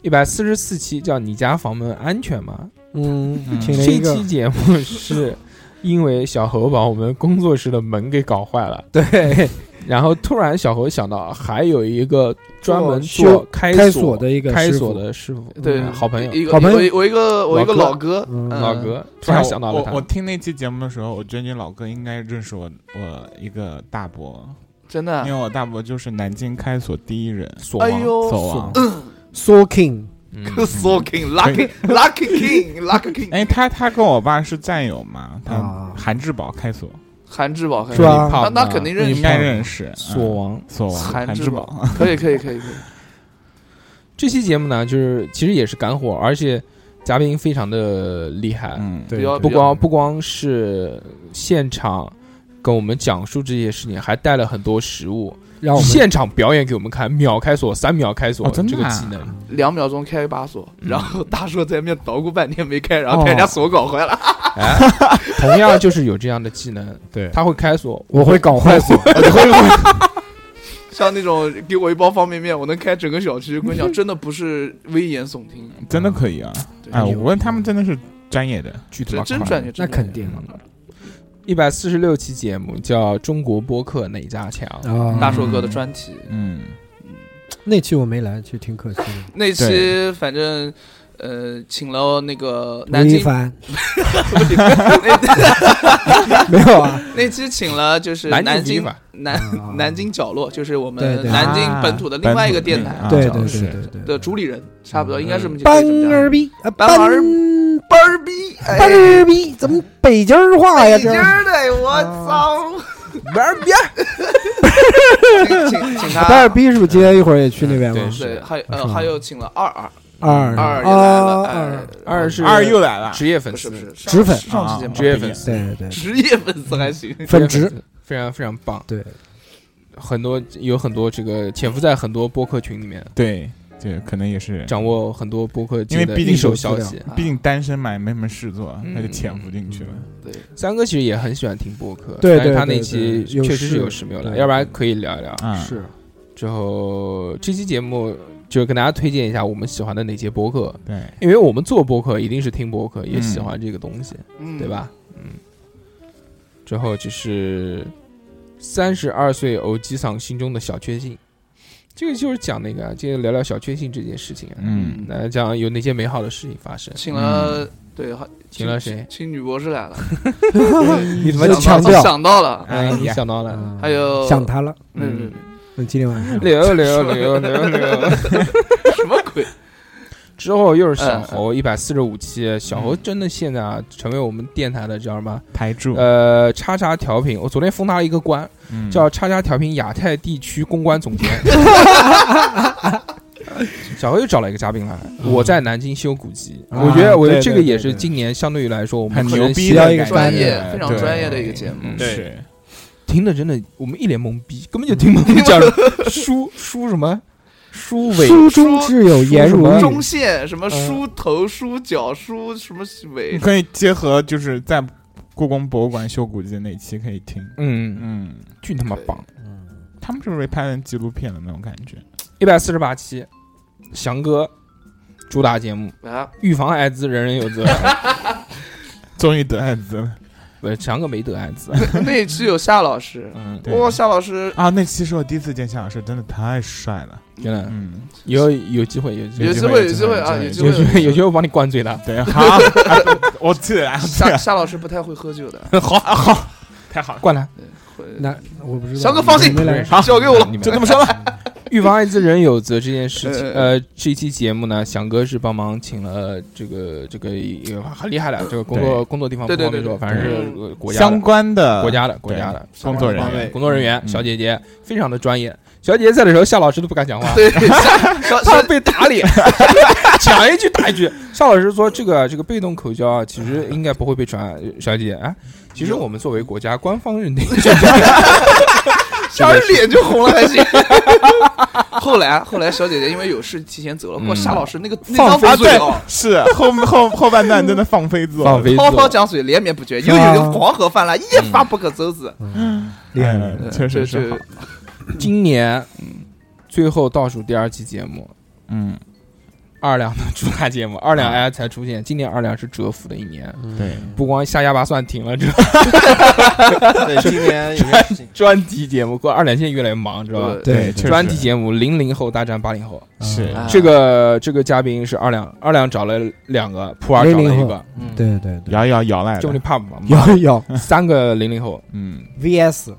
B: 一百四十四期叫“你家房门安全吗
C: 嗯，
D: 嗯
C: 请”，了
B: 这
C: 一个
B: 期节目是因为小何把我们工作室的门给搞坏了，
C: 对
B: 然后突然小何想到还有一个专门
C: 做
B: 做
C: 修
B: 开
C: 开
B: 锁
C: 锁的一个
B: 开
C: 师
B: 锁
C: 傅
B: 的师傅，
E: 对
B: 嗯好朋友
E: 一个
C: 好朋友
E: 我一我一个我一个
B: 老
E: 老哥，
C: 嗯
E: 嗯
B: 老哥哎突然想到了
D: 我我
B: 他，
D: 听那期节目的时候，我觉得你老哥应该认识我我一个大伯，
E: 真的
D: 因为，我大伯就是南京开锁第一人，
B: 锁
E: 哎
B: 王，
E: 呦，
D: 锁王。
C: Soul King，
B: 嗯
E: So King Lucky Lucky King Lucky King，
D: 哎，他他跟我爸是战友嘛，他
C: 啊
D: 韩志宝开锁，
E: 韩志宝
C: 是吧
E: 那那
B: 嗯
E: 肯定
D: 你
E: 认
D: 应
E: 识，
D: 该认识嗯
B: 锁王。
D: 锁王
E: 韩
D: 韩
E: 志
D: 志
E: 宝
D: 宝，
E: 可以可以可以可以，
B: 这期节目呢，就是其实也是干货，而且嘉宾非常的厉害，
D: 嗯，
C: 对
E: 比较
B: 不
E: 比较
B: 光不光是现场跟我们讲述这些事情，还带了很多食物，
C: 让我们
B: 现场表演给我们看，秒开锁、三秒开锁、
D: 哦真的
B: 这个
D: 啊
B: 技能，
E: 两秒钟开一把锁，
D: 嗯
E: 然后大硕在那边捣鼓半天没开， 然后被
D: 哦
E: 人家锁搞坏了，
B: 同样就是有这样的技能，
C: 对
B: 他会开锁，
C: 我会搞坏锁，
E: 像那种给我一包方便面，我能开整个小区，我跟你讲，真的不是危言耸听，
D: 真的可以啊！
E: 对
D: 哎，我问他们真的是专业的，
B: 巨他
E: 真
B: 妈
E: 真
B: 快
E: 专业，
C: 那
E: 真专业
C: 肯定
B: 嗯一百四十六期节目叫《中国播客哪家强》，
C: 啊。
E: 大硕哥的专题，
D: 嗯，
C: 那期我没来，其实挺可惜的。
E: 那期
D: 对
E: 反正呃请了那个南
C: 吴亦
E: 京，
C: 凡
E: 那
C: 没有啊？
E: 那期请了就是
B: 南京
E: 南
B: 地
E: 京
B: 吧
E: 南
C: 啊
E: 南京角落，就是我
C: 对
E: 们
C: 对
E: 南京
D: 嗯啊
E: 本土的另外一个电台
D: 本土
C: 对
D: 啊嗯
C: 对
D: 是
C: 对对对
E: 的主理人，差不多应该是这么
C: 班
E: 这么
C: 儿逼啊
E: 班
C: 班
E: 儿班儿逼，
C: 班
E: 哎，
C: 儿逼，怎么北京儿话哎呀？
E: 北
C: 这
E: 京儿的，哎我操，
B: 玩儿边
E: 请请请
C: 班
E: 他
C: 儿，逼是不是今天一会儿也去那边
B: 对
C: 吗？
B: 是
E: 对，还有
C: 是
E: 呃
C: 吧
E: 还有请了二二，
C: 二
E: 二又来
C: 二
E: 了，哎，呃
B: 二是
D: 二又来了，啊
B: 职业粉
E: 不是
B: 丝
E: 不，是
C: 直粉
E: 上上期节目
B: 职业粉丝，
C: 对对
E: 职业粉丝还行，
C: 粉直
B: 丝非常非常棒，
C: 对，
B: 很多有很多这个潜伏在很多播客群里面，
D: 对，对，可能也
C: 哎
D: 是，
B: 掌握很多播客界
D: 因为
B: 的
D: 毕
B: 一
D: 竟
B: 手
D: 有
B: 消
C: 资料
B: 息。
D: 毕竟单身嘛，也没什么事做，
B: 嗯
D: 他就潜伏进去了。
E: 对，
B: 三哥其实也很喜欢听播客，
C: 对
B: 但是
C: 对
B: 他
C: 对
B: 那期
C: 对有
B: 确实是
C: 事
B: 有事没有来，
C: 对嗯
B: 要不然可以聊一聊。
D: 啊，
C: 是
B: 之后这期节目就跟大家推荐一下我们喜欢的哪些播客，
D: 对，
B: 因为我们做播客一定是听播客，也喜欢这个东西，
F: 嗯
B: 对？吧？嗯。之后就是三十二岁偶机嗓心中的小确幸，这个就是讲那个啊，今天聊聊小确幸这件事情啊，
D: 嗯，
B: 那讲有哪些美好的事情发生。
E: 请了对，好
B: 嗯请了谁？
E: 请女博士来了，
C: 你
E: 你
C: 怎么就强调？
E: 想到了，
D: 哎
B: 你
D: 呀，
B: 想到了，
E: 还有
C: 想他了。
E: 那
B: 嗯
C: 那今天晚上
B: 聊聊聊聊聊。
E: 什么鬼？
B: 之后又是小猴一百四十五期，小猴真的现在啊，成为我们电台的叫什么？
D: 台柱，
B: 呃，叉叉调频。我昨天封他了一个官，
D: 嗯
B: 叫叉叉调频亚太地区公关 总监。小猴又找了一个嘉宾来，我在南京修古籍。
C: 啊
B: 我觉得，我觉得
C: 对
B: 这个
C: 对
B: 也
C: 对
B: 是
C: 对
B: 今年相对于来说，我们
D: 很
B: 可
D: 牛
B: 能
D: 逼
C: 需要一
D: 的
C: 个
D: 感觉，
C: 专
E: 业非常
D: 对
E: 专业的一个节目
D: 嗯
B: 对
D: 是
B: 听的真的，我们一脸懵逼，根本就 听不懂叫什么书书什么书尾
C: 书中自有颜如
B: 书什
C: 玉
E: 中，线什么
B: 嗯
E: 梳头、梳脚、梳什么
D: 你
E: 尾，
D: 可以结合就是在故宫博物馆修古迹那期可以听，
B: 嗯，
D: 嗯，
B: 巨他妈棒！
D: 他们是不是拍成纪录片了那种感觉？
B: 一百四十八期，翔哥主打节目。
E: 啊，
B: 预防艾滋，人人有责。
D: 终于得艾滋了，
B: 不是，强哥没得艾滋，
E: 那一期有夏老师，
D: 嗯，对
E: 哇，夏老师
D: 啊，那期是我第一次见夏老师，真的太帅了，
B: 真的。
D: 嗯，
B: 以后有机会，有机
E: 有
B: 会，
E: 机会，有
D: 有
E: 机
D: 机
E: 会
D: 会
E: 啊，有
D: 有
E: 机
D: 机
B: 有机
E: 会，
B: 会，有机会，我帮你灌醉他。
D: 对，好， 啊我记 得了，
E: 夏夏老师不太会喝酒的，
B: 好， 好，
D: 太好了，
B: 灌他。
E: 会
C: 那我不知道。
E: 翔哥放心
C: 没来，
E: 交给我了
B: 你，们
D: 就这么说吧，
B: 预防艾滋，人人有责这件事情，
E: 呃
B: 呃，这期节目呢，翔哥是帮忙请了这个这个有很厉害的这个工作工作地方不
E: 对
B: 方
E: 对对
B: 便说，
E: 对
B: 反正是
E: 对
B: 呃国家
D: 相
B: 的
D: 关的
B: 国家的国家的
D: 工作人
E: 相关
D: 员
E: 的，
B: 工作人员
D: 嗯
B: 小姐姐非常的专业。小姐姐在的时候，夏老师都不敢讲话。
E: 对，夏夏
B: 怕
E: 夏
B: 被打 脸，讲一句打一句。 夏老师说，这个这个被动口交啊，其实应该不会被传染。小姐姐啊，其实我们作为国家官方认定，
E: 夏老师脸就红了，还行。 后来后来，小姐姐因为有事提前走了，不过
B: 嗯
E: 夏老师那个那
D: 放
E: 张
D: 飞
E: 大嘴
D: 对
E: 哦，
D: 是后后后半段真的放飞自我，
B: 放飞自
E: 滔滔
B: 我。
E: 江水连绵不绝，
C: 是
E: 悠
C: 吧
E: 悠黄河泛滥，一发不可收拾。
C: 厉害
D: 嗯
E: 嗯
D: 确
E: 这
D: 实是
E: 这
D: 好，
B: 今年最后倒数第二期节目，
D: 嗯，
B: 二两的主打节目，二两 AI 才出现。今年二两是蛰伏的一年，
D: 啊嗯
B: 嗯
D: 对，
B: 不光下哑巴蒜停了，这
F: 对，今年有些事 情
B: 专题节目，过二两现在越来越忙，知道吧？
C: 对
D: 对，确实
B: 专题节目零零后大战八零后，
D: 是
E: 啊
B: 这个这个嘉宾是二两，二两找了两个，普洱找了一
C: 00
B: 个，
C: 对对对，
D: 摇一摇摇来
B: 这不
D: 的
B: 你，怕不怕？
C: 有有
B: 三个零零后
D: 嗯，
C: VS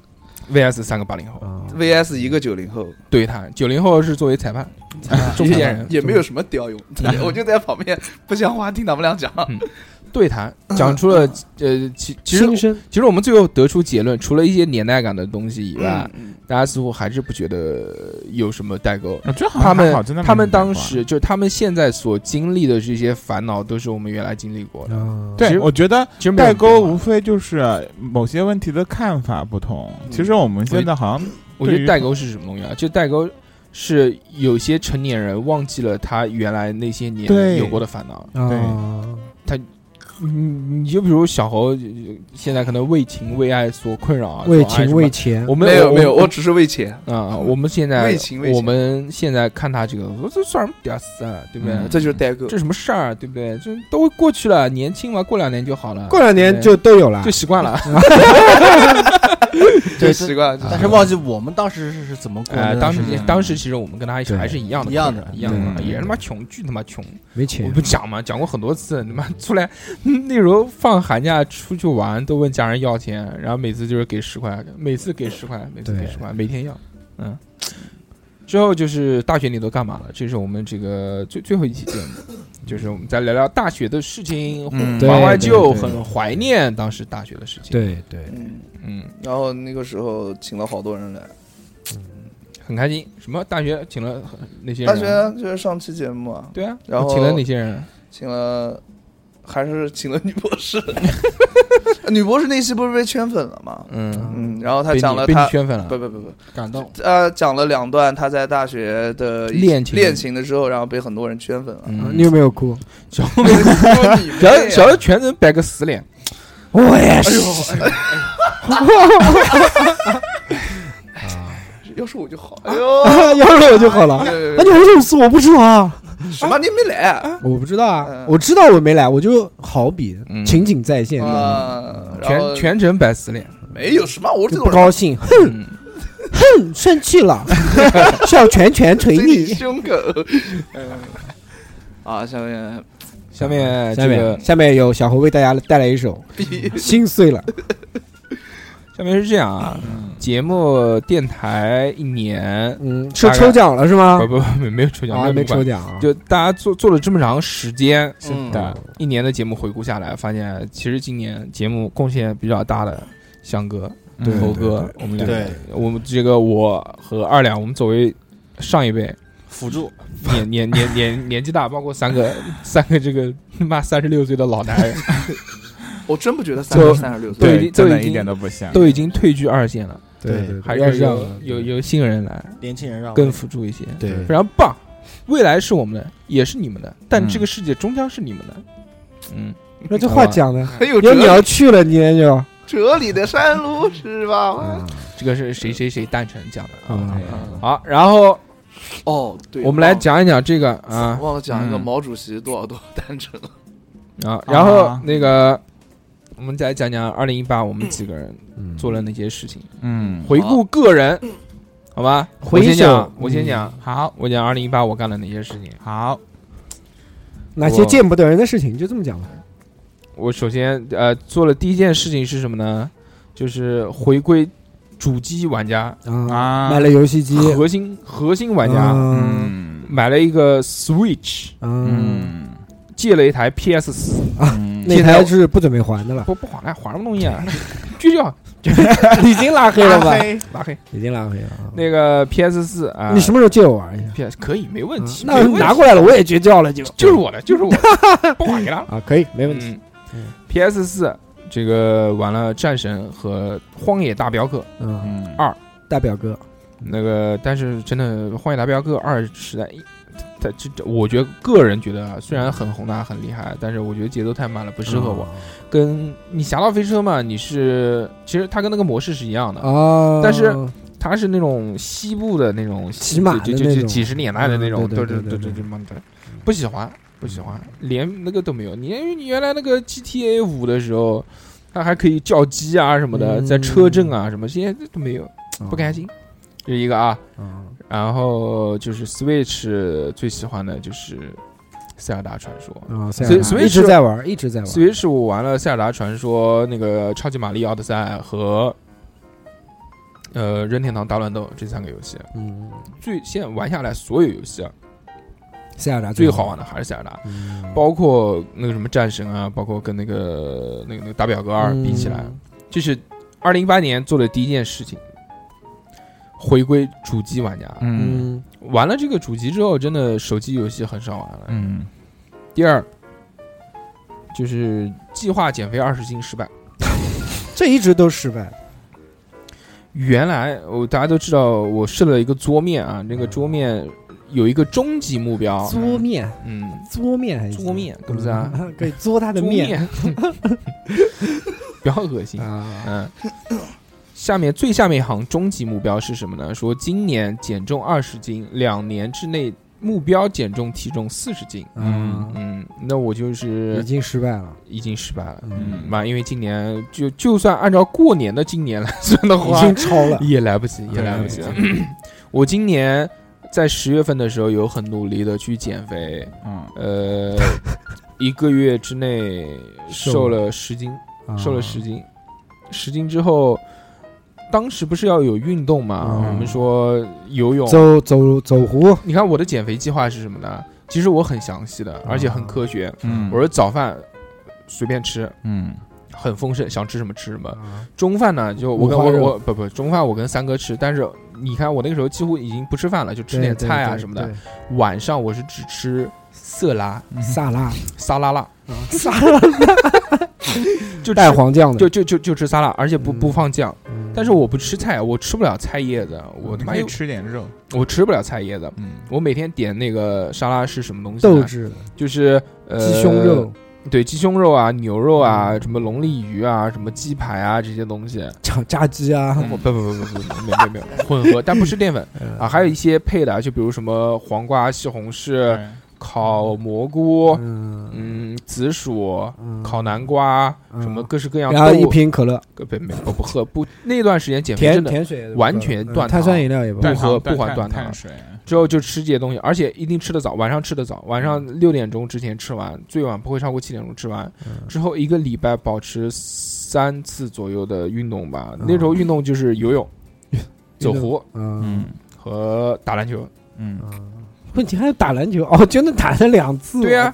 B: VS 三个八零后，
C: 啊，
E: VS 一个九零后
B: 对他九零后是作为裁判， 中
E: 也
B: 间人
E: 也没有什么屌用，我就在旁边不像话，听他们俩讲。
B: 对谈，讲出了
D: 嗯
B: 呃，其其实
C: 新生
B: 其实我们最后得出结论，除了一些年代感的东西以外，
E: 嗯
B: 大家似乎还是不觉得有什么代沟。
D: 我觉得好像
B: 他
D: 还好
B: 们
D: 真的没
B: 他们
D: 遇到
B: 当
D: 过
B: 时就是他们现在所经历的这些烦恼，都是我们原来经历过的。
C: 啊，
B: 其
D: 对，
B: 实
D: 我觉得
B: 其实没有
D: 嗯代沟
B: 变化
D: 无非就是某些问题的看法不同。其实我们现在好像
B: 我觉
D: 对
B: 得
D: 于
B: 代沟是什么东西啊？就代沟是有些成年人忘记了他原来那些年
D: 对
B: 有过的烦恼。
C: 啊
D: 对
B: 嗯，你就比如小侯呃现在可能为情为爱所困扰啊，
C: 为
B: 所爱
C: 情
B: 什么
C: 为钱
B: 我们
E: 没有
B: 我
E: 没有，我只是为钱。
B: 啊，我们现在
E: 为情为情
B: 我们现在看他这个，我说这算什么屌丝啊，对不对？
D: 嗯
E: 这就是代沟。
B: 这什么事儿，啊对不对？这都会过去了，年轻嘛，过两年就好了，
C: 啊过两年就都有了
B: 就，习惯 了。
E: 这习惯就是
F: 但是忘记我们当时是是怎么过
B: 哎，
F: 的。
B: 当时
D: 是
B: 当时其实我们跟他
C: 对嗯
B: 还是一样的
F: 一样的
B: 困扰一样的，
D: 对
B: 也是他妈穷，巨他妈穷。
C: 没
B: 我
C: 钱
B: 不讲嘛，讲过很多次，他妈出来嗯那时候放寒假出去玩，都问家人要钱，然后每次就是给十块，每次给十块，每次给
C: 对
B: 十块，每天要，嗯。之后就是大学你都干嘛了？这是我们这个最最后一期节目，就是我们再聊聊大学的事情，
D: 嗯
C: 对
B: 怀怀
C: 对
B: 旧，
C: 对
B: 很怀念当时大学的事情。，
C: 对对，
E: 嗯，
B: 嗯，
E: 然后那个时候请了好多人来，
B: 很开心。什么大学请了很那些人
E: 大
B: 啊？
E: 学就是上期节目啊，
B: 对啊，
E: 然后
B: 请了哪些人啊？
E: 请了，还是请了女博士。 女博士那期不是被圈粉了吗？
B: 嗯，
E: 嗯，然后她
B: 被
E: 讲
B: 你
E: 了
B: 被
E: 她
B: 你圈粉了
E: 不。不不不，
F: 感动。
E: 她讲了两段她在大学的一
B: 恋情
E: 恋情的时候，然后被很多人圈粉了。
B: 嗯
C: 你有没有哭？
B: 小
E: 我跟你说你妹
B: 小
E: 啊
B: 小的全程摆个死脸，
C: 我也
E: 哎
C: 是
E: 呦，哎呦哎呦要是我就
B: 啊
E: 好。哎呦，
C: 要是我就好
B: 哎
C: 了。
E: 对对
C: 那
E: 对
C: 你有什么事我不知道啊？
E: 什么你没来？
C: 我不知道啊
E: 嗯，
C: 我知道我没来，我就好比
B: 嗯
C: 情景再现，
E: 啊，然后
B: 全全程摆死脸。
E: 没有什么，我这
C: 就
E: 种
C: 不
E: 人
C: 高兴，哼
B: 嗯，
C: 哼，生气了，笑拳拳捶
E: 对你
C: 你。
E: 胸口。嗯啊，下面
B: 下面
C: 下
B: 这个
C: 面下面有小侯为大家带来一首
E: 比
C: 《心碎了》，
B: 下面是这样啊，节目电台一年，
C: 嗯，是
B: 大概
C: 抽奖了是吗
B: 不？不不没有抽奖，
C: 啊，没
B: 抽
C: 抽奖啊，
B: 就大家做做了这么长时间，是的
C: 的，
B: 一年的节目回顾下来，发现其实今年节目贡献比较大的翔哥、
D: 嗯
B: 猴哥，我们两个
F: 对，
B: 我们这个我和二两，我们作为上一辈
F: 辅助
B: 年年年年年纪大，包括三个三个这个 他妈三十六岁的老男人，
E: 我真不觉得三十
B: 就
E: 三十六
B: 对
E: 岁，
B: 已经
D: 对，真
B: 都
D: 的
B: 已
D: 一
B: 经
D: 点都不像。
B: 都已经退居二线了，
F: 对
C: 对，
B: 还
C: 要
B: 是
C: 这样
B: 让有有新人来
F: 年轻人让
B: 更辅助一些，
F: 对
B: 非常棒。未来是我们的，也是你们的，但这
D: 嗯
B: 个世界终将是你们的。嗯，
C: 那这话讲的，
E: 很有
C: 要
E: 哲
C: 你
E: 理
C: 要去了，你也就
E: 哲理的山路是吧？
B: 这个是谁谁谁诞辰讲的啊
C: 嗯？
B: 好，然后
E: 哦，对，
B: 我们来
E: 忘了
B: 讲一讲这个啊
E: 忘了讲一个
B: 嗯
E: 毛主席多少多少单程了。
B: 啊，然后
D: 啊
B: 那个我们再讲讲二零一八我们几个人
C: 嗯
B: 做了哪些事情，
D: 嗯，
B: 回顾个人，好吧？我
C: 回
B: 先讲
C: 首，
B: 我先讲，好，我讲二零一八我干了哪些事情。
D: 好，
C: 哪些见不得人的事情，就这么讲吧。
B: 我首先呃做了第一件事情是什么呢？就是回归主机玩家，
C: 啊，
D: 啊
C: 买了游戏机，
B: 核心核心玩家，
C: 嗯
D: 嗯
B: 买了一个 Switch，
C: 嗯，
D: 嗯
B: 借了一台 PS 四。
D: 嗯
C: 那台是不准备还的了，
B: 不不划了，划什么东西啊？ 拒掉，
C: 已经拉黑了吧？
B: 拉黑。
C: 已经拉黑了啊。
B: 那个 PS 四啊，
C: 你什么时候借我玩一下？啊
B: PS 可以没问题，
C: 那
B: 没问题
C: 拿过来了，我也绝交了就。
B: 就是我的，就是我的， 不还给他。
C: 啊，可以，没问题。
B: 嗯
C: 嗯
B: ，PS 四这个玩了《战神》和《荒野大镖客》，
C: 嗯，
D: 嗯
B: 二
C: 大表哥，
B: 那个但是真的《荒野大镖客二》实在。它这这，我觉得个人觉得啊，虽然很宏大很厉害，但是我觉得节奏太慢了，不适合
C: 嗯
B: 我。跟你《侠盗飞车》嘛，你是其实它跟那个模式是一样的，
C: 啊。
B: 但是它是那种西部的那种
C: 骑马的
B: 就就
C: 那
B: 就
C: 种
B: 几十年代的那种，
C: 嗯对
B: 对
C: 对对
B: 对
C: 对嗯
B: 对，不喜欢不喜欢，连那个都没有。你你原来那个 GTA 五的时候，它还可以叫鸡啊什么的，
C: 嗯
B: 在车震啊什么，现在都没有，不甘心。这是一个啊，
C: 啊，
B: 然后就是 Switch 最喜欢的就是《塞尔达传说》。
C: 啊，所
B: 所以所以
C: 一直
B: 是
C: 在玩，一直在玩。
B: Switch 我玩了《塞尔达传说》、那个《超级玛丽奥德赛》和呃《任天堂大乱斗》这三个游戏。
C: 嗯，
B: 最现在玩下来所有游戏啊，
C: 塞尔达
B: 最好玩的还是塞尔达，
C: 嗯，
B: 包括那个什么战神啊，包括跟那个那个那个大表哥二
C: 嗯
B: 比起来，这是二零一八年做的第一件事情，回归主机玩家。
D: 嗯
C: 嗯，
B: 玩了这个主机之后，真的手机游戏很少玩了。
D: 嗯，
B: 第二，就是计划减肥二十斤失败。
C: 这一直都失败。
B: 原来我大家都知道，我设了一个桌面啊，那个桌面有一个终极目标，
C: 桌面，
B: 嗯，
C: 桌面还行
B: 桌面是不是啊？
C: 可以桌他的
B: 桌
C: 面
B: 面， 不要恶心。
C: 啊，
B: 嗯，下面最下面一行终极目标是什么呢？说今年减重二十斤，两年之内目标减重体重四十斤。
C: 嗯，
B: 嗯，那我就
C: 已
B: 是
C: 经失败了。
B: 已经失败了。
C: 嗯，
B: 嘛、因为今年就就算按照过年的今年来算的
C: 已
B: 话，
C: 经超了。
B: 也来不及，也来不及。 我今年在十月份的时候有很努力的去减肥，
D: 嗯
B: 呃，一个月之内
C: 瘦
B: 瘦
C: 了
B: 了十斤，
C: 啊
B: 瘦了十斤，十斤之后，当时不是要有运动嘛？
C: 嗯
B: 我们说游泳。
C: 走走走湖，
B: 你看我的减肥计划是什么呢？其实我很详细
C: 啊
B: 的，而且很科学。
D: 嗯，
B: 我说早饭随便吃，
D: 嗯
B: 呃
C: 啊
B: 很丰盛，想吃什么吃什么。中饭呢，就我跟
C: 五花
B: 我
C: 肉
B: 我不不中饭我跟三哥吃，但是你看我那个时候几乎已经不吃饭了，就吃点菜啊什么的。晚上我是只吃色拉、
D: 嗯
C: 萨拉，啊
B: 沙拉辣，
C: 萨拉
B: 就
C: 带
B: 吃
C: 黄酱的，
B: 就就就就吃沙拉，而且不
C: 嗯
B: 不放酱。
C: 嗯
B: 但是我不吃菜，啊我吃不了菜叶子，我
D: 你
B: 他妈
C: 哎
D: 可以
B: 又
D: 吃点肉，
B: 我吃不了菜叶子。
D: 嗯，
B: 我每天点那个沙拉是什么东西
C: 豆
B: 呢？
C: 制的
B: 就是呃
C: 鸡胸肉，嗯
B: 对，鸡胸肉啊、牛肉啊、什么龙利鱼啊、什么鸡排啊这些东西。
C: 炸炸鸡啊，
B: 不不不不不不，没有没有没有混合，但不是淀粉啊，还有一些配的，就比如什么黄瓜、西红柿、
D: 对
B: 烤蘑菇，
C: 嗯
B: 嗯，紫薯、
C: 嗯
B: 烤南瓜，
C: 嗯
B: 什么各式各样。
C: 然后
B: 豆
C: 一瓶可乐，
B: 不不不不喝不，那段时间减肥
C: 甜
B: 真的
C: 甜水的
B: 完全断
C: 嗯碳酸
B: 糖
C: 饮料也不
B: 对
C: 喝
D: 断。糖
B: 不管
D: 碳
B: 断糖
D: 碳水，
B: 之后就吃这些东西，而且一定吃得早，晚上吃得早，晚上六点钟之前吃完，最晚不会超过七点钟吃完。之后一个礼拜保持三次左右的运动吧，
C: 嗯
B: 那时候运动就是游泳、走
C: 动
B: 湖
C: 嗯
D: 嗯
B: 和打篮球。
D: 嗯，
C: 嗯，问题还有打篮球哦，真的打了两次。
B: 对啊呀、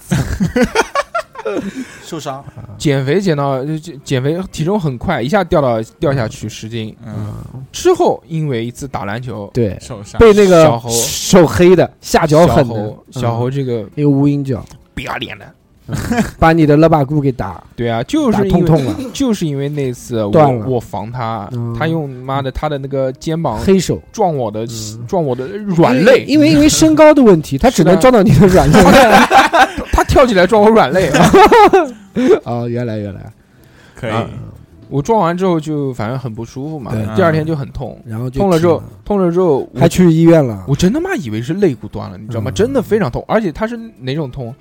F: 受伤，
B: 减肥减到就就减肥体重很快，一下掉到掉下去十斤。
D: 嗯，
B: 之后因为一次打篮球，
C: 对，
D: 受伤，
C: 被那
B: 小
C: 个
B: 猴
C: 手黑的下脚
B: 小
C: 狠的嗯
B: 猴小猴这个
C: 一个无影脚，
B: 不要脸的，
C: 把你的肋巴骨给打
B: 对啊，就
C: 打
B: 是
C: 通
B: 因为
C: 痛了，
B: 就是因为那次我
C: 断了
B: 我防他
C: 嗯，
B: 他用妈的他的那个肩膀
C: 黑手
B: 撞我的
C: 嗯
B: 撞我的哦软肋，
C: 因为因为身高 的问题，他只能撞到你的软肋。
B: 他跳起来撞我软肋，
C: 啊哦，原来原来，
D: 可以，
B: 啊 我撞完之后就反正很不舒服嘛
C: 对，
B: 第二天就很痛，
C: 然后就
B: 痛了之后
C: 停了
B: 痛了之后我
C: 还去医院了。
B: 我真他妈以为是肋骨断了，你知道吗？
C: 嗯
B: 真的非常痛，而且它是哪种痛？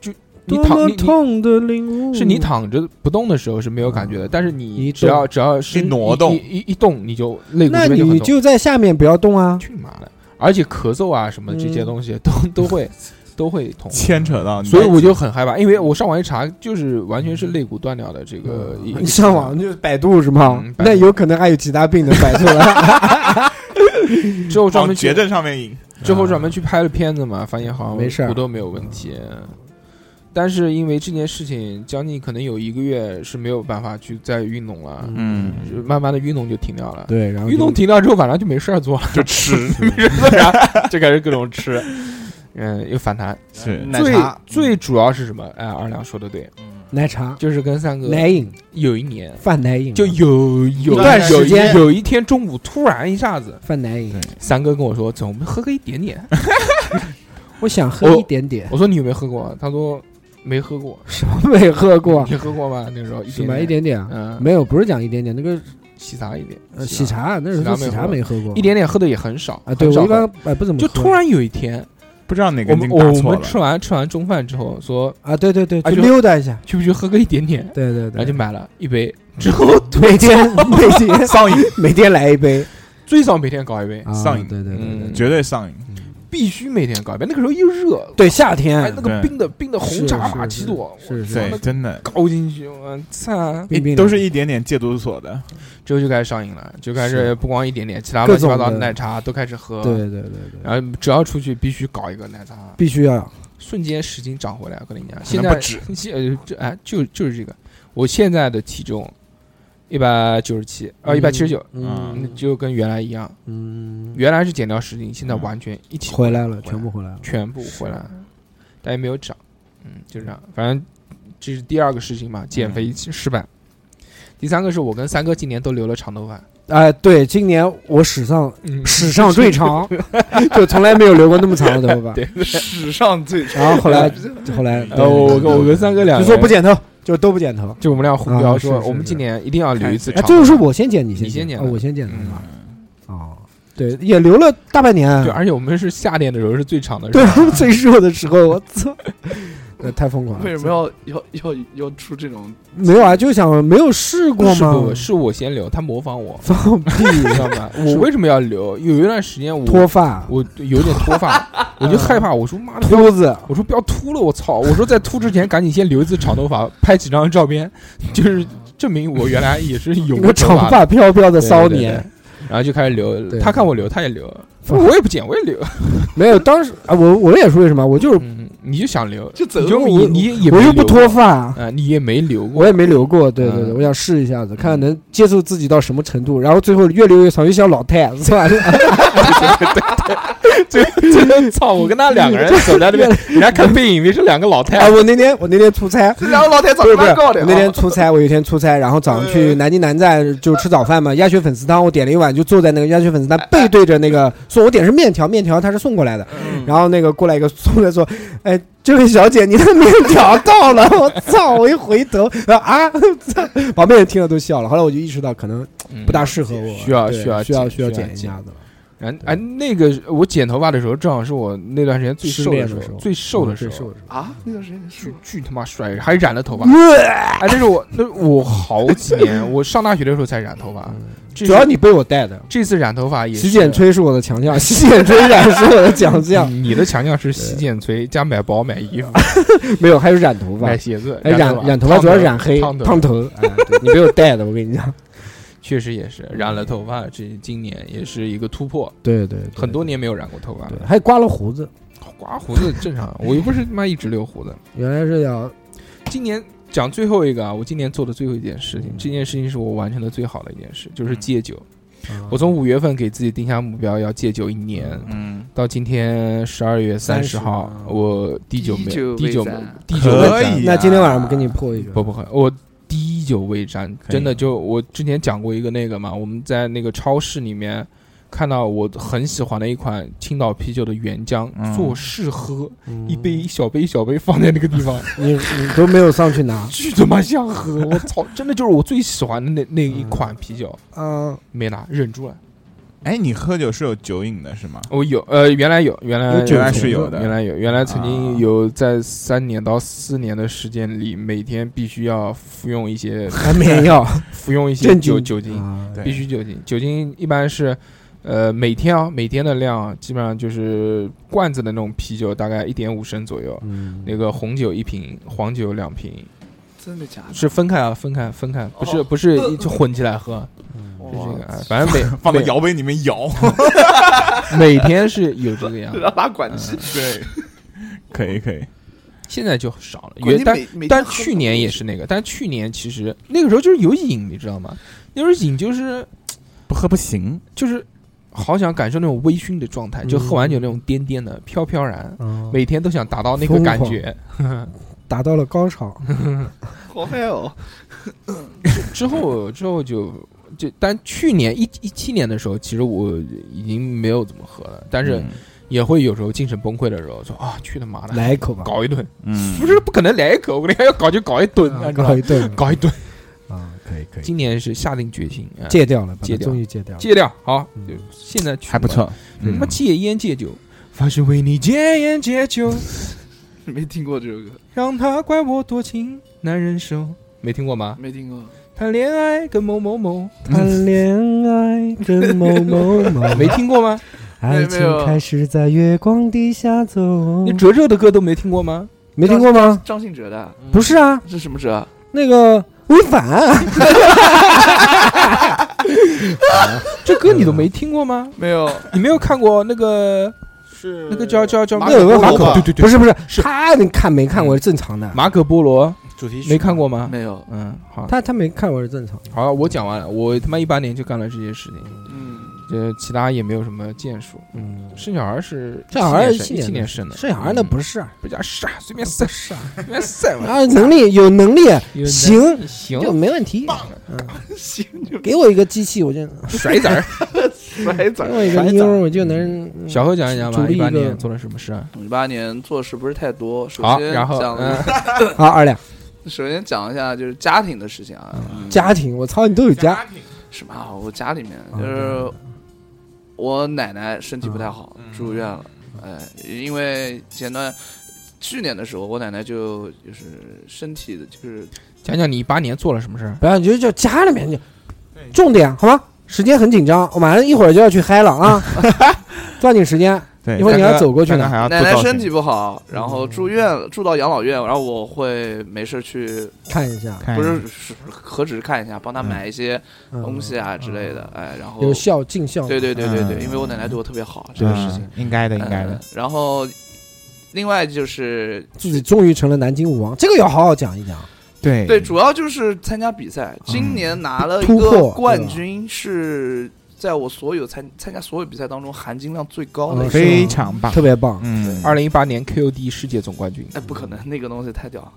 B: 就你
C: 多
B: 躺
C: 么
B: 你你
C: 痛的领悟，
B: 是你躺着不动的时候是没有感
C: 嗯
B: 觉的，但是你
C: 一
B: 只要只要是
D: 一挪动
B: 一一一动你就肋骨
C: 那
B: 这边就
C: 你
B: 很痛，
C: 就在下面不要动啊。
B: 去你妈的！而且咳嗽啊什么这些
C: 嗯
B: 东西都都会都会痛，
D: 牵扯到你，
B: 所以我就很害怕，因为我上网一查，就是完全是肋骨断掉的这个一。
C: 嗯你上网就是百度是吗
B: 嗯？百度
C: 那有可能还有其他病能百度啊了。
B: 之后专
D: 往
B: 门去
D: 哦绝症上面引，
B: 之后专门去拍了片子嘛，发现好像
C: 嗯没事儿
B: 骨头没有问题。但是因为这件事情，将近可能有一个月是没有办法去再运动了，
D: 嗯，
B: 就慢慢的运动就停掉了。
C: 对，然后就
B: 运动停掉之后，晚上就没事儿做了，
D: 就吃
B: 就开始各种吃， 嗯，又反弹。
D: 是
F: 奶
B: 最
C: 嗯
F: 茶
B: 最主要是什么？哎，二两说的对，
C: 奶茶、
B: 就是跟三哥
C: 奶饮、
B: 有一年，
C: 饭奶饮，啊
B: 就有有
C: 嗯一段时间
B: 有一有一天中午突然一下子，
C: 饭奶饮。
B: 三哥跟我说：“总喝个一点点。
C: 我想喝
B: 我
C: 一点点”，
B: 我说：“你有没有喝过啊？”他说：“没喝过。
C: 什么 没喝”过？
B: 你喝过吗？那时候一
C: 什
B: 点
C: 么一点点啊？
B: 嗯，
C: 没有，不是讲一点点，那个
B: 喜茶一点
C: 呃，喜茶那时候喜茶没喝过，
B: 一点点喝的也很少
C: 啊，对
B: 很少
C: 我一
B: 喝
C: 般哎不怎么
B: 就
C: 喝
B: 突然有一天，
D: 不知道哪
B: 我
D: 根筋
B: 们
D: 打
B: 我
D: 错
B: 们
D: 了，
B: 吃完吃完中饭之后说
C: 啊，对对对，
B: 啊
C: 去
B: 就
C: 溜达一下，
B: 去不去喝个一点点，
C: 对对
B: 然后就
C: 对，
B: 买了一杯，之后
C: 每天每天
D: 上瘾，
C: 每天来一杯，
B: 最少每天搞一杯，
C: 啊
D: 上瘾
C: 对对对对
B: 嗯
D: 绝对上瘾，
B: 必须每天搞一杯。那个时候又热，
C: 对，夏
B: 哎，
C: 天
B: 那个
D: 对
B: 冰的冰的红
C: 嗯是
B: 茶
C: 是
B: 玛奇朵，
C: 是是
B: 我他妈
D: 对，真的。
B: 搞进去，我操！
C: 冰冰
D: 都
C: 的
D: 是一点点戒毒所的，
B: 之后就开始上瘾了，就开始
C: 是
B: 不光一点点，其他
C: 各
B: 乱七八
C: 种
B: 糟的
C: 的
B: 奶茶都开始喝。
C: 对，对对对对，
B: 然后只要出去必须搞一个奶茶，
C: 必须要
B: 瞬间十斤长回来。我跟你讲，
D: 可
B: 现
D: 能
B: 在
D: 不止
B: 现呃这哎就就是这个，我现在的体重一百九十七，呃一百七十九，
C: 嗯
B: 嗯就跟原来一样，
C: 嗯，
B: 原来是减掉十斤，现在
D: 嗯
B: 完全一起
C: 回来了，全部回来了，
B: 全部回来，但也没有长，嗯，就这样，反正这是第二个事情嘛，减肥
C: 嗯
B: 失败。第三个是我跟三哥今年都留了长头发，
C: 哎，对，今年我史上
B: 嗯
C: 史上最长，就从来没有留过那么长的头发，
B: 对
E: 史上最长。
C: 然后后来后来，
B: 呃，我跟我跟三哥两
C: 就
B: 个
C: 说
B: 人
C: 不剪头，就都不剪头。
B: 就我们俩互标说，
C: 啊是是
B: 我们
C: 是
B: 今年一定要留一次
C: 哎，
B: 长。
C: 最后是，我先剪，你
B: 你先
C: 先
B: 剪
C: 啊
B: 的
C: 我先剪头
B: 嗯，
C: 发。哦，对，也留了大半年。
B: 对，而且我们是夏天的时候是最长的，
C: 嗯 对，最热的时候，我操， 呃，太疯狂了。
E: 为什么要要要要出这种？
C: 没有啊？就想没有试
B: 不
C: 过
B: 是
C: 吗，
B: 不？是我先留，他模仿我
C: 放屁！
B: 你知道吗？ 我为什么要留？有一段时间
C: 脱
B: 我
C: 发、
B: 我有点脱 发，我就害怕，我说妈的，
C: 秃子，
B: 我说不要秃了，我操！我说在秃之前赶紧先留一次长头发，拍几张照片， 就是证明我原来也是 有
C: 一
B: 过
C: 个
B: 头
C: 长
B: 的。
C: 发飘飘的骚
B: 对对
C: 年。
B: 然后就开始留，
C: 对
B: 他看我留，他也留，我说我也不剪，我也留。
C: 没有，当时啊，我我也是为什么？我就是
B: 嗯你就想留，
E: 就走
B: 你就
C: 路
B: 你你也
C: 我
B: 没
C: 又不
B: 留过
C: 脱发，
B: 啊，嗯你也没留过
C: 我，也没留过。对对对，
B: 嗯
C: 我想试一下子，看看能接受自己到什么程度，然后最后越留越长，越像老太是吧？
B: 这 操！我跟他两个人走在那边，人家看背影，以为是两个老太
C: 哎，
B: 太。
C: 我那天我那天出差，
E: 这两个老太长
C: 不
E: 得
C: 是不是，
E: 蛮高
C: 我
E: 的啊。
C: 那天出差，我有一天出差，然后早上去南京南站就吃早饭嘛，鸭血粉丝汤，我点了一碗，就坐在那个鸭血粉丝汤背对着那
B: 哎
C: 个，说我点的是面条，面条他是送过来的，
B: 嗯
C: 然后那个过来一个送来说，哎，这位小姐，你的面条到了，我操！我一回头啊， 操旁边人听了都笑了，后来我就意识到可能
B: 嗯
C: 不大适合我，
B: 需要
C: 对
B: 需
C: 需
B: 要
C: 要
B: 剪
C: 需要
B: 需要
C: 剪一下子了，
B: 然哎，那个我剪头发的时候，正好是我那段时间最
C: 失
B: 瘦
C: 恋
B: 的
C: 的
B: 时
C: 时候哦
B: 候，最瘦的
C: 最
B: 时
C: 嗯瘦
B: 候，
C: 的时
E: 啊，那段时间你是
B: 巨巨他妈帅，还染了头发。哎，那是我那我好几年，我上大学的时候才染头发。这
C: 候，
B: 次
C: 嗯主要你被我带的。
B: 这次染头发也是
C: 洗剪吹是我的强项， 洗剪吹染是我的 强项。
B: 嗯你的强项是洗剪吹加买包、买衣服、
C: 没有，还有染头发
B: 买，鞋子。
C: 啊哎，染
B: 头发
C: 染头发主要染黑
B: 烫头，
C: 烫头， 哎，对你没有带的，我跟你讲，
B: 确实也是染了头发。这今年也是一个突破，
C: 对对，
B: 很多年没有染过头发了
C: 对，。还刮了胡子，
B: 刮胡子正常，我又不是他妈一直留胡子。
C: 原来是要
B: 今年讲最后一个啊，我今年做的最后一件事情，
D: 嗯
B: 这件事情是我完成的最好的一件事，就是戒酒。嗯
C: 啊
B: 我从五月份给自己定下目标要戒酒一年，
D: 嗯，
B: 到今天十二月三十号
C: 30，
B: 我第九没
E: 滴酒
B: 第九
E: 未沾
B: 第九
D: 可
B: 未
D: 以啊
B: 沾，
C: 那今天晚上我们跟你破一个，
B: 不不会，我滴酒未沾，
D: 可以
B: 真的就我之前讲过一个那个嘛，我们在那个超市里面看到我很喜欢的一款青岛啤酒的原浆，
D: 嗯
B: 做试喝，
C: 嗯
B: 一杯一小杯一小杯放在那个地方，，
C: 你你都没有上去 拿
B: 巨他妈想喝！ 我操，真的就是我最喜欢的那那一款啤酒，
C: 嗯，
B: 没拿，忍住了。
D: 哎，你喝酒是有酒瘾的是吗？
B: 我有，呃，原来有，啊原来
C: 有酒
D: 原来是有的
B: 原来有，原来曾经有在三年到四年的时间里，每天必须要服用一 些
C: 安眠药，
B: 服用一些
C: 镇
B: 酒
C: 静
B: 酒精，
C: 啊
D: 对
B: 必须酒精。酒精一般是，呃，每天啊，每天的量啊基本上就是罐子的那种啤酒，大概一点五升左右。
C: 嗯，
B: 那个红酒一瓶，黄酒两瓶，
E: 真的假的？
B: 是分开啊，分开，分开，不是
E: 哦
B: 不是一就混起来喝，
E: 哇
B: 是这个，哎反正每
D: 放到
B: 每
D: 摇杯里面摇。
B: 每天是有这个样子，
E: 然后拿啊管子，
D: 对，可以可以。
B: 现在就少了。
E: 管
B: 原
E: 你
B: 但
E: 每每天
B: 但
E: 喝
B: 去年也是那个，但去年其实那个时候就是有瘾，你知道吗？那时候瘾就是
D: 不喝不行，
B: 就是好想感受那种微醺的状态，就喝完酒那种颠颠的、飘飘然，
C: 嗯
B: 每天都想达到那个感觉。
C: 达到了 高潮，
E: 好嗨哦！
B: 之后之后就就，但去年一一七年的时候，其实我已经没有怎么喝了，但是
D: 嗯
B: 也会有时候精神崩溃的时候，说啊去他妈的，
C: 来一口吧，
B: 搞一顿，
D: 嗯，
B: 不是不可能来一口，我跟你讲要搞就搞一顿，
C: 啊
B: 啊
C: 搞一顿，
B: 搞一顿。
C: 啊，可以可以，
B: 今年是下定决心，哎
C: 戒掉了，把它
B: 戒掉
C: 终于戒掉了，
B: 戒掉，好，
C: 嗯
B: 就现在去
D: 还不错。
B: 吧。
D: 嗯
B: 他妈戒烟戒酒，发誓为你戒烟戒酒，
E: 没听过这首歌，
B: 让他怪我多情难忍受。没听过 吗？
E: 没听过。
B: 谈恋爱跟某某某，
C: 谈恋爱跟某某某，
B: 没听过吗？
C: 爱
E: 没有
C: 情开始在月光底下走，
B: 你哲哲的歌都没听过吗？
C: 没听过吗？
E: 张信哲的
C: 不是啊，
E: 这是什么哲啊？
C: 那个违反，
B: 这歌你都没听过吗？
E: 没有，
B: 你没有看过那个
F: 是
B: 那个叫叫叫
E: 马
C: 那有个
E: 可
C: 马
E: 波罗
C: 可，
E: 吧
B: 对对对，
C: 不是不是，嗯
B: 是
C: 他你看没看过是正常的，
B: 马可波罗，
F: 主题曲，
B: 没看过吗？
E: 没有。
B: 嗯，好，
C: 他他没看过是正常的。
B: 好了，我讲完了，我他妈一八年就干了这些事情，
E: 嗯，
B: 这呃其他也没有什么建树。
C: 嗯，
B: 生小孩是
C: 这小孩
B: 一
C: 儿
B: 七年生一
C: 七
B: 七
C: 年
B: 年生的，
C: 生小孩那
B: 嗯
C: 不是啊，
B: 不叫事啊，随便塞
C: 是
B: 随便塞嘛。
C: 啊，能力有能力
B: 有
C: 行
B: 行，
C: 就没问题，嗯
E: 行，就
C: 给我一个机器我 就
B: 甩子儿。
E: 甩
C: 给
E: 子儿。
C: 我一个妞儿我就能嗯
B: 小何讲一讲吧，
C: 主力
B: 一
C: 一
B: 八
C: 个
B: 年做了什么事啊？
E: 一八年做事不是太多，首
B: 好，
E: 先
B: 然后
E: 讲
B: 嗯，
C: 好啊二两
E: 首先讲一下就是家庭的事情啊，
D: 嗯
C: 家庭，我操你都有家，
E: 什么啊？我家里面就是我奶奶身体不太好，
D: 嗯
E: 住院了。哎，因为前段去年的时候，我奶奶就就是身体的，就是
B: 讲讲你一八年做了什么事儿？啊
C: 不要你就叫家里面就重点好吗？时间很紧张，我马上一会儿就要去嗨了 啊，抓紧时间。
D: 对，
C: 一会儿你
D: 大哥
C: 要走过去
D: 大哥
C: 呢
D: 还要
E: 奶
D: 做
E: 奶
D: 造
E: 身
D: 型嗯
E: 体不好，然后住院了住到养老院，然后我会没事去，
C: 看一下
D: 看
E: 不是是何止是看一下，帮她
D: 哎
E: 买一些
C: 嗯
E: 东西啊之类的，哎，然后
C: 有效尽孝，
E: 对对对对对，
D: 嗯
E: 因为我奶奶对我特别好，这个事情。
D: 嗯应该的，
E: 嗯
D: 应该的。
E: 然后另外就是
C: 自己终于成了南京舞王，这个要好好讲一讲。
D: 对
E: 对，主要就是参加比赛，今年拿了
C: 嗯
E: 一
C: 突
E: 个
C: 破
E: 冠军，是在我所有参参加所有比赛当中含金量最高的
C: 嗯
E: 一个。
D: 非常
E: 啊
D: 棒。
C: 特别棒。
D: 嗯，
B: 二零一八年 KOD 世界总冠军
E: 哎，不可能，那个东西太屌了。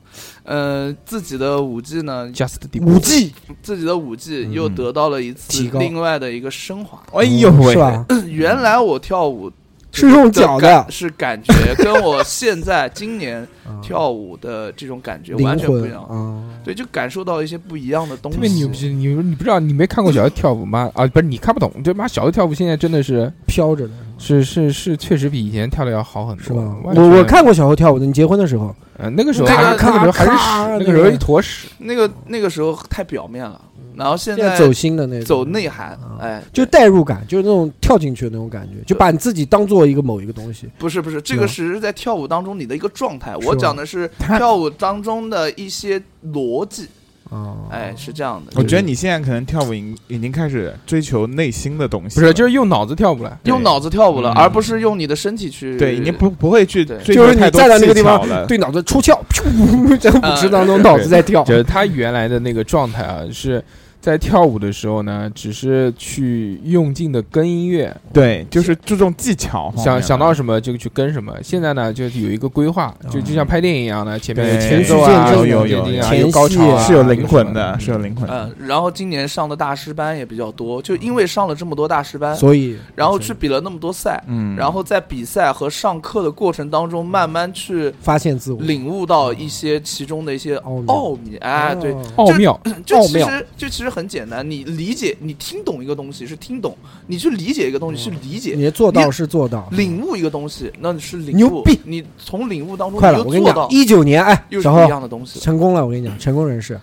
E: 呃，自己的舞技呢，
B: ，Just the
C: 五 G，
E: 自己的舞技又
D: 嗯
E: 得到了一次
C: 提高
E: 另外的一个升华。
D: 哎呦喂，
C: 是吧？
E: 原来我跳舞
C: 嗯是用脚的
E: 的感，是感觉跟我现在今年跳舞的这种感觉
C: 灵
E: 完全不一
C: 魂
E: 样。
C: 啊，
E: 对，就感受到一些不一样的东西。
B: 特别牛逼！你你不知道，你没看过小孩跳舞吗？啊，不是，你看不懂。这妈小孩跳舞现在真的是
C: 飘着的
B: 是是是，确实比以前跳的要好很多。
C: 是吧？
B: 完全
C: 我我，看过小侯跳舞的，你结婚的时候，
B: 呃，那个时候
E: 那
B: 还
E: 个
B: 是那个时候还是
C: 咔
B: 屎，那个时候一坨屎。
E: 那个那个时候太表面了，然后现
C: 嗯现在走心的那种
E: 走内涵
C: 啊，
E: 哎，
C: 就代入感，就是那种跳进去的那种感觉，就把你自己当做一个某一个东西。
E: 不是不是，这
C: 吧
E: 个只是在跳舞当中你的一个状态。
C: 是
E: 我
C: 吧
E: 讲 的是
D: 他
E: 跳舞当中的一些逻辑，
C: 啊，
E: 哎，是这样的。
D: 我觉得你现在可能跳舞已经已经开始追求内心的东西
B: 不
D: 了，
B: 是，就是用脑子跳舞了。
E: 用脑子跳舞了，
D: 嗯
E: 而不是用你的身体去。
D: 对，已经不不会去
E: 对
D: 追
C: 就
D: 求
C: 是你
D: 太多
C: 站在那个地方
D: 技巧了，
C: 对脑子出窍，噗，在舞池当中脑子在
E: 啊
C: 跳，
B: 就是他原来的那个状态啊，是在跳舞的时候呢，只是去用劲的跟音乐，
D: 对，就是注重技巧方面
B: 想
D: 的，
B: 想到什么就去跟什么。现在呢，就有一个规划，就就像拍电影一样的，前面有
D: 对
B: 前奏啊，
C: 有
B: 有
D: 有有
B: 有啊
C: 前
B: 有高潮啊，
D: 是有灵魂的，
B: 有
D: 是
B: 什么
D: 有灵魂的
E: 嗯，，然后今年上的大师班也比较多，就因为上了这么多大师班，
C: 所以
E: 然后去比了那么多赛，
D: 嗯，
E: 然后在比赛和上课的过程当中，慢慢去
C: 发现自我。
E: 领悟到一些其中的一些
C: 奥妙
E: 奥秘。哎，对，
C: 哦
B: 奥妙。
E: 就
C: 奥
E: 其
C: 妙
E: 实就其实很简单，你理解，你听懂一个东西是听懂，你去理解一个东西是理解，
C: 嗯你做到
E: 你
C: 是做到，
E: 领悟一个东西那是领
C: 牛
E: 悟
C: 逼，
E: 你从领悟当中
C: 快
E: 你
C: 了，
E: 就
C: 我跟你
E: 做
C: 讲
E: 到，
C: 一九年，哎
E: 又，是
C: 小
E: 不一
C: 侯
E: 样的 东西。
C: 成功了，我跟你讲，成功人士。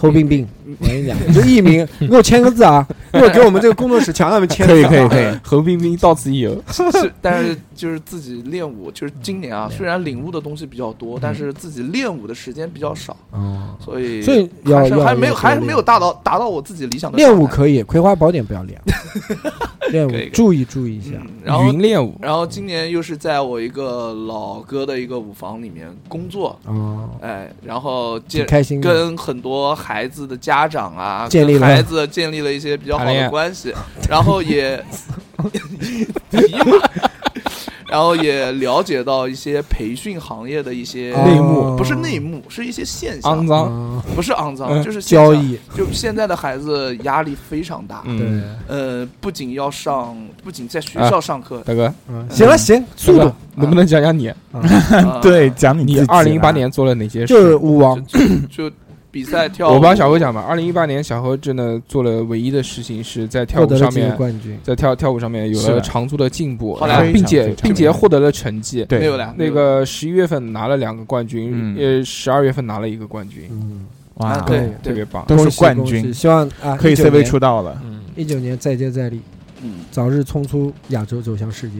C: 侯冰冰，我跟你讲，你就艺名，你给我签个字啊！一会儿给我们这个工作室墙上面签
D: 可
C: 个
D: 以
C: 字啊
D: 可以可以，
B: 侯冰冰到此一游，
E: 是，但是就是自己练舞，就是今年
C: 嗯
E: 啊，虽然领悟的东西比较多，但是自己练舞的时间比较少，
C: 哦
E: 所以
C: 嗯所以要
E: 还是
C: 要
E: 还没有
C: 要
E: 还是
C: 练
E: 没有达到达到我自己理想的
C: 练舞
E: 状态
C: 可以，《葵花宝典》不要练，练
E: 可以可以
C: 舞注意注意一下。
E: 嗯，然后
B: 云练舞，
E: 然后今年又是在我一个老哥的一个舞房里面工作，
C: 哦，
E: 哎，然后
C: 挺
E: 建
C: 开心的。
E: 跟很多孩子的家长啊，
C: 建立
E: 跟
C: 了
E: 孩子建立了一些比较好
B: 谈恋
E: 的
B: 爱
E: 关系，然后也， 尼玛然后也了解到一些培训行业的一些
C: 哦
B: 内幕
E: 不是呃内幕，是一些现象
B: 肮，脏。
C: 啊，
E: 不是肮脏，
B: 嗯
E: 就是现象
C: 交。易，
E: 就现在的孩子压力非常大，
B: 嗯，
E: 呃，不仅要上，不仅在学
B: 啊
E: 校 上课，
B: 大哥，
C: 嗯行了行，速
B: 大
C: 度
B: 哥能不能讲讲你？
E: 呃
D: 对，讲你
B: 你
D: 自己啊
B: 二零一八
D: 啦
B: 年做了哪些事？
C: 就是舞王，
E: 呃就比赛跳舞，
B: 我帮小何讲吧。二零一八年，小何真的做了唯一的事情，是在跳
C: 获
B: 舞
C: 得了
B: 上
C: 这个
B: 面，
C: 冠军。
B: 在跳跳舞上面有
D: 是
B: 了
D: 的
B: 长足的进步，
E: 后来
B: 然后并
D: 非
B: 且
D: 常非常
B: 并且获得了成绩。
D: 对
E: 没有了
B: 那个十一月份拿了两个冠军
D: 嗯，
B: 呃，十二月份拿了一个冠军，
C: 嗯，
D: 哇
E: 啊，对
B: 特别棒。
D: 都
C: 恭
D: 是
C: 喜
D: 冠
C: 恭喜
D: 军，
C: 希望啊，
D: 可以 C 位
C: 19
D: 出道了。
B: 嗯，
C: 一九年再接再厉，
E: 嗯，
C: 早日冲出亚洲，走向世界。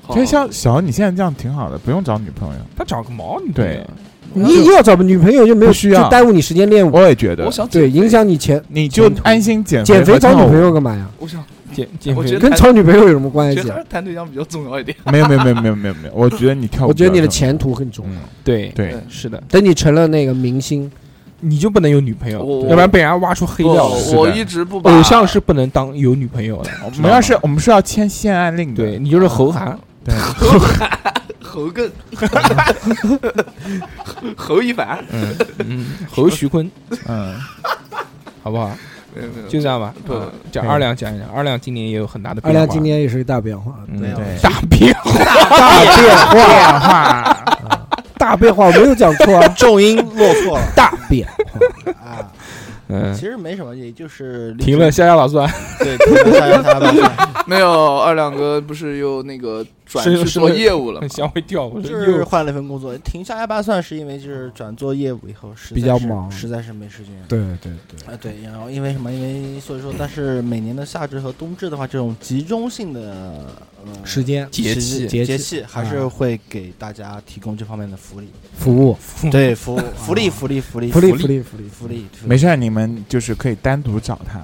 E: 好
D: 其实像小你现在这样挺好的，不用找女朋友。
B: 他长个毛，你
D: 对
B: 这个
C: 你你要找女朋友就没有
D: 不需要
C: 就耽误你时间练舞，
D: 我也觉得
E: 我，想
C: 对，
E: 减肥
C: 影，响你前
D: 你就
C: 前途
D: 安心减
C: 减
D: 肥
C: 肥
D: 和
C: 找女
D: 跳
C: 朋
D: 舞。
C: 友干嘛呀？
E: 我想
B: 减减
E: 我
B: 肥
E: 觉得
C: 跟找女朋友有什么关
E: 觉
C: 系
E: 得还
C: 啊？
E: 是谈对象比较重要一点。
D: 没有没有没有没有没有没有，我觉得你跳舞，
C: 我觉得你的前途很重要。
D: 嗯，
B: 对
D: 对
E: 对，
B: 是的，
C: 等你成了那个明星，
B: 你就不能有女朋友
E: 我，
B: 要不然被人家挖出黑料了。
E: 哦我我一直不把
B: 偶像 是不能当有女朋友的，
D: 我们要是我们是要签限案令的，
B: 对你就是侯涵，
D: 对，
E: 侯更，侯一凡，
D: 嗯
B: 嗯，侯徐坤，
D: 嗯，
B: 好不好？
E: 没有没有，
B: 就这样吧啊
E: 不，
B: 讲
D: 可以
B: 二两讲一讲，二两今年也有很大的
C: 二
B: 变化。
C: 亮今年也是个大变化，
D: 嗯
C: 对啊
D: 对，
B: 大变化，
D: 大变化，
C: 大变化，我没有讲错啊
F: 重音落错了
C: 大变化。
F: 啊。
B: 嗯
F: 其，实没什么，也就是
B: 停了，夏夏老 算，
F: 对，停了下一个他吧。
E: 没有二两哥不是又那个转
B: 是
E: 去
B: 是
E: 做业务了吗？
B: 吓我一跳，我说
F: 就是
B: 又
F: 换了一份工作，停下来吧，算是因为就是转做业务以后，实在是
C: 比较忙
F: 实在是没时间。
C: 对对对，
F: 啊，对，然后因为什么？因为所以说，但是每年的夏至和冬至的话，这种集中性的呃
C: 时间
B: 节
F: 时
B: 气
F: 节
C: 节
F: 气还是会给大家提供这方面的福利。
C: 服务
F: 对，福福利福利福利
C: 福利福利福利
F: 福利，
C: 啊
D: 没事儿，你们就是可以单独找他，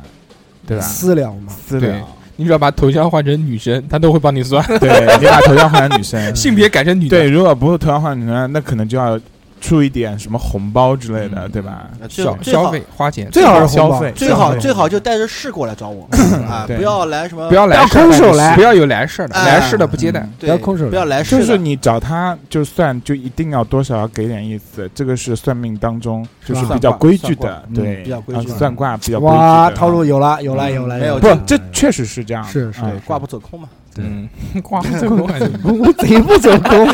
D: 对吧？
C: 私聊嘛，
D: 私
B: 对
D: 聊，
B: 你只要把头像换成女生，他都会帮你 算，，
D: 对你把头像换成女生
B: 性别改成女的。
D: 对，如果不是头像换成女生，那可能就要出一点什么红包之类的，
B: 嗯
D: 对吧？
F: 呃最
B: 小
F: 最好
B: 消费花钱，
C: 最好是
D: 消
C: 红包
D: 费
F: 最好最好
C: 就
F: 就带着事过来找我啊，
D: 对
F: 不要来什么
B: 不要来事儿
C: 空手来
B: 不要有来事儿的，
F: 哎
B: 来事儿的不接待。
D: 嗯
C: 不
F: 不
C: 要空手来
F: 不要来事
D: 就
F: 的，
D: 是你找他就算，就一定要多少要给点意思，这个是算命当中就是比
F: 算
D: 较
F: 卦
D: 规
F: 算
D: 矩
F: 卦
D: 的，
F: 嗯
D: 对，
F: 比较规
D: 啊
F: 矩的
D: 算卦比较规矩
C: 哇，
D: 的
C: 套路有了有了
D: 嗯
C: 有了，
F: 没有
C: 了
D: 不
F: 这，
D: 这确实是这样，
C: 是是
D: 啊
C: 是
F: 挂不走空嘛。
D: 嗯，
B: 哇，这么快就
C: 我贼不 走空，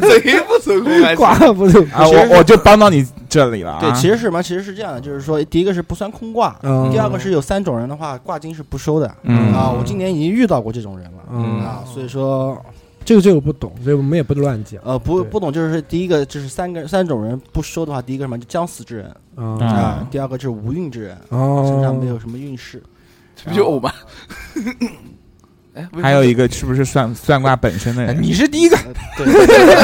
E: 贼不走空还行。
C: 挂不走空，
D: 啊，我我就帮到你这里了啊，
F: 对，其实是什么？其实是这样的，就是说，第一个是不算空卦，
C: 嗯
F: 第二个是有三种人的话，挂金是不收的。
D: 嗯
F: 啊，我今年已经遇到过这种人了。
C: 嗯
F: 啊，所以说，
C: 这个这个我不懂，所以我们也不乱讲。
F: 呃，不
C: 对
F: 不懂，就是第一个就是三个三种人不收的话，第一个什么就将死之人
C: 啊
D: 啊
F: 啊，第二个就是无运之人，身上没
C: 哦，
F: 有什么运势，
E: 这不就偶吗？ 哎，为什么
D: 还有一个是不是算算卦本身的
B: 哎
D: 人？
B: 你是第一个，
F: 呃对，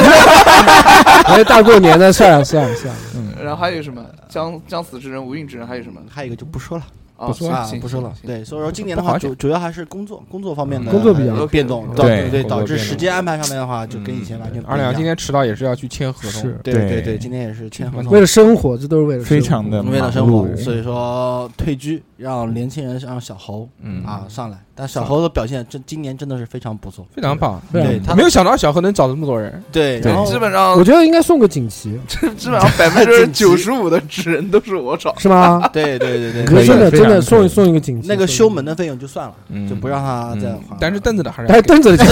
C: 哎，大过年的， 算了算了算了，
D: 嗯
E: 然后还有什么？将将死之人，无运之人，还有什么？
F: 还有一个就不说了
E: 啊，
B: 不说
E: 行
F: 啊
E: 行，
F: 不说了。
E: 行
F: 对，所以说今年的
B: 不
F: 话，
B: 好
F: 主主要还是工作工作方面的
B: 工
C: 作比较
F: 呃变动，
B: OK，
F: 导
D: 对
F: 对
B: 工作
F: 导致
B: 变动嗯
F: 时间安排上面的话，就跟以前完全不
B: 二
F: 一
B: 两
F: 样。
B: 今天迟到也是要去签合同
C: 是，
F: 对
D: 对
F: 对对，今天也是签合同
C: 为。了生活，这都是为了生活
D: 非常的
F: 为了
D: 忙
F: 生活，
D: 碌
F: 所以说退居，让年轻人让小猴
B: 嗯
F: 啊上来。但小猴的表现真今年真的是非常不错，
B: 非常棒。
C: 非常
F: 对他
B: 没有想到小何能找这么多人，
F: 对，然后
E: 基本上
C: 我觉得应该送个锦旗，
E: 基本上百分之九十五的纸人都是我找。
C: 是吗？
F: 对对对对
C: 可
D: 可以
C: 真的
D: 非
C: 真
D: 常
C: 的
D: 可
C: 送
D: 以
C: 送一个锦旗，
F: 那个
C: 送
F: 修
C: 一
F: 门的费用就算了，就不让他再还了。
B: 嗯但是凳子的还是
C: 但
B: 要
C: 是
B: 给
C: 凳子的钱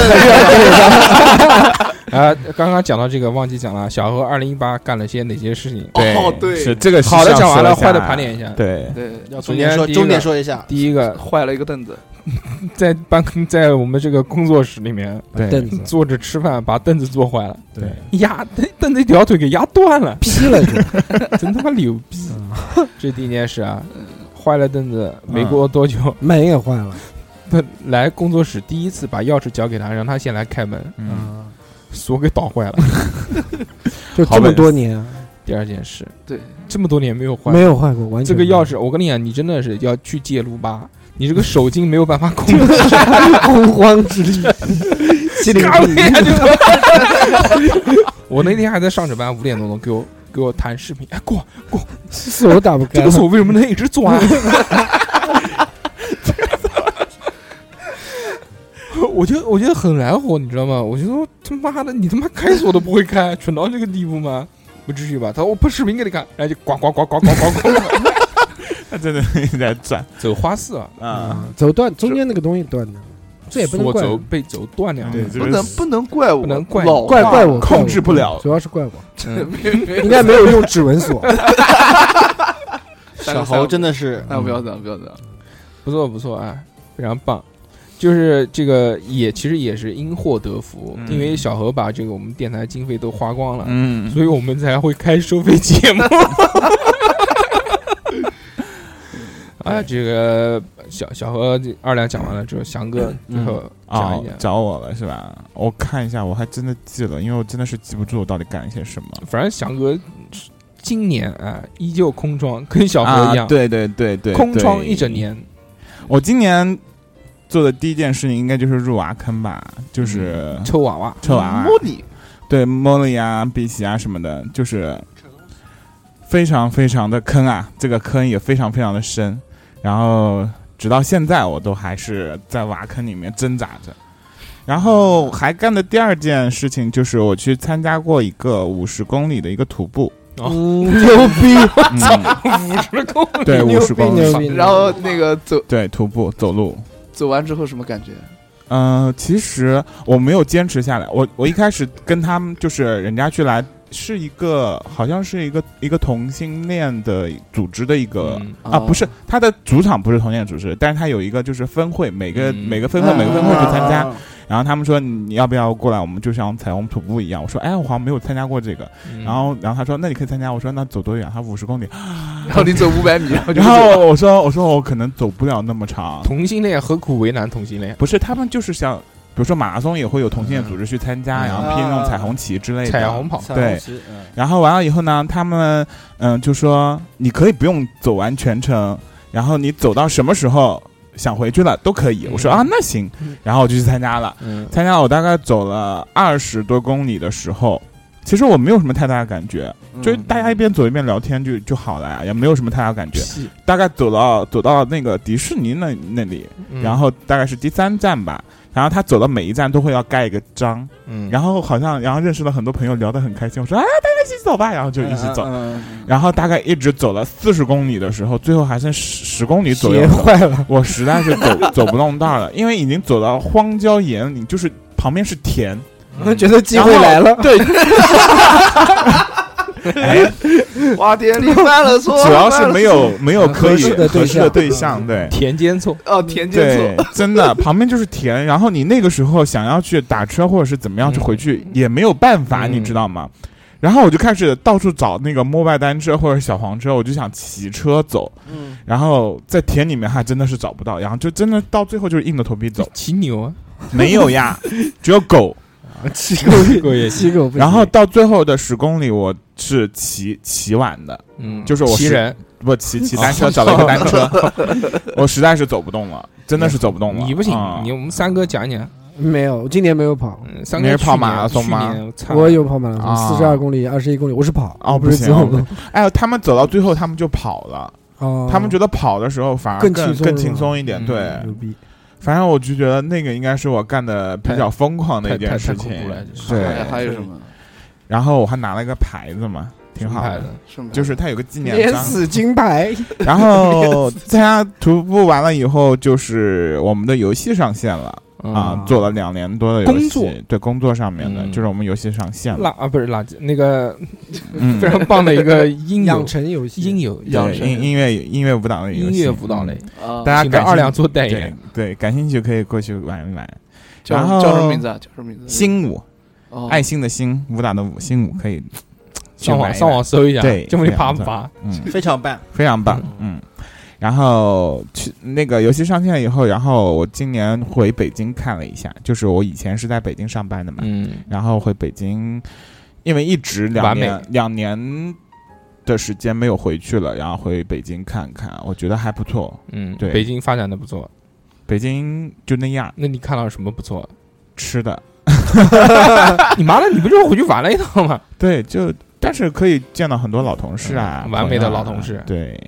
B: 啊。刚刚讲到这个忘记讲了，小何二零一八干了些哪些事情？
E: 哦对
D: 是这个是
B: 好的
D: 上
B: 讲
D: 次
B: 完了，
D: 下
B: 坏的盘点一下。
D: 对，
E: 对，
F: 要
B: 首
F: 重
B: 先
F: 点说，
B: 第一个
F: 重点说一下，
B: 第一个，
E: 坏了一个凳子，
B: 在办公在我们这个工作室里面
C: 把凳子，
B: 坐着吃饭，把凳子坐坏了，
D: 嗯对，
B: 压凳凳子一条腿给压断了
C: 劈了就，嗯
B: 真他妈牛逼！ 这第一件事啊，坏了凳子，没
D: 嗯
B: 过多久，
C: 门也换了，
B: 他来工作室第一次把钥匙交给他，让他先来开门，
D: 嗯，
B: 锁给倒坏了。
C: 就
D: 好
C: 这么
D: 本事
C: 多年
B: 第二件事，
E: 对，
B: 这么多年没有换
C: 没有换过，完
B: 这
C: 全
B: 个
C: 没
B: 钥
C: 有
B: 匙，我跟你讲，你真的是要去借路吧，你这个手劲没有办法控制，
C: 洪荒之力，七零
B: 嘎
C: 一
B: 嘣一下就 我那天还在上着班，五点多钟给我给我弹视频，哎过
C: 锁打不
B: 这
C: 开
B: 个，锁为什么能一直啊转？ 我就我觉得很来火，你知道吗？我就说他妈的，你他妈开锁都不会开，蠢到这个地步吗？不至于吧？他说我拍视频给你看，然后就呱呱呱呱呱呱 呱，
D: 他真的 一直在转
B: 走花式啊，
D: 啊，
C: 嗯走断中间那个东西断的，这也不能
B: 锁
C: 怪
B: 走
C: 我
B: 被走断了。
D: 对，
E: 不
D: 这
E: 能
D: 个
E: 不能怪我，
B: 不能怪
E: 老
C: 怪怪我，
D: 控制不
C: 怪我
D: 了
C: 主要是怪我，
E: 没有没有
C: 应该没有用指纹锁，
F: 小猴真的是
E: 哎，不要这样，不要这样。
B: 不错不错啊，非常棒。就是这个也其实也是因祸得福，
D: 嗯
B: 因为小何把这个我们电台经费都花光了，
D: 嗯，
B: 所以我们才会开收费节目。 啊，这个小小何这二两讲完了之后，翔哥最后讲
D: 哦
B: 一讲，，
D: 找我了是吧？我看一下，我还真的记了，因为我真的是记不住我到底干了些什么。
B: 反正翔哥今年啊依旧空窗，跟小何
D: 啊
B: 一，样，
D: 对对对对，嗯
B: 空窗
D: 对
B: 一整。年。
D: 我今年做的第一件事情应该就是入娃坑吧，就是
B: 抽娃娃，
D: 臭娃娃，
E: 摸你，
D: 对茉莉啊、碧玺啊什么的，就是非常非常的坑啊，这个坑也非常非常的深，然后直到现在我都还是在挖坑里面挣扎着。然后还干的第二件事情就是我去参加过一个五十公里的一个徒步，
C: 嗯牛逼，
D: 嗯、
B: 五十公里
D: 对
C: 牛
D: 五十
C: 逼
D: 公
C: 牛
D: 里，
C: 逼，
E: 然后那个走
D: 对徒步走路，
E: 走完之后什么感觉？
D: 嗯，其实我没有坚持下来。我我一开始跟他们就是人家去来是一个好像是一个一个同性恋的组织的一个、
B: 嗯
D: 啊，
E: 哦
D: 不是他的主场不是同性恋组织，但是他有一个就是分会，每个、
B: 嗯
D: 每个分会每个分会去参加。
F: 啊
D: 然后他们说你要不要过来，我们就像彩虹徒步一样。我说哎，我好像没有参加过这个。
B: 嗯
D: 然后然后他说那你可以参加。我说那走多远？他五十公里。
E: 然后你走五 百米，
B: 哦
E: 然后就
D: 然后我说我说我可能走不了那么长。
B: 同性恋何苦为难同性恋？
D: 不是，他们就是想，比如说马拉松也会有同性恋组织去参加，
B: 嗯
D: 然后披那种彩虹旗之类的。
B: 彩虹。跑，
F: 彩
D: 对
F: 虹旗嗯
D: 然后完了以后呢，他们嗯、就说你可以不用走完全程，然后你走到什么时候想回去了都可以。我说啊，那行
B: 嗯，
D: 然后我就去参加了。
B: 嗯
D: 参加了我大概走了二十多公里的时候，其实我没有什么太大的感觉，
B: 嗯
D: 就是大家一边走一边聊天就就好了呀，也没有什么太大感觉。大概走到走到那个迪士尼那那里，
B: 嗯
D: 然后大概是第三站吧。然后他走到每一站都会要盖一个章，
B: 嗯，
D: 然后好像然后认识了很多朋友，聊得很开心。我说啊，大家一起走吧，然后就一起走。然后大概一直走了四十公里的时候，最后还剩十十公里左右
C: 鞋，坏了，
D: 我实在是走 走不动道了，因为已经走到荒郊野岭，就是旁边是田。
C: 我
B: 嗯
C: 觉得机会来了。
D: 对，哎，
E: 花田里犯了错，
D: 主要是没有没有可以
C: 合适的对象
D: 合适的对象，对。
B: 田间错，
E: 哦 田间错
D: 对，真的，旁边就是田，然后你那个时候想要去打车或者是怎么样去回去、也没有办法，
B: 嗯
D: 你知道吗？然后我就开始到处找那个摩拜单车或者小黄车，我就想骑车走，
F: 嗯，
D: 然后在田里面还真的是找不到，然后就真的到最后就是硬着头 皮走，
B: 骑牛啊，
D: 没有呀，只有狗，
C: 骑
B: 狗也行
C: 骑狗不行，
D: 然后到最后的十公里，我是骑骑完的，
B: 嗯，
D: 就是我
B: 骑
D: 是
B: 人，
D: 不骑骑单车，找了一个单车，我实在是走不动了，真的是走不动了。
B: 你不行
D: 啊，
B: 你我们三哥讲讲，
C: 没有，我今年没有跑，
B: 嗯，三
D: 你
B: 哥
D: 是跑
B: 去年
D: 马拉松吗？
B: 去年操
C: 我有跑马拉
D: 啊
C: 松，四十二公里、二十一公里，我是跑，
D: 哦
C: 我
D: 不
C: 是
D: 行
C: 走
D: 哦。哎呦，他们走到最后，他们就跑了，
C: 哦，
D: 他们觉得跑的时候反而
C: 更
D: 更
C: 轻松
D: 更
C: 是吧
D: 轻松一点。
B: 嗯
D: 对，
C: 牛逼，
D: 反正我就觉得那个应该是我干的比较疯狂的
B: 太
D: 一件
B: 太太
D: 事
B: 恐
D: 情
B: 怖了，。这是
D: 对
E: 还哎 还有什么
D: 然后我还拿了一个牌子嘛，挺好
B: 牌
D: 的，
B: 子，
E: 什么
D: 就是它有个纪念
C: 免
D: 章。
C: 死金牌，
D: 然后参加徒步完了以后，就是我们的游戏上线了啊
B: 嗯，
D: 做了两年多的游戏，
B: 工作
D: 对工作上面的，
B: 嗯
D: 就是我们游戏上线
B: 垃
D: 了，
B: 啊不是垃圾，那个
D: 嗯
B: 非，常棒的一 个音
C: 养
B: 游，
C: 成游戏，
B: 音游
E: 养
D: 对
E: 成
D: 音音乐音乐舞蹈类游
B: 音
D: 戏，
B: 乐辅导类，
E: 啊
D: 大家
B: 请跟
D: 感兴
B: 二两做代
D: 对
B: 言
D: 对，感兴趣可以过去玩一玩。
E: 叫
D: 然后
E: 叫什么名字啊？叫什么名字？
D: 星舞，
E: 哦
D: 爱心的心，舞蹈的舞，星舞 可以去
B: 上网
D: 玩一玩
B: 上网，搜一下，
D: 对
B: 这么你爬不爬？
D: 嗯，
F: 非常棒。
D: 非常棒，嗯。然后去那个游戏上线以后，然后我今年回北京看了一下，就是我以前是在北京上班的嘛，
B: 嗯，
D: 然后回北京，因为一直两
B: 完
D: 年
B: 美
D: 两年的时间没有回去了，然后回北京看看，我觉得还不错。
B: 嗯，
D: 对
B: 北京发展的不错。
D: 北京就那样，
B: 那你看到什么不错？
D: 吃的
B: 你妈的，你不就是回去玩了一趟吗？
D: 对，就但是可以见到很多老同事啊，
B: 嗯完美的
D: 朋友
B: 老
D: 啊
B: 同事
D: 对。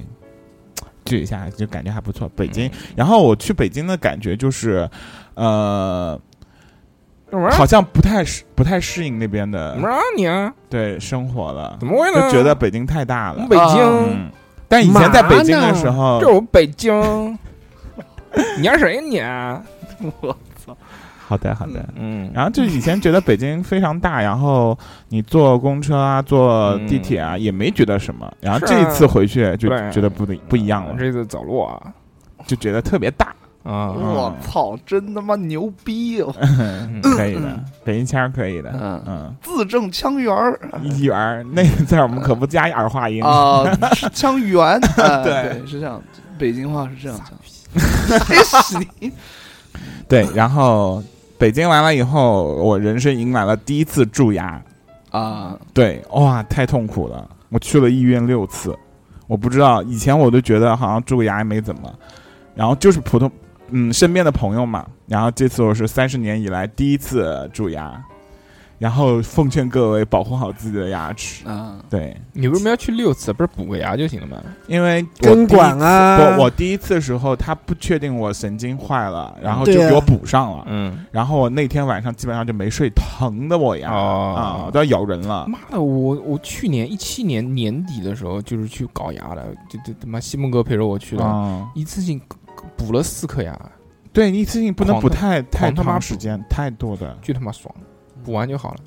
D: 聚一下就感觉还不错，北
B: 嗯
D: 京。然后我去北京的感觉就是，呃， 好像不太适不太适应那边的
B: 怎么让你啊？
D: 对生活了
B: 怎，么会
D: 就
B: 呢？
D: 觉得北京太大
B: 我
D: 了
B: 们。北京，
D: 嗯，但以前在北京的时候
B: 这，我们北京， 你要谁你啊？
D: 好的好的。
B: 嗯
D: 然后就以前觉得北京非常大，然后你坐公车啊、坐地铁啊，也没觉得什么。然后这一次回去就
B: 嗯对
D: 觉得不不一样了，
B: 这次走路啊
D: 就觉得特别大。嗯
B: 啊，
E: 我操，真他妈牛逼 哦！
D: 可以的，北京腔儿可以的。
E: 嗯，
D: 嗯，
E: 字正腔圆儿
D: 一元儿那个字儿我们可不加儿化音。
E: 啊，腔 圆，啊
D: 嗯对
E: 对，是这样，北京话是这样讲。你
D: 对，然后北京完了以后，我人生迎来了第一次蛀牙。
E: 啊，
D: 对，哇，太痛苦了！我去了医院六次，我不知道，以前我都觉得好像蛀牙没怎么，然后就是普通，嗯，身边的朋友嘛。然后这次我是三十年以来第一次蛀牙，然后奉劝各位保护好自己的牙齿。
E: 啊，
D: 对，
B: 你为什么要去六次？不是补个牙就行了吗？
D: 因为我
C: 根
D: 第一
C: 管啊，
D: 不，我第一次时候他不确定我神经坏了，然后就
C: 对啊
D: 给我补上了，
B: 嗯，
D: 然后我那天晚上基本上就没睡，疼的我呀，
B: 哦
D: 啊，我都要咬人了。
B: 妈的，我我去年一七年年底的时候就是去搞牙的，就就他妈西蒙哥陪着我去的，
D: 啊，
B: 一次性补了四颗牙，
D: 对，你一次性不能
B: 狂
D: 补
B: 的
D: 太太
B: 狂他妈
D: 长
B: 补
D: 时间，太多的。
B: 巨他妈爽，补完就好了。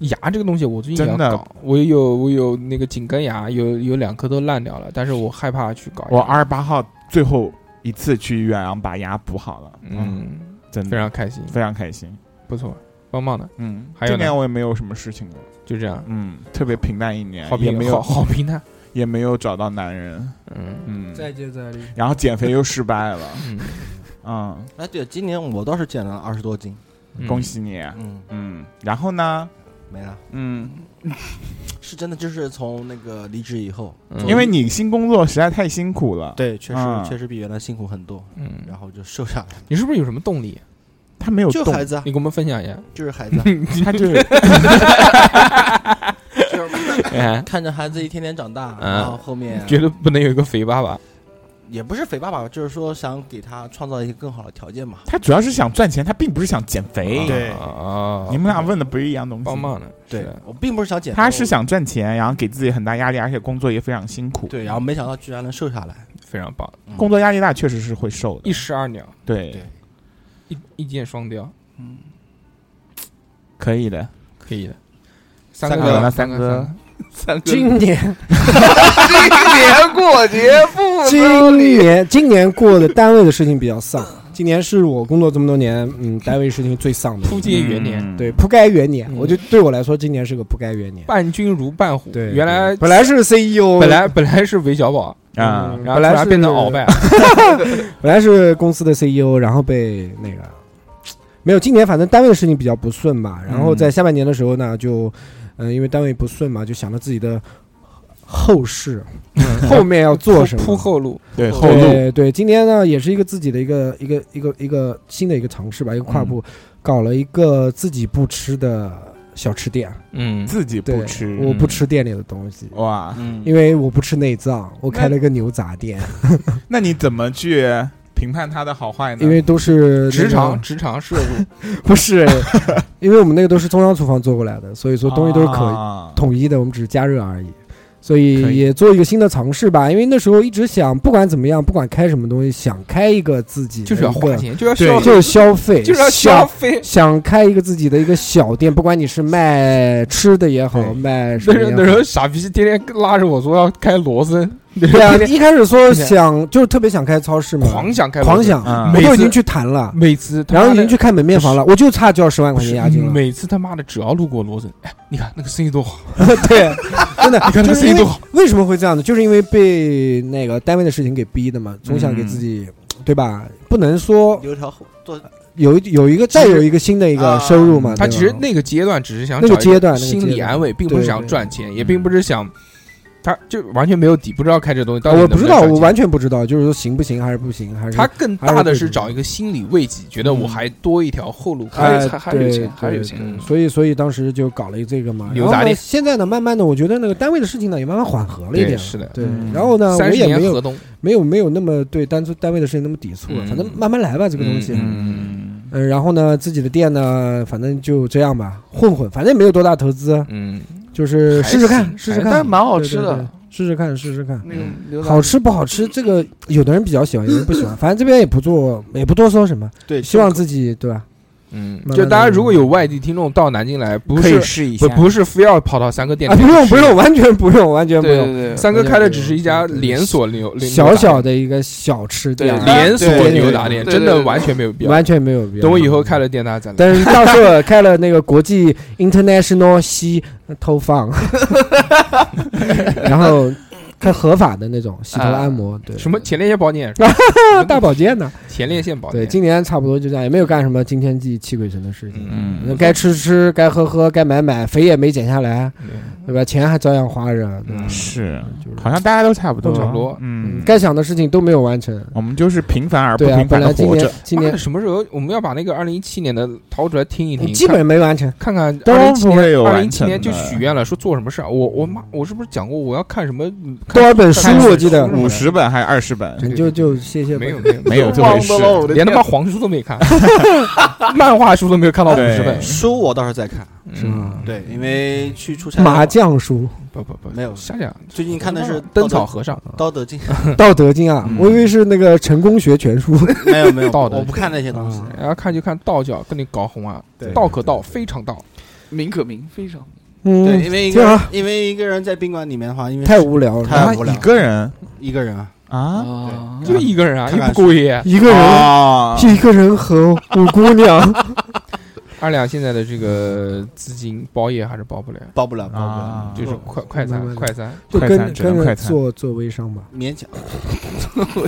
B: 牙这个东西，我最近也要
D: 真的
B: 搞。我有我有那个紧根牙，有有两颗都烂掉了，但是我害怕去搞牙。
D: 我二十八号最后一次去医院，然后把牙补好了，嗯，
B: 嗯，
D: 真
B: 非
D: 的
B: 常开心，
D: 非常开心，
B: 不错，棒棒的，
D: 嗯，
B: 还有
D: 今
B: 呢
D: 年我也没有什么事情了，
B: 就这样。
D: 嗯，特别平淡一年
B: 好，
D: 哎也
B: 评
D: 没
B: 好
D: 有
B: 好评探，
D: 也没有找到男人，
B: 嗯
D: 嗯，
C: 接再厉，
D: 然后减肥又失败了，
B: 嗯，
D: 嗯，
F: 哎，对，今年我倒是减了二十多斤。
B: 嗯
D: 恭喜你，
F: 嗯，
D: 嗯，然后呢，
F: 没了。
D: 嗯，
F: 是真的，就是从那个离职以后，
B: 嗯
D: 因为你新工作实在太辛苦了。
F: 对，确实、
D: 啊
F: 确实比原来辛苦很多，
B: 嗯，
F: 然后就瘦下来了。
B: 你是不是有什么动力？
D: 他没有
F: 就
D: 动，
F: 孩子啊，
B: 你给我们分享一下。
F: 就是孩子啊，
D: 他就是
F: 就是
B: 哎，
F: 看着孩子一天天长大，
B: 嗯
F: 然后后面
B: 觉得不能有一个肥爸爸。
F: 也不是肥爸爸，就是说想给他创造一些更好的条件嘛。
D: 他主要是想赚钱，他并不是想减肥。
H: 对
B: 啊，
D: 你们俩问的不是一样东西。
B: 棒棒的，是的
F: 我并不是想减肥，
D: 他是想赚钱，然后给自己很大压力，而且工作也非常辛苦。
F: 对，然后没想到居然能瘦下来，
B: 非常棒，
D: 工作压力大确实是会瘦的
B: 一。石二鸟，
D: 对
F: 对，
B: 一一箭双雕，
D: 可以的。
B: 可以的。三
D: 三
B: 哥
D: 哥，
B: 呢，
D: 那三哥，
E: 三个
C: 今年
E: 今年过节不
C: 今年今年过的单位的事情比较丧， 今年是我工作这么多年，嗯，单位事情最丧的一
B: 扑
C: 年。
B: 街元年，
D: 嗯
C: 对，，不该元年，
B: 嗯
C: 我就对我来说，今年是个不该元年。
B: 伴君如伴虎。
C: 对，
B: 原来
C: 对本来是 E CEO，
B: 本来本来是韦小宝，
D: 啊，
C: 嗯
B: 然后
C: 本来
B: 突然
C: 是
B: 变成鳌拜，
C: 本来是公司的 CEO，然后被那个没有，今年反正单位的事情比较不顺吧。然
B: 嗯
C: 后在下半年的时候呢，就嗯、呃因为单位不顺嘛，就想着自己的后事，后面要做什么，
B: 嗯铺后路。
D: 对后路，
C: 对对，今天呢也是一个自己的一个一个一个一个新的一个尝试吧，一个
B: 嗯
C: 跨步，搞了一个自己不吃的小吃店。
B: 嗯，
D: 自己
C: 对，
D: 不吃，
C: 我不吃店里的东西，
D: 哇，
F: 嗯，
C: 因为我不吃内脏，我开了一个牛杂店，
B: 嗯
D: 那你怎么去评判他的好坏呢？
C: 因为都是那
B: 职
C: 个
B: 场职场摄入，
C: 不是，因为我们那个都是中央厨房做过来的，所以说东西都是可
D: 啊
C: 统一的，我们只是加热而已。所
D: 可
C: 以
D: 以
C: 也做一个新的尝试吧，因为那时候一直想，不管怎么样，不管开什么东西，想开一个自己的
B: 就是要
C: 一
B: 花
C: 个
B: 钱，就要
D: 对
B: 消，
C: 就是消费，
B: 就是要消
C: 想
B: 费。
C: 想开一个自己的一个小店，不管你是卖吃的也好，
D: 对
C: 卖
B: 那
C: 什么
B: 时候那
C: 也
B: 时
C: 好
B: 候傻逼天天拉着我说要开罗森，
C: 对啊，一开始说
B: 天天
C: 想就是特别想开超市嘛，
B: 狂想开罗森
C: 狂，想，
D: 嗯
C: 我
B: 每
C: 都
B: 次
C: 已经去谈了，
B: 每次他
C: 然
B: 妈
C: 后已
B: 的
C: 经去看门面房了，我就差交十万
B: 不
C: 块钱
B: 是
C: 押金了。
B: 每次他妈的只要路过罗森，哎，你看那个生意多好，
C: 对，真的，
B: 你看那
C: 就
B: 个
C: 是
B: 生意
C: 因为
B: 多好，
C: 为什么会这样呢？就是因为被那个单位的事情给逼的嘛，总想给
D: 嗯
C: 自己，对吧？不能说
F: 留条后做
C: 有一有一个再有一个新的一个
F: 啊
C: 收入嘛。
B: 他
C: 对
B: 其实
C: 吧
B: 那个阶段只是想
C: 那个
B: 找一
C: 阶段那个
B: 心
C: 阶
B: 理
C: 段
B: 安慰，并不是
C: 对
B: 想
C: 对
B: 赚钱，也并不是想，他就完全没有底，不知道开这东西到底
C: 啊我
B: 能能
C: 不知道，
B: 赚
C: 我
B: 钱
C: 完全不知道，就是说行不行还是不行，还是
B: 他更
C: 还是
B: 大的
C: 会
B: 是
C: 这
B: 找
C: 样
B: 一个心理慰藉，觉得我
C: 嗯
B: 还多一条后路可
E: 还
B: 以
E: 有
C: 哎
E: 钱还是有
C: 对
E: 钱还是有
C: 对
E: 钱
C: 对
B: 嗯
C: 所以所以当时就搞了一个这个嘛。
B: 牛
C: 然后
B: 杂
C: 呢
B: 店
C: 现在呢，慢慢的，我觉得那个单位的事情呢也慢慢缓和了一
B: 对
C: 点了。
B: 是的
C: 对
D: 嗯。
C: 然后呢，我
B: 三十
C: 也
B: 年
C: 没有
B: 河东，
C: 没有没有那么对单单位的事情那么抵触了，
B: 嗯
C: 反正慢慢来吧，这个东西。
D: 嗯，
C: 嗯，然后呢，自己的店呢，反正就这样吧，混混，反正也没有多大投资，啊
B: 嗯，
C: 就是
B: 还
C: 试试
B: 行
C: 看，试试
B: 还
C: 看，
E: 但蛮好
C: 对
E: 吃
C: 对
E: 的
C: 对，试试看，试试看。
E: 那个牛杂
C: 好吃不好吃，这个有的人比较喜欢，有人不喜 欢。反正这边也不做，也不多说什么，
F: 对，
C: 希望自己对吧？
B: 嗯
C: 慢，慢
B: 就大家
C: 地
B: 如果有外地听众到南京来，不
D: 可以
B: 是
D: 试一下
B: 不。不是非要跑到三哥店
C: 啊，
B: 里
C: 不
B: 面去
C: 用
B: 吃
C: 不用，，完全不用，完全不
E: 对
C: 用。
E: 对对，
B: 三哥开的只是一家连锁牛
C: 小小的一个小吃店，
D: 啊
E: 对
B: 连锁
C: 对
B: 牛杂店，
E: 对对
B: 真的
E: 对
B: 完全没有必要。
C: 完全没有必要。
B: 等我以后开，了店，大家再来。
C: 但是到时候开了那个国际 international 西偷 放，然后开合法的那种洗头按摩，对，
B: 什么前列腺保健，
C: 大保健呢？
B: 前列腺保
C: 啊对，
B: 健，
C: 今年差不多就这样，也没有干什么惊天地泣鬼神的事情。
D: 嗯，
C: 该吃吃，该喝喝，该买买，肥也没减下来，
B: 对
C: 对吧？钱还照样花着，对吧
B: 嗯
D: 是，
C: 就是
D: 好像大家都差不多，
B: 都差不多
D: 嗯，
C: 该想的事情都没有完成。
D: 我们就是平凡而不
C: 对啊
D: 平，
C: 本
D: 凡的
C: 来今
D: 活
C: 年
D: 着。
C: 今
B: 妈
C: 年嗯
B: 的什么时候我们要把那个二零一七年的掏出来听一听？
C: 基本没完成，
B: 看看
D: 都
B: 二零七
D: 不会
B: 年，
D: 有
B: 二零
D: 完
B: 七
D: 成
B: 年就
D: 的
B: 许愿了，说做什么事儿。我我妈，我是不是讲过我要看什么？
C: 多少本书
B: 看
C: 我记得
B: 看
D: 五十本还是二十本？
C: 就就谢谢吧
B: 没有没有
D: 没有这
E: 忘
D: 回
E: 得了我
D: 事。
E: 的
B: 连
E: 天
B: 他妈黄书都没 看，漫画书都没有看到五
D: 对
B: 十本，
F: 书我倒是在看，
C: 是
B: 嗯，
C: 吗？
F: 对，因为去出差
C: 麻将书
B: 不不不，
F: 没有
B: 想想
F: 最近看的嗯是《
B: 灯草和尚，
F: 道德经》，
C: 《道德经》啊
D: 嗯，
C: 我以为是那个成功学全书。
F: 没有没有，
B: 道德嗯
F: 我不看那些东西。
C: 啊
B: 然后哎看就看道教跟你搞红啊，
D: 对
B: 道可道非常道，
E: 名可名，非常
F: 对，
C: 嗯，
F: 因为一
C: 这
F: 个
C: 样
F: 人
C: 啊
F: 因为一个人在宾馆里面的话，因为
C: 太无聊了，
F: 太
D: 啊
F: 无聊
D: 一个人
F: 一个人啊，
D: 啊
E: 啊
C: 嗯
B: 就一个人啊，
F: 看
B: 又
F: 看
B: 不过夜，
C: 一个人
D: 啊
C: 一个人和五姑娘
B: 二两现在的这个资金包夜还是包不了，
F: 包不了，包不了，
D: 啊，
B: 就是快快
C: 嗯哦慢
B: 餐
C: 慢地
B: 快 餐。
C: 就
D: 快
C: 跟
D: 餐只能
C: 跟
D: 快
C: 着
D: 餐
C: 做做微商吧。
F: 勉强。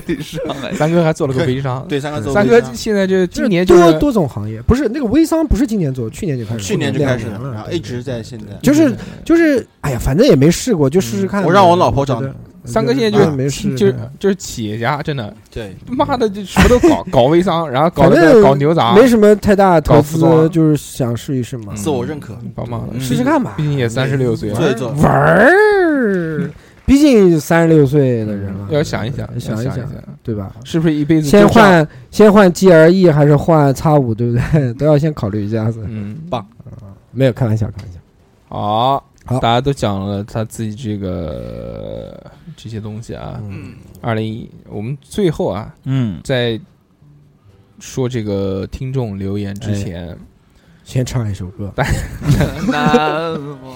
E: 微商哎，
B: 三哥还做了个微商，
F: 对，三个字。
B: 三哥现在这今年就
C: 多
B: 是
C: 多种行业，不是那个微商，不是今年做，去年就开始做，
F: 去年就开始
C: 两年
F: 了，
C: 了，
F: 然后
C: 对
F: 一直在现在。
B: 嗯
C: 就是就是，哎呀，反正也没试过，就试试看呗。
F: 我让我老婆找
C: 觉得
F: 你，
B: 三哥现在
C: 我
B: 就
C: 觉得啊嗯没
B: 是
C: 事，
B: 就是就是企业家，真的
F: 对，
B: 妈的就什么都搞搞微商，然后搞那
C: 反
B: 个
C: 正
B: 搞牛杂，
C: 没什么太大投
B: 搞服装
C: 资，就是想试一试嘛，
F: 自我认可，
B: 帮忙了，
E: 嗯
C: 试试看吧嗯
B: 毕。竟也三十六岁了，
F: 做一做。
C: 玩儿，毕竟三十六岁的人了，
B: 嗯要想一想，
C: 想
B: 一
C: 一
B: 想
C: 想，，对吧？
B: 是不是一辈子
C: 先
B: 就这样？
C: 换先换 G R E 还是换叉五，对不对？ 都要先考虑一下子。
B: 嗯，
C: 没有开玩笑，开玩笑。
B: 好，
C: 好
B: 大家都讲了他自己这个这些东西啊。
E: 嗯，
B: 二零一，我们最后啊，
D: 嗯，
B: 在说这个听众留言之前，
C: 先唱一首歌，
E: 嗯难忘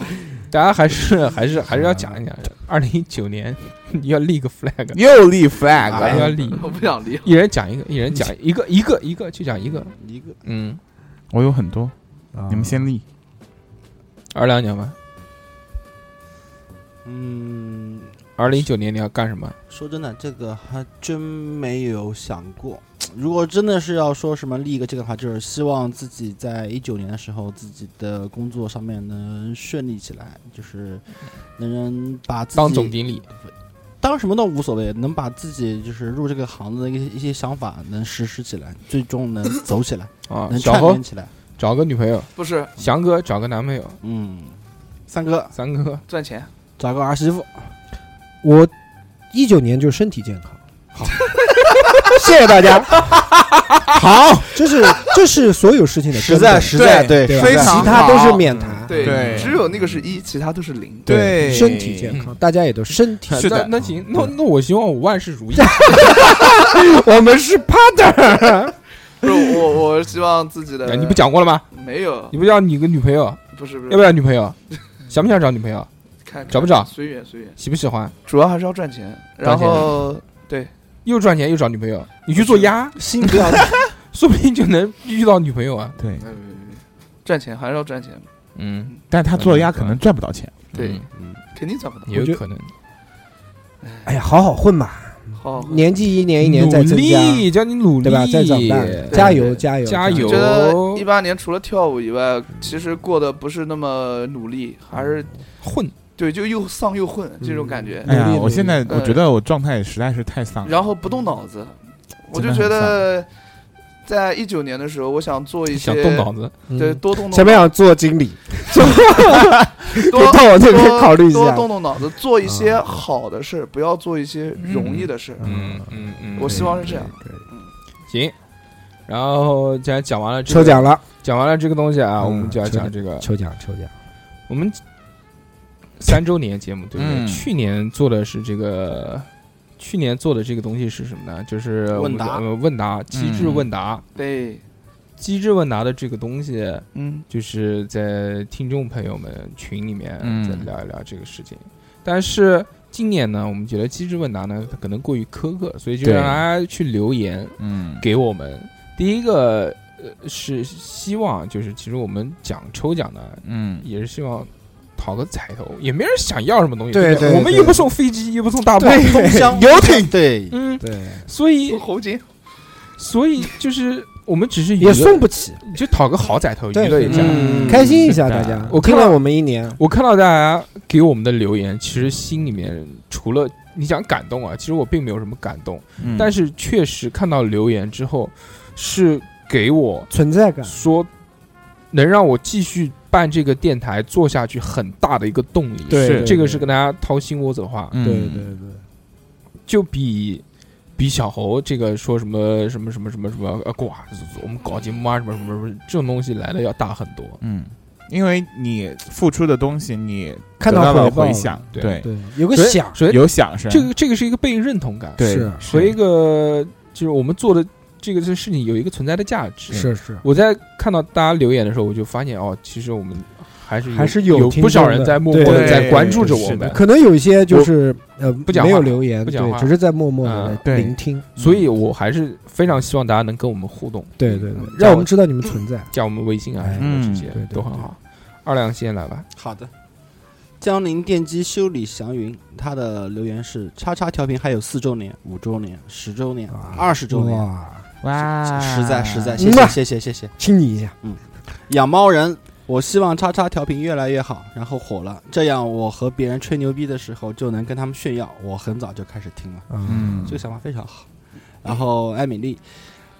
B: 大家还是还是还是要讲一讲，二零一九年要立个 flag，
D: 又立 flag
B: 啊要立，
E: 我不想离。
B: 一人讲一个，一人讲一个，一个一个就讲一个，
F: 一个
B: 嗯，
D: 我有很多，
C: 啊
D: 你们先立。
B: 二两讲吧。
F: 嗯，
B: 二零一九年你要干什么？
F: 说真的，这个还真没有想过。如果真的是要说什么立一个这个的话，就是希望自己在一九年的时候，自己的工作上面能顺利起来，就是能能把自己
B: 当总经理，
F: 当什么都无所谓，能把自己就是入这个行子的一些一些想法能实施起来，最终能走起来，
B: 啊，
F: 能
B: 小
F: 串
B: 何
F: 联起来。
B: 找个女朋友，
E: 不是
B: 翔哥找个男朋友，
F: 嗯，三哥
B: 三哥
E: 赚钱，
F: 找个儿媳妇，
C: 我一九年就身体健康，
F: 谢谢大家。
C: 好，这是这是所有事情的
F: 实在
C: 是
F: 实在对，
C: 对吧，
D: 非
C: 其
D: 常好
C: 他都是免谈。
E: 对，
D: 对
E: 只有那个是一，其他都是零。
D: 对
C: 身体健康，大家也都身体。
D: 是的
B: 那那行，那那我希望我万事如意。
C: 我们是 partner，
E: 不是我，我希望自己的
B: 哎你不讲过了吗？
E: 没有
B: 你，不要你个女朋友，
E: 不是不是，
B: 要不要女朋 友？想不想找女朋友？
E: 看
B: 找不找
E: 随缘随缘，
B: 喜不喜欢？
E: 主要还是要赚钱。然
B: 赚钱
E: 后
B: 又赚钱又找女朋友，你去做
E: 嗯
B: 鸭，
F: 心不要
B: 说不定就能遇到女朋友啊。
D: 对，
E: 没有没有没有没有赚钱还是要赚钱，
B: 嗯，
D: 但他做鸭可能赚不到钱。
E: 对
B: 嗯，，
E: 肯定赚不到。
B: 也
C: 我觉
B: 有
C: 得
B: 可能。
C: 哎呀，好好混嘛，
E: 好，好
C: 年纪一年一年在
B: 努
C: 增加，
B: 力，叫你努力，
C: 对吧？在长大，加油加油
B: 加
E: 我
B: 油
E: 觉得一八年除了跳舞以外，其实过得不是那么努力，还是
B: 混。
E: 对，就又丧又混这种感觉，
D: 哎呀
C: 努力，努
D: 我
C: 力
D: 现在
E: 嗯
D: 我觉得我状态实在是太丧了。
E: 然后不动脑子。我就
D: 嗯
E: 觉
D: 真的很
E: 得，在一九年的时候，我想做一些
B: 想动脑子，
E: 对，
C: 嗯
E: 多动动
C: 想不想做经理？
E: 多
C: 到我这边
E: 多
C: 考虑一
E: 多
C: 下。
E: 动动脑子，做一些好的事，不要做一些容易的事。
B: 嗯嗯嗯，
E: 我希望是这样。
B: 行。然后既然讲完了这个
C: 抽，奖了，
B: 讲完了这个东西啊，
D: 嗯
B: 我们就要
C: 抽奖
B: 讲这个
C: 抽奖，抽奖。
B: 我们三周年节目对不对？
D: 嗯
B: 去年做的是这个，去年做的这个东西是什么呢？就是我们的
F: 问答
B: 呃问答机制问答。
E: 对，
B: 机制问答的这个东西，
E: 嗯，
B: 就是在听众朋友们群里面
D: 嗯
B: 再聊一聊这个事情。但是今年呢，我们觉得机制问答呢，它可能过于苛刻，所以就
D: 对
B: 让大家去留言
D: 嗯，
B: 给我们。第一个呃是希望，就是其实我们讲抽奖呢，
D: 嗯，
B: 也是希望讨个彩头，也没人想要什么东西。
C: 对
B: 不
C: 对
B: 我们
C: 对
B: 又不送飞机，又不送大炮，
F: 风箱
C: 游艇
F: 对，
B: 嗯，
C: 对，
B: 所以
E: 侯景，
B: 所以就是我们只是娱乐
C: 也送不起，
B: 就讨个好彩头，娱
C: 对
B: 乐一下。
D: 嗯
C: 开心一下
D: 是的
C: 大家。
B: 我看
C: 听
B: 到
C: 了我们一年，
B: 我看到大家给我们的留言，其实心里面除了你想感动啊，其实我并没有什么感动，
D: 嗯
B: 但是确实看到留言之后，是给我
C: 存在感，
B: 说能让我继续办这个电台做下去很大的一个动力。
C: 对
D: 是
C: 对
B: 这个
C: 对
B: 是跟大家掏心窝子话，
D: 嗯
C: 对对对，
B: 就比比小猴这个说什么什么什么什么什么呃瓜，我们搞节目啊什么什么什么这种东西来的要大很多。
D: 嗯，因为你付出的东西，你
C: 看
D: 得到
C: 回
D: 了
C: 报
D: 回
C: 了，
D: 响，
B: 对
D: 对，
C: 对，有个
B: 所以
C: 响，
B: 所以
D: 有响声，
B: 这个这个是一个被认同感，
D: 对
C: 是
B: 和一个就是我们做的这个这事情有一个存在的价值。
C: 是是，
B: 我在看到大家留言的时候，我就发现哦，其实我们还是
C: 还是有
B: 有
C: 听
B: 不少
C: 众
B: 人
C: 的
B: 在默默
C: 对
B: 的在
D: 对
B: 关注着
D: 是
B: 我
D: 的
B: 们，
C: 可能有一些就是呃
B: 不讲话
C: 没有留言，
B: 不讲话
C: 对，只是在默默的
B: 嗯
D: 对
C: 聆听，
B: 所以我还是非常希望大家能跟我们互动，
C: 对对对
B: 嗯，
C: 让我们知道你们存在。
B: 加我们微信啊
C: 哎
B: 什么的这些
C: 嗯
B: 都很好。二亮先来吧，
F: 好的。江宁电机修理祥云，他的留言是：叉叉调频还有四周年、五周年、十周年、二十周年，
C: 哇，
D: 哇
F: 实在实在，谢
C: 嗯
F: 谢谢谢谢谢。
C: 亲你一下，
F: 养猫人，我希望叉叉调频越来越好，然后火了，这样我和别人吹牛逼的时候就能跟他们炫耀，我很早就开始听了。
C: 啊
D: 嗯
F: 这个想法非常好。然后艾米丽，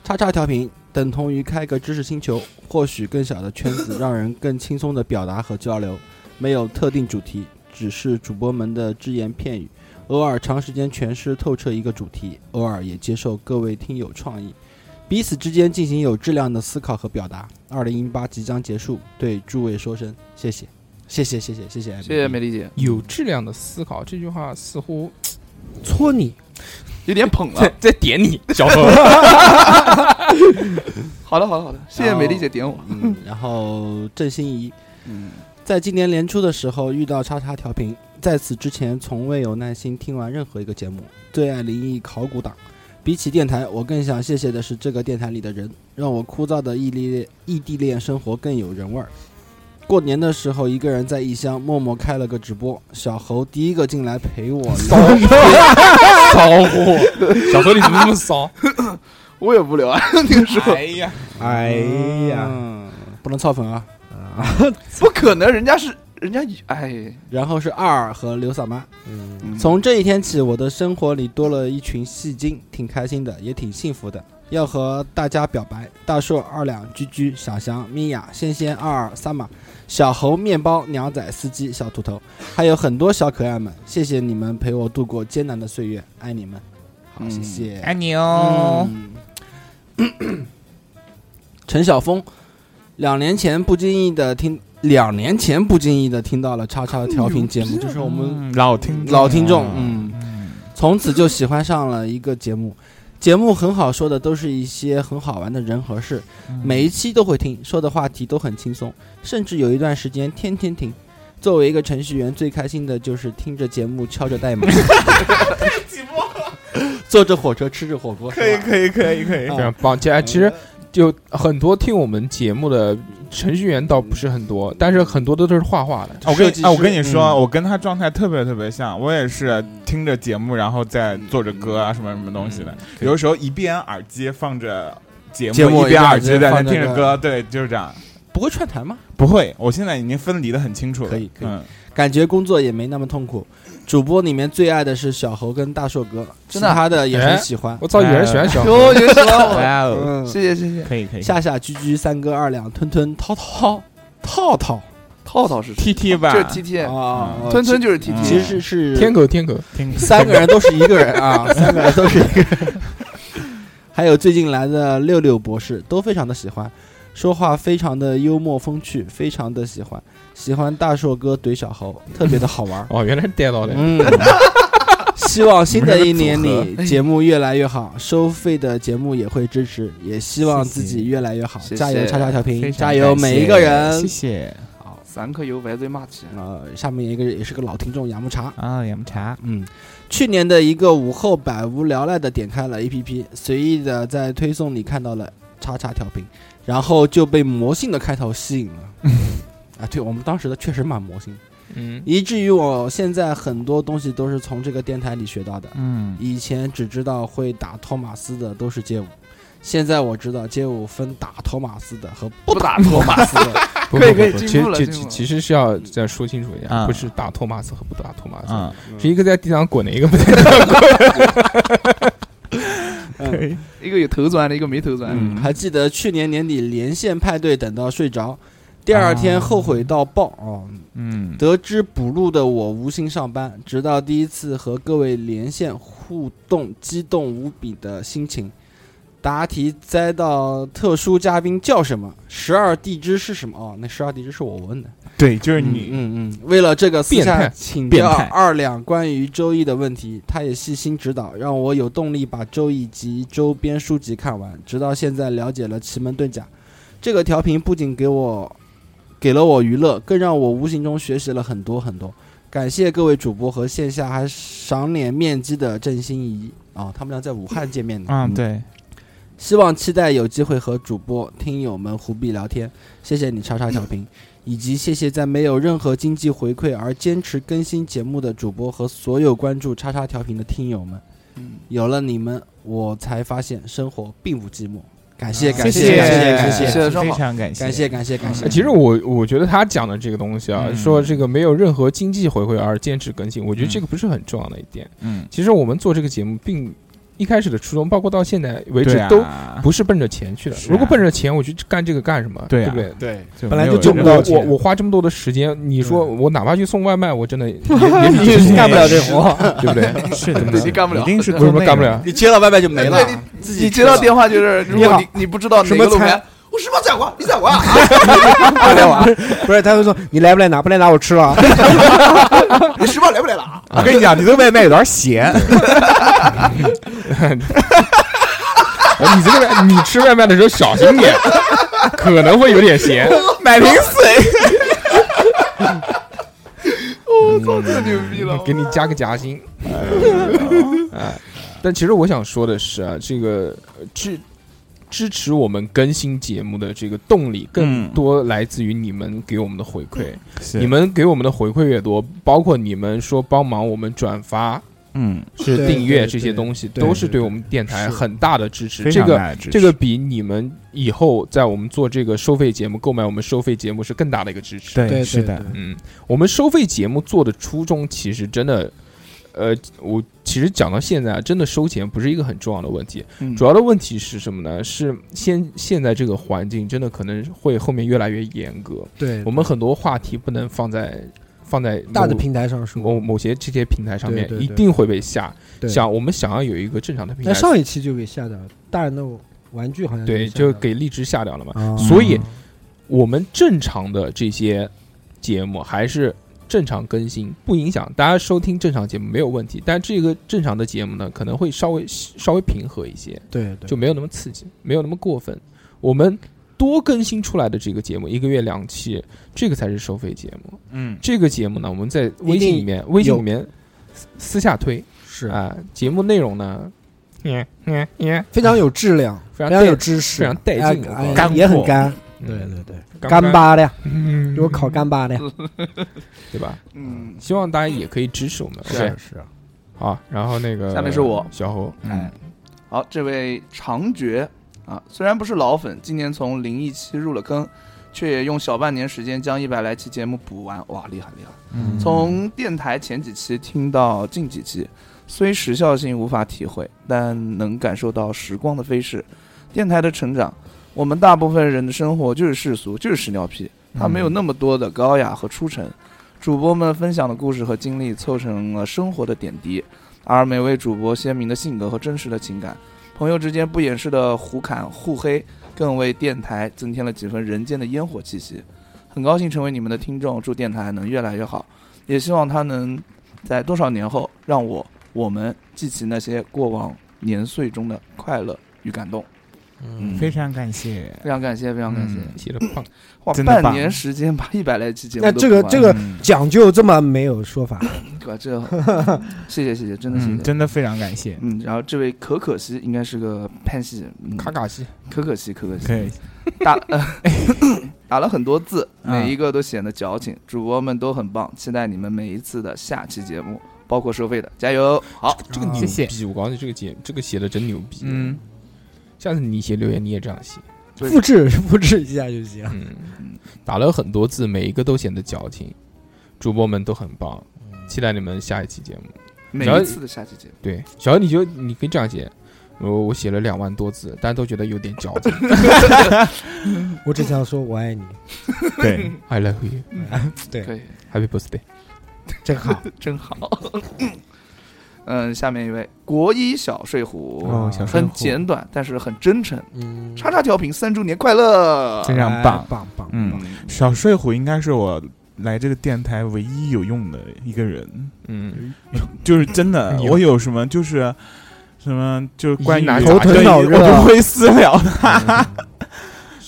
F: 叉叉调频等同于开个知识星球，或许更小的圈子，让人更轻松的表达和交流，没有特定主题，只是主播们的只言片语，偶尔长时间诠释透彻一个主题，偶尔也接受各位听友创意。彼此之间进行有质量的思考和表达。二零一八即将结束，对诸位说声谢谢，谢谢，谢谢，谢谢，
E: 谢谢美丽姐，
B: 有质量的思考这句话似乎
C: 搓你，
E: 有点捧
B: 在
E: 了。
B: 在点你，小何。
E: 好的，好的，好的，谢谢美丽姐点我。
F: 嗯，然后郑欣宜，
E: 嗯，
F: 在今年年初的时候遇到叉叉调频，在此之前从未有耐心听完任何一个节目，最爱灵异考古党。比起电台，我更想谢谢的是这个电台里的人，让我枯燥的异地恋异地恋生活更有人味儿。过年的时候，一个人在异乡默默开了个直播，小猴第一个进来陪我聊，
B: 骚货，小何你怎么那么 骚？
E: 我也无聊啊，那个时候
B: 呀，
C: 哎呀，
F: 嗯，不能操粉啊。
E: 不可能，人家是人家以哎，
F: 然后是二儿和刘三妈，
C: 嗯，
F: 从这一天起，我的生活里多了一群戏精，挺开心的，也挺幸福的。要和大家表白：大硕、二两、居居、小翔、米娅、仙仙、二二、三马、小猴、面包、鸟仔、司机、小土头，还有很多小可爱们。谢谢你们陪我度过艰难的岁月，爱你们。好，谢谢。
D: 爱你哦，
F: 嗯，陈晓峰，两年前不经意的听，两年前不经意的听到了叉叉调频节目，就是我们
D: 嗯老听众
F: 老听众
D: 了
F: 嗯
D: 嗯，
F: 从此就喜欢上了一个节目。节目很好说的都是一些很好玩的人和事，
D: 嗯
F: 每一期都会听，说的话题都很轻松，甚至有一段时间天天听。作为一个程序员，最开心的就是听着节目敲着代码，坐着火车吃着火锅，
D: 可以可以可以可以
F: 啊
B: 非常棒。其实其实就很多听我们节目的程序员倒不是很多，但是很多都都是画画的。
D: 啊我跟
F: 设计
D: 你啊，我跟你
F: 师
D: 说，
F: 嗯
D: 我跟他状态特别特别像，我也是听着节目，然后再做着歌啊，什么什么东西的。有的时候一边耳机放着节
F: 嗯节目
D: 一边耳机在那
F: 放着
D: 听着
F: 歌
D: 歌，对，就是这样。
F: 不会串台吗？
D: 不会，我现在已经分离的很清楚了。
F: 可以可以
D: 嗯
F: 感觉工作也没那么痛苦。主播里面最爱的是小猴跟大硕哥，
E: 真的啊
F: 其他的也很喜欢。
B: 我操，有人喜 欢小何，
E: 哦哟，有喜 欢我，
D: 哇哦，
F: 嗯，
E: 谢谢谢谢。
D: 可以可以。
F: 夏夏、居居、三哥、二两、吞吞、涛涛、套套
E: 套套是谁哦
D: T T 吧，
E: 就是 T T，
F: 啊，呃
E: 吞吞就是 T
D: 嗯
E: T，
F: 其实是
B: 天狗天狗，。
D: 听
F: 三个人都是一个人啊， 三个人都是一个人。还有最近来的六六博士都非常的喜欢，说话非常的幽默风趣，非常的喜欢，喜欢大硕哥怼小猴，特别的好玩
B: 哦，原来是带到的。
F: 嗯，希望新的哎一年里节目越来越好，收费的节目也会支持，也希望自己越来越好，
E: 谢谢
F: 加油！叉叉调
D: 非
F: 频，
D: 常
F: 加
D: 感
F: 油！
D: 谢
F: 每一个人
D: 谢。谢
E: 三颗油白最骂起。
F: 呃，下面一个也是个老听众杨木茶，
D: 啊，杨茶，
F: 嗯，去年的一个午后百无聊赖的点开了 APP，随意的在推送里看到了叉叉调频，然后就被魔性的开头吸引了。 啊，对我们当时的确实蛮魔性，
B: 嗯，
F: 以至于我现在很多东西都是从这个电台里学到的。
D: 嗯，
F: 以前只知道会打托马斯的都是街舞，现在我知道街舞分打托马斯的和不打托马斯的。
B: 不
E: 可以
B: 不
E: 可以
B: 不
E: 进
B: 其
E: 步了
B: 实
E: 进
B: 其
E: 步了
B: 其实是要再说清楚一下，
D: 啊
B: 不是打托马斯和不打托马斯，
D: 啊，
B: 是一个在地上滚的，一个不在。
E: 一个有头钻的，一个没头钻的。
F: 嗯，还记得去年年底连线派对等到睡着，第二天后悔到爆哦。
D: 嗯，
F: 得知补录的我无心上班，直到第一次和各位连线互动，激动无比的心情。答题栽到特殊嘉宾叫什么？十二地支是什么？哦，那十二地支是我问的。
D: 对，就是
F: 嗯
D: 你，
F: 嗯嗯。为了这个私
B: 变
F: 下
B: 态
F: 请
D: 变
F: 教
D: 态
F: 二两关于周易的问题，他也细心指导，让我有动力把周易及周边书籍看完，直到现在了解了奇门遁甲。这个调频不仅给我给了我娱乐，更让我无形中学习了很多很多。感谢各位主播和线下还赏脸面基的郑欣宜啊，他们俩在武汉见面的。
D: 嗯，对，
F: 希望期待有机会和主播、听友们胡逼聊天。谢谢你，叉叉小平，以及谢谢在没有任何经济回馈而坚持更新节目的主播和所有关注叉叉调频的听友们。有了你们，我才发现生活并不寂寞。感谢，感
D: 谢
F: 感谢，感
E: 谢
F: 谢，
E: 谢
D: 非常感谢，
F: 感谢，感谢，感谢
B: 哎。其实我我觉得他讲的这个东西啊，
D: 嗯
B: 说这个没有任何经济回馈而坚持更新，我觉得这个不是很重要的一点。
D: 嗯，
B: 其实我们做这个节目，并一开始的初衷，包括到现在为止
D: 对，啊
B: 都不是奔着钱去的。
D: 是啊
B: 如果奔着钱，我去干这个干什么？
D: 对啊
B: 不对？
H: 对，
D: 就
C: 本来
D: 没有
C: 就挣不
D: 人
C: 到
D: 会
B: 我
C: 钱
B: 我我花这么多的时间，你说
D: 对
B: 我哪怕去送外卖，我 真的也
D: 也
B: 也
D: 是干不了这
B: 活，对不对？
D: 是的，
E: 对你干不了
D: 一定是
B: 为什么干不了？
F: 你接到外卖就没了
E: 对，
F: 自己
E: 你接到电话就是，如
C: 你
E: 果
C: 好
E: 你你不知道哪
C: 什
E: 个
C: 么
E: 路牌
C: 餐，
E: 我什么宰过，你宰过啊？
C: 不是啊不是，他会说你来不来拿，不来拿我吃了啊。
B: 嗯
E: 你什么来不来了 啊？
D: 我跟你讲，你这个外卖有点咸，
B: 哎你这个外你吃外卖的时候小心 点，可能会有点咸。
D: 买瓶水。
E: 我操，哦这牛逼了！
B: 给你加个夹心。 哎，但其实我想说的是啊，这个呃支支持我们更新节目的这个动力，更
D: 嗯
B: 多来自于你们给我们的回馈。你
D: 们
B: 们给我们的回馈越多，包括你们说帮忙我们转发、
D: 嗯，
B: 是
C: 对
B: 订阅
C: 对
B: 这些
C: 对
B: 东西，
C: 对
B: 都是
D: 对
B: 对我们电台
D: 是
B: 很大的支持。
D: 非
B: 这
D: 常
B: 个
D: 大的支持
B: 这个比你们以后在我们做这个收费节目、购买我们收费节目是更大的一个支持。
D: 对
C: 对
D: 是
C: 对
D: 的，
B: 嗯，我们收费节目做的初衷其实真的，呃，我其实讲到现在啊，真的收钱不是一个很重要的问题，
E: 嗯
B: 主要的问题是什么呢？是现现在这个环境真的可能会后面越来越严格，
C: 对
B: 我们很多话题不能放在放在
C: 大的
B: 某
C: 平台上
B: 某
C: 说，
B: 某些这些平台上面，
C: 对对
B: 一
C: 对
B: 定会被下。
C: 对
B: 想我们想要有一个正常的平
C: 那
B: 台，
C: 上一期就给下掉了，大人的玩具好像
B: 对，
C: 下掉
B: 就
C: 了
B: 给荔枝下掉了嘛。
C: 啊
B: 所以我们正常的这些节目还是正常更新，不影响大家收听正常节目没有问题。但这个正常的节目呢，可能会稍微稍微平和一些，
C: 对对
B: 就没有那么刺激，没有那么过分。我们多更新出来的这个节目，一个月两期，这个才是收费节目。
D: 嗯，
B: 这个节目呢，我们在微信里面，微信里面私私下推
C: 是
B: 啊、节目内容 呢，嗯嗯嗯，
C: 非常有质量，
B: 非常
C: 常有
B: 带
C: 知识，
B: 非常带劲
C: 哎
B: 我
C: 哎
B: 告诉
D: 你
C: 也
D: 干
C: 很
D: 货
C: 干，
B: 嗯
C: 对，
B: 干
C: 干，巴的呀，
B: 嗯
C: 给我烤干巴的呀，
B: 对吧？
E: 嗯，
B: 希望大家也可以支持我们。OK，
C: 是，
B: 好，然后那个
E: 下面是我哎
B: 小侯，
D: 嗯
E: 好，这位长觉啊，虽然不是老粉，今年从零一期入了坑，却也用小半年时间将一百来期节目补完，哇，厉害厉害！
D: 嗯
E: 从电台前几期听到近几期，虽时效性无法体会，但能感受到时光的飞逝，电台的成长。我们大部分人的生活就是世俗，就是屎尿屁，它没有那么多的高雅和出尘。主播们分享的故事和经历，凑成了生活的点滴，而每位主播鲜明的性格和真实的情感，朋友之间不掩饰的互侃互黑，更为电台增添了几分人间的烟火气息。很高兴成为你们的听众，祝电台能越来越好。也希望他能在多少年后让我我们记起那些过往年岁中的快乐与感动。
D: 嗯非常感谢，
E: 非常感谢，非常感谢！
D: 嗯
B: 写的棒，
E: 哇，
D: 真的棒
E: 半年时间把一百来期节目
C: 那
E: 都
C: 这个
E: 录完
C: 这个
D: 嗯
C: 讲究这么没有说法，
E: 哇这个谢谢谢谢，真的谢
D: 嗯，
E: 谢。
D: 真的非常感谢，
E: 嗯，然后这位可可西应该是个潘西，嗯
B: 卡卡西，
E: 可可西可可西
D: 可以，
E: 打、 呃、 打了很多字，
D: 嗯
E: 每一个都显得矫情，主播们都很棒，期待你们每一次的下期节目，包括收费的，加油！好，
B: 这个牛逼！我告诉你，这个节这个写的真牛逼。
D: 嗯，
B: 下次你写留言你也这样写。
E: 对
C: 复制复制一下就行。
B: 嗯，打了很多字，每一个都显得矫情，主播们都很棒，期待你们下一期节目。
E: 每
B: 然后
E: 一次的下期节目，
B: 对，小何你就你可以这样写。我我写了两万多字，大家都觉得有点矫情。
C: 我只想说我爱你，
D: 对，
B: I love you,
C: 对，
E: 可以。
B: Happy Birthday。
C: 真 好。
E: 真好。嗯，下面一位国一小睡虎，
D: 哦，小
E: 很
D: 生
E: 简短，但是很真诚。
C: 嗯，
E: 叉叉调频三周年快乐！
D: 非常棒
C: 哎棒棒，
D: 嗯
E: 嗯，
D: 小睡虎应该是我来这个电台唯一有用的一个人，
B: 嗯，
D: 就是 真的，
B: 有
D: 我有什么就是什么就是关于啊
B: 疑难
C: 头
B: 杂
C: 疼
D: 对
C: 脑
D: 我
C: 热
D: 就会私聊的，
C: 棒，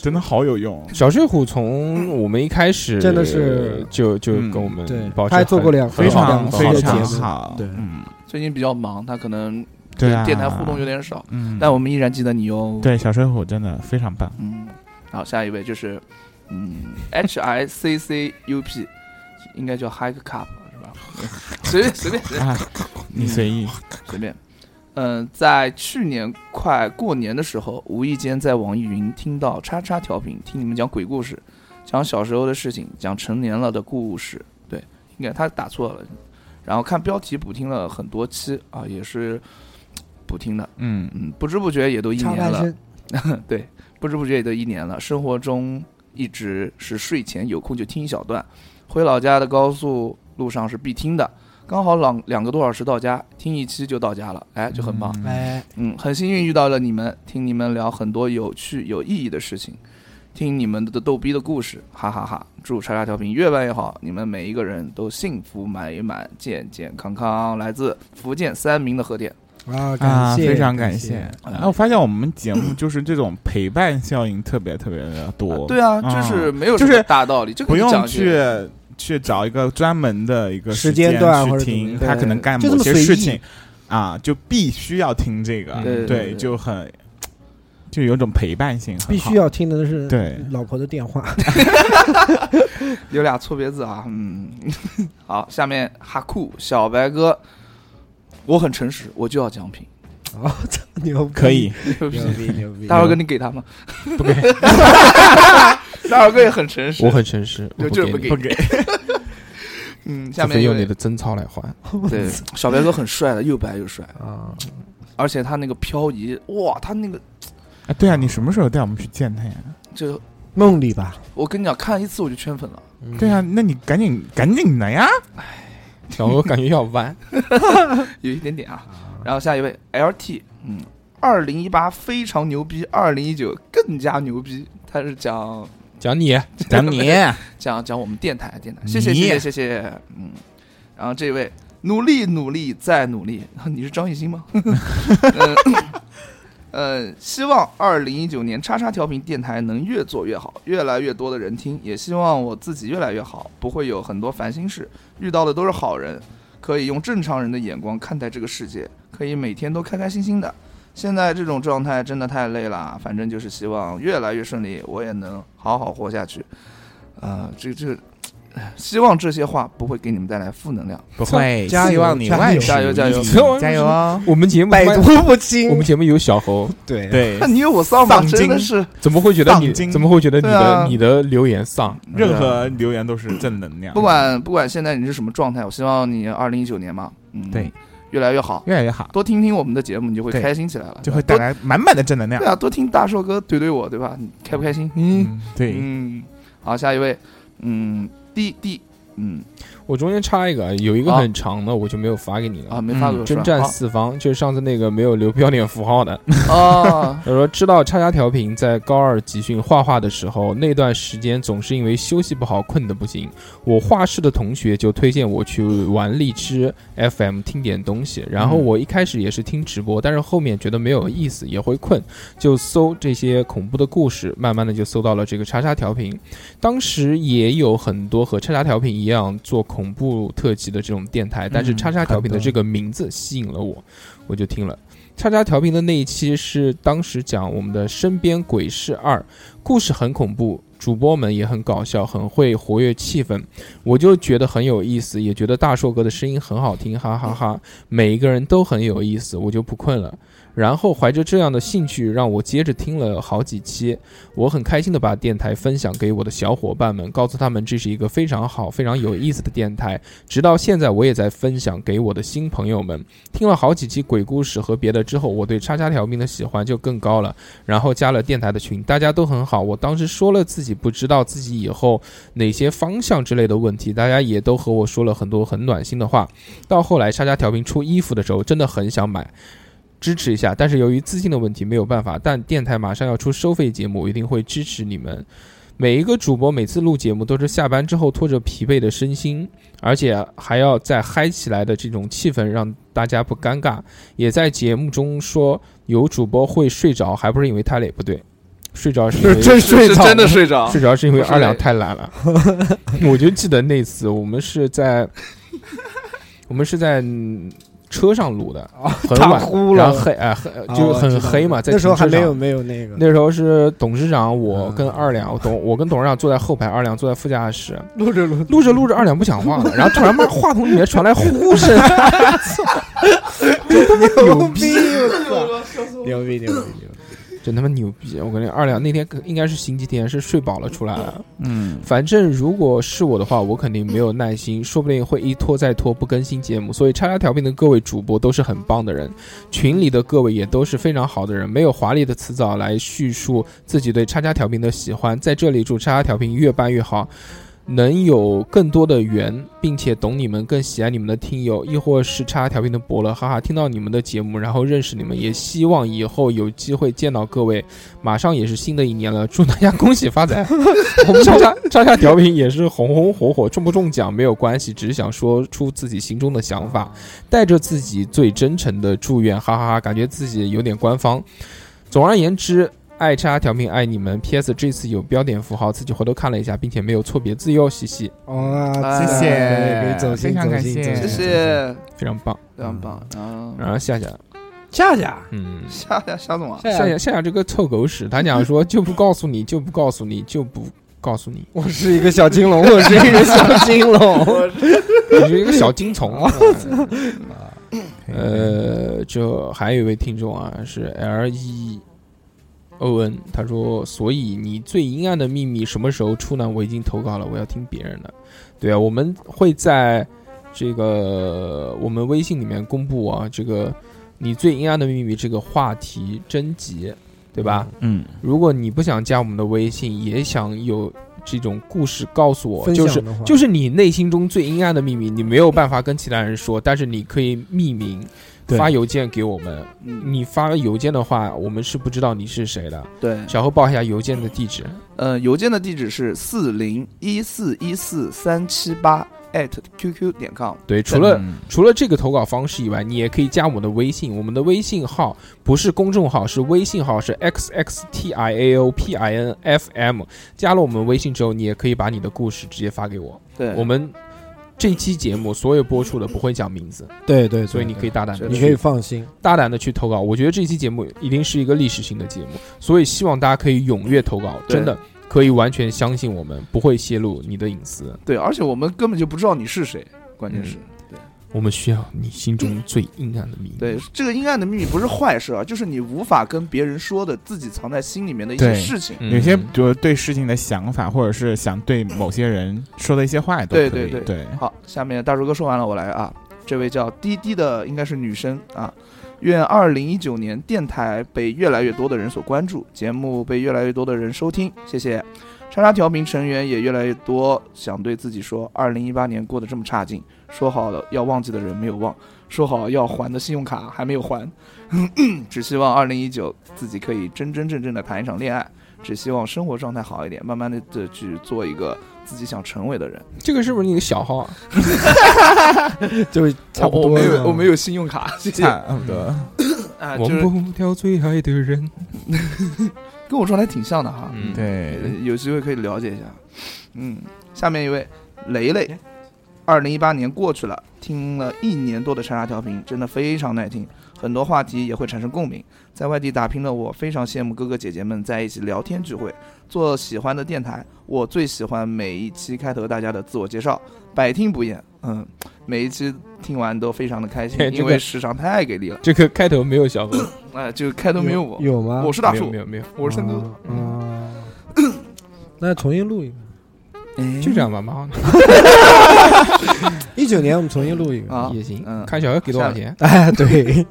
D: 真的好有用。
B: 小睡虎从我们一开始
C: 真的是
B: 就就
D: 嗯
B: 跟我们
C: 对
B: 保持
C: 他还做
B: 很
C: 过两
D: 非常
C: 两次
D: 非
C: 的
D: 常
C: 节目
D: 好，
C: 对
D: 嗯，
E: 最近比较忙，他可能
D: 对啊，
E: 电台互动有点少，
D: 嗯，
E: 但我们依然记得你哟。，
D: 对小水虎真的非 常棒，
E: 嗯，好，下一位就是嗯 H I C C U P，应该叫 Hike Cup 是吧？ 随便随便随便
D: 啊，你随意，
E: 随便。嗯，在去年快过年的时候，无意间在网易云听到叉叉调频，听你们讲鬼故事，讲小时候的事情，讲成年了的故事。对，应该他打错了。然后看标题补听了很多期啊，也是补听的。
D: 嗯，
E: 嗯，不知不觉也都一
C: 插
E: 年
C: 半
E: 了。
C: 身，
E: 对，不知不觉也都一年了。生活中一直是睡前有空就听一小段，回老家的高速路上是必听的，刚好两两个多小时到家，听一期就到家了，哎，就很棒。
D: 嗯
C: 哎，
E: 嗯，很幸运遇到了你们，听你们聊很多有趣有意义的事情，听你们的逗逼的故事，哈哈哈祝叉叉调频越办越好，你们每一个人都幸福美满、健健康康。来自福建三明的贺电，
C: 啊，
D: 啊，
C: 感谢，
D: 非常感
C: 感
D: 谢。
E: 嗯
D: 啊，我发现我们节目就是这种陪伴效应特别特别的多，
E: 对啊，就是没有
D: 嗯就
E: 什么
D: 是
E: 大道理，就
D: 不
E: 跟你
D: 用
E: 讲一
D: 去
E: 些。
D: 去找一个专门的一个
C: 时
D: 间
C: 间段
D: 去
C: 或者怎么
D: 听，
C: 样
D: 他可能干
C: 就
D: 某
C: 这么
D: 些
C: 随
D: 事
C: 意
D: 情啊，就必须要听这个，
B: 嗯
E: 对对对对
D: 就很就有种陪伴性很好，
C: 必须要嗯听的是
D: 对
C: 老婆的电话，
E: 有俩错别字啊，嗯， 好，下面哈库小白哥，我很诚实，我就要奖品，
C: 哦，操牛逼，
D: 可以，
C: 牛逼，牛逼，
E: 大姚哥你给他吗？
B: 不给，
E: 大姚哥也很诚实，
B: 我很诚实，我
E: 就就是
B: 不
E: 给
B: 你，
E: 给， 嗯，下
B: 除
E: 面
B: 非
E: 有
B: 用你的贞操来还
E: 对小白哥很帅的，又白又帅，
B: 啊！
E: 而且他那个漂移，哇，他那个
D: 啊对啊，你什么时候带我们去见他呀？
E: 就
C: 梦里吧，
E: 我跟你讲，看一次我就圈粉了，
D: 对啊，那你赶紧赶紧的呀！
B: 小我感觉要弯，
E: 有一点点啊。然后下一位 LT，嗯，二零一八非常牛逼，二零一九更加牛逼，他是讲
B: 讲你
D: 讲你
E: 讲讲我们电台电台，谢谢
D: 你
E: 谢谢谢谢，嗯，然后这位努力努力再努力， 你是张艺兴吗？呃呃，希望二零一九年叉叉调频电台能越做越好，越来越多的人听，也希望我自己越来越好，不会有很多烦心事，遇到的都是好人，可以用正常人的眼光看待这个世界，可以每天都开开心心的。现在这种状态真的太累了，啊反正就是希望越来越顺利，我也能好好活下去。啊、这这，唉希望这些话不会给你们带来负能量。
D: 不会
C: 加油
D: 希望你
C: 加油
D: 万事
E: 加油加油
D: 如意
B: 加油
D: 加油哦！
B: 我们节目
C: 百
B: 他妈
C: 毒不侵
B: 我，们节目有小猴，
C: 对，
D: 对
E: 那，你有我丧吗？
D: 丧
E: 真的
D: 精
E: 是
B: 怎么会觉得你
D: 荡精
B: 怎么会觉得你
E: 对啊
B: 的你的留言丧？
D: 任何留言都是正能量，
E: 不管不管现在你是什么状态，我希望你二零一九年嘛，嗯，
D: 对，
E: 越来越好，
D: 越来越好，
E: 多听听我们的节目，你就会
D: 对
E: 开心起来了，
D: 就会带
E: 多
D: 来满满的正能量
E: 对。啊，多听大硕哥怼怼我，对吧？你开不开心？嗯
D: 嗯，对，
E: 嗯，好，下一位，嗯，D D，嗯
B: 我中间插一个，啊有一个
E: 好
B: 很长的，我就没有发给你了
E: 啊，。没发
D: 嗯
E: 过是
B: 征
E: 吧
B: 战四方，就是上次那个没有留标点符号的。
E: 好 哦，
B: 他说，知道叉叉调频在高二集训画画的时候，那段时间总是因为休息不好，困得不行。我画室的同学就推荐我去玩荔枝 FM 听点东西，然后我一开始也是听直播，但是后面觉得没有意思，也会困，就搜这些恐怖的故事，慢慢的就搜到了这个叉叉调频。当时也有很多和叉叉调频一样做恐怖特辑的这种电台，但是
D: 嗯
B: 叉叉调频的
C: 很多
B: 这个名字吸引了我，我就听了。叉叉调频的那一期是当时讲我们的《身边鬼事二》，故事很恐怖，主播们也很搞笑，很会活跃气氛，我就觉得很有意思，也觉得大硕哥的声音很好听，哈哈哈每一个人都很有意思，我就不困了。然后怀着这样的兴趣，让我接着听了好几期，我很开心的把电台分享给我的小伙伴们，告诉他们这是一个非常好、非常有意思的电台。直到现在，我也在分享给我的新朋友们。听了好几期鬼故事和别的之后，我对叉叉调频的喜欢就更高了。然后加了电台的群，大家都很好。我当时说了自己不知道自己以后哪些方向之类的问题，大家也都和我说了很多很暖心的话。到后来，叉叉调频出衣服的时候，真的很想买。支持一下，但是由于资金的问题没有办法。但电台马上要出收费节目，我一定会支持你们。每一个主播每次录节目都是下班之后拖着疲惫的身心，而且还要在嗨起来的这种气氛让大家不尴尬。也在节目中说有主播会睡着，还不是因为太累？不对，睡着是因
C: 是
B: 为
C: 真睡
E: 是
C: 着，
E: 真的睡着，
B: 睡着是因为
E: 不是
B: 二两
E: 累
B: 太懒 了。我就记得那次我们是在我们是在嗯车上录的，很
C: 打
B: 晚，
C: 哦呼
B: 然
C: 了
B: 后黑啊，黑
C: 啊
B: 就是
C: 我知
B: 很
C: 道
B: 黑嘛，在
C: 那时候还
B: 停车
C: 没
B: 场
C: 有没有那个，
B: 那时候是董事长，我
C: 嗯
B: 跟二两，我董我跟董事长坐在后排，二两坐在副驾驶，
C: 录着录着
B: 录着录着二两不讲话了，然后突然妈话筒里面传来呼 声，
C: 牛逼，我操牛逼牛逼牛逼！
B: 真他妈牛逼！我跟你二两那天可应该是星期天，是睡饱了出来了。
D: 嗯，
B: 反正如果是我的话，我肯定没有耐心，说不定会一拖再拖不更新节目。所以叉叉调频的各位主播都是很棒的人，群里的各位也都是非常好的人，没有华丽的辞藻来叙述自己对叉叉调频的喜欢。在这里祝叉叉调频越办越好。能有更多的缘，并且懂你们，更喜爱你们的听友，亦或是叉叉调频的伯乐，哈哈，听到你们的节目，然后认识你们，也希望以后有机会见到各位。马上也是新的一年了，祝大家恭喜发财！ 我们叉叉叉叉调频也是红红火火，中不中奖没有关系，只是想说出自己心中的想法，带着自己最真诚的祝愿，哈哈哈，感觉自己有点官方。总而言之。爱叉调频爱你们，P.S. 这次有标点符号，自己回头看了一下，并且没有错别字哟，嘻嘻，
C: 哇，
E: 哎
C: 哦谢谢，给你走心
D: 非常
C: 走
D: 感
C: 心
D: 谢
C: 走心，
E: 谢
D: 谢
E: 谢，
B: 非常棒。
E: 非常棒啊！
D: 嗯
B: 然后夏夏，
C: 夏夏，
B: 嗯，
E: 夏夏夏总啊，
C: 夏
B: 夏夏夏夏这个臭狗屎，他讲说就不告诉你，就不告诉你，就不告诉你，
C: 我是一个小金龙，我是一个小金 龙，
B: 你是一个小嗯金 虫。
C: 哦
D: 可以
B: 呃，就还有一位听众啊，是 L E O N，他说，所以你最阴暗的秘密什么时候出呢？我已经投稿了，我要听别人的。对啊，我们会在这个我们微信里面公布啊，这个你最阴暗的秘密这个话题征集，对吧？
D: 嗯，
B: 如果你不想加我们的微信，也想有这种故事告诉我，就是就是是你内心中最阴暗的秘密，你没有办法跟其他人说，但是你可以匿名
D: 对
B: 发邮件给我们。
E: 嗯，
B: 你发邮件的话，我们是不知道你是谁的。
E: 对，
B: 小何报一下邮件的地址。
E: 呃，邮件的地址是四零一四一四三七八 at qq 点 com。
B: 对，除了
D: 嗯
B: 除了这个投稿方式以外，你也可以加我们的微信，我们的微信号不是公众号，是微信号是 x x t i a o p i n f m。加了我们微信之后，你也可以把你的故事直接发给我。
E: 对，
B: 我们这期节目所有播出的不会讲名字，
C: 对对，
B: 所以你可以大胆的
E: 对
C: 你可以放心，
B: 大胆的去投稿。我觉得这期节目一定是一个历史性的节目，所以希望大家可以踊跃投稿，
E: 对
B: 真的可以完全相信我们不会泄露你的隐私。
E: 对，而且我们根本就不知道你是谁，关键是。
B: 嗯我们需要你心中最阴暗的秘密。
E: 对，这个阴暗的秘密不是坏事啊，就是你无法跟别人说的，自己藏在心里面的一些
D: 对
E: 事情。
B: 嗯，
D: 有些就是对事情的想法，或者是想对某些人说的一些话都可以。
E: 对对
D: 对对，
E: 好，下面大叔哥说完了，我来啊。这位叫滴滴的应该是女生啊，愿二零一九年电台被越来越多的人所关注，节目被越来越多的人收听，谢谢。叉叉调频成员也越来越多，想对自己说：二零一八年过得这么差劲，说好了要忘记的人没有忘，说好要还的信用卡还没有还， 只希望二零一九自己可以真真正正的谈一场恋爱，只希望生活状态好一点，慢慢的的去做一个自己想成为的人。
B: 这个是不是你的小号啊？
C: 就是差不多
E: 我我没
C: 了。
E: 有，我没有信用卡，谢谢
D: 差不多。
E: 啊，
B: 忘
E: 就是
B: 不掉最爱的人。
E: 跟我状态挺像的哈，
B: 嗯，，
E: 呃
D: 对，
E: 有机会可以了解一下。嗯，下面一位雷雷，二零一八年过去了，听了一年多的叉叉调频，真的非常耐听，很多话题也会产生共鸣。在外地打拼的我，非常羡慕哥哥姐姐们在一起聊天聚会，做喜欢的电台。我最喜欢每一期开头大家的自我介绍，百听不厌。嗯，每一期听完都非常的开
B: 这个
E: 心，因为时长太给力了。
B: 这个开头没有小 何，
E: 哎、就开头没有我，
C: 有吗？
E: 我是大
B: 没有
E: 树
B: 没，有没有，
E: 我是森哥。
C: 啊。啊那重新录一个，
E: 哎
B: 就这样吧，马上
C: 一九年我们重新录一个。
E: 啊，
B: 也行。
E: 嗯，
B: 看小何给多少钱？
C: 哎，对，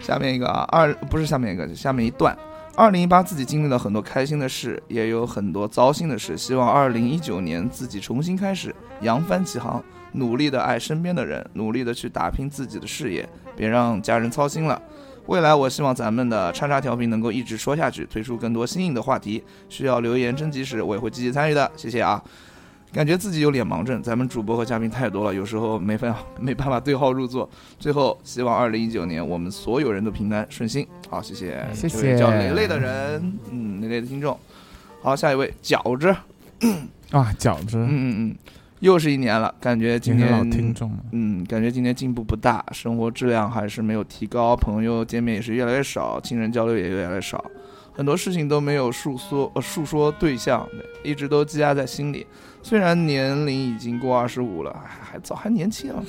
E: 下面一个啊，二不是下面一个，下面一段。二零一八自己经历了很多开心的事，也有很多糟心的事。希望二零一九年自己重新开始，扬帆起航，努力的爱身边的人，努力的去打拼自己的事业，别让家人操心了。未来我希望咱们的叉叉调频能够一直说下去，推出更多新颖的话题。需要留言征集时，我也会积极参与的。谢谢啊。感觉自己有脸盲症，咱们主播和嘉宾太多了，有时候没办法没办法对号入座。最后，希望二零一九年我们所有人都平安顺心。好，谢谢，
D: 谢谢
E: 这位叫雷雷的人，嗯，雷雷的听众。好，下一位饺子，
D: 啊，饺子，
E: 嗯嗯嗯，又是一年了，感觉今
D: 今天
E: 年
D: 老听众了，
E: 嗯，感觉今年进步不大，生活质量还是没有提高，朋友见面也是越来越少，亲人交流也越来越少，很多事情都没有诉说呃诉说对象，一直都积压在心里。虽然年龄已经过二十五了，哎还早还年轻 啊，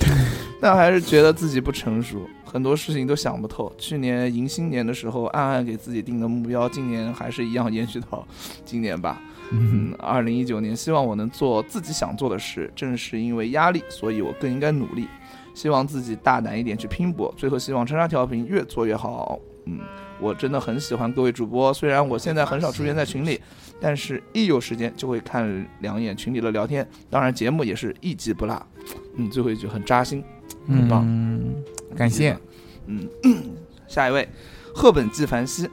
E: 但还是觉得自己不成熟，很多事情都想不透。去年迎新年的时候，暗暗给自己定的目标，今年还是一样延续到今年吧。嗯，二零一九年，希望我能做自己想做的事。正是因为压力，所以我更应该努力。希望自己大胆一点去拼搏。最后，希望叉叉调频越做越好。嗯，我真的很喜欢各位主播，虽然我现在很少出现在群里，但是一有时间就会看两眼群里的聊天。当然，节目也是一集不落。嗯，最后一句很扎心，很棒。
D: 嗯，感谢，
E: 嗯，下一位，赫本纪梵希，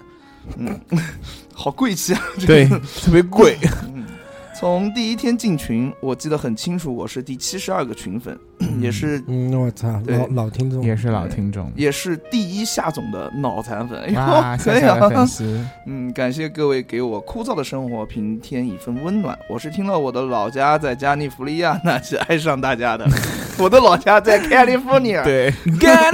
E: 嗯， 好贵气啊，这个
D: 对，特别贵，
E: 嗯从第一天进群，我记得很清楚，我是第七十二个群粉，也是
C: 嗯，我操，
E: 对
C: 老老听众，
D: 也是老听众，
E: 也是第一夏总的脑残粉。哎呦
D: 哇，
E: 可
D: 谢
E: 以
D: 谢的粉
E: 啊！
D: 丝，
E: 嗯，感谢各位给我枯燥的生活平添一份温暖。我是听了我的老家在加利福尼亚那期爱上大 家的，我的老家在 California。
D: 对，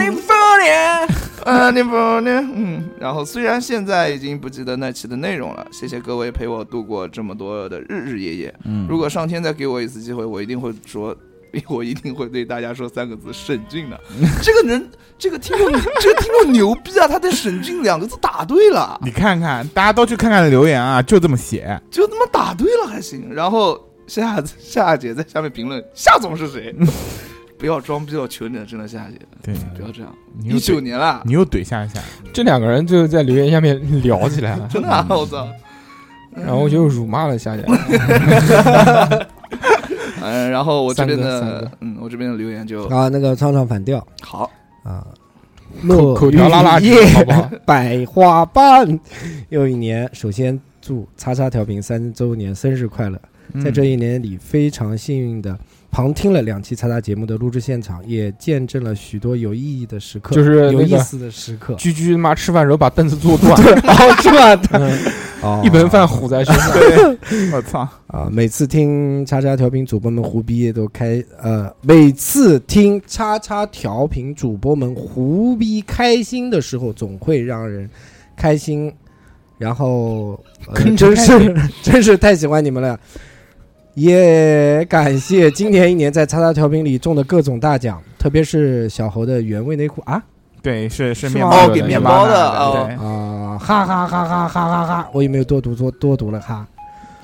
E: California，啊，California，嗯，然后虽然现在已经不记得那期的内容了，谢谢各位陪我度过这么多的日日夜夜。
D: 嗯
E: 如果上天再给我一次机会，我一定会说， 我一定会对大家说三个字：沈俊的。 这个人，这个听众，这个听众牛逼啊！他对“沈俊”两个字打对了，
D: 你看看，大家都去看看留言啊，就这么写，
E: 就他妈打对了还行。然后夏夏姐在下面评论：“夏总是谁？” 不要装逼，我求你了，真的夏姐，
B: 哎
D: 对，
E: 不要这样。
D: 你又
E: 一九
D: 怼，
E: 年了，
D: 你又怼下一下，
B: 这两个人最后在留言下面聊起 来了，
E: 真的、啊，我操！
B: 然后就辱骂了 夏姐。
E: 嗯，然后我这边
B: 三个三
E: 的，嗯，我这边的留言就
C: 啊，那个唱唱反调
E: 好，
C: 啊，落
B: 口条拉拉
C: 雨
B: 直
C: 夜
B: 好不好？
C: 百花瓣。又一年，首先祝叉叉调频三周年生日快乐！
B: 嗯
C: 在这一年里，非常幸运的旁听了两期叉叉节目的录制现场，也见证了许多有意义的时刻，
B: 就是
C: 有
B: 那
C: 意
B: 个
C: 思的时刻。
B: 居居他妈吃饭时候把凳子坐断，
C: 哦，是吧？
B: 嗯
C: 哦
B: 一盆饭糊在身上。
D: 嗯我操，
C: 啊！每次听叉叉调频主播们胡逼都开呃，每次听叉叉调频主播们胡逼开心的时候，总会让人开心。然后，呃、
B: 跟着
C: 真
B: 开
C: 是 真是太喜欢你们了，也感谢今年一年在叉叉调频里中的各种大奖，特别是小猴的原味内裤啊
D: 对，是是
B: 是
D: 面
B: 吗
D: 包
B: 哦给
D: 的
B: 面
E: 包的
D: 拿
E: 哦
D: 对
C: 啊、哈哈哈哈哈哈哈！我有没有多读多多读了哈？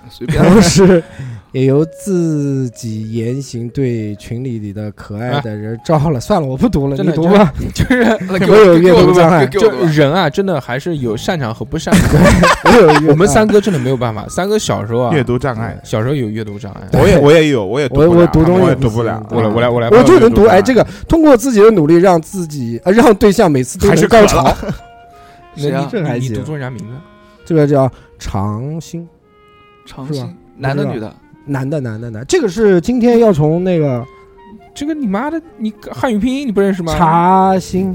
E: 随 便。
C: 同时，也由自己言行对群里里的可爱的人招了。算了，我不读了，
B: 真
C: 你
B: 的
C: 读吧。
B: 就是
E: 给
C: 我有
E: 给
C: 阅
E: 我
C: 读
E: 吧
C: 障碍
E: 给
B: 就
E: 我吧
B: 人啊，真的还是有擅长和不擅长。
C: 我有
B: 我们三哥真的没有办法，三哥小时候啊，
D: 阅读障碍，
B: 小时候有阅读障碍。 啊
D: 我也我也有，我也
C: 我
D: 不了
C: 啊我读东西
D: 我也
C: 不
D: 读不了
C: 行，
B: 我来我来我来，
C: 啊嗯我就能读。哎，这
D: 个
C: 个通过自己的努力，让自己呃让对象每次都
D: 还是
C: 能高
D: 渴
C: 潮
D: 了。
B: 那
E: 谁啊
B: 你
C: 这还
B: 你
C: 行
B: 读错人家名字，
C: 这个叫长兴，
E: 长
C: 是吧
E: 兴，男的
C: 不知道
E: 女的，
C: 男的男的男的，这个是今天要从那个
B: 这个你妈的，你汉语拼音你不认识吗？
C: 查 兴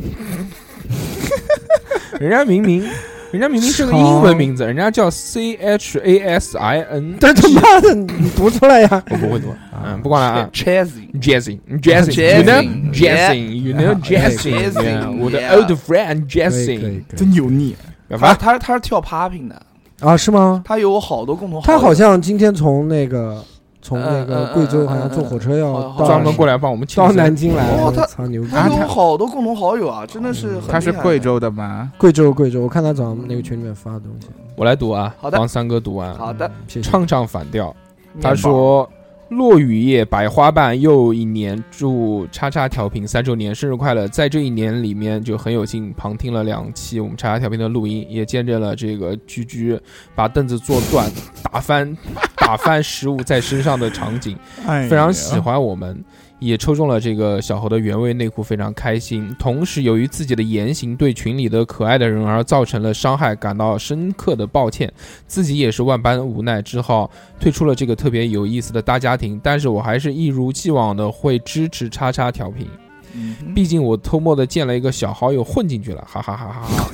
B: 人家明明，人家明明是个英文名字，人家叫 C H A S I N，
C: 但他妈的你读出来呀！
B: 我不会读，嗯，不管了啊。
E: Chasing，
B: Jazzing, Jazzing, you know, Jazzing, you know, Jazzing, yeah，我的 old friend
C: 可以可
B: Jazzing，
C: 以可以
D: 真油腻，
E: 他
D: 啊
B: 反
E: 他是他是跳 popping 的，
C: 啊？是吗？
E: 他有好多共同好友，
C: 他好像今天从那个从那
E: 嗯
C: 个
E: 嗯嗯
C: 贵州好像
E: 嗯
C: 坐火车要
E: 好好
B: 正
C: 到
B: 专门过来帮我们庆
C: 到
B: 生
C: 南。京来了，
E: 哦
C: 我操牛逼！
E: 他有好多共同好友啊，真的是很厉害
D: 嗯他是贵。州的吗？
C: 贵州贵州，我看他早上那个群里面发东西，嗯
B: 我来读啊，
E: 好的
B: 帮三哥读完。
E: 好的，
C: 谢谢。
B: 唱唱反调。
E: 面包
B: 他说：“落雨夜，百花瓣，又一年，祝叉叉调频三周年生日快乐！在这一年里面，就很有幸旁听了两期我们叉叉调频的录音，也见证了这个居居把凳子坐断、打翻、打翻食物在身上的场景，
D: 哎呀
B: 非常喜欢我们。也抽中了这个小猴的原味内裤，非常开心。同时，由于自己的言行对群里的可爱的人而造成了伤害，感到深刻的抱歉，自己也是万般无奈，只好退出了这个特别有意思的大家庭。但是我还是一如既往的会支持叉叉调频，
E: 嗯，
B: 毕竟我偷摸的建了一个小好友混进去了，哈哈哈哈哈。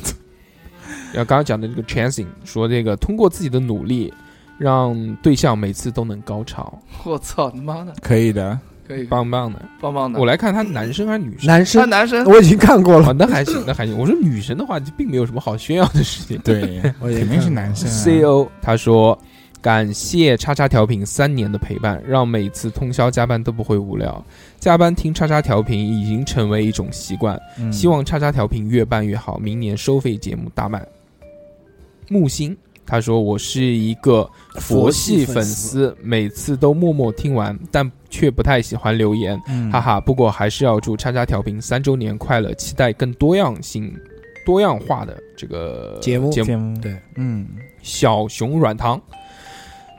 B: 然后刚刚讲的这个 chancing 说这个通过自己的努力，让对象每次都能高潮，
E: 我操你妈的，
D: 可以的，
E: 可以
B: 棒棒的。
E: 棒棒的
B: 我。来看他男生还是女生。
C: 男
E: 他
C: 生
E: 男生
C: 我已经看过了
B: 啊，那还行，那还行。我说女神的话，就并没有什么好炫耀的事情。
D: 对，
B: 哦
D: 肯定是男生、
B: C E
D: 啊。
B: O 他说，感谢叉叉调频三年的陪伴，让每次通宵加班都不会无聊。加班听叉叉调频已经成为一种习惯，
D: 嗯
B: 希望叉叉调频越办越好，明年收费节目大卖。木星他说，我是一个佛系粉丝，每次都默默听完，但却不太喜欢留言。
D: 嗯
B: 哈哈，不过还是要祝叉叉调频三周年快乐，期待更多样性、多样化的这个
C: 节目
B: 节目。
D: 节目
C: 对，
D: 嗯，
B: 小熊软糖，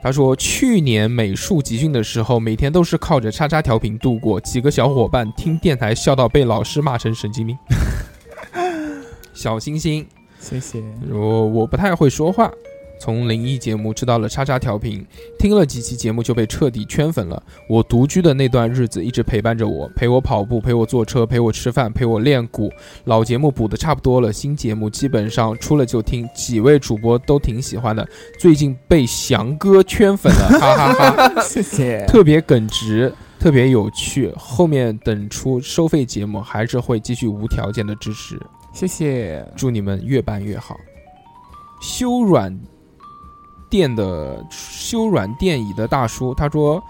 B: 他说去年美术集训的时候，每天都是靠着叉叉调频度过，几个小伙伴听电台笑到被老师骂成神经病。 小星星，
D: 谢谢。
B: 我我不太会说话，从灵异节目知道了叉叉调频，听了几期节目就被彻底圈粉了。我独居的那段日子一直陪伴着我，陪我跑步，陪我坐车，陪我吃饭，陪我练鼓。老节目补的差不多了，新节目基本上出了就听，几位主播都挺喜欢的。最近被翔哥圈粉了，哈哈哈
D: 谢谢。
B: 特别耿直，特别有趣。后面等出收费节目，还是会继续无条件的支持。
D: 谢谢。
B: 祝你们越办越好。修软垫的修软垫椅的大叔他说。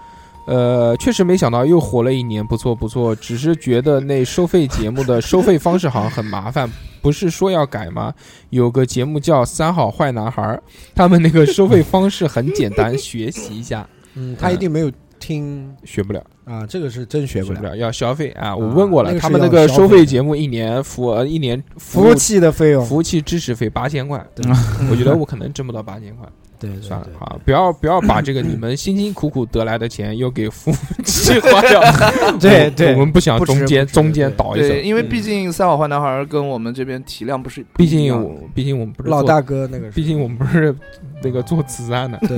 B: 呃，确实没想到又活了一年，不错不错。只是觉得那收费节目的收费方式好像很麻烦，不是说要改吗？有个节目叫《三好坏男孩》，他们那个收费方式很简单，学习一下。
C: 嗯，他一定没有听
B: 学不了，
C: 啊，这个是真学
B: 学
C: 不了。
B: 要消费啊！我问过了，
C: 那个是
B: 他们那
C: 要
B: 个
C: 消
B: 收
C: 费
B: 费
C: 的
B: 节目一年服呃一年服
C: 服务器的费用，
B: 服务器支持费八千块，
C: 对
B: 我觉得我可能挣不到八千块，
C: 对嗯 对
B: 算了
C: 对，
B: 啊，不要不要把这个你 们辛辛苦苦得来的钱又给服务器花掉，
C: 对
B: 我
C: 对
B: 我们不想
C: 不值
B: 中间
C: 不值
B: 中间
C: 对
B: 倒一手
E: 对，，因为
B: 嗯
E: 毕竟三好坏男孩跟我们这边体量不是不
B: 毕
E: 一样的，
B: 竟我毕竟我们不是
C: 老
B: 做，
C: 大嗯哥那个是，
B: 毕竟我们不是那个做慈善的，
C: 对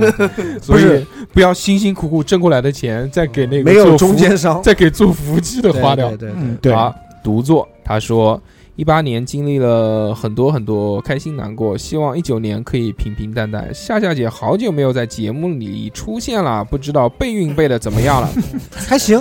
C: 对
B: 所
C: 不
B: 以
C: 是
B: 不要辛辛苦苦挣过来的钱再给那个
C: 没有
B: 做服务
C: 中间商
B: 再给做服务器的
C: 对
B: 花掉
C: 对，对对
D: 嗯，对，
B: 啊，独坐。他说，一八年经历了很多很多开心难过，希望一九年可以平平淡淡。夏夏姐好久没有在节目里出现了，不知道备孕备的怎么样了。
C: 还行，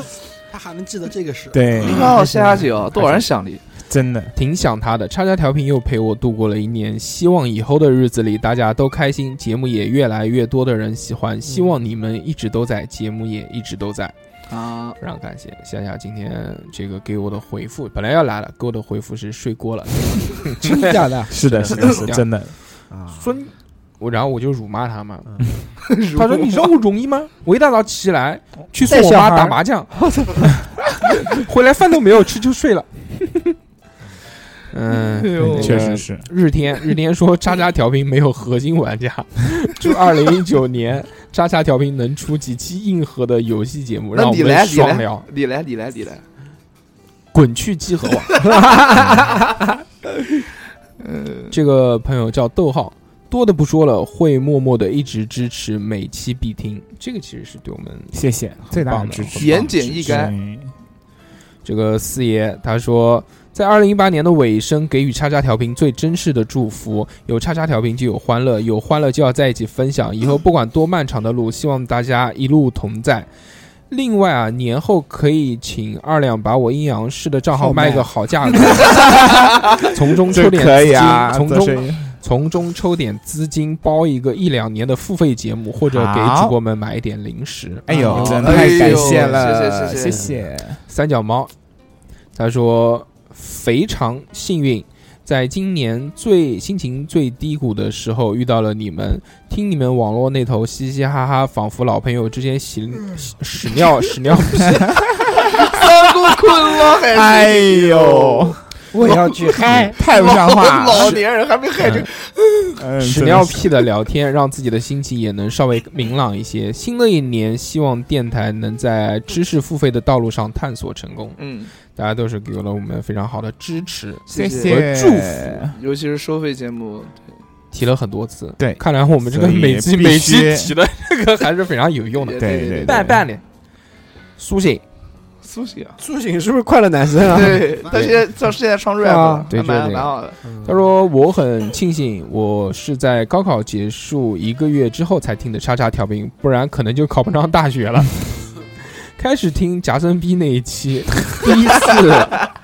F: 他还能记得这个事。
D: 对，
E: 哦，谢谢姐哦，多然想你，
D: 真的，
B: 挺想她的，叉叉调频又陪我度过了一年。希望以后的日子里大家都开心，节目也越来越多的人喜欢。希望你们一直都在，节目也一直都在。
E: 啊，
B: 非常感谢夏夏今天这个给我的回复，本来要来了，给我的回复是睡过了。
C: 真的假的
D: 是的，是的，是
B: 是的
D: 真的。
C: 啊？
B: 孙，我然后我就辱骂他嘛。
E: 他
B: 他说：“你知道我容易吗？我一大早起来
E: 哦
B: 去送
C: 带
B: 我
C: 小
B: 妈
C: 孩儿
B: 打麻将， 回来饭都没有吃就睡了。” 嗯，
E: 哎
B: 那个
D: 确实是，
B: 日天日天说渣渣调频没有核心玩家， 祝二零一九年渣渣调频能出几期硬核的游戏节目，
E: 那
B: 让我
E: 你来，
B: 们
E: 你
B: 爽
E: 来
B: 聊，，
E: 你来，你来，你来，
B: 滚去集合 网。
E: 嗯，
B: 这个朋友叫逗号，多的不说了，会默默的一直支持，每期必听。这个其实是对我们
D: 谢谢，最大
B: 棒
D: 的
B: 的
D: 支持，
E: 言简意赅，
B: 这个四爷他说，在二零一八年的尾声，给予叉叉调频最真实的祝福。有叉叉调频就有欢乐，有欢乐就要在一起分享。以后不管多漫长的路，希望大家一路同在。另外啊，年后可以请二两把我阴阳师的账号
C: 好卖
B: 卖个好价格， 从中抽
D: 这
B: 点
D: 可
B: 资
D: 以
B: 金，
D: 啊，
B: 从
D: 做
B: 中
D: 生意
B: 从中抽点资金包一个一两年的付费节目，或者给
D: 好
B: 主播们买一点零食。
D: 哎呦，真的
E: 哎
D: 太
E: 呦
D: 感谢
E: 谢
D: 了，
E: 谢谢谢
D: 谢，
B: 三脚猫，他说非常幸运，在今年最心情最低谷的时候遇到了你们，听你们网络那头嘻嘻哈哈，仿佛老朋友之间洗洗屎尿屎尿屁。
E: 三公困了还是
D: 哎呦，
C: 我要去嗨，
D: 太哎不像话了。
E: 老年人还没害这
D: 嗯
B: 屎尿屁的聊天，让自己的心情也能稍微明朗一些。新的一年，希望电台能在知识付费的道路上探索成功。
E: 嗯，
B: 大家都是给了我们非常好的支持，
E: 谢
D: 谢
B: 和
D: 谢
B: 祝福，
E: 尤其是收费节目，
B: 提了很多次。
D: 对
B: 看来我们这个
D: 所以
B: 每期
D: 必须
B: 每期提的这个还是非常有用的
E: 对。
D: 对
E: 对
D: 对，
B: 棒棒的，苏醒，
E: 苏醒啊，
C: 苏醒是不是快乐男生 啊？
E: 对他现在他现在唱 rap，
C: 啊
E: 了
B: 对
E: 还
B: 就是
E: 蛮
B: 这个
E: 蛮好的，
D: 嗯
B: 他说：“我很庆幸我是在高考结束一个月之后才听的叉叉调频，不然可能就考不上大学 了。开始听夹生逼那一期，第一次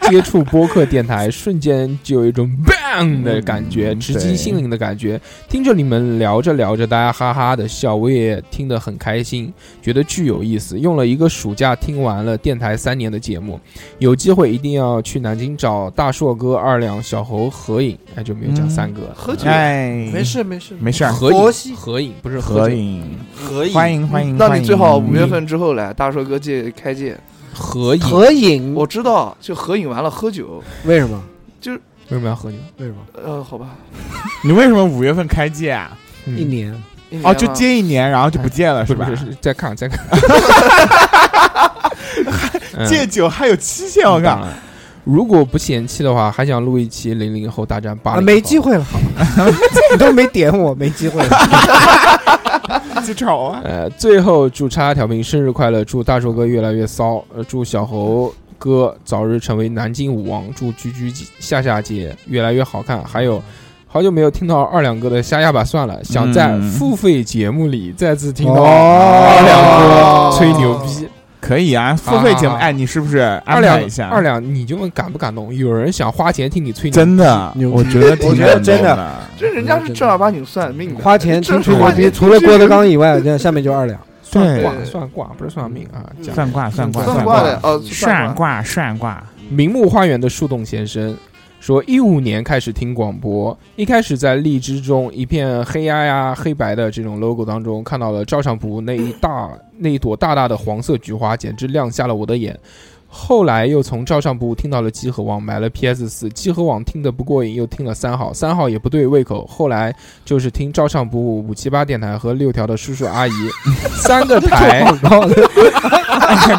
B: 接触播客电台，瞬间就有一种 bang 的感觉，
D: 嗯
B: 直击心灵的感觉。听着你们聊着聊着，大家哈哈的笑，我也听得很开心，觉得巨有意思。用了一个暑假听完了电台三年的节目，有机会一定要去南京找大硕哥、二两、小猴合影。哎，就没有讲三哥了，
E: 喝酒
D: 哎，
E: 没事没事，
D: 没事儿，
B: 合
F: 佛
B: 影，
F: 系
B: 合影不是
D: 合
B: 影，
D: 影，
F: 合影
D: 欢迎欢
B: 嗯
D: 迎。
E: 那
D: 欢
E: 你
D: 迎
E: 最好五月份之后来，大硕哥借开借。
B: 合影。
C: 合影
E: 我知道，就合影完了喝酒，
C: 为什么？
B: 为什么要合影？
C: 为什么？
E: 呃，好吧，
D: 你为什么五月份开戒啊？
B: 嗯
C: 一年
E: 一年
D: 哦，
E: 啊
D: 就戒一年，然后就不戒了，
B: 不是
D: 吧
B: 不？是，再看再 看。嗯
D: 戒酒还有期限，我
B: 当
D: 靠！
B: 然嗯如果不嫌弃的话，还想录一期零零后大战八
C: 啊，
B: 零、
C: 没机。会 了，你都没点我，没机会了。
D: 记仇啊！
B: 呃，最后祝叉叉调频生日快乐，祝大硕哥越来越骚，呃，祝小猴哥早日成为南京舞王，祝居居姐夏夏姐越来越好看，还有。好久没有听到二两哥的瞎哑巴算了，想在
D: 嗯
B: 付费节目里再次听到二两
C: 哦
B: 哥吹牛逼。
D: 可以啊，付费节目，
B: 啊
D: 哎，你是不是
B: 二
D: 安排
B: 两
D: 一下？
B: 二两，你就问感不感动？有人想花钱听你吹牛，
D: 真的
C: 牛，逼
D: 我觉得挺
C: 我觉得
D: 感动
C: 真的
D: 的，
E: 这人家是正儿八经算命的，
B: 嗯
C: 花钱
E: 这
C: 听
E: 是
C: 吹牛
E: 花
C: 逼，
E: 钱
C: 除了郭德纲以外，这下面就二两。
B: 算
D: 对
B: 卦算卦不是算命啊，讲
D: 算卦算卦
E: 算
D: 算
E: 卦的哦，
D: 算
E: 算卦
D: 卦算卦，
B: 名木花园的树洞先生说，一五年开始听广播，一开始在荔枝中一片黑压压、黑白的这种 logo 当中，看到了照相谱那一大那一朵大大的黄色菊花，简直亮瞎了我的眼。后来又从照相部听到了集合网，买了 PS 四。集合网听得不过瘾，又听了三号，三号也不对胃口。后来就是听照相部五七八电台和六条的叔叔阿姨三个 台。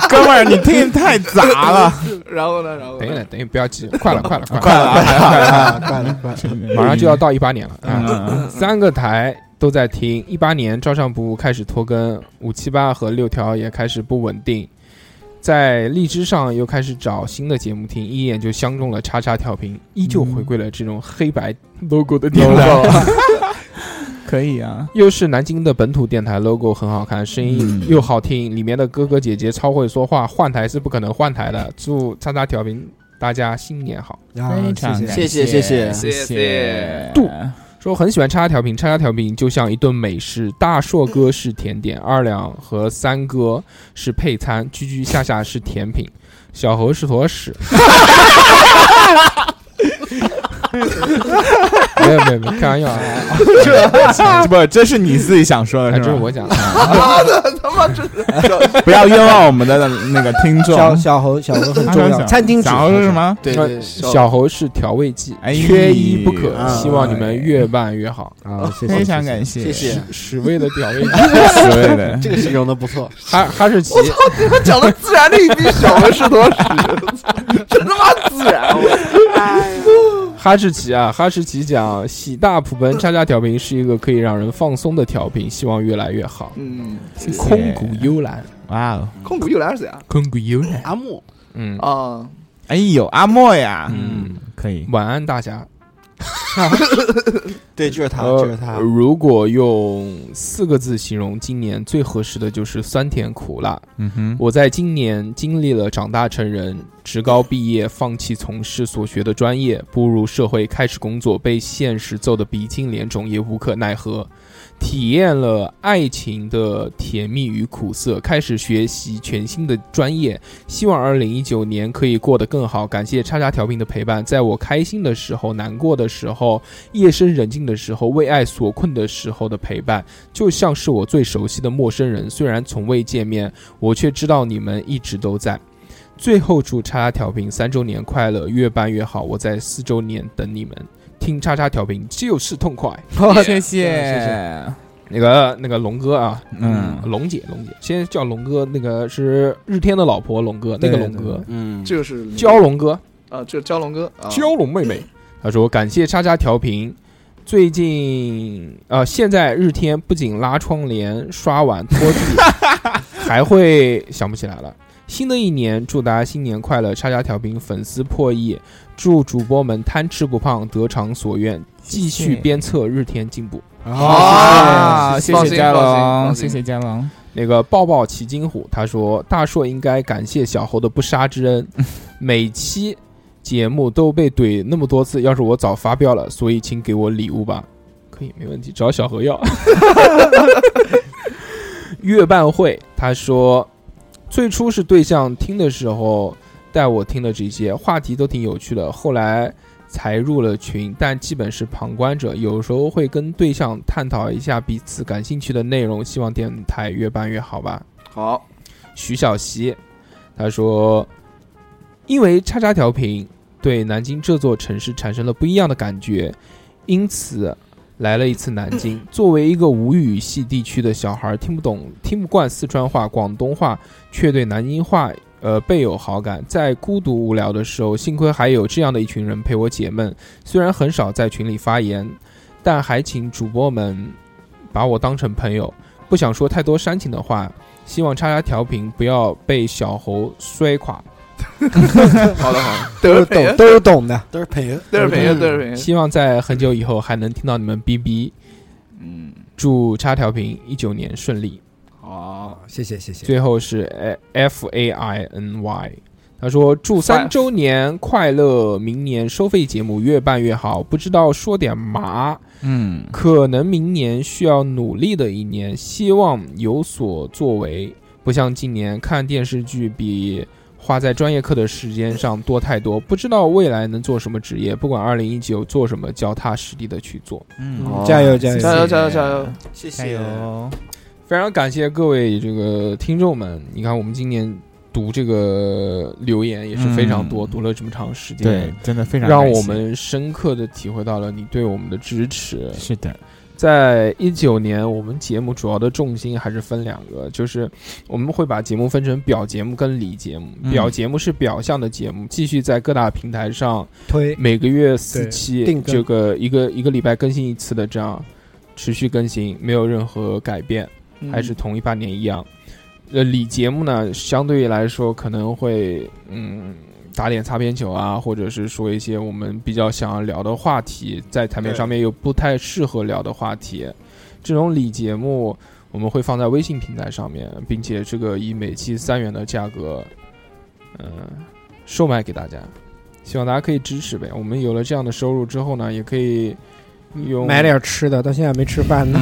D: 哥们儿，你听得太杂了，
E: 然后呢，然后
B: 等一
E: 呢
B: 等，等一等，不要急，快了，快了， 快了，
D: 快了啊快了啊，
C: 快了快了，
B: 马上就要到一八年了啊！
D: 嗯。
B: 三个台都在听。一八年照相部开始拖更，五七八和六条也开始不稳定，在荔枝上又开始找新的节目听，一眼就相中了叉叉调频，依旧回归了这种黑白 logo 的电台。
D: 可以啊，
B: 又是南京的本土电台，logo 很好看，声音
D: 嗯
B: 又好听，里面的哥哥姐姐超会说话，换台是不可能换台的。祝叉叉调频大家新年好！
C: 啊谢谢。
F: 谢谢谢谢
E: 谢谢
B: 度说很喜欢叉叉调频，叉叉调频就像一顿美食，大硕哥是甜点，二两和三哥是配餐，居居下下是甜品，小猴是坨屎。 没有没有没有，开玩笑 啊，
D: 不，这是你自己想说
B: 哎
D: 的
B: 这
D: 是
B: 是
D: 吧？
B: 我讲的。
E: 他妈这
D: 不要冤枉我们的那个听众。
C: 小小猴，小猴很重要。餐厅纸
D: 想要是什？么？
F: 对
B: 那
F: 对
B: 小猴啊是调味剂，
D: 哎
B: 缺一不可，
D: 哎
B: 希望你们越办越好。
C: 啊，谢谢，
D: 非常感谢，
F: 谢谢，
B: 屎味的调味剂，
D: 所谓的
F: 这个形容的不错。
B: 哈哈士奇，
E: 他讲的自然的一逼小的是多屎，真他妈自然，啊 我
B: 哈士奇啊，哈士奇讲喜大普奔叉叉调频是一个可以让人放松的调频，希望越来越好。
E: 嗯，
B: 空谷幽兰，
D: 哇哦，
E: 控股又来是谁啊？
B: 空谷幽兰，
F: 阿木，
B: 嗯
E: 啊，
D: 哎呦，阿莫呀，
B: 嗯，
D: 可以，
B: 晚安大侠。
F: 对，就是他，
B: 呃
F: 就是他。
B: 如果用四个字形容今年最合适的就是酸甜苦辣。
D: 嗯哼，
B: 我在今年经历了长大成人、职高毕业、放弃从事所学的专业，步入社会开始工作，被现实揍得鼻青脸肿，也无可奈何，体验了爱情的甜蜜与苦涩，开始学习全新的专业。希望二零一九年可以过得更好。感谢叉叉调频的陪伴，在我开心的时候、难过的时候、夜深人静的时候、为爱所困的时候的陪伴，就像是我最熟悉的陌生人，虽然从未见面。我却知道你们一直都在。最后祝叉叉调频三周年快乐，越办越好，我在四周年等你们。听叉叉调频就是痛快。
D: 谢
B: 谢，那个那个龙哥啊，
D: 嗯
B: 龙姐龙姐，先叫龙哥，那个是日天的老婆龙哥，那
C: 对
B: 个龙哥
F: 嗯，
E: 这个是
B: 蛟龙哥，
E: 啊，这蛟龙哥，啊
B: 蛟龙妹妹，她说感谢叉叉调频。最近，呃，现在日天不仅拉窗帘、刷碗、拖地，还会想不起来了。新的一年，祝大家新年快乐！叉叉调频粉丝破亿，祝主播们贪吃不胖，得偿所愿，继续鞭策日天进步。
C: 哎
D: 啊，谢
E: 谢谢
D: 谢嘉龙，
E: 放心放
D: 谢
E: 心
D: 谢嘉龙，
B: 那个抱抱骑金虎，他说大硕应该感谢小猴的不杀之恩，每期节目都被怼那么多次，要是我早发飙了，所以请给我礼物吧，可以没问题，找小猴要。 月半会他说，最初是对象听的时候带我听的这些话题都挺有趣的，后来。才入了群，但基本是旁观者，有时候会跟对象探讨一下彼此感兴趣的内容。希望电台越办越好吧。
E: 好，
B: 徐小溪，他说，因为叉叉调频对南京这座城市产生了不一样的感觉，因此来了一次南京。作为一个吴语系地区的小孩，听不懂、听不惯四川话、广东话，却对南京话。呃，倍有好感。在孤独无聊的时候，幸亏还有这样的一群人陪我解闷。虽然很少在群里发言，但还请主播们把我当成朋友。不想说太多煽情的话，希望叉叉调频不要被小猴摔垮，
E: 好的好的，
C: 都
E: 德
C: 是
E: 培
C: 懂，都是懂的。
F: 都是朋友，
E: 德培
F: 嗯
E: 德培，
B: 希望在很久以后还能听到你们哔哔。
E: 嗯，
B: 祝叉调频一九年顺利。
E: 好，
C: 谢谢谢谢，
B: 最后是呃 F A I N Y，他说祝三周年快乐，明年收费节目越办越好。不知道说点嘛，
D: 嗯，
B: 可能明年需要努力的一年，希望有所作为。不像今年看电视剧比花在专业课的时间上多太多，不知道未来能做什么职业。不管二零一九做什么，脚踏实地的去做。
D: 嗯，
C: 加油加油！
E: 加油加油加油！
F: 谢
D: 加
F: 谢。
D: 油，
B: 非常感谢各位这个听众们，你看我们今年读这个留言也是非常多，
D: 嗯
B: 读了这么长时间，
D: 对，，真的非常
B: 让
D: 感谢
B: 我们深刻的体会到了你对我们的支持。
D: 是的，
B: 在一九年，我们节目主要的重心还是分两个，就是我们会把节目分成表节目跟里节目。
D: 嗯
B: 表节目是表象的节目，继续在各大平台上
C: 推
B: 每个月四期
C: 对定，更
B: 这个一个一个礼拜更新一次的这样持续更新，没有任何改变，
E: 嗯
B: 还是同一八年一样。呃，里节目呢，相对于来说可能会嗯打点擦边球啊，或者是说一些我们比较想要聊的话题，在台面上面又不太适合聊的话题。这种里节目我们会放在微信平台上面，并且这个以每期三元的价格，嗯、售卖给大家。希望大家可以支持呗。我们有了这样的收入之后呢，也可以用
C: 买点吃的，到现在没吃饭呢。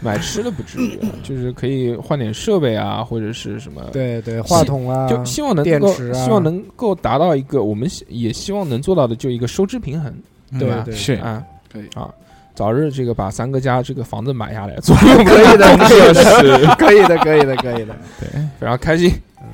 B: 买吃的不至于啊，就是可以换点设备啊，或者是什么。
C: 对对，话筒啊，
B: 就希望能
C: 电
B: 够，
C: 池啊
B: 希望能够达到一个我们希也希望能做到的，就一个收支平衡，
C: 对
B: 吧？
C: 对
D: 是
B: 啊，
E: 可以
B: 啊，早日这个把三个家这个房子买下来，做我 们的工作室，
C: 可以的，可以的，可以的。
B: 非常开心。
C: 嗯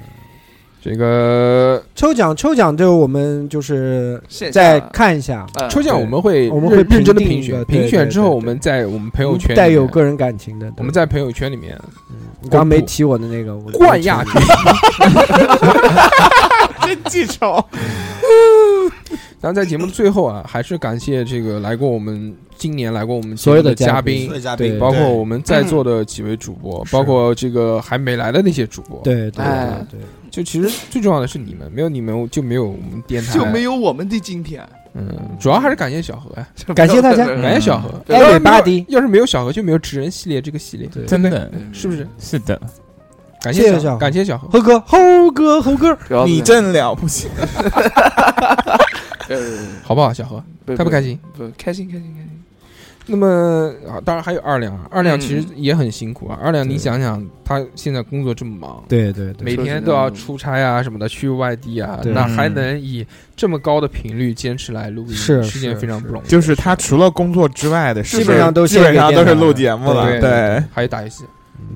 B: 这个
C: 抽奖，抽奖，这个我们就是
E: 线下
C: 再看一下，
E: 嗯
B: 抽奖我们会
C: 我们会
B: 认认真的
C: 评
B: 评
C: 定一个
B: 选，
C: 对
B: 评选之后
C: 对对
B: 我们在我们朋友圈里
C: 带有
B: 面
C: 个人感情的。对
B: 我们在朋友圈里面
C: 你刚刚没提我的那个，我
B: 冠亚军，
D: 真 记仇，
B: 然后在节目的最后啊，还是感谢这个来过我们今年来过我们节
C: 所
B: 目
C: 有
B: 的
C: 的
B: 嘉
C: 嘉
B: 宾
C: 宾
F: 所，有嘉
C: 对
F: 宾，
B: 包括我们在座的几位主播，包括这个还没来的那些主播。，
C: 对对
E: 哎
C: 对对，
B: 就其实最重要的是你们，没有你们就没有我们电台，
E: 就没有我们的今 天，
B: 嗯，主要还是感谢小何呀，
C: 感谢大家
E: 嗯
B: 感谢小何。
E: 对
B: 要是没有
C: Everybody
B: 要是没有小何，就没有纸人系列这个系列，
C: 对
D: 真的
B: 是不是？
D: 是的，
B: 感
C: 嗯谢
B: 谢
C: 谢小何
B: 感谢小何。
C: 猴哥，猴哥，猴哥，
E: 不要
D: 你
E: 这
D: 真了不起，
E: 呃
B: 好不好，小何？
E: 不
B: 开不开心？
E: 不开心开心开心，
B: 那么啊，当然还有二两啊，二
C: 嗯
B: 两其实也很辛苦啊。二两，你想想，他现在工作这么忙，
C: 对对对，
B: 每天都要出差啊什么的，去外地啊，
C: 对
B: 那还能以这么高的频率坚持来录音，
C: 是
B: 是件
C: 是
B: 非常不容易的事。
D: 就是他除了工作之外的事，
C: 基本上都
D: 基本上
C: 献给
D: 都
C: 电
D: 是
C: 台
D: 录节目了，
B: 对
D: 对，
B: 还有打游戏，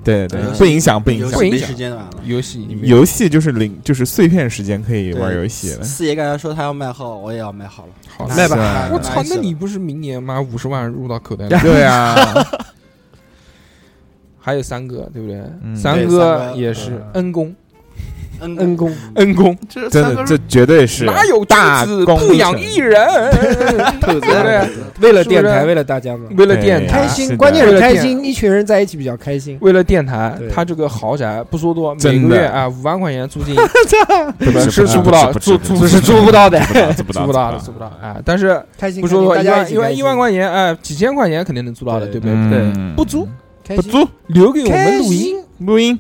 D: 对对
F: 游
D: 对，
F: 戏
D: 不影响不影响
B: 不。影
F: 没
B: 响
F: 时间玩了。
B: 游戏里面
D: 游戏就是零，就是碎片时间可以玩游戏了
F: 四。四爷刚才说他要卖号，我也要卖号了。
B: 好
F: 那
B: 那
F: 吧
D: 吧
B: 我操
F: 那，是啊
B: 那你不是明年妈五十万入到口袋里？
D: 对啊，
B: 还有三哥，对不对？
D: 嗯
B: 三
F: 对三
B: 哥
F: 哥
B: 也是
F: 嗯
B: 恩公，
F: 恩
C: 恩公，
B: 恩公
E: 这
D: 真
E: 三
D: 的
E: 个
D: 这绝对是
B: 哪有
D: 大
B: 君子
D: 功
B: 不养
D: 臣
B: 艺人？
E: 头
B: 对不对？
C: 为了电
B: 是不
C: 台，
B: 是
C: 为了大家嘛，
B: 为了电
D: 对
B: 台
C: 开
D: 是的
C: 心，关键是
B: 为了
C: 开
B: 电
C: 心，一群人在一起比较开心。
B: 为了电台
C: 对，
B: 他这个豪宅不说多，每
D: 真
B: 个
D: 的
B: 月啊五万块钱租金
D: 不
B: 是
D: 是
B: 租不到，租租是租不到的，
D: 租 不
B: 租
D: 到
B: 不到的，
D: 租
B: 租不到啊！但是
C: 开心
B: 不说多，
C: 开
B: 一
C: 心大家
B: 万
C: 起
B: 一万
C: 开心
B: 一万块钱，哎，几千块钱肯定能租到的，对
C: 对
B: 不对？
D: 对
B: 嗯不租
C: 开
D: 不
C: 心，
D: 租
B: 留给我们
C: 开
B: 录音，
C: 心，
D: 录音，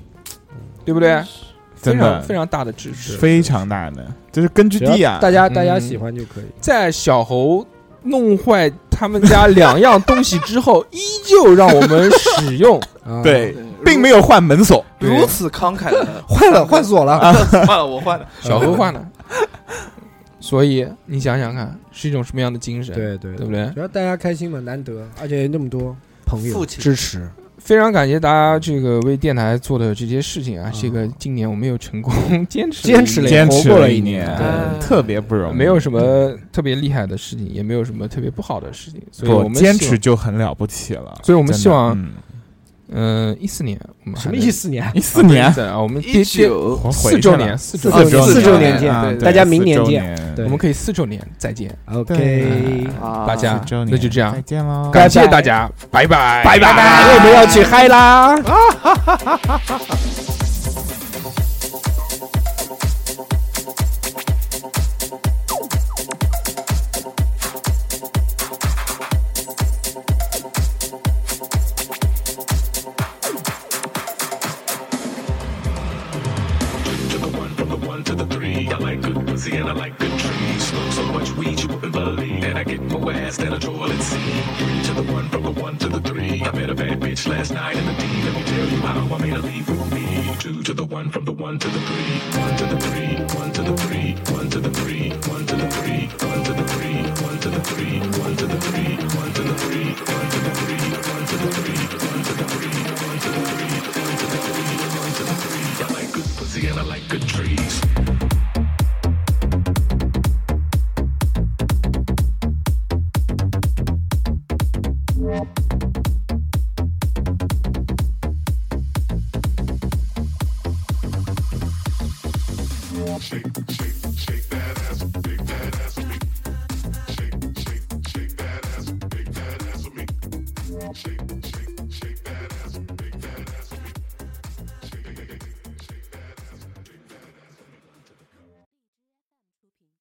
B: 对不对？非
D: 真
B: 常
D: 的
B: 非常大的支持。
D: 非常大的，这是根据
C: 只要
D: 地啊！
C: 大家大家
B: 嗯
C: 喜欢就可以。
B: 在小猴弄坏他们家两样东西之后，依旧让我们使用，
C: 啊，
D: 对，并没有换门锁，
E: 如此慷慨 的
C: 换了换锁 了，
E: 换了我换的，
B: 小猴换的。所以你想想看，是一种什么样的精神，
C: 对对
B: 对不对？
C: 主要大家开心嘛，难得，而且那么多朋友
F: 父亲
C: 支持，
B: 非常感谢大家这个为电台做的这些事情啊！
C: 嗯
B: 这个今年我们又成功 坚持
C: 坚持
B: 了一
C: 了
B: 年，
C: 对
D: 坚持
B: 活过了
D: 一
B: 一
D: 年，嗯
E: 对
D: 特别不容易，
B: 没有什么特别厉害的事情，也没有什么特别不好的事情，所以我
D: 不
B: 们希
D: 坚
B: 望
D: 持，就很了不起了。
B: 所以我们
D: 真的
B: 希望
D: 嗯
B: 嗯，一四年我们
C: 什么意
B: 思？
C: 思你啊？
D: 一四年
B: 啊对啊，我们第
E: 一
B: 第
E: 九
D: 我回
B: 四
D: 去
B: 周
D: 了
B: 年，四周
C: 四周
B: 年，
C: 年四周年
E: 见
D: 啊对
C: 大家明年见
D: 四周年
C: 对
B: 我们可以四周年再见，
C: OK，
E: 啊，
B: 大家
D: 周年
B: 那就这样
D: 再见喽，
B: 感谢大家，拜拜，拜拜
C: 我们要去嗨啦！
A: Shake, shake.